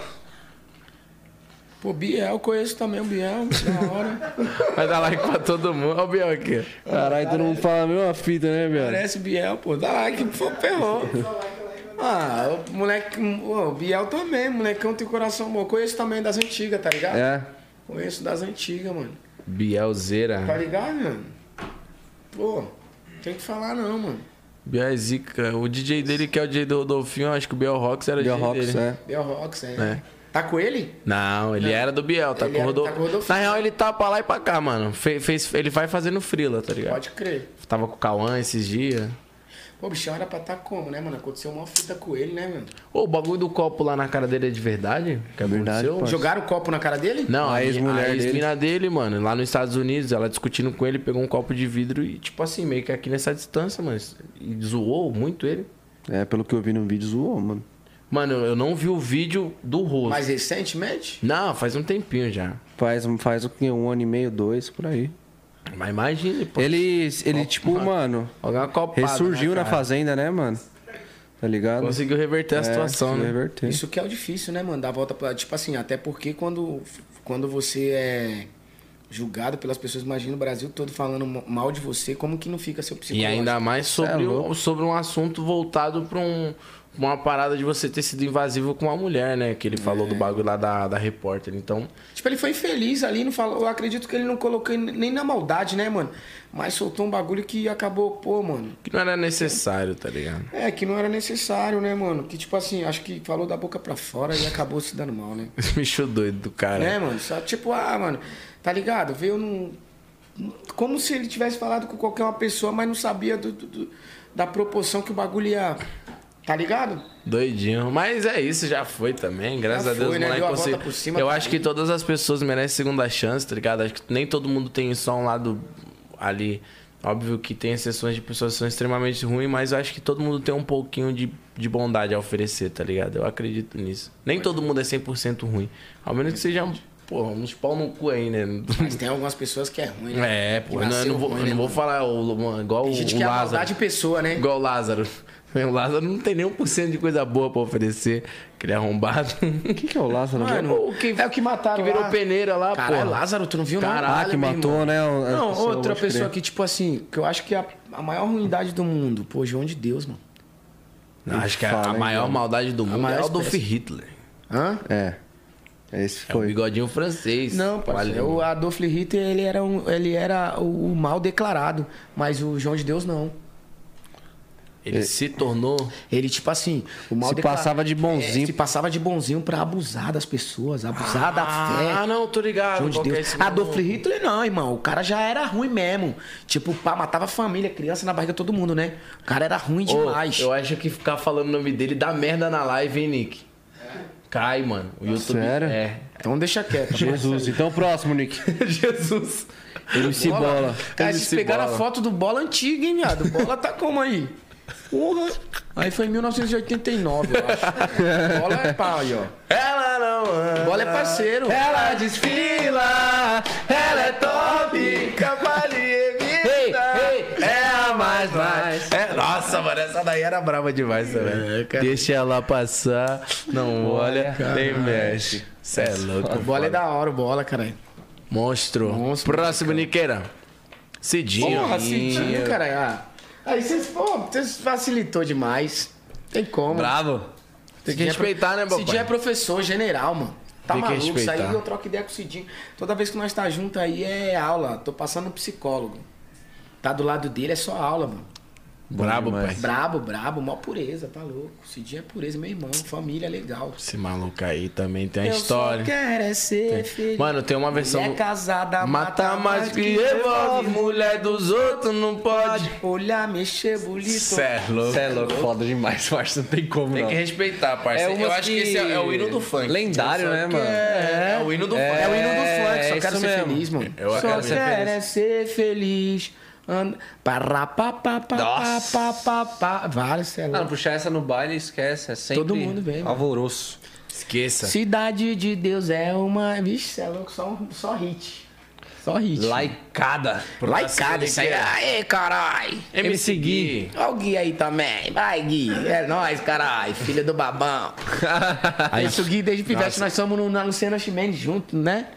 Speaker 3: Pô, Biel, conheço também o Biel, da hora.
Speaker 1: Vai dar like pra todo mundo. Olha o Biel aqui.
Speaker 2: Caralho, todo mundo fala a mesma fita, né, velho?
Speaker 3: Parece o Biel, pô. Dá like, pô, ferrou. Ah, o moleque. ô, o Biel também, molecão tem coração bom. Conheço também das antigas, tá ligado?
Speaker 2: É.
Speaker 3: Conheço das antigas, mano. Tá
Speaker 1: Bielzeira.
Speaker 3: ligado, mano? Pô, tem que falar não, mano.
Speaker 1: Biel é zica. O DJ dele, que é o DJ do Rodolfinho, acho que o Biel Rox era
Speaker 2: Biel
Speaker 1: DJ
Speaker 2: Rocks,
Speaker 1: dele.
Speaker 2: é.
Speaker 3: Biel Rox, é.
Speaker 1: É.
Speaker 3: Tá com ele?
Speaker 1: Não, ele era do Biel, tá
Speaker 3: Ele
Speaker 1: com o
Speaker 3: era- tá
Speaker 1: Rodolfo.
Speaker 3: com o Rodolfinho.
Speaker 1: Na real, ele tá pra lá e
Speaker 2: É.
Speaker 1: pra cá, mano. Fe- fez, ele vai fazendo frila, tá ligado?
Speaker 3: Pode crer.
Speaker 1: Tava com o Cauã esses dias.
Speaker 3: Pô, bichão era pra tá como, né, mano? Aconteceu uma fita com ele, né, mano?
Speaker 1: Ô, o bagulho do copo lá na cara dele é de verdade? Que
Speaker 2: Verdade,
Speaker 1: aconteceu?
Speaker 2: parça.
Speaker 3: Jogaram o copo na cara dele?
Speaker 1: Não, a
Speaker 2: ex-mulher
Speaker 1: ex-mulher
Speaker 2: dele.
Speaker 1: ex-mina dele, mano, lá nos Estados Unidos, ela discutindo com ele, pegou um copo de vidro e, tipo assim, meio que aqui nessa distância, mano. E zoou muito ele.
Speaker 2: É, pelo que eu vi no vídeo, zoou, mano.
Speaker 1: Mano, eu não vi o vídeo do rosto.
Speaker 3: Mais recentemente?
Speaker 1: Não, faz um tempinho já.
Speaker 2: Faz, um- faz o quê? um ano e meio, dois, por aí.
Speaker 1: Mas imagine, pô.
Speaker 2: Ele, ele tipo, mano,
Speaker 1: Alguma copada,
Speaker 2: ressurgiu
Speaker 1: né,
Speaker 2: na
Speaker 1: cara?
Speaker 2: fazenda, né, mano? Tá ligado?
Speaker 1: Conseguiu reverter a
Speaker 2: É,
Speaker 1: situação,
Speaker 2: se
Speaker 1: né?
Speaker 2: reverter.
Speaker 3: Isso que é o difícil, né, mano? Dar a volta pra. Tipo assim, até porque quando, quando você é julgado pelas pessoas, imagina o Brasil todo falando mal de você, como que não fica seu
Speaker 1: E
Speaker 3: psicológico?
Speaker 1: ainda mais
Speaker 2: é
Speaker 1: sobre, um- sobre um assunto voltado pra um- uma parada de você ter sido invasivo com uma mulher, né? Que ele falou
Speaker 2: É.
Speaker 1: do bagulho lá da, da repórter. Então,
Speaker 3: Tipo, ele foi infeliz ali, não falou. Eu acredito que ele não colocou nem na maldade, né, mano? Mas soltou um bagulho que acabou, pô, mano.
Speaker 1: que não era necessário, tá ligado?
Speaker 3: É, que não era necessário, né, mano? Que tipo assim, acho que falou da boca pra fora e acabou se dando mal, né?
Speaker 1: Esse bicho doido do cara.
Speaker 3: Né, mano? Só tipo, ah, mano, tá ligado? Veio num. Como se ele tivesse falado com qualquer uma pessoa, mas não sabia do, do- do- da proporção que o bagulho ia. Tá ligado?
Speaker 1: Doidinho. Mas é isso, já foi também. Graças
Speaker 3: Já
Speaker 1: a Deus,
Speaker 3: foi, né?
Speaker 1: moleque,
Speaker 3: Deu a
Speaker 1: consegui-
Speaker 3: volta por cima
Speaker 1: Eu
Speaker 3: também.
Speaker 1: acho que todas as pessoas merecem segunda chance, tá ligado? Acho que nem todo mundo tem só um lado ali. Óbvio que tem exceções de pessoas que são extremamente ruins, mas eu acho que todo mundo tem um pouquinho de, de bondade a oferecer, tá ligado? Eu acredito nisso. Nem todo mundo é 100% ruim. Ao menos que seja, pô, uns pau no cu aí, né?
Speaker 3: Mas tem algumas pessoas que é ruim, né?
Speaker 1: É, pô.
Speaker 3: Que
Speaker 1: Não, eu
Speaker 3: nasceu
Speaker 1: não vou,
Speaker 3: ruim,
Speaker 1: eu
Speaker 3: né,
Speaker 1: não vou
Speaker 3: mano?
Speaker 1: falar o, mano, igual
Speaker 3: Tem
Speaker 1: o,
Speaker 3: gente
Speaker 1: o
Speaker 3: que é a
Speaker 1: Lázaro.
Speaker 3: maldade de pessoa, né?
Speaker 1: Igual o Lázaro. O Lázaro não tem nem 1% de coisa boa pra oferecer. Que ele é arrombado.
Speaker 2: O que, que é o Lázaro?
Speaker 3: Mano, o que, é o que mataram
Speaker 1: Que virou
Speaker 3: lá.
Speaker 1: peneira lá,
Speaker 3: Caralho,
Speaker 1: pô.
Speaker 3: Lázaro, tu não viu não?
Speaker 1: Caralho,
Speaker 2: ah, que
Speaker 1: meu
Speaker 2: matou,
Speaker 1: irmão.
Speaker 2: né? as
Speaker 3: Não,
Speaker 2: pessoas,
Speaker 3: outra
Speaker 2: pode
Speaker 3: pessoa
Speaker 2: crer.
Speaker 3: que, tipo assim, que eu acho que a, a maior ruindade do mundo, pô, João de Deus, mano.
Speaker 1: Não, acho que é a,
Speaker 2: Fala,
Speaker 1: a
Speaker 2: hein,
Speaker 1: maior
Speaker 2: mano.
Speaker 1: maldade do mundo é
Speaker 3: maior
Speaker 1: o Adolf
Speaker 3: espécie.
Speaker 1: Hitler.
Speaker 3: Hã?
Speaker 2: É. Esse
Speaker 3: um
Speaker 1: É o
Speaker 2: foi.
Speaker 1: bigodinho francês.
Speaker 3: Não, parceiro.
Speaker 1: Valeu.
Speaker 3: O Adolf Hitler, ele era, um, ele era o, o mal declarado, mas o João de Deus não.
Speaker 1: Ele se tornou...
Speaker 3: Ele, tipo assim, o mal
Speaker 2: Se
Speaker 3: declara-
Speaker 2: passava de bonzinho.
Speaker 3: É, se passava de bonzinho pra abusar das pessoas, abusar da fé.
Speaker 1: Ah, não, tô ligado.
Speaker 3: João de
Speaker 1: qual que é
Speaker 3: Deus.
Speaker 1: esse
Speaker 3: Adolf
Speaker 1: maluco?
Speaker 3: Hitler não, irmão. O cara já era ruim mesmo. Tipo, pá, matava a família, criança na barriga de todo mundo, né? O cara era ruim
Speaker 1: Ô,
Speaker 3: demais.
Speaker 1: eu acho que ficar falando o nome dele dá merda na live, hein, Nick? Cai, mano. O YouTube...
Speaker 2: sério?
Speaker 1: É.
Speaker 3: Então deixa quieto.
Speaker 2: Jesus. Então, próximo, Nick.
Speaker 1: Jesus.
Speaker 2: MC Bola.
Speaker 3: Cara,
Speaker 1: Ele
Speaker 3: vocês
Speaker 1: se
Speaker 3: pegaram
Speaker 1: bola.
Speaker 3: a foto do bola antiga, hein, viado? O Bola tá como aí? Porra. Aí foi em 1989, eu acho. Bola é pau aí, ó.
Speaker 1: Ela não anda.
Speaker 3: Bola é parceiro.
Speaker 1: Ela desfila, ela é top, cavalier é a mais mais. É, nossa, mano, essa daí era brava demais
Speaker 3: É,
Speaker 1: também. Deixa ela passar, não olha, nem mexe. Cê é louco.
Speaker 3: O é bola é da hora, o bola, caralho.
Speaker 1: Monstro. Próximo, Niqueira. Cidinho.
Speaker 3: Porra, Cidinho, caralho. Ah. Aí vocês, pô, vocês facilitou demais. Tem como.
Speaker 1: Bravo. Tem que
Speaker 3: Cidinho é pro-
Speaker 1: respeitar, né, papai?
Speaker 3: Cidinho é professor general, mano. Tá
Speaker 1: Tem que
Speaker 3: maluco, isso aí
Speaker 1: respeitar.
Speaker 3: eu troco ideia com o Cidinho. Toda vez que nós tá junto aí é aula. Tô passando um psicólogo. Tá do lado dele é só aula, mano.
Speaker 1: Brabo, pai.
Speaker 3: Brabo, brabo, mó pureza, tá louco. Cidinho é pureza, meu irmão, família legal.
Speaker 1: Esse maluco aí também tem a
Speaker 3: Eu
Speaker 1: história.
Speaker 3: só quero é ser feliz.
Speaker 1: Mano, tem uma versão.
Speaker 3: Mulher casada
Speaker 1: Mata mais que revolve, mulher dos outros não pode.
Speaker 3: Olhar, mexer, bonito.
Speaker 1: Cê é louco.
Speaker 2: Você é louco, foda demais, parça. Não tem como,
Speaker 1: Tem
Speaker 2: não.
Speaker 1: que respeitar,
Speaker 2: É
Speaker 1: parceiro.
Speaker 2: umas
Speaker 1: Eu acho que esse é, é o hino do funk.
Speaker 2: Lendário, né, mano?
Speaker 1: É, é o hino do
Speaker 3: É, o
Speaker 1: funk.
Speaker 3: hino do
Speaker 2: É,
Speaker 3: funk, só
Speaker 2: é
Speaker 3: quero
Speaker 2: isso
Speaker 3: ser
Speaker 2: mesmo.
Speaker 3: feliz, mano.
Speaker 1: Eu
Speaker 3: só
Speaker 1: quero
Speaker 3: quero,
Speaker 1: ser
Speaker 3: é ser feliz. And... Pará, pá, pá, pá, pá, pá, pá, pá. Vários, sei lá.
Speaker 2: Mano, puxar essa no baile, esquece. É sempre
Speaker 3: Todo mundo vem, mano.
Speaker 2: alvoroço.
Speaker 1: Esqueça.
Speaker 3: Cidade de Deus é uma. Vixe, cê é louco, só, um- só hit. Só hit.
Speaker 2: Laicada.
Speaker 3: Laicada, isso aí. é- Aê, carai.
Speaker 1: MC Gui.
Speaker 3: Olha o Gui aí também. Vai, Gui. É nóis, caralho. Filho do babão. É Isso, Gui, desde pivete, nós somos no- na Luciana Chimenez junto, né?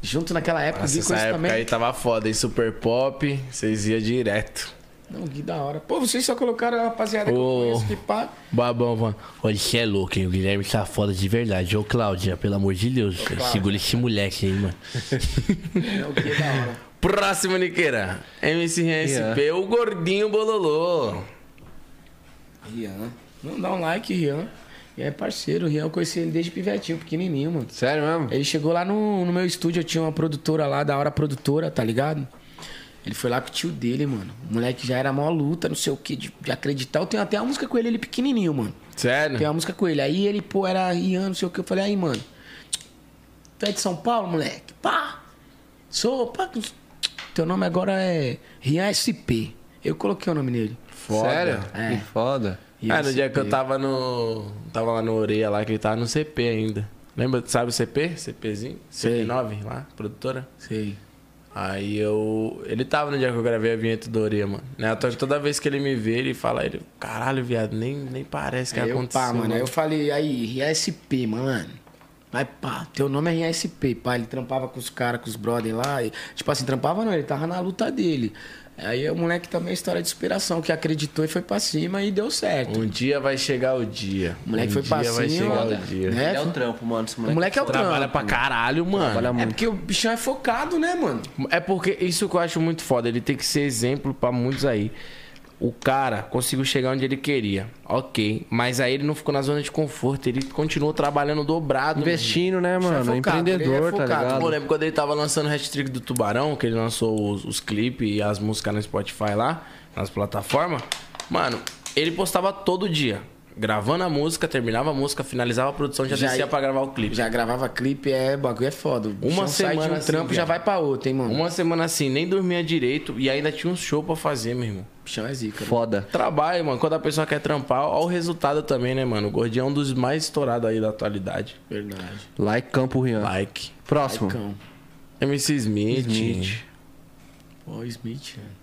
Speaker 3: Junto naquela época,
Speaker 1: Nossa,
Speaker 3: Gui com
Speaker 1: essa
Speaker 3: isso
Speaker 1: época
Speaker 3: também.
Speaker 1: aí tava foda, hein? Super pop, vocês iam direto.
Speaker 3: Não, Gui, da hora. Pô, vocês só colocaram a rapaziada que eu
Speaker 1: Ô.
Speaker 3: conheço que pá.
Speaker 1: Babão, mano.
Speaker 9: Olha, você é louco, hein? O Guilherme tá foda de verdade. Ô, Cláudia, pelo amor de Deus, cara, segura esse moleque aí, mano.
Speaker 3: Não,
Speaker 1: é
Speaker 3: Gui, da hora.
Speaker 1: Próximo, Niqueira. MC RSP, o gordinho bololô.
Speaker 3: Rian. Não dá um like, Rian. E é parceiro, o Rian, eu conheci ele desde pivetinho, pequenininho, mano.
Speaker 2: Sério mesmo?
Speaker 3: Ele chegou lá no, no meu estúdio, eu tinha uma produtora lá, da hora produtora, tá ligado? Ele foi lá pro tio dele, mano. O moleque já era mó luta, não sei o que, de, de acreditar. Eu tenho até a música com ele, ele pequenininho, mano.
Speaker 1: Sério?
Speaker 2: É.
Speaker 3: Tem uma música com ele. Aí ele, pô, era Ian, não sei o que. Eu falei, aí, mano. Tu é de São Paulo, moleque? Pá! Sou, pá. Teu nome agora é Rian SP. Eu coloquei o nome nele.
Speaker 1: Foda. Sério?
Speaker 3: É.
Speaker 2: Que foda.
Speaker 1: Ah, no dia que eu tava no. Tava lá no Oreia lá, que ele tava no CP ainda. Lembra, sabe o CP? CPzinho?
Speaker 3: Sei.
Speaker 1: CP9 lá, produtora?
Speaker 3: Sei.
Speaker 1: Aí eu. Ele tava no dia que eu gravei a vinheta do Oreia, mano. Né? Então, Toda vez que ele me vê, ele fala, ele, caralho, viado, nem, nem parece que
Speaker 3: Aí É, eu,
Speaker 1: aconteceu.
Speaker 3: pá, mano. Aí eu falei, aí, Rian SP, mano. Aí, pá, teu nome é Rian SP, pá. Ele trampava com os caras, com os brother lá. e, tipo assim, trampava não, ele tava na luta dele. Aí o moleque também é história de inspiração, que acreditou e foi pra cima e deu certo.
Speaker 1: Um dia vai chegar o dia.
Speaker 3: O moleque
Speaker 1: um
Speaker 3: foi pra
Speaker 1: dia vai
Speaker 3: cima,
Speaker 1: chegar o
Speaker 3: né?
Speaker 1: dia.
Speaker 3: Né?
Speaker 2: Ele é o trampo, mano. Esse
Speaker 3: O
Speaker 2: moleque.
Speaker 3: moleque é o
Speaker 1: Trabalha
Speaker 3: trampo.
Speaker 1: pra caralho, mano.
Speaker 2: Trabalha
Speaker 3: É
Speaker 2: muito.
Speaker 3: porque o bichão é focado, né, mano?
Speaker 1: É porque isso que eu acho muito foda. Ele tem que ser exemplo pra muitos aí. O cara conseguiu chegar onde ele queria, ok. Mas aí ele não ficou na zona de conforto. Ele continuou trabalhando dobrado.
Speaker 2: Investindo, né,
Speaker 3: é
Speaker 2: mano?
Speaker 3: focado, ele é
Speaker 2: Empreendedor, tá
Speaker 3: focado.
Speaker 2: ligado?
Speaker 1: Eu lembro quando ele tava lançando o hashtag do Tubarão, que ele lançou os, os clipes e as músicas no Spotify lá, nas plataformas. Mano, ele postava todo dia. Gravando a música, terminava a música, finalizava a produção, já,
Speaker 3: Já
Speaker 1: descia
Speaker 3: ia-
Speaker 1: pra gravar o clipe.
Speaker 3: Já gravava clipe, é bagulho, é foda. O
Speaker 1: Uma
Speaker 3: bichão sai de um
Speaker 1: semana assim,
Speaker 3: trampo já
Speaker 1: viado.
Speaker 3: vai pra outro, hein, mano?
Speaker 1: Uma semana assim, nem dormia direito e ainda tinha um show pra fazer, meu irmão.
Speaker 3: O bichão é zica. né?
Speaker 2: Foda.
Speaker 1: Trabalho, mano. Quando a pessoa quer trampar, olha o resultado também, né, mano? O Gordinho é um dos mais estourados aí da atualidade.
Speaker 3: né? Verdade.
Speaker 2: Like Campo
Speaker 3: É.
Speaker 2: Rian.
Speaker 1: Like.
Speaker 2: Próximo.
Speaker 3: Cão.
Speaker 1: MC Smith.
Speaker 2: Smith.
Speaker 3: Pô, Smith, né?
Speaker 1: é.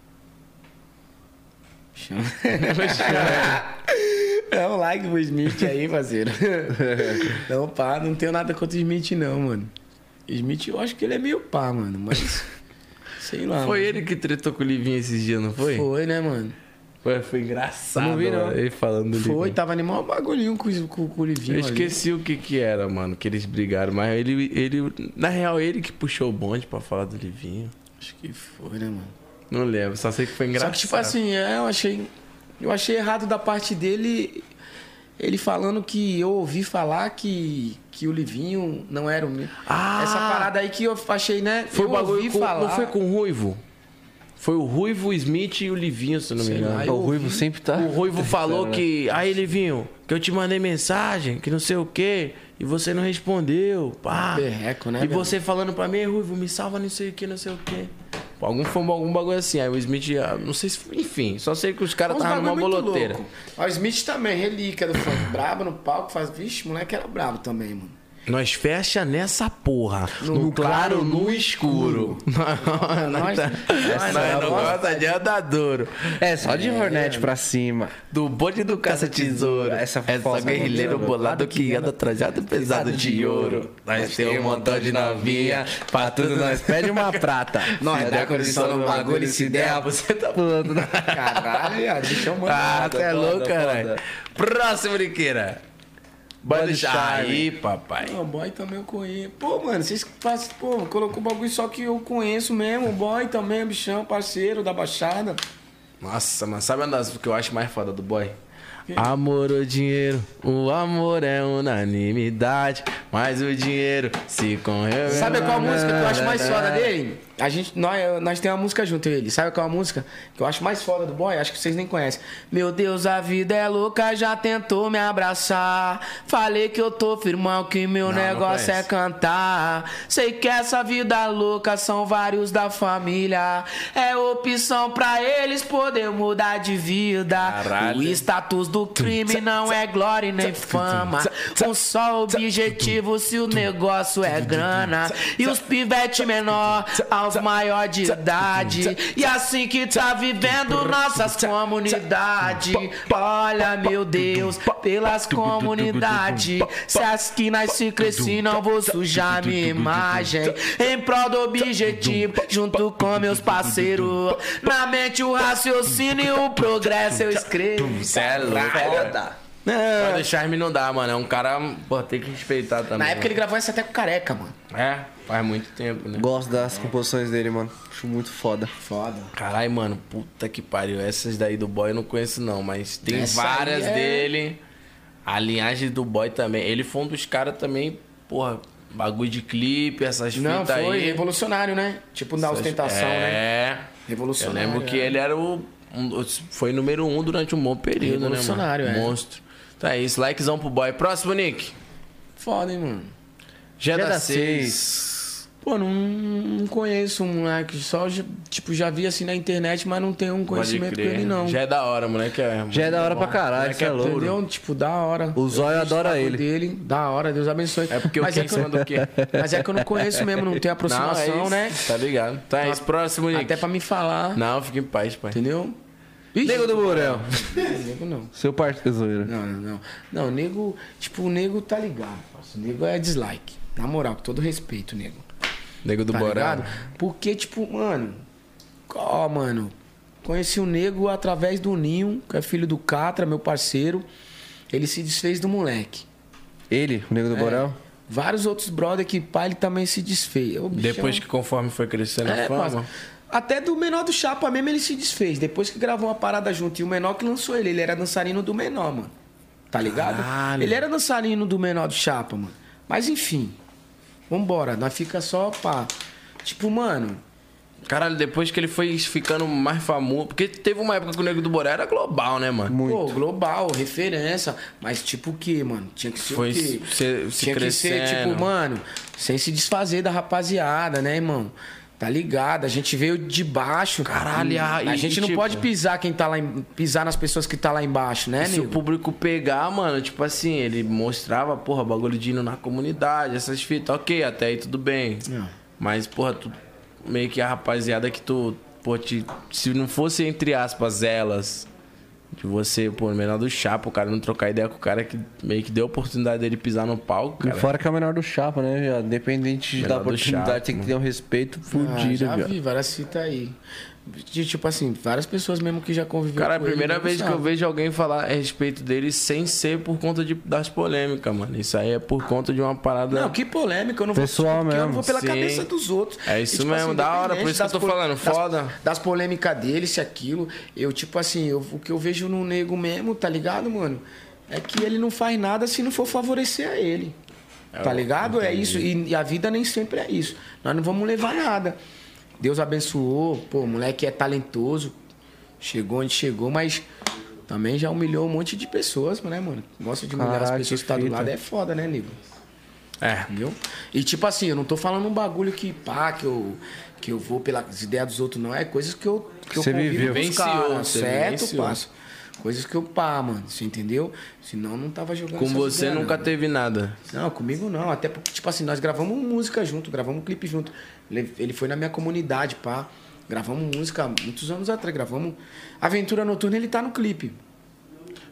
Speaker 3: Bichão. Dá um like pro Smith aí, parceiro. não, pá, não tenho nada contra o Smith, não, mano. Smith, eu acho que ele é meio pá, mano, mas. Sei lá.
Speaker 1: Ah, Foi
Speaker 3: mano.
Speaker 1: ele que tretou com o Livinho esses dias, não foi?
Speaker 3: Foi, né, mano?
Speaker 1: Foi, foi engraçado.
Speaker 2: Eu não vi, não.
Speaker 1: mano, Ele falando do
Speaker 3: Foi,
Speaker 1: Livinho.
Speaker 3: tava animal bagulhinho com, o- com, com o Livinho.
Speaker 1: Eu
Speaker 3: ali.
Speaker 1: esqueci o que que era, mano, que eles brigaram. Mas ele, ele... Na real, ele que puxou o bonde pra falar do Livinho.
Speaker 3: Acho que foi, né, mano?
Speaker 1: Não lembro, só sei que foi engraçado.
Speaker 3: Só que, tipo assim, é, eu achei. Eu achei errado da parte dele. Ele falando que eu ouvi falar que, que o Livinho não era o meu.
Speaker 1: Ah!
Speaker 3: Essa parada aí que eu achei, né?
Speaker 1: Foi
Speaker 3: eu
Speaker 1: o bagulho
Speaker 3: ouvi
Speaker 1: com,
Speaker 3: falar.
Speaker 1: Não foi com o Ruivo? Foi o Ruivo, o Smith e o Livinho, se eu não me
Speaker 3: Sei
Speaker 1: engano.
Speaker 3: lá,
Speaker 2: É, O Ruivo sempre tá.
Speaker 1: O Ruivo falou que. Aí, Livinho, que eu te mandei mensagem, que não sei o quê, e você não respondeu. Pá.
Speaker 3: Perreco, né,
Speaker 1: E
Speaker 3: velho?
Speaker 1: você falando pra mim, "Ei, Ruivo, me salva não sei o que, não sei o quê. Pô, Algum, foi algum bagulho assim. Aí o Smith, ah, não sei se. foi- Enfim, só sei que os caras
Speaker 3: Uns
Speaker 1: estavam numa
Speaker 3: bagulho muito
Speaker 1: boloteira.
Speaker 3: louco. Ó, O Smith também, relíquia do funk. brabo no palco, faz. Vixe, o moleque era brabo também, mano.
Speaker 1: Nós fecha nessa porra. No,
Speaker 3: claro,
Speaker 1: claro, no escuro. Nós,
Speaker 3: Nós-
Speaker 1: nós,
Speaker 3: nós-
Speaker 1: nós, não gosta de andadouro.
Speaker 2: É, só de Hornet pra cima.
Speaker 1: Do bonde do caça-tesouro.
Speaker 2: Essa
Speaker 1: Essa
Speaker 2: fossa
Speaker 1: guerrilheiro
Speaker 2: não-
Speaker 1: bolado que anda trajado pesado de ouro. Nós temos um montão de novinha, pra tudo nós. um
Speaker 2: Nós pede uma prata. Se
Speaker 3: Nós dá
Speaker 2: der
Speaker 3: condição
Speaker 2: é condição
Speaker 3: no
Speaker 2: no
Speaker 3: bagulho,
Speaker 2: bagulho,
Speaker 3: se
Speaker 2: se der, a você tá pulando.
Speaker 3: Caralho, viado, bichão mano.
Speaker 1: Ah,
Speaker 2: Foda,
Speaker 1: cê é
Speaker 2: foda,
Speaker 1: louco,
Speaker 2: foda.
Speaker 1: caralho. Próximo, Liqueira. Bando
Speaker 2: Bando Charme.
Speaker 1: Aí, papai.
Speaker 3: Não, o boy também eu conheço. Pô, mano, vocês fazem. Pô, colocou o bagulho só que eu conheço mesmo. O boy também, bichão, parceiro da Baixada.
Speaker 1: Nossa, mas sabe uma das que eu acho mais foda do boy? Amor ou dinheiro, o amor é unanimidade, mas o dinheiro se correu.
Speaker 3: Sabe qual música que eu acho mais foda dele? é, A gente, nós, nós temos uma música junto, ele. Sabe qual é música que eu acho mais foda do boy? Acho que vocês nem conhecem. Meu Deus, a vida é louca, já tentou me abraçar. Falei que eu tô firmão, que meu negócio é
Speaker 1: conheço.
Speaker 3: cantar. Sei que essa vida louca são vários da família. É opção pra eles poder mudar de vida.
Speaker 1: Caralho.
Speaker 3: O status do crime não é glória e nem fama. Um só objetivo se o negócio é grana. E os pivete menor aos maior de idade. E assim que tá vivendo nossas comunidades. Olha, meu Deus, pelas comunidades. Se as que nasci cresci, não vou sujar minha imagem. Em prol do objetivo, junto com meus parceiros. Na mente o raciocínio e o progresso eu escrevo.
Speaker 1: Cê é louco. Bando Charme não dá, mano. É um cara. Pô, tem que respeitar também.
Speaker 3: Na época ele
Speaker 1: mano.
Speaker 3: gravou essa até com careca, mano.
Speaker 1: É, faz muito tempo, né?
Speaker 2: Gosto das composições dele, mano. Acho muito foda. Foda.
Speaker 1: Caralho, mano, puta que pariu. Essas daí do boy eu não conheço, não, mas tem
Speaker 3: Essa
Speaker 1: várias
Speaker 3: aí é-
Speaker 1: dele. A linhagem do boy também. Ele foi um dos caras também, porra, bagulho de clipe, essas
Speaker 3: Não,
Speaker 1: fitas
Speaker 3: foi
Speaker 1: aí.
Speaker 3: revolucionário, né? Tipo, na ostentação,
Speaker 1: é...
Speaker 3: né?
Speaker 1: É. Eu
Speaker 3: Revolucionário. é.
Speaker 1: lembro que ele era o. um- foi número um durante um bom período, né?
Speaker 3: Revolucionário,
Speaker 1: mano?
Speaker 3: é.
Speaker 1: Monstro. Tá é isso, likezão pro boy. Próximo, Nick.
Speaker 3: Foda, hein, mano.
Speaker 1: Já
Speaker 3: é
Speaker 6: da
Speaker 1: da
Speaker 6: seis.
Speaker 1: 6.
Speaker 3: Pô, não, não conheço um moleque. Só, tipo, já vi assim na internet, mas não tenho um conhecimento com ele, não.
Speaker 1: Já é da hora, moleque. É,
Speaker 2: Já é da hora pra caralho,
Speaker 1: Moleque
Speaker 2: cê é louco.
Speaker 3: Entendeu? Tipo, da hora.
Speaker 2: O Zóio
Speaker 3: Eu fiz
Speaker 2: adora
Speaker 3: tatu
Speaker 2: ele.
Speaker 3: Dele, da hora, Deus abençoe.
Speaker 1: É porque eu
Speaker 3: mas é
Speaker 1: fiquei em
Speaker 3: que eu,
Speaker 1: cima do quê?
Speaker 3: mas é que eu não conheço mesmo, não tenho
Speaker 1: Não, é
Speaker 3: aproximação,
Speaker 1: isso,
Speaker 3: né?
Speaker 1: Tá ligado. Tá é isso, próximo, Nick.
Speaker 3: Até pra me falar,
Speaker 1: Não, fica em paz, pai.
Speaker 3: entendeu? Ixi,
Speaker 2: Nego do Borel.
Speaker 3: nego não.
Speaker 2: Seu parceiro. zoeira.
Speaker 3: Não, não, não. Não, nego, tipo, o nego tá ligado, parceiro. O nego é dislike. Na moral, com todo respeito, nego.
Speaker 1: Nego do
Speaker 3: tá
Speaker 1: Borado.
Speaker 3: ligado? Porque, tipo, mano. Ó, mano. Conheci o nego através do Ninho, que é filho do Catra, meu parceiro. Ele se desfez do moleque.
Speaker 2: Ele, o Nego do Borel?
Speaker 3: Vários outros brother que pai ele também se desfez. Ô, bichão.
Speaker 1: Depois que conforme foi crescendo a
Speaker 3: É,
Speaker 1: fama.
Speaker 3: parça. Até do menor do Chapa mesmo ele se desfez. Depois que gravou uma parada junto e o menor que lançou ele. Ele era dançarino do menor, mano. Tá ligado?
Speaker 1: Caralho.
Speaker 3: Ele era dançarino do menor do Chapa, mano. Mas enfim. Vambora. Nós fica só, pá. Tipo, mano.
Speaker 1: Caralho, depois que ele foi ficando mais famoso. Porque teve uma época que o Nego do Borel era global, né, mano?
Speaker 3: Pô, global, referência. Mas tipo o quê, mano? Tinha que ser
Speaker 1: Foi
Speaker 3: o quê?
Speaker 1: se- se
Speaker 3: Tinha que ser,
Speaker 1: crescendo.
Speaker 3: tipo, mano, sem se desfazer da rapaziada, né, irmão? Tá ligado? A gente veio de baixo.
Speaker 1: Caralho,
Speaker 3: E a,
Speaker 1: e- e,
Speaker 3: gente não
Speaker 1: tipo-
Speaker 3: pode pisar quem tá lá em- pisar nas pessoas que tá lá embaixo, né,
Speaker 1: E É se o
Speaker 3: nego?
Speaker 1: público pegar, mano, tipo assim, ele mostrava, porra, bagulho de hino na comunidade, essas fitas, ok, até aí tudo bem.
Speaker 3: Não.
Speaker 1: Mas, porra, tu, meio que a rapaziada que tu, pô, te- se não fosse, entre aspas, elas, de você, pô, no menor do chapa, o cara não trocar ideia com o cara que meio que deu a oportunidade dele pisar no palco,
Speaker 2: E
Speaker 1: cara.
Speaker 2: fora que é o menor do chapa, né, viado? Independente
Speaker 1: Menor
Speaker 2: da
Speaker 1: do
Speaker 2: oportunidade,
Speaker 1: chapa,
Speaker 2: tem que ter um respeito
Speaker 3: Ah,
Speaker 2: fudido,
Speaker 3: já
Speaker 2: viado.
Speaker 3: vi várias fitas aí. De, tipo assim, várias pessoas mesmo que já conviveram
Speaker 1: Cara, é a
Speaker 3: com ele,
Speaker 1: primeira
Speaker 3: nego
Speaker 1: vez que
Speaker 3: sabe.
Speaker 1: eu vejo alguém falar a respeito dele sem ser por conta de- das polêmicas, mano. Isso aí é por conta de uma parada.
Speaker 3: Não, que polêmica, eu não
Speaker 2: Pessoal
Speaker 3: vou porque eu
Speaker 2: mesmo,
Speaker 3: não vou pela
Speaker 1: sim.
Speaker 3: cabeça dos outros. assim,
Speaker 1: É isso mesmo, da hora, por isso que eu
Speaker 3: Tipo
Speaker 1: tô
Speaker 3: independente das
Speaker 1: falando,
Speaker 3: das-
Speaker 1: foda.
Speaker 3: Das, polêmicas dele, se aquilo, eu tipo assim, eu- o que eu vejo no nego mesmo, tá ligado, mano? É que ele não faz nada se não for favorecer a ele. Tá ligado? É isso. E, e a vida nem sempre é isso. Nós não vamos levar nada. Deus abençoou, pô, o moleque é talentoso, chegou onde chegou, mas também já humilhou um monte de pessoas, né, mano? Gosta de humilhar
Speaker 2: Caraca,
Speaker 3: as pessoas que tá do
Speaker 2: fita.
Speaker 3: lado, é foda, né, nego?
Speaker 1: É.
Speaker 3: Entendeu? E tipo assim, eu não tô falando um bagulho que pá, que eu, que eu vou pelas ideias dos outros, não. É coisas que eu, que eu
Speaker 2: Você
Speaker 3: convivo
Speaker 2: viveu.
Speaker 3: com os
Speaker 1: Vivenciou,
Speaker 3: caras,
Speaker 1: você
Speaker 3: certo,
Speaker 1: vivenciou.
Speaker 3: passo. Coisas que eu pá, mano, você entendeu? Senão não tava jogando
Speaker 1: Com
Speaker 3: essas
Speaker 1: você
Speaker 3: ideias,
Speaker 1: nunca
Speaker 3: não.
Speaker 1: teve nada.
Speaker 3: Não, comigo não. Até porque, tipo assim, nós gravamos música junto, gravamos um clipe junto. Ele ele foi na minha comunidade, pá. Gravamos música há muitos anos atrás, gravamos. Aventura Noturna, ele tá no clipe.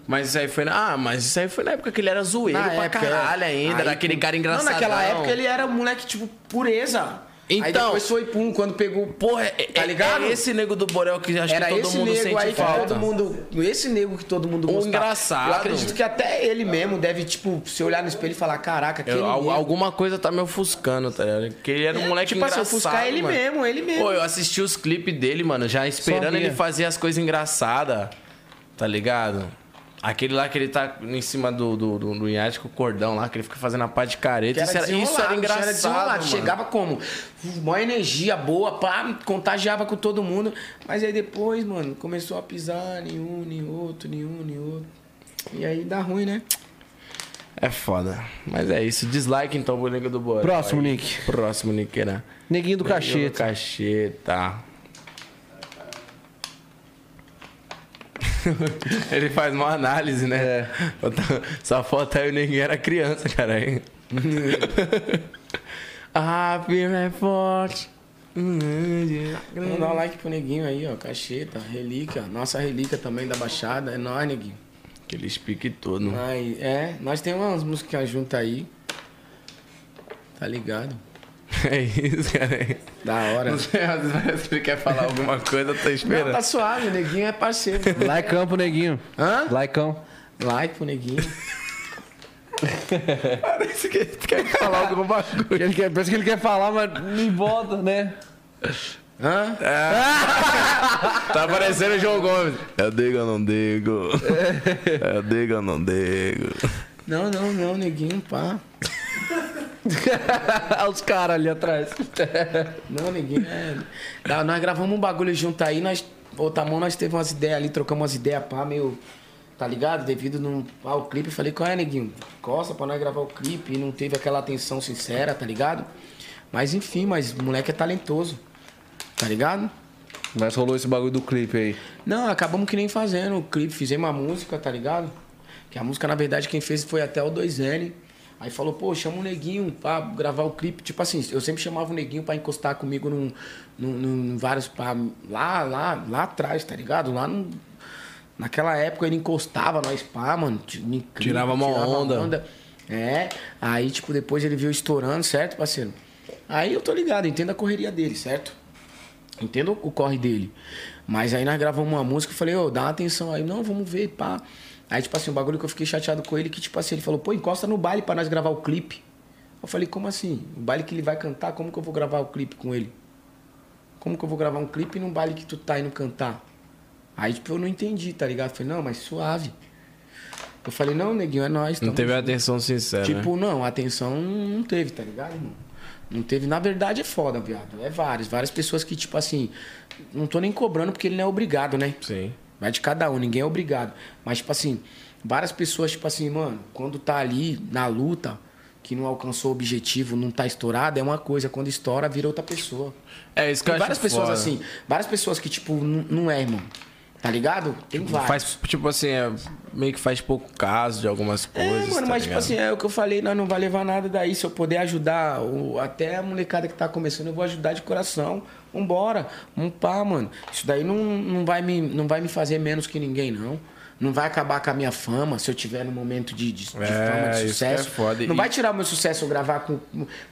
Speaker 1: Mas isso aí foi na. Ah, mas isso aí foi na época que ele era zoeiro
Speaker 3: Na
Speaker 1: pra
Speaker 3: época,
Speaker 1: caralho
Speaker 3: é.
Speaker 1: ainda.
Speaker 3: Aí,
Speaker 1: Era aquele
Speaker 3: pum.
Speaker 1: cara engraçado.
Speaker 3: Não, naquela época ele era um moleque, tipo, pureza. Aí
Speaker 1: Então.
Speaker 3: depois foi pum, quando pegou.
Speaker 1: Porra, é,
Speaker 3: Tá
Speaker 1: é-
Speaker 3: ligado?
Speaker 1: é esse nego do Borel que acho
Speaker 3: Era
Speaker 1: que todo
Speaker 3: esse
Speaker 1: mundo
Speaker 3: nego
Speaker 1: sente
Speaker 3: aí que
Speaker 1: falta.
Speaker 3: todo mundo. Esse nego que todo mundo
Speaker 1: Um
Speaker 3: gostava.
Speaker 1: engraçado.
Speaker 3: Eu acredito que até ele mesmo deve, tipo, se olhar no espelho e falar: caraca, aquele.
Speaker 1: Eu- É, al-
Speaker 3: nego.
Speaker 1: alguma coisa tá me ofuscando, tá ligado? Porque ele era um
Speaker 3: É,
Speaker 1: moleque
Speaker 3: tipo assim,
Speaker 1: engraçado.
Speaker 3: ofuscar ele
Speaker 1: mano.
Speaker 3: mesmo, ele mesmo.
Speaker 1: Pô, eu assisti os clipes dele, mano, já esperando
Speaker 2: Sabia.
Speaker 1: ele fazer as coisas engraçadas, tá ligado? Aquele lá que ele tá em cima do, do, do, do iate com o cordão lá, que ele fica fazendo a pá de
Speaker 3: Que
Speaker 1: careta. Isso era, isso era
Speaker 3: desenrolado, o cara
Speaker 1: engraçado,
Speaker 3: era desenrolado.
Speaker 1: mano.
Speaker 3: Chegava como? Uma energia boa, pá, contagiava com todo mundo. Mas aí depois, mano, começou a pisar em um, em outro, em um, em outro. E aí dá ruim, né?
Speaker 1: É foda. Mas é isso. Dislike então, boneca do Borel.
Speaker 2: Próximo,
Speaker 1: Aí.
Speaker 2: Nick.
Speaker 1: Próximo, né? Niqueira.
Speaker 2: Neguinho do Cacheta.
Speaker 1: Cacheta. Ele faz uma análise, né?
Speaker 2: É.
Speaker 1: Eu tô- Essa foto aí o ninguém era criança, cara. Hein? A firma é forte.
Speaker 3: Vamos dar um like pro neguinho aí, ó. Cacheta, relíquia. Nossa relíquia também da Baixada. É nóis, neguinho.
Speaker 1: Aquele pique todo.
Speaker 3: Mas, é, nós temos umas músicas juntas aí. Tá ligado?
Speaker 1: É isso, cara. hein?
Speaker 3: Da hora.
Speaker 1: Não sei, às vezes se ele quer falar alguma coisa, eu tô
Speaker 3: Não,
Speaker 1: esperando.
Speaker 3: tá suave, o neguinho é parceiro.
Speaker 2: Laicão pro Neguinho.
Speaker 3: Hã?
Speaker 2: Laicão.
Speaker 3: Like pro neguinho.
Speaker 1: Parece que ele quer falar alguma coisa.
Speaker 2: Ele quer, parece que ele quer falar, mas me bota, né?
Speaker 3: Hã?
Speaker 1: Tá parecendo o João Gomes. Eu digo ou não digo? É. Eu digo ou não digo?
Speaker 3: Não, não, não, neguinho, pá.
Speaker 2: Olha os caras ali atrás.
Speaker 3: Não, ninguém. É... Tá, Nós gravamos um bagulho junto aí, nós. Outra mão, nós teve umas ideias ali, trocamos umas ideias, pá, meio. Tá ligado? Devido no, ao clipe, eu falei, qual é, neguinho? Costa pra nós gravar o clipe. E não teve aquela atenção sincera, tá ligado? Mas enfim, mas o moleque é talentoso. Tá ligado?
Speaker 10: Mas rolou esse bagulho do clipe aí.
Speaker 3: Não, acabamos que nem fazendo o clipe, fizemos uma música, tá ligado? Que a música, na verdade, quem fez foi até o 2N. Aí falou, pô, chama o neguinho pra gravar o clipe. Tipo assim, eu sempre chamava o neguinho pra encostar comigo num, num, num vários. Pra, lá, lá, lá atrás, tá ligado? Lá no, naquela época ele encostava nós pá, mano. t- em clipe,
Speaker 11: Tirava uma onda.
Speaker 3: É. Aí, tipo, depois ele viu estourando, certo, parceiro? Aí eu tô ligado, entendo a correria dele, certo? Entendo o corre dele. Mas aí nós gravamos uma música e falei, ô, dá uma atenção aí. Não, vamos ver, pá. Aí, tipo assim, o bagulho que eu fiquei chateado com ele, que tipo assim, ele falou, pô, encosta no baile pra nós gravar o clipe. Eu falei, como assim? O baile que ele vai cantar, como que eu vou gravar o clipe com ele? Como que eu vou gravar um clipe num baile que tu tá indo cantar? Aí, tipo, eu não entendi, tá ligado? Eu falei, não, mas suave. Eu falei, não, neguinho, é nóis.
Speaker 1: Não
Speaker 3: tamo
Speaker 1: teve atenção sincera. né?
Speaker 3: Tipo, não, atenção não teve, tá ligado, irmão? Não teve. Na verdade é foda, viado. É vários. Várias pessoas que, tipo assim, não tô nem cobrando porque ele não é obrigado, né?
Speaker 1: Sim.
Speaker 3: Vai de cada um, ninguém é obrigado. Mas, tipo assim, várias pessoas, tipo assim, mano, quando tá ali na luta, que não alcançou o objetivo, não tá estourado, é uma coisa. Quando estoura, vira outra pessoa.
Speaker 1: É isso que eu
Speaker 3: Tem
Speaker 1: acho
Speaker 3: várias pessoas
Speaker 1: foda.
Speaker 3: assim, várias pessoas que, tipo, n- não é, irmão. Tá ligado? Tem várias.
Speaker 1: Faz, tipo assim, é, meio que faz pouco caso de algumas
Speaker 3: É,
Speaker 1: coisas. tá
Speaker 3: mano, mas tipo
Speaker 1: ligado?
Speaker 3: assim, é o que eu falei, nós não vai levar nada daí. Se eu puder ajudar o- até a molecada que tá começando, eu vou ajudar de coração. Vambora, um pá, mano. Isso daí não, não, vai me, não vai me fazer menos que ninguém, não. Não vai acabar com a minha fama se eu tiver no momento de, de, de
Speaker 1: É,
Speaker 3: fama, de
Speaker 1: isso que é
Speaker 3: sucesso.
Speaker 1: foda.
Speaker 3: Não
Speaker 1: E-
Speaker 3: vai tirar o meu sucesso eu gravar com,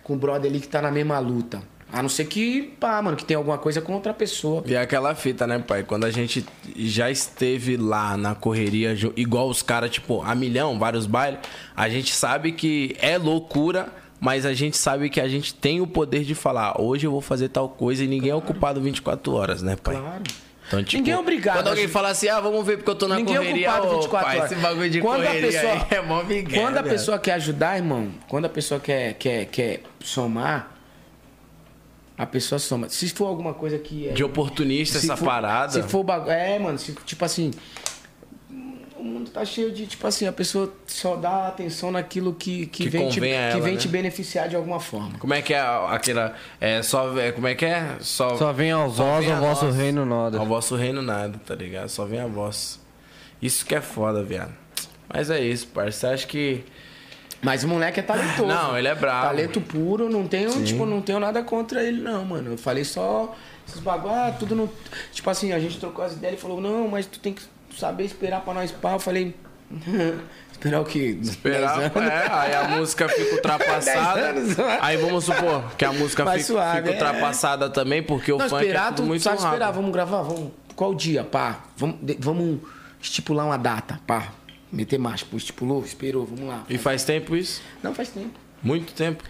Speaker 3: com o brother ali que tá na mesma luta. A não ser que, pá, mano, que tem alguma coisa com outra pessoa.
Speaker 1: E é aquela fita, né, pai? Quando a gente já esteve lá na correria, ju- igual os caras, tipo, a milhão, vários bailes, a gente sabe que é loucura, mas a gente sabe que a gente tem o poder de falar, hoje eu vou fazer tal coisa e ninguém é ocupado 24 horas, né, pai? Claro. Então, tipo,
Speaker 3: Ninguém é obrigado,
Speaker 1: Quando alguém
Speaker 3: assim.
Speaker 1: fala assim, ah, vamos ver porque eu tô na
Speaker 3: Ninguém é
Speaker 1: correria,
Speaker 3: ocupado
Speaker 1: ô,
Speaker 3: 24
Speaker 1: pai,
Speaker 3: horas.
Speaker 1: esse bagulho de
Speaker 3: Quando a
Speaker 1: correria
Speaker 3: pessoa-
Speaker 1: aí é mó migué,
Speaker 3: Quando a
Speaker 1: viado.
Speaker 3: pessoa quer ajudar, irmão, quando a pessoa quer, quer, quer somar, a pessoa soma. Se for alguma coisa que é.
Speaker 1: De oportunista
Speaker 3: se
Speaker 1: essa
Speaker 3: for-
Speaker 1: parada.
Speaker 3: Se for bagulho. É, mano, se- tipo assim. O mundo tá cheio de, tipo assim, a pessoa só dá atenção naquilo que, que,
Speaker 1: Que
Speaker 3: vem, te,
Speaker 1: convém a
Speaker 3: que
Speaker 1: ela,
Speaker 3: vem
Speaker 1: né?
Speaker 3: te beneficiar de alguma forma.
Speaker 1: Como é que é a- aquela. É só. É, como é que é? Só,
Speaker 2: Só vem ao vós,
Speaker 1: vem
Speaker 2: ao
Speaker 1: a
Speaker 2: vosso
Speaker 1: nós.
Speaker 2: reino nada.
Speaker 1: Ao vosso reino nada, tá ligado? Só vem a voz. Isso que é foda, viado. Mas é isso, parceiro. Acho que.
Speaker 3: Mas o moleque é talentoso.
Speaker 1: Não, ele é brabo.
Speaker 3: Talento puro, não tenho, tipo, não tenho nada contra ele, não, mano. Eu falei só esses bagulho, ah, tudo não. Tipo assim, a gente trocou as ideias, ele falou, não, mas tu tem que saber esperar pra nós pá. Eu falei. esperar o quê?
Speaker 1: Esperar, é, aí a música fica ultrapassada.
Speaker 3: Dez anos.
Speaker 1: aí vamos supor que a música
Speaker 3: Vai
Speaker 1: fica,
Speaker 3: suave,
Speaker 1: fica
Speaker 3: é.
Speaker 1: ultrapassada também, porque o
Speaker 3: Não,
Speaker 1: funk é
Speaker 3: esperar,
Speaker 1: tudo
Speaker 3: tu
Speaker 1: muito
Speaker 3: sabe
Speaker 1: rápido.
Speaker 3: esperar, vamos gravar, vamos. Qual dia, pá? Vamos, de- vamos estipular uma data, pá. Meter marcha, pô, estipulou, esperou, vamos lá.
Speaker 1: E faz tempo isso?
Speaker 3: Não, faz tempo.
Speaker 1: Muito tempo.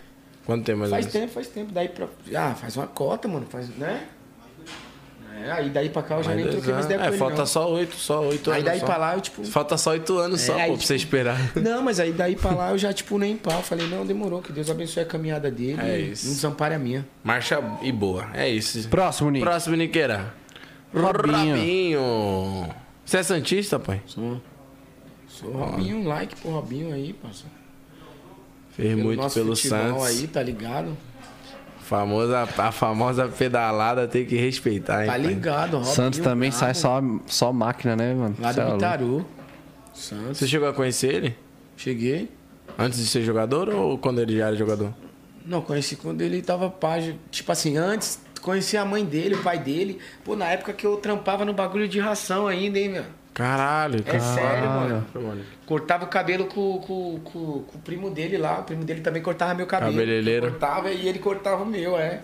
Speaker 1: Quanto tempo mais ou
Speaker 3: Faz
Speaker 1: menos?
Speaker 3: tempo, faz tempo. Daí pra. Ah, faz uma cota, mano. Faz, né? É, aí daí pra cá eu já nem
Speaker 1: Mais dois
Speaker 3: troquei
Speaker 1: anos.
Speaker 3: mais ideia com
Speaker 1: É,
Speaker 3: ele,
Speaker 1: falta
Speaker 3: não.
Speaker 1: só oito, só oito
Speaker 3: Aí
Speaker 1: anos.
Speaker 3: daí
Speaker 1: só.
Speaker 3: pra lá eu, tipo.
Speaker 1: Falta só oito anos
Speaker 3: É,
Speaker 1: só,
Speaker 3: aí,
Speaker 1: pô, pra você esperar.
Speaker 3: Não, mas aí daí pra lá eu já, tipo, nem pau. Falei, não, demorou. Que Deus abençoe a caminhada dele.
Speaker 1: É
Speaker 3: e
Speaker 1: isso.
Speaker 3: Não desampare a minha.
Speaker 1: Marcha e boa. É isso.
Speaker 2: Próximo, Nick.
Speaker 1: Próximo, Niqueira.
Speaker 2: Robinho.
Speaker 1: Robinho. Você é Santista, pai?
Speaker 3: Sou. Sou Robinho, um like pro Robinho aí, parceiro.
Speaker 1: Fez muito
Speaker 3: nosso
Speaker 1: pelo
Speaker 3: futebol
Speaker 1: Santos.
Speaker 3: aí, tá ligado?
Speaker 1: Famosa, a famosa pedalada tem que respeitar, hein?
Speaker 3: Tá
Speaker 1: pai?
Speaker 3: ligado, Robinho.
Speaker 2: Santos também
Speaker 3: brabo.
Speaker 2: sai só, só máquina, né, mano?
Speaker 3: Lá
Speaker 2: Cê é
Speaker 3: do
Speaker 2: louco.
Speaker 3: Itaru. Santos.
Speaker 1: Você chegou a conhecer ele?
Speaker 3: Cheguei.
Speaker 1: Antes de ser jogador ou quando ele já era jogador?
Speaker 3: Não, conheci quando ele tava página. Tipo assim, antes, conheci a mãe dele, o pai dele. Pô, na época que eu trampava no bagulho de ração ainda, hein, meu?
Speaker 1: Caralho,
Speaker 3: É
Speaker 1: cara.
Speaker 3: sério, mano. Cortava o cabelo com, com, com- com o primo dele lá. O primo dele também cortava meu cabelo.
Speaker 1: Cabeleireiro.
Speaker 3: Cortava e ele cortava o meu, é.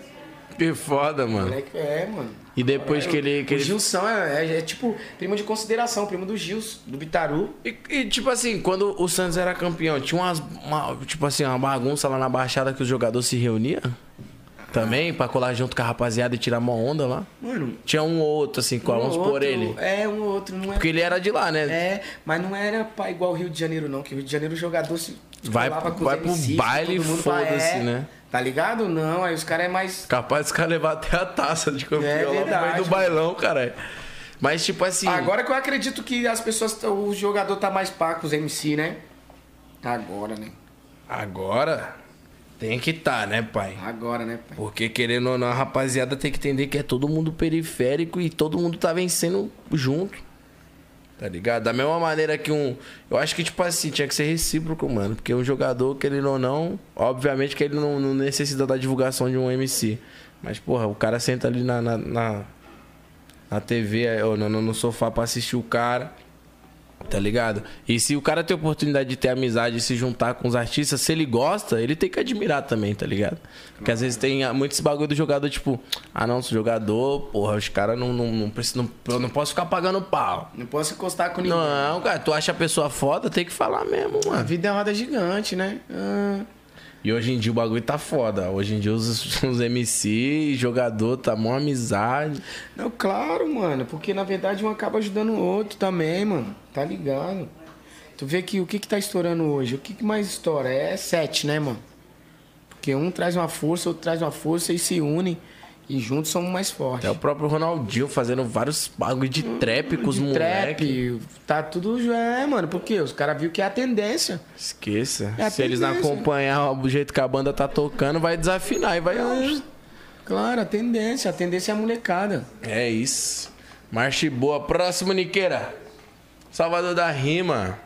Speaker 1: Que foda, mano.
Speaker 3: Moleque, é, mano.
Speaker 1: E depois que ele. Que
Speaker 3: O
Speaker 1: ele...
Speaker 3: Gilson é, é- é tipo primo de consideração, primo do Gils, do Bitaru.
Speaker 1: E, e, tipo assim, quando o Santos era campeão, tinha umas. uma- tipo assim, uma bagunça lá na baixada que os jogadores se reuniam? Também, pra colar junto com a rapaziada e tirar uma onda lá.
Speaker 3: Mano,
Speaker 1: Tinha um ou outro, assim, com a
Speaker 3: um
Speaker 1: vamos
Speaker 3: outro-
Speaker 1: por ele.
Speaker 3: É, um outro, não é.
Speaker 1: Porque ele era de lá, né?
Speaker 3: É, mas não era pra igual o Rio de Janeiro, não. Que o Rio de Janeiro o jogador se.
Speaker 1: Vai-
Speaker 3: colava com os
Speaker 1: vai pro
Speaker 3: MCs,
Speaker 1: baile
Speaker 3: todo
Speaker 1: e
Speaker 3: mundo pra-
Speaker 1: foda-se,
Speaker 3: é,
Speaker 1: né?
Speaker 3: Tá ligado? Não, aí os caras é mais.
Speaker 1: Capaz dos caras levar até a taça de campeão
Speaker 3: É
Speaker 1: lá no meio
Speaker 3: verdade.
Speaker 1: do bailão, caralho. Mas, tipo assim.
Speaker 3: Agora que eu acredito que as pessoas. tão- O jogador tá mais pá com os MC, né? Agora, né?
Speaker 1: Agora tem que tá, né, pai?
Speaker 3: Agora, né, pai?
Speaker 1: Porque querendo ou não, a rapaziada tem que entender que é todo mundo periférico e todo mundo tá vencendo junto. Tá ligado? Da mesma maneira que um. Eu acho que, tipo assim, tinha que ser recíproco, mano. Porque um jogador, querendo ou não, obviamente que ele não, não necessita da divulgação de um MC. Mas, porra, o cara senta ali na. na, na, na TV, ou no, no- no sofá pra assistir o cara. Tá ligado? E se o cara tem a oportunidade de ter amizade e se juntar com os artistas, se ele gosta, ele tem que admirar também, tá ligado? Porque às vezes tem ah, muito esse bagulho do jogador, tipo, ah não, sou jogador, porra, os caras não, não, não, precisam- não, eu não posso ficar pagando pau.
Speaker 3: Não posso encostar com ninguém.
Speaker 1: Não, cara, tu acha a pessoa foda, tem que falar mesmo,
Speaker 3: A
Speaker 1: mano.
Speaker 3: vida é uma roda gigante, né? Ah,
Speaker 1: E hoje em dia o bagulho tá foda. Hoje em dia os, os MC e jogador tá mó amizade.
Speaker 3: Não, claro, mano. Porque na verdade um acaba ajudando o outro também, mano. Tá ligado? Tu vê que o que que tá estourando hoje? O que que mais estoura? É sete, né, mano? Porque um traz uma força, outro traz uma força e se unem. E juntos somos mais fortes.
Speaker 1: Até É o próprio Ronaldinho fazendo vários bagulho de trap com os
Speaker 3: De
Speaker 1: moleques.
Speaker 3: trap, tá tudo. jo- É, mano, porque os caras viram que é a tendência.
Speaker 1: Esqueça.
Speaker 3: É a
Speaker 1: Se eles não
Speaker 3: tendência.
Speaker 1: acompanhar o jeito que a banda tá tocando, vai desafinar e vai.
Speaker 3: Claro, a tendência. A tendência é a molecada.
Speaker 1: É isso. Marche boa. Próximo, Niqueira. Salvador da Rima.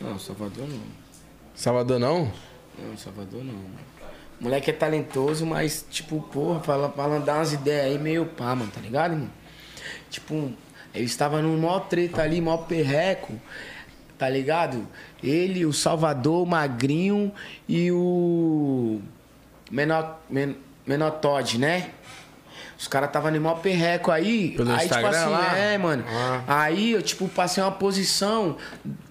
Speaker 3: Não, Salvador não.
Speaker 1: Salvador não?
Speaker 3: Não, Salvador não, mano. O moleque é talentoso, mas, tipo, porra, fala, fala dar umas ideias aí meio pá, mano, tá ligado, mano? Tipo, ele estava num maior treta ali, maior perreco, tá ligado? Ele, o Salvador, o Magrinho e o. Menor, men, menor Todd, né? Os caras tava no maior perreco aí.
Speaker 1: Pelo
Speaker 3: aí,
Speaker 1: Instagram
Speaker 3: tipo assim,
Speaker 1: lá?
Speaker 3: é, mano.
Speaker 1: Ah.
Speaker 3: Aí eu, tipo, passei uma posição,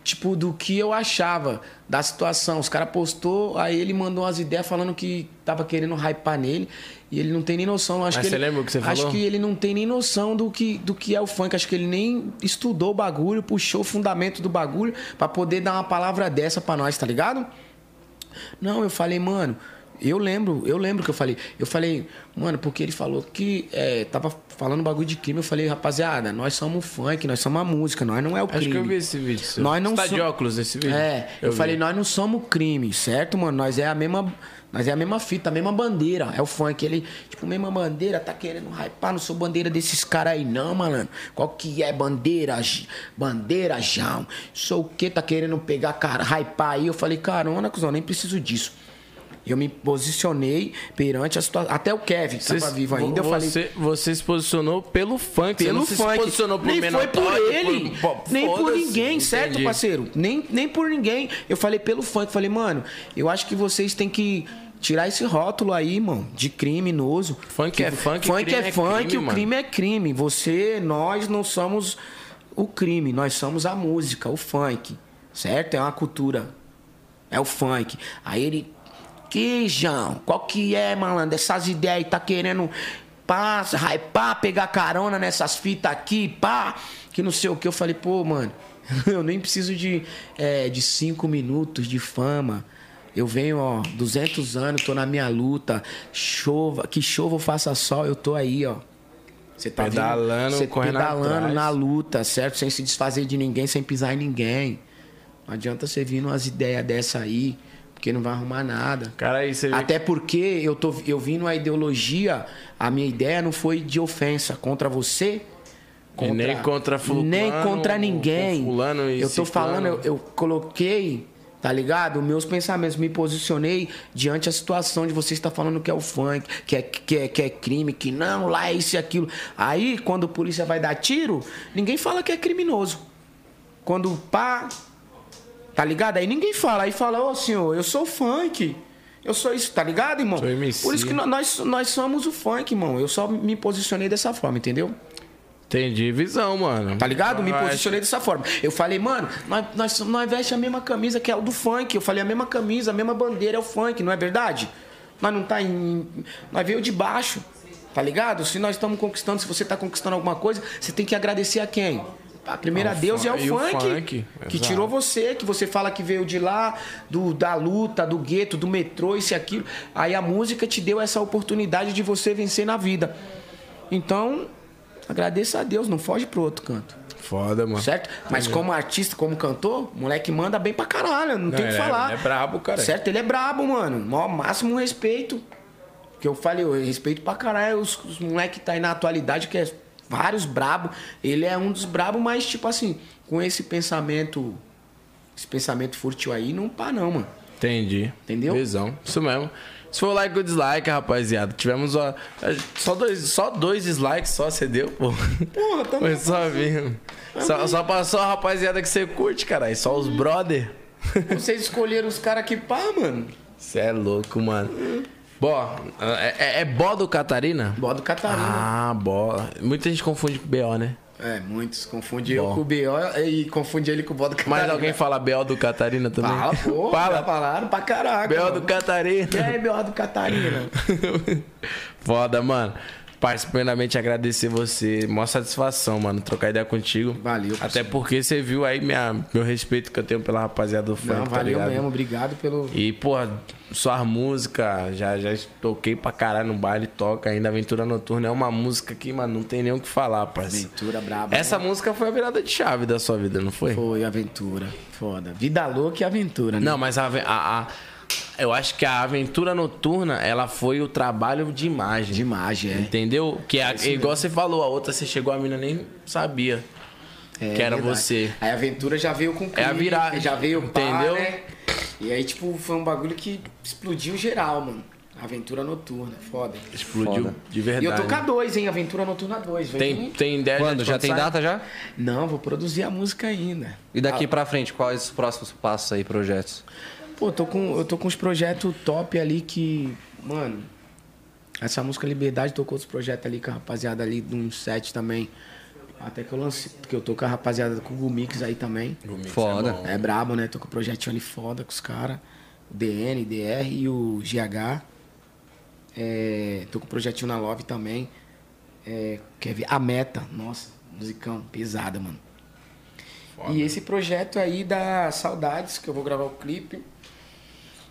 Speaker 3: tipo, do que eu achava da situação. Os caras postou, aí ele mandou umas ideias falando que tava querendo hypar nele. E ele não tem nem noção. Acho
Speaker 1: Mas
Speaker 3: que
Speaker 1: você
Speaker 3: ele,
Speaker 1: lembra o que você
Speaker 3: Acho
Speaker 1: falou?
Speaker 3: que ele não tem nem noção do que, do que é o funk. Acho que ele nem estudou o bagulho, puxou o fundamento do bagulho pra poder dar uma palavra dessa pra nós, tá ligado? Não, eu falei, mano, eu lembro, eu lembro que eu falei. Eu falei, mano, porque ele falou que é, tava falando bagulho de crime. Eu falei, rapaziada, nós somos funk, nós somos a música, nós não é o crime.
Speaker 1: Acho que eu vi esse vídeo. Seu.
Speaker 3: Nós não
Speaker 1: Você tá
Speaker 3: so-
Speaker 1: de óculos nesse vídeo?
Speaker 3: É, eu,
Speaker 1: vi.
Speaker 3: falei, nós não somos crime, certo, mano? Nós é a mesma. Nós é a mesma fita, a mesma bandeira. É o funk. Ele, tipo, mesma bandeira, tá querendo hypar. Não sou bandeira desses caras aí, não, malandro. Qual que é bandeira? J- Bandeira, Jão. Sou o que tá querendo pegar, cara, hypar aí. Eu falei, carona, cuzão, nem preciso disso. Eu me posicionei perante a situação. Até o Kevin, que tava vivo ainda, eu falei.
Speaker 1: Você, você se posicionou pelo funk, você
Speaker 3: Pelo
Speaker 1: não
Speaker 3: funk.
Speaker 1: se posicionou pro
Speaker 3: nem foi por
Speaker 1: Menotório,
Speaker 3: ele,
Speaker 1: por- pô,
Speaker 3: nem por
Speaker 1: foda-se.
Speaker 3: ninguém, certo,
Speaker 1: Entendi.
Speaker 3: parceiro? Nem, nem por ninguém. Eu falei pelo funk, falei, mano, eu acho que vocês têm que tirar esse rótulo aí, mano, de criminoso.
Speaker 1: Funk
Speaker 3: Que
Speaker 1: é funk,
Speaker 3: funk
Speaker 1: crime
Speaker 3: é
Speaker 1: é
Speaker 3: funk,
Speaker 1: crime,
Speaker 3: o
Speaker 1: mano.
Speaker 3: crime é crime. Você, nós não somos o crime, nós somos a música, o funk, certo? É uma cultura é o funk. Aí ele. Que, João? Qual que é, malandro? Essas ideias aí tá querendo. Pá, hypar, pegar carona nessas fitas aqui, pá. Que não sei o que. Eu falei, pô, mano, eu nem preciso de, é, de cinco minutos de fama. Eu venho, ó, 200 anos, tô na minha luta. Chova, que chova ou faça sol, eu tô aí, ó. Você tá vindo-
Speaker 1: Pedalando,
Speaker 3: você
Speaker 1: correndo
Speaker 3: pedalando
Speaker 1: atrás.
Speaker 3: na luta, certo? Sem se desfazer de ninguém, sem pisar em ninguém. Não adianta você vir umas ideias dessa aí, porque não vai arrumar nada.
Speaker 1: Cara, aí você vê
Speaker 3: Até porque eu, tô, eu vim numa ideologia, a minha ideia não foi de ofensa contra você.
Speaker 1: E nem contra fulano,
Speaker 3: Nem contra ninguém.
Speaker 1: com fulano e
Speaker 3: eu tô
Speaker 1: ciclano.
Speaker 3: falando, eu, eu coloquei, tá ligado? Meus pensamentos, me posicionei diante a situação de você estar falando que é o funk, que é, que é, que é crime, que não, lá é isso e aquilo. Aí, quando a polícia vai dar tiro, ninguém fala que é criminoso. Quando pá, Tá ligado? Aí ninguém fala. Aí fala, ô senhor, eu sou funk. Eu sou isso, tá ligado, irmão?
Speaker 1: Sou MC.
Speaker 3: Por isso que nó- nós, nós somos o funk, irmão. Eu só me posicionei dessa forma, entendeu?
Speaker 1: Entendi visão, mano.
Speaker 3: Tá ligado? Me
Speaker 1: Então, Eu acho-
Speaker 3: posicionei dessa forma. Eu falei, mano, nós, nós, nós veste a mesma camisa que é o do funk. Eu falei, a mesma camisa, a mesma bandeira é o funk, não é verdade? Nós não tá em. Nós veio de baixo, tá ligado? Se nós estamos conquistando, se você tá conquistando alguma coisa, você tem que agradecer a quem? A primeira a Deus é o
Speaker 1: e o
Speaker 3: funk,
Speaker 1: funk,
Speaker 3: que
Speaker 1: exato.
Speaker 3: tirou você, que você fala que veio de lá, do, da luta, do gueto, do metrô, isso e aquilo. Aí a música te deu essa oportunidade de você vencer na vida. Então, agradeça a Deus, não foge pro outro canto.
Speaker 1: Foda, mano.
Speaker 3: Certo? Mas como artista, como cantor, o moleque manda bem pra caralho, não, tem o que
Speaker 1: ele é-
Speaker 3: falar.
Speaker 1: ele é brabo, cara.
Speaker 3: Certo? Ele é brabo, mano. Mó- máximo respeito. Que eu falei, eu respeito pra caralho os, os moleque que tá aí na atualidade, que é vários brabo. Ele é um dos brabo, mas tipo assim, com esse pensamento, esse pensamento furtivo aí, não pá não, mano.
Speaker 1: Entendi.
Speaker 3: Entendeu?
Speaker 1: Visão. Isso mesmo. Se for like ou dislike, rapaziada. Tivemos ó, só, dois, só dois dislikes, só cedeu, pô.
Speaker 3: Porra, tá
Speaker 1: Foi só vindo. Só, só passou a rapaziada que você curte, caralho. Só os brother.
Speaker 3: Vocês escolheram os caras que pá, mano.
Speaker 1: Você é louco, mano. Bó, é, é- é bó do Catarina?
Speaker 3: Bó do Catarina.
Speaker 1: Ah, bó. Muita gente confunde com BO, né?
Speaker 3: É, muitos. Confunde
Speaker 1: Bó.
Speaker 3: eu com o B.O. e confunde ele com o Bó do Catarina.
Speaker 1: Mas alguém fala BO do Catarina também?
Speaker 3: Fala, É. pô. já falaram pra caraca.
Speaker 1: BO
Speaker 3: mano.
Speaker 1: do Catarina.
Speaker 3: E aí, B.O. do Catarina?
Speaker 1: Foda, mano. Parceiro, primeiramente agradecer você. Mó satisfação, mano, trocar ideia contigo.
Speaker 3: Valeu,
Speaker 1: Até porque você viu aí minha, meu respeito que eu tenho pela rapaziada do funk,
Speaker 3: Não,
Speaker 1: tá
Speaker 3: valeu
Speaker 1: ligado?
Speaker 3: mesmo. Obrigado pelo...
Speaker 1: E, porra, suas músicas, já, já toquei pra caralho no baile, toca ainda. Aventura Noturna é uma música que, mano, não tem nem o que falar, parceiro.
Speaker 3: Aventura braba.
Speaker 1: Essa música foi a virada de chave da sua vida, não foi?
Speaker 3: Foi aventura. Foda. Vida louca e aventura, né?
Speaker 1: Não, mas a, a- a- eu acho que a Aventura Noturna, ela foi o trabalho de imagem.
Speaker 3: De imagem, é.
Speaker 1: Entendeu? Que é, igual você falou, a outra você chegou, a mina nem sabia
Speaker 3: É,
Speaker 1: que era
Speaker 3: verdade.
Speaker 1: você.
Speaker 3: Aí a aventura já veio com clipe,
Speaker 1: É a virada,
Speaker 3: Já veio pá,
Speaker 1: entendeu?
Speaker 3: né? E aí, tipo, foi um bagulho que explodiu geral, mano. Aventura noturna, foda.
Speaker 1: Explodiu de
Speaker 3: E eu
Speaker 1: verdade.
Speaker 3: tô com a 2, hein? Aventura Noturna 2.
Speaker 1: Tem, tem ideia
Speaker 2: Quando?
Speaker 1: de
Speaker 2: Já tem
Speaker 1: sai?
Speaker 2: data já?
Speaker 3: Não, vou produzir a música ainda.
Speaker 2: E daqui pra frente, quais os próximos passos aí, projetos?
Speaker 3: Pô, tô com, eu tô com uns projetos top ali que. Mano. Essa música Liberdade, tô com outros projetos ali com a rapaziada ali de um set também. Até que eu lancei, que eu tô com a rapaziada com o Gumix aí também.
Speaker 2: Foda.
Speaker 3: É brabo, né? Tô com o projetinho ali foda com os caras. O DN, DR e o GH. É, tô com o projetinho na Love também. É, quer ver? A Meta. Nossa, musicão. Pesada, mano. E esse projeto aí da Saudades, que eu vou gravar o clipe.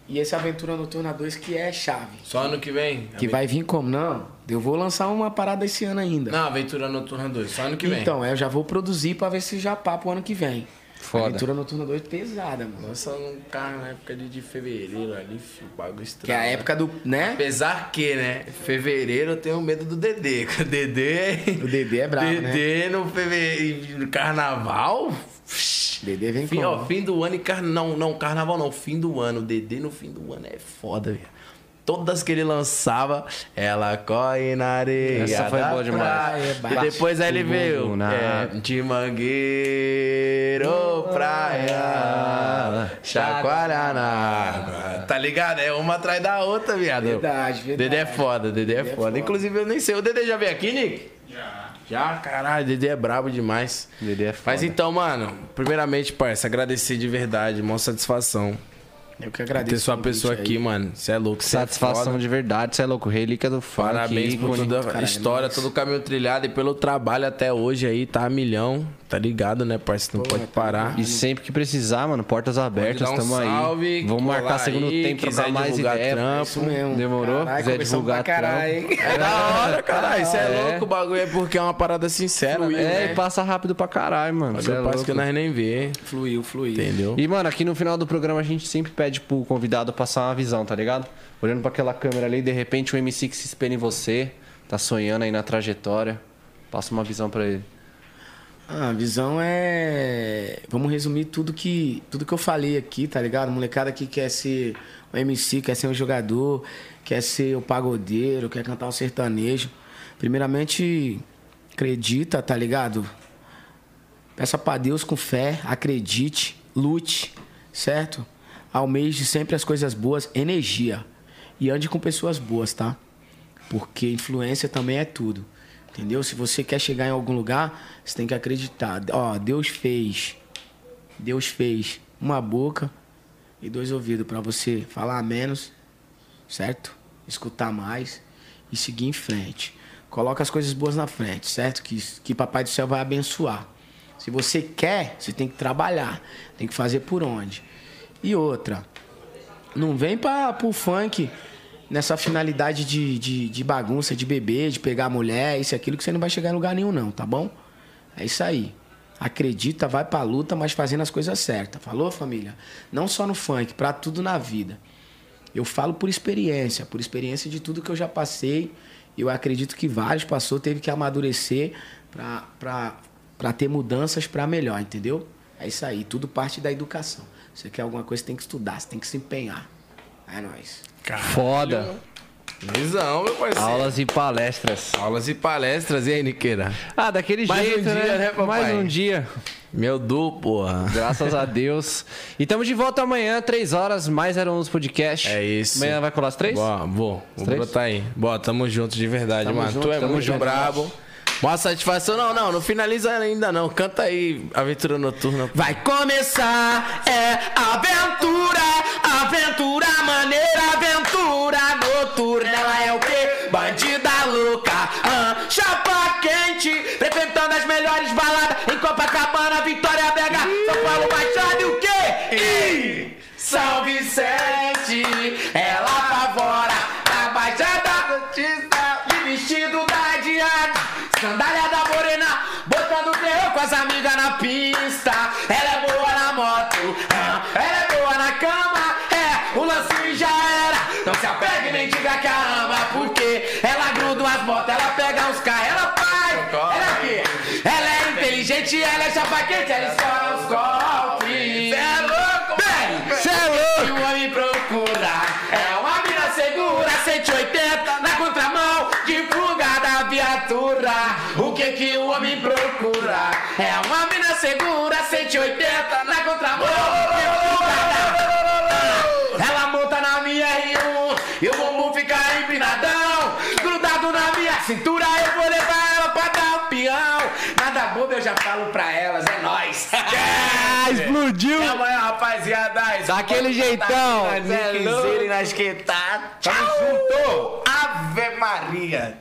Speaker 3: E esse Aventura Noturna 2, que é chave.
Speaker 1: Só ano que vem?
Speaker 3: Que vai vir como? Não, eu vou lançar uma parada esse ano ainda.
Speaker 1: Não, Aventura Noturna 2, só ano que vem.
Speaker 3: Então, eu já vou produzir pra ver se já pá pro ano que vem.
Speaker 2: Foda.
Speaker 3: Aventura Noturna 2 pesada, mano.
Speaker 1: Lança um carro na época de, de fevereiro ali, fi, o bagulho estranho.
Speaker 3: Que é a época do, né?
Speaker 1: Apesar que, né? Fevereiro eu tenho medo do Dedê. que O Dedê.
Speaker 3: O Dedê é brabo, né?
Speaker 1: Dedê no fevereiro. No carnaval. psh,
Speaker 3: Dedê vem
Speaker 1: fim,
Speaker 3: como?
Speaker 1: ó, fim do ano e carnaval. Não, não, carnaval não. Fim do ano. O Dedê no fim do ano é foda, velho. Todas que ele lançava, ela corre na areia.
Speaker 2: Essa foi
Speaker 1: da
Speaker 2: boa demais.
Speaker 1: praia.
Speaker 3: Bate
Speaker 1: E depois aí ele
Speaker 2: tudo
Speaker 1: veio.
Speaker 2: na-
Speaker 1: é, de mangueiro, praia, chacoalha na água. Tá ligado? É uma atrás da outra, viado.
Speaker 3: Verdade, verdade.
Speaker 1: Dedé é foda, Dedé, é
Speaker 3: Dedé é
Speaker 1: foda.
Speaker 3: foda.
Speaker 1: Inclusive, eu nem sei. O Dedé já veio aqui, Nick? Já, caralho, Dedê é brabo demais.
Speaker 2: Dedê é foda.
Speaker 1: Mas então, mano, primeiramente, parça, agradecer de verdade, maior satisfação.
Speaker 3: Eu que agradeço.
Speaker 1: Ter sua
Speaker 3: o convite
Speaker 1: pessoa
Speaker 3: aí.
Speaker 1: aqui, mano. Você é louco, cê é
Speaker 2: Satisfação
Speaker 1: foda.
Speaker 2: de verdade, você é louco. Relíquia do funk.
Speaker 1: Parabéns por
Speaker 2: ícone.
Speaker 1: toda a
Speaker 3: Cara, é
Speaker 1: história,
Speaker 2: né?
Speaker 3: nóis.
Speaker 1: todo o caminho trilhado e pelo trabalho até hoje aí, tá a milhão, tá ligado, né, parceiro? Não
Speaker 2: é
Speaker 1: pode parar.
Speaker 2: E sempre que precisar, mano, portas abertas,
Speaker 1: dar um
Speaker 2: tamo
Speaker 1: salve,
Speaker 2: aí. Vamos marcar
Speaker 1: colar
Speaker 2: segundo
Speaker 1: aí,
Speaker 2: tempo,
Speaker 1: quiser
Speaker 2: trocar mais
Speaker 1: divulgar
Speaker 2: ideia.
Speaker 1: trampo.
Speaker 3: Isso mesmo.
Speaker 2: Demorou?
Speaker 3: Caralho,
Speaker 2: Quiser
Speaker 3: conversamos
Speaker 2: divulgar
Speaker 3: pra caralho, hein?
Speaker 1: É da hora, caralho. Isso é,
Speaker 2: É.
Speaker 1: louco, o bagulho é porque é uma parada sincera, né?
Speaker 2: É, e passa rápido pra caralho, mano. Cê é
Speaker 1: Olha o passo
Speaker 2: louco.
Speaker 1: que nós nem vê,
Speaker 3: Fluiu, fluiu.
Speaker 1: entendeu?
Speaker 2: E, mano, aqui no final do programa a gente sempre pede pro convidado passar uma visão, tá ligado? Olhando pra aquela câmera ali, de repente o MC que se espelha em você, tá sonhando aí na trajetória. Passa uma visão pra ele.
Speaker 3: Ah, a visão é. Vamos resumir tudo que, tudo que eu falei aqui, tá ligado? Molecada que quer ser um MC, quer ser um jogador, quer ser o pagodeiro, quer cantar um sertanejo. Primeiramente, acredita, tá ligado? Peça pra Deus com fé, acredite, lute, certo? Almeje sempre as coisas boas, energia. E ande com pessoas boas, tá? Porque influência também é tudo. Entendeu? Se você quer chegar em algum lugar, você tem que acreditar. Ó, Deus fez. Deus fez uma boca e dois ouvidos pra você falar menos, certo?
Speaker 1: escutar mais e seguir em frente. Coloca as coisas boas na frente, certo? Que, que Papai do Céu vai abençoar. Se você quer, você tem que trabalhar, tem que fazer por onde. E outra, não vem pra, pro funk nessa finalidade de, de, de bagunça, de beber, de pegar mulher, isso e aquilo, que você não vai chegar em lugar nenhum, não, tá bom? É isso aí. Acredita, vai pra luta, mas fazendo as coisas certas. Falou, família? Não só no funk, pra tudo na vida. Eu falo por experiência, por experiência de tudo que eu já passei. Eu acredito que vários passou, teve que amadurecer pra- pra pra ter mudanças pra melhor, entendeu? É isso aí, tudo parte da educação. Você quer alguma coisa, você tem que estudar, você tem que se empenhar. É nóis.
Speaker 2: Foda.
Speaker 12: Visão, meu parceiro.
Speaker 2: Aulas e palestras.
Speaker 12: Aulas e palestras, e aí, Niqueira?
Speaker 2: Ah, daquele
Speaker 12: Mais
Speaker 2: jeito,
Speaker 12: um dia, né, papai?
Speaker 2: Mais um dia.
Speaker 12: Meu du, porra.
Speaker 2: Graças a Deus. E estamos de volta amanhã, três horas, mais era uns podcast.
Speaker 12: É isso.
Speaker 2: Amanhã vai colar as três?
Speaker 12: Boa, vou. Vou
Speaker 2: três?
Speaker 12: botar aí. Boa, tamo junto de verdade,
Speaker 2: Tamo
Speaker 12: mano.
Speaker 2: junto,
Speaker 12: tu é
Speaker 2: tamo
Speaker 12: muito
Speaker 2: junto.
Speaker 12: brabo. Mó satisfação. Não, não, não finaliza ainda não. Canta aí, Aventura Noturna.
Speaker 1: Vai começar, é aventura, aventura maneira, aventura noturna. Ela é o quê? Bandida louca, ah, chapa quente, frequentando as melhores baladas em Copacabana, Vitória BH, São Paulo, Baixada e o quê? E São Vicente, ela favora a Baixada Santista, de vestido da Diana, sandália da Morena, botando terror com as amigas na pista. Ela é boa na moto, ah, ela é boa na cama, é, o lance já era. Não se apegue nem diga que a ama, porque ela gruda as motos, ela pega os carros, ela faz. Ela é o quê? Ela é inteligente, ela é chapa quente, ela escola os golpes. é louco, velho! Cê é louco! E o homem procura, é uma mina segura, 180 na contramão, de fuga da viatura. O que que o homem procura? É uma mina segura, 180 na contramão, de fuga da... Ela monta na minha R1 e o bumbum fica empinadão, grudado na minha cintura. Eu vou levar ela pra dar um peão. Nada bobo, eu já falo pra elas, é nóis.
Speaker 2: Ah, explodiu!
Speaker 1: Até amanhã, rapaziada. tá
Speaker 2: Daquele jeitão.
Speaker 1: Nas
Speaker 2: Cê é louco.
Speaker 1: e nas quitadas. Tamo junto. Ave Maria.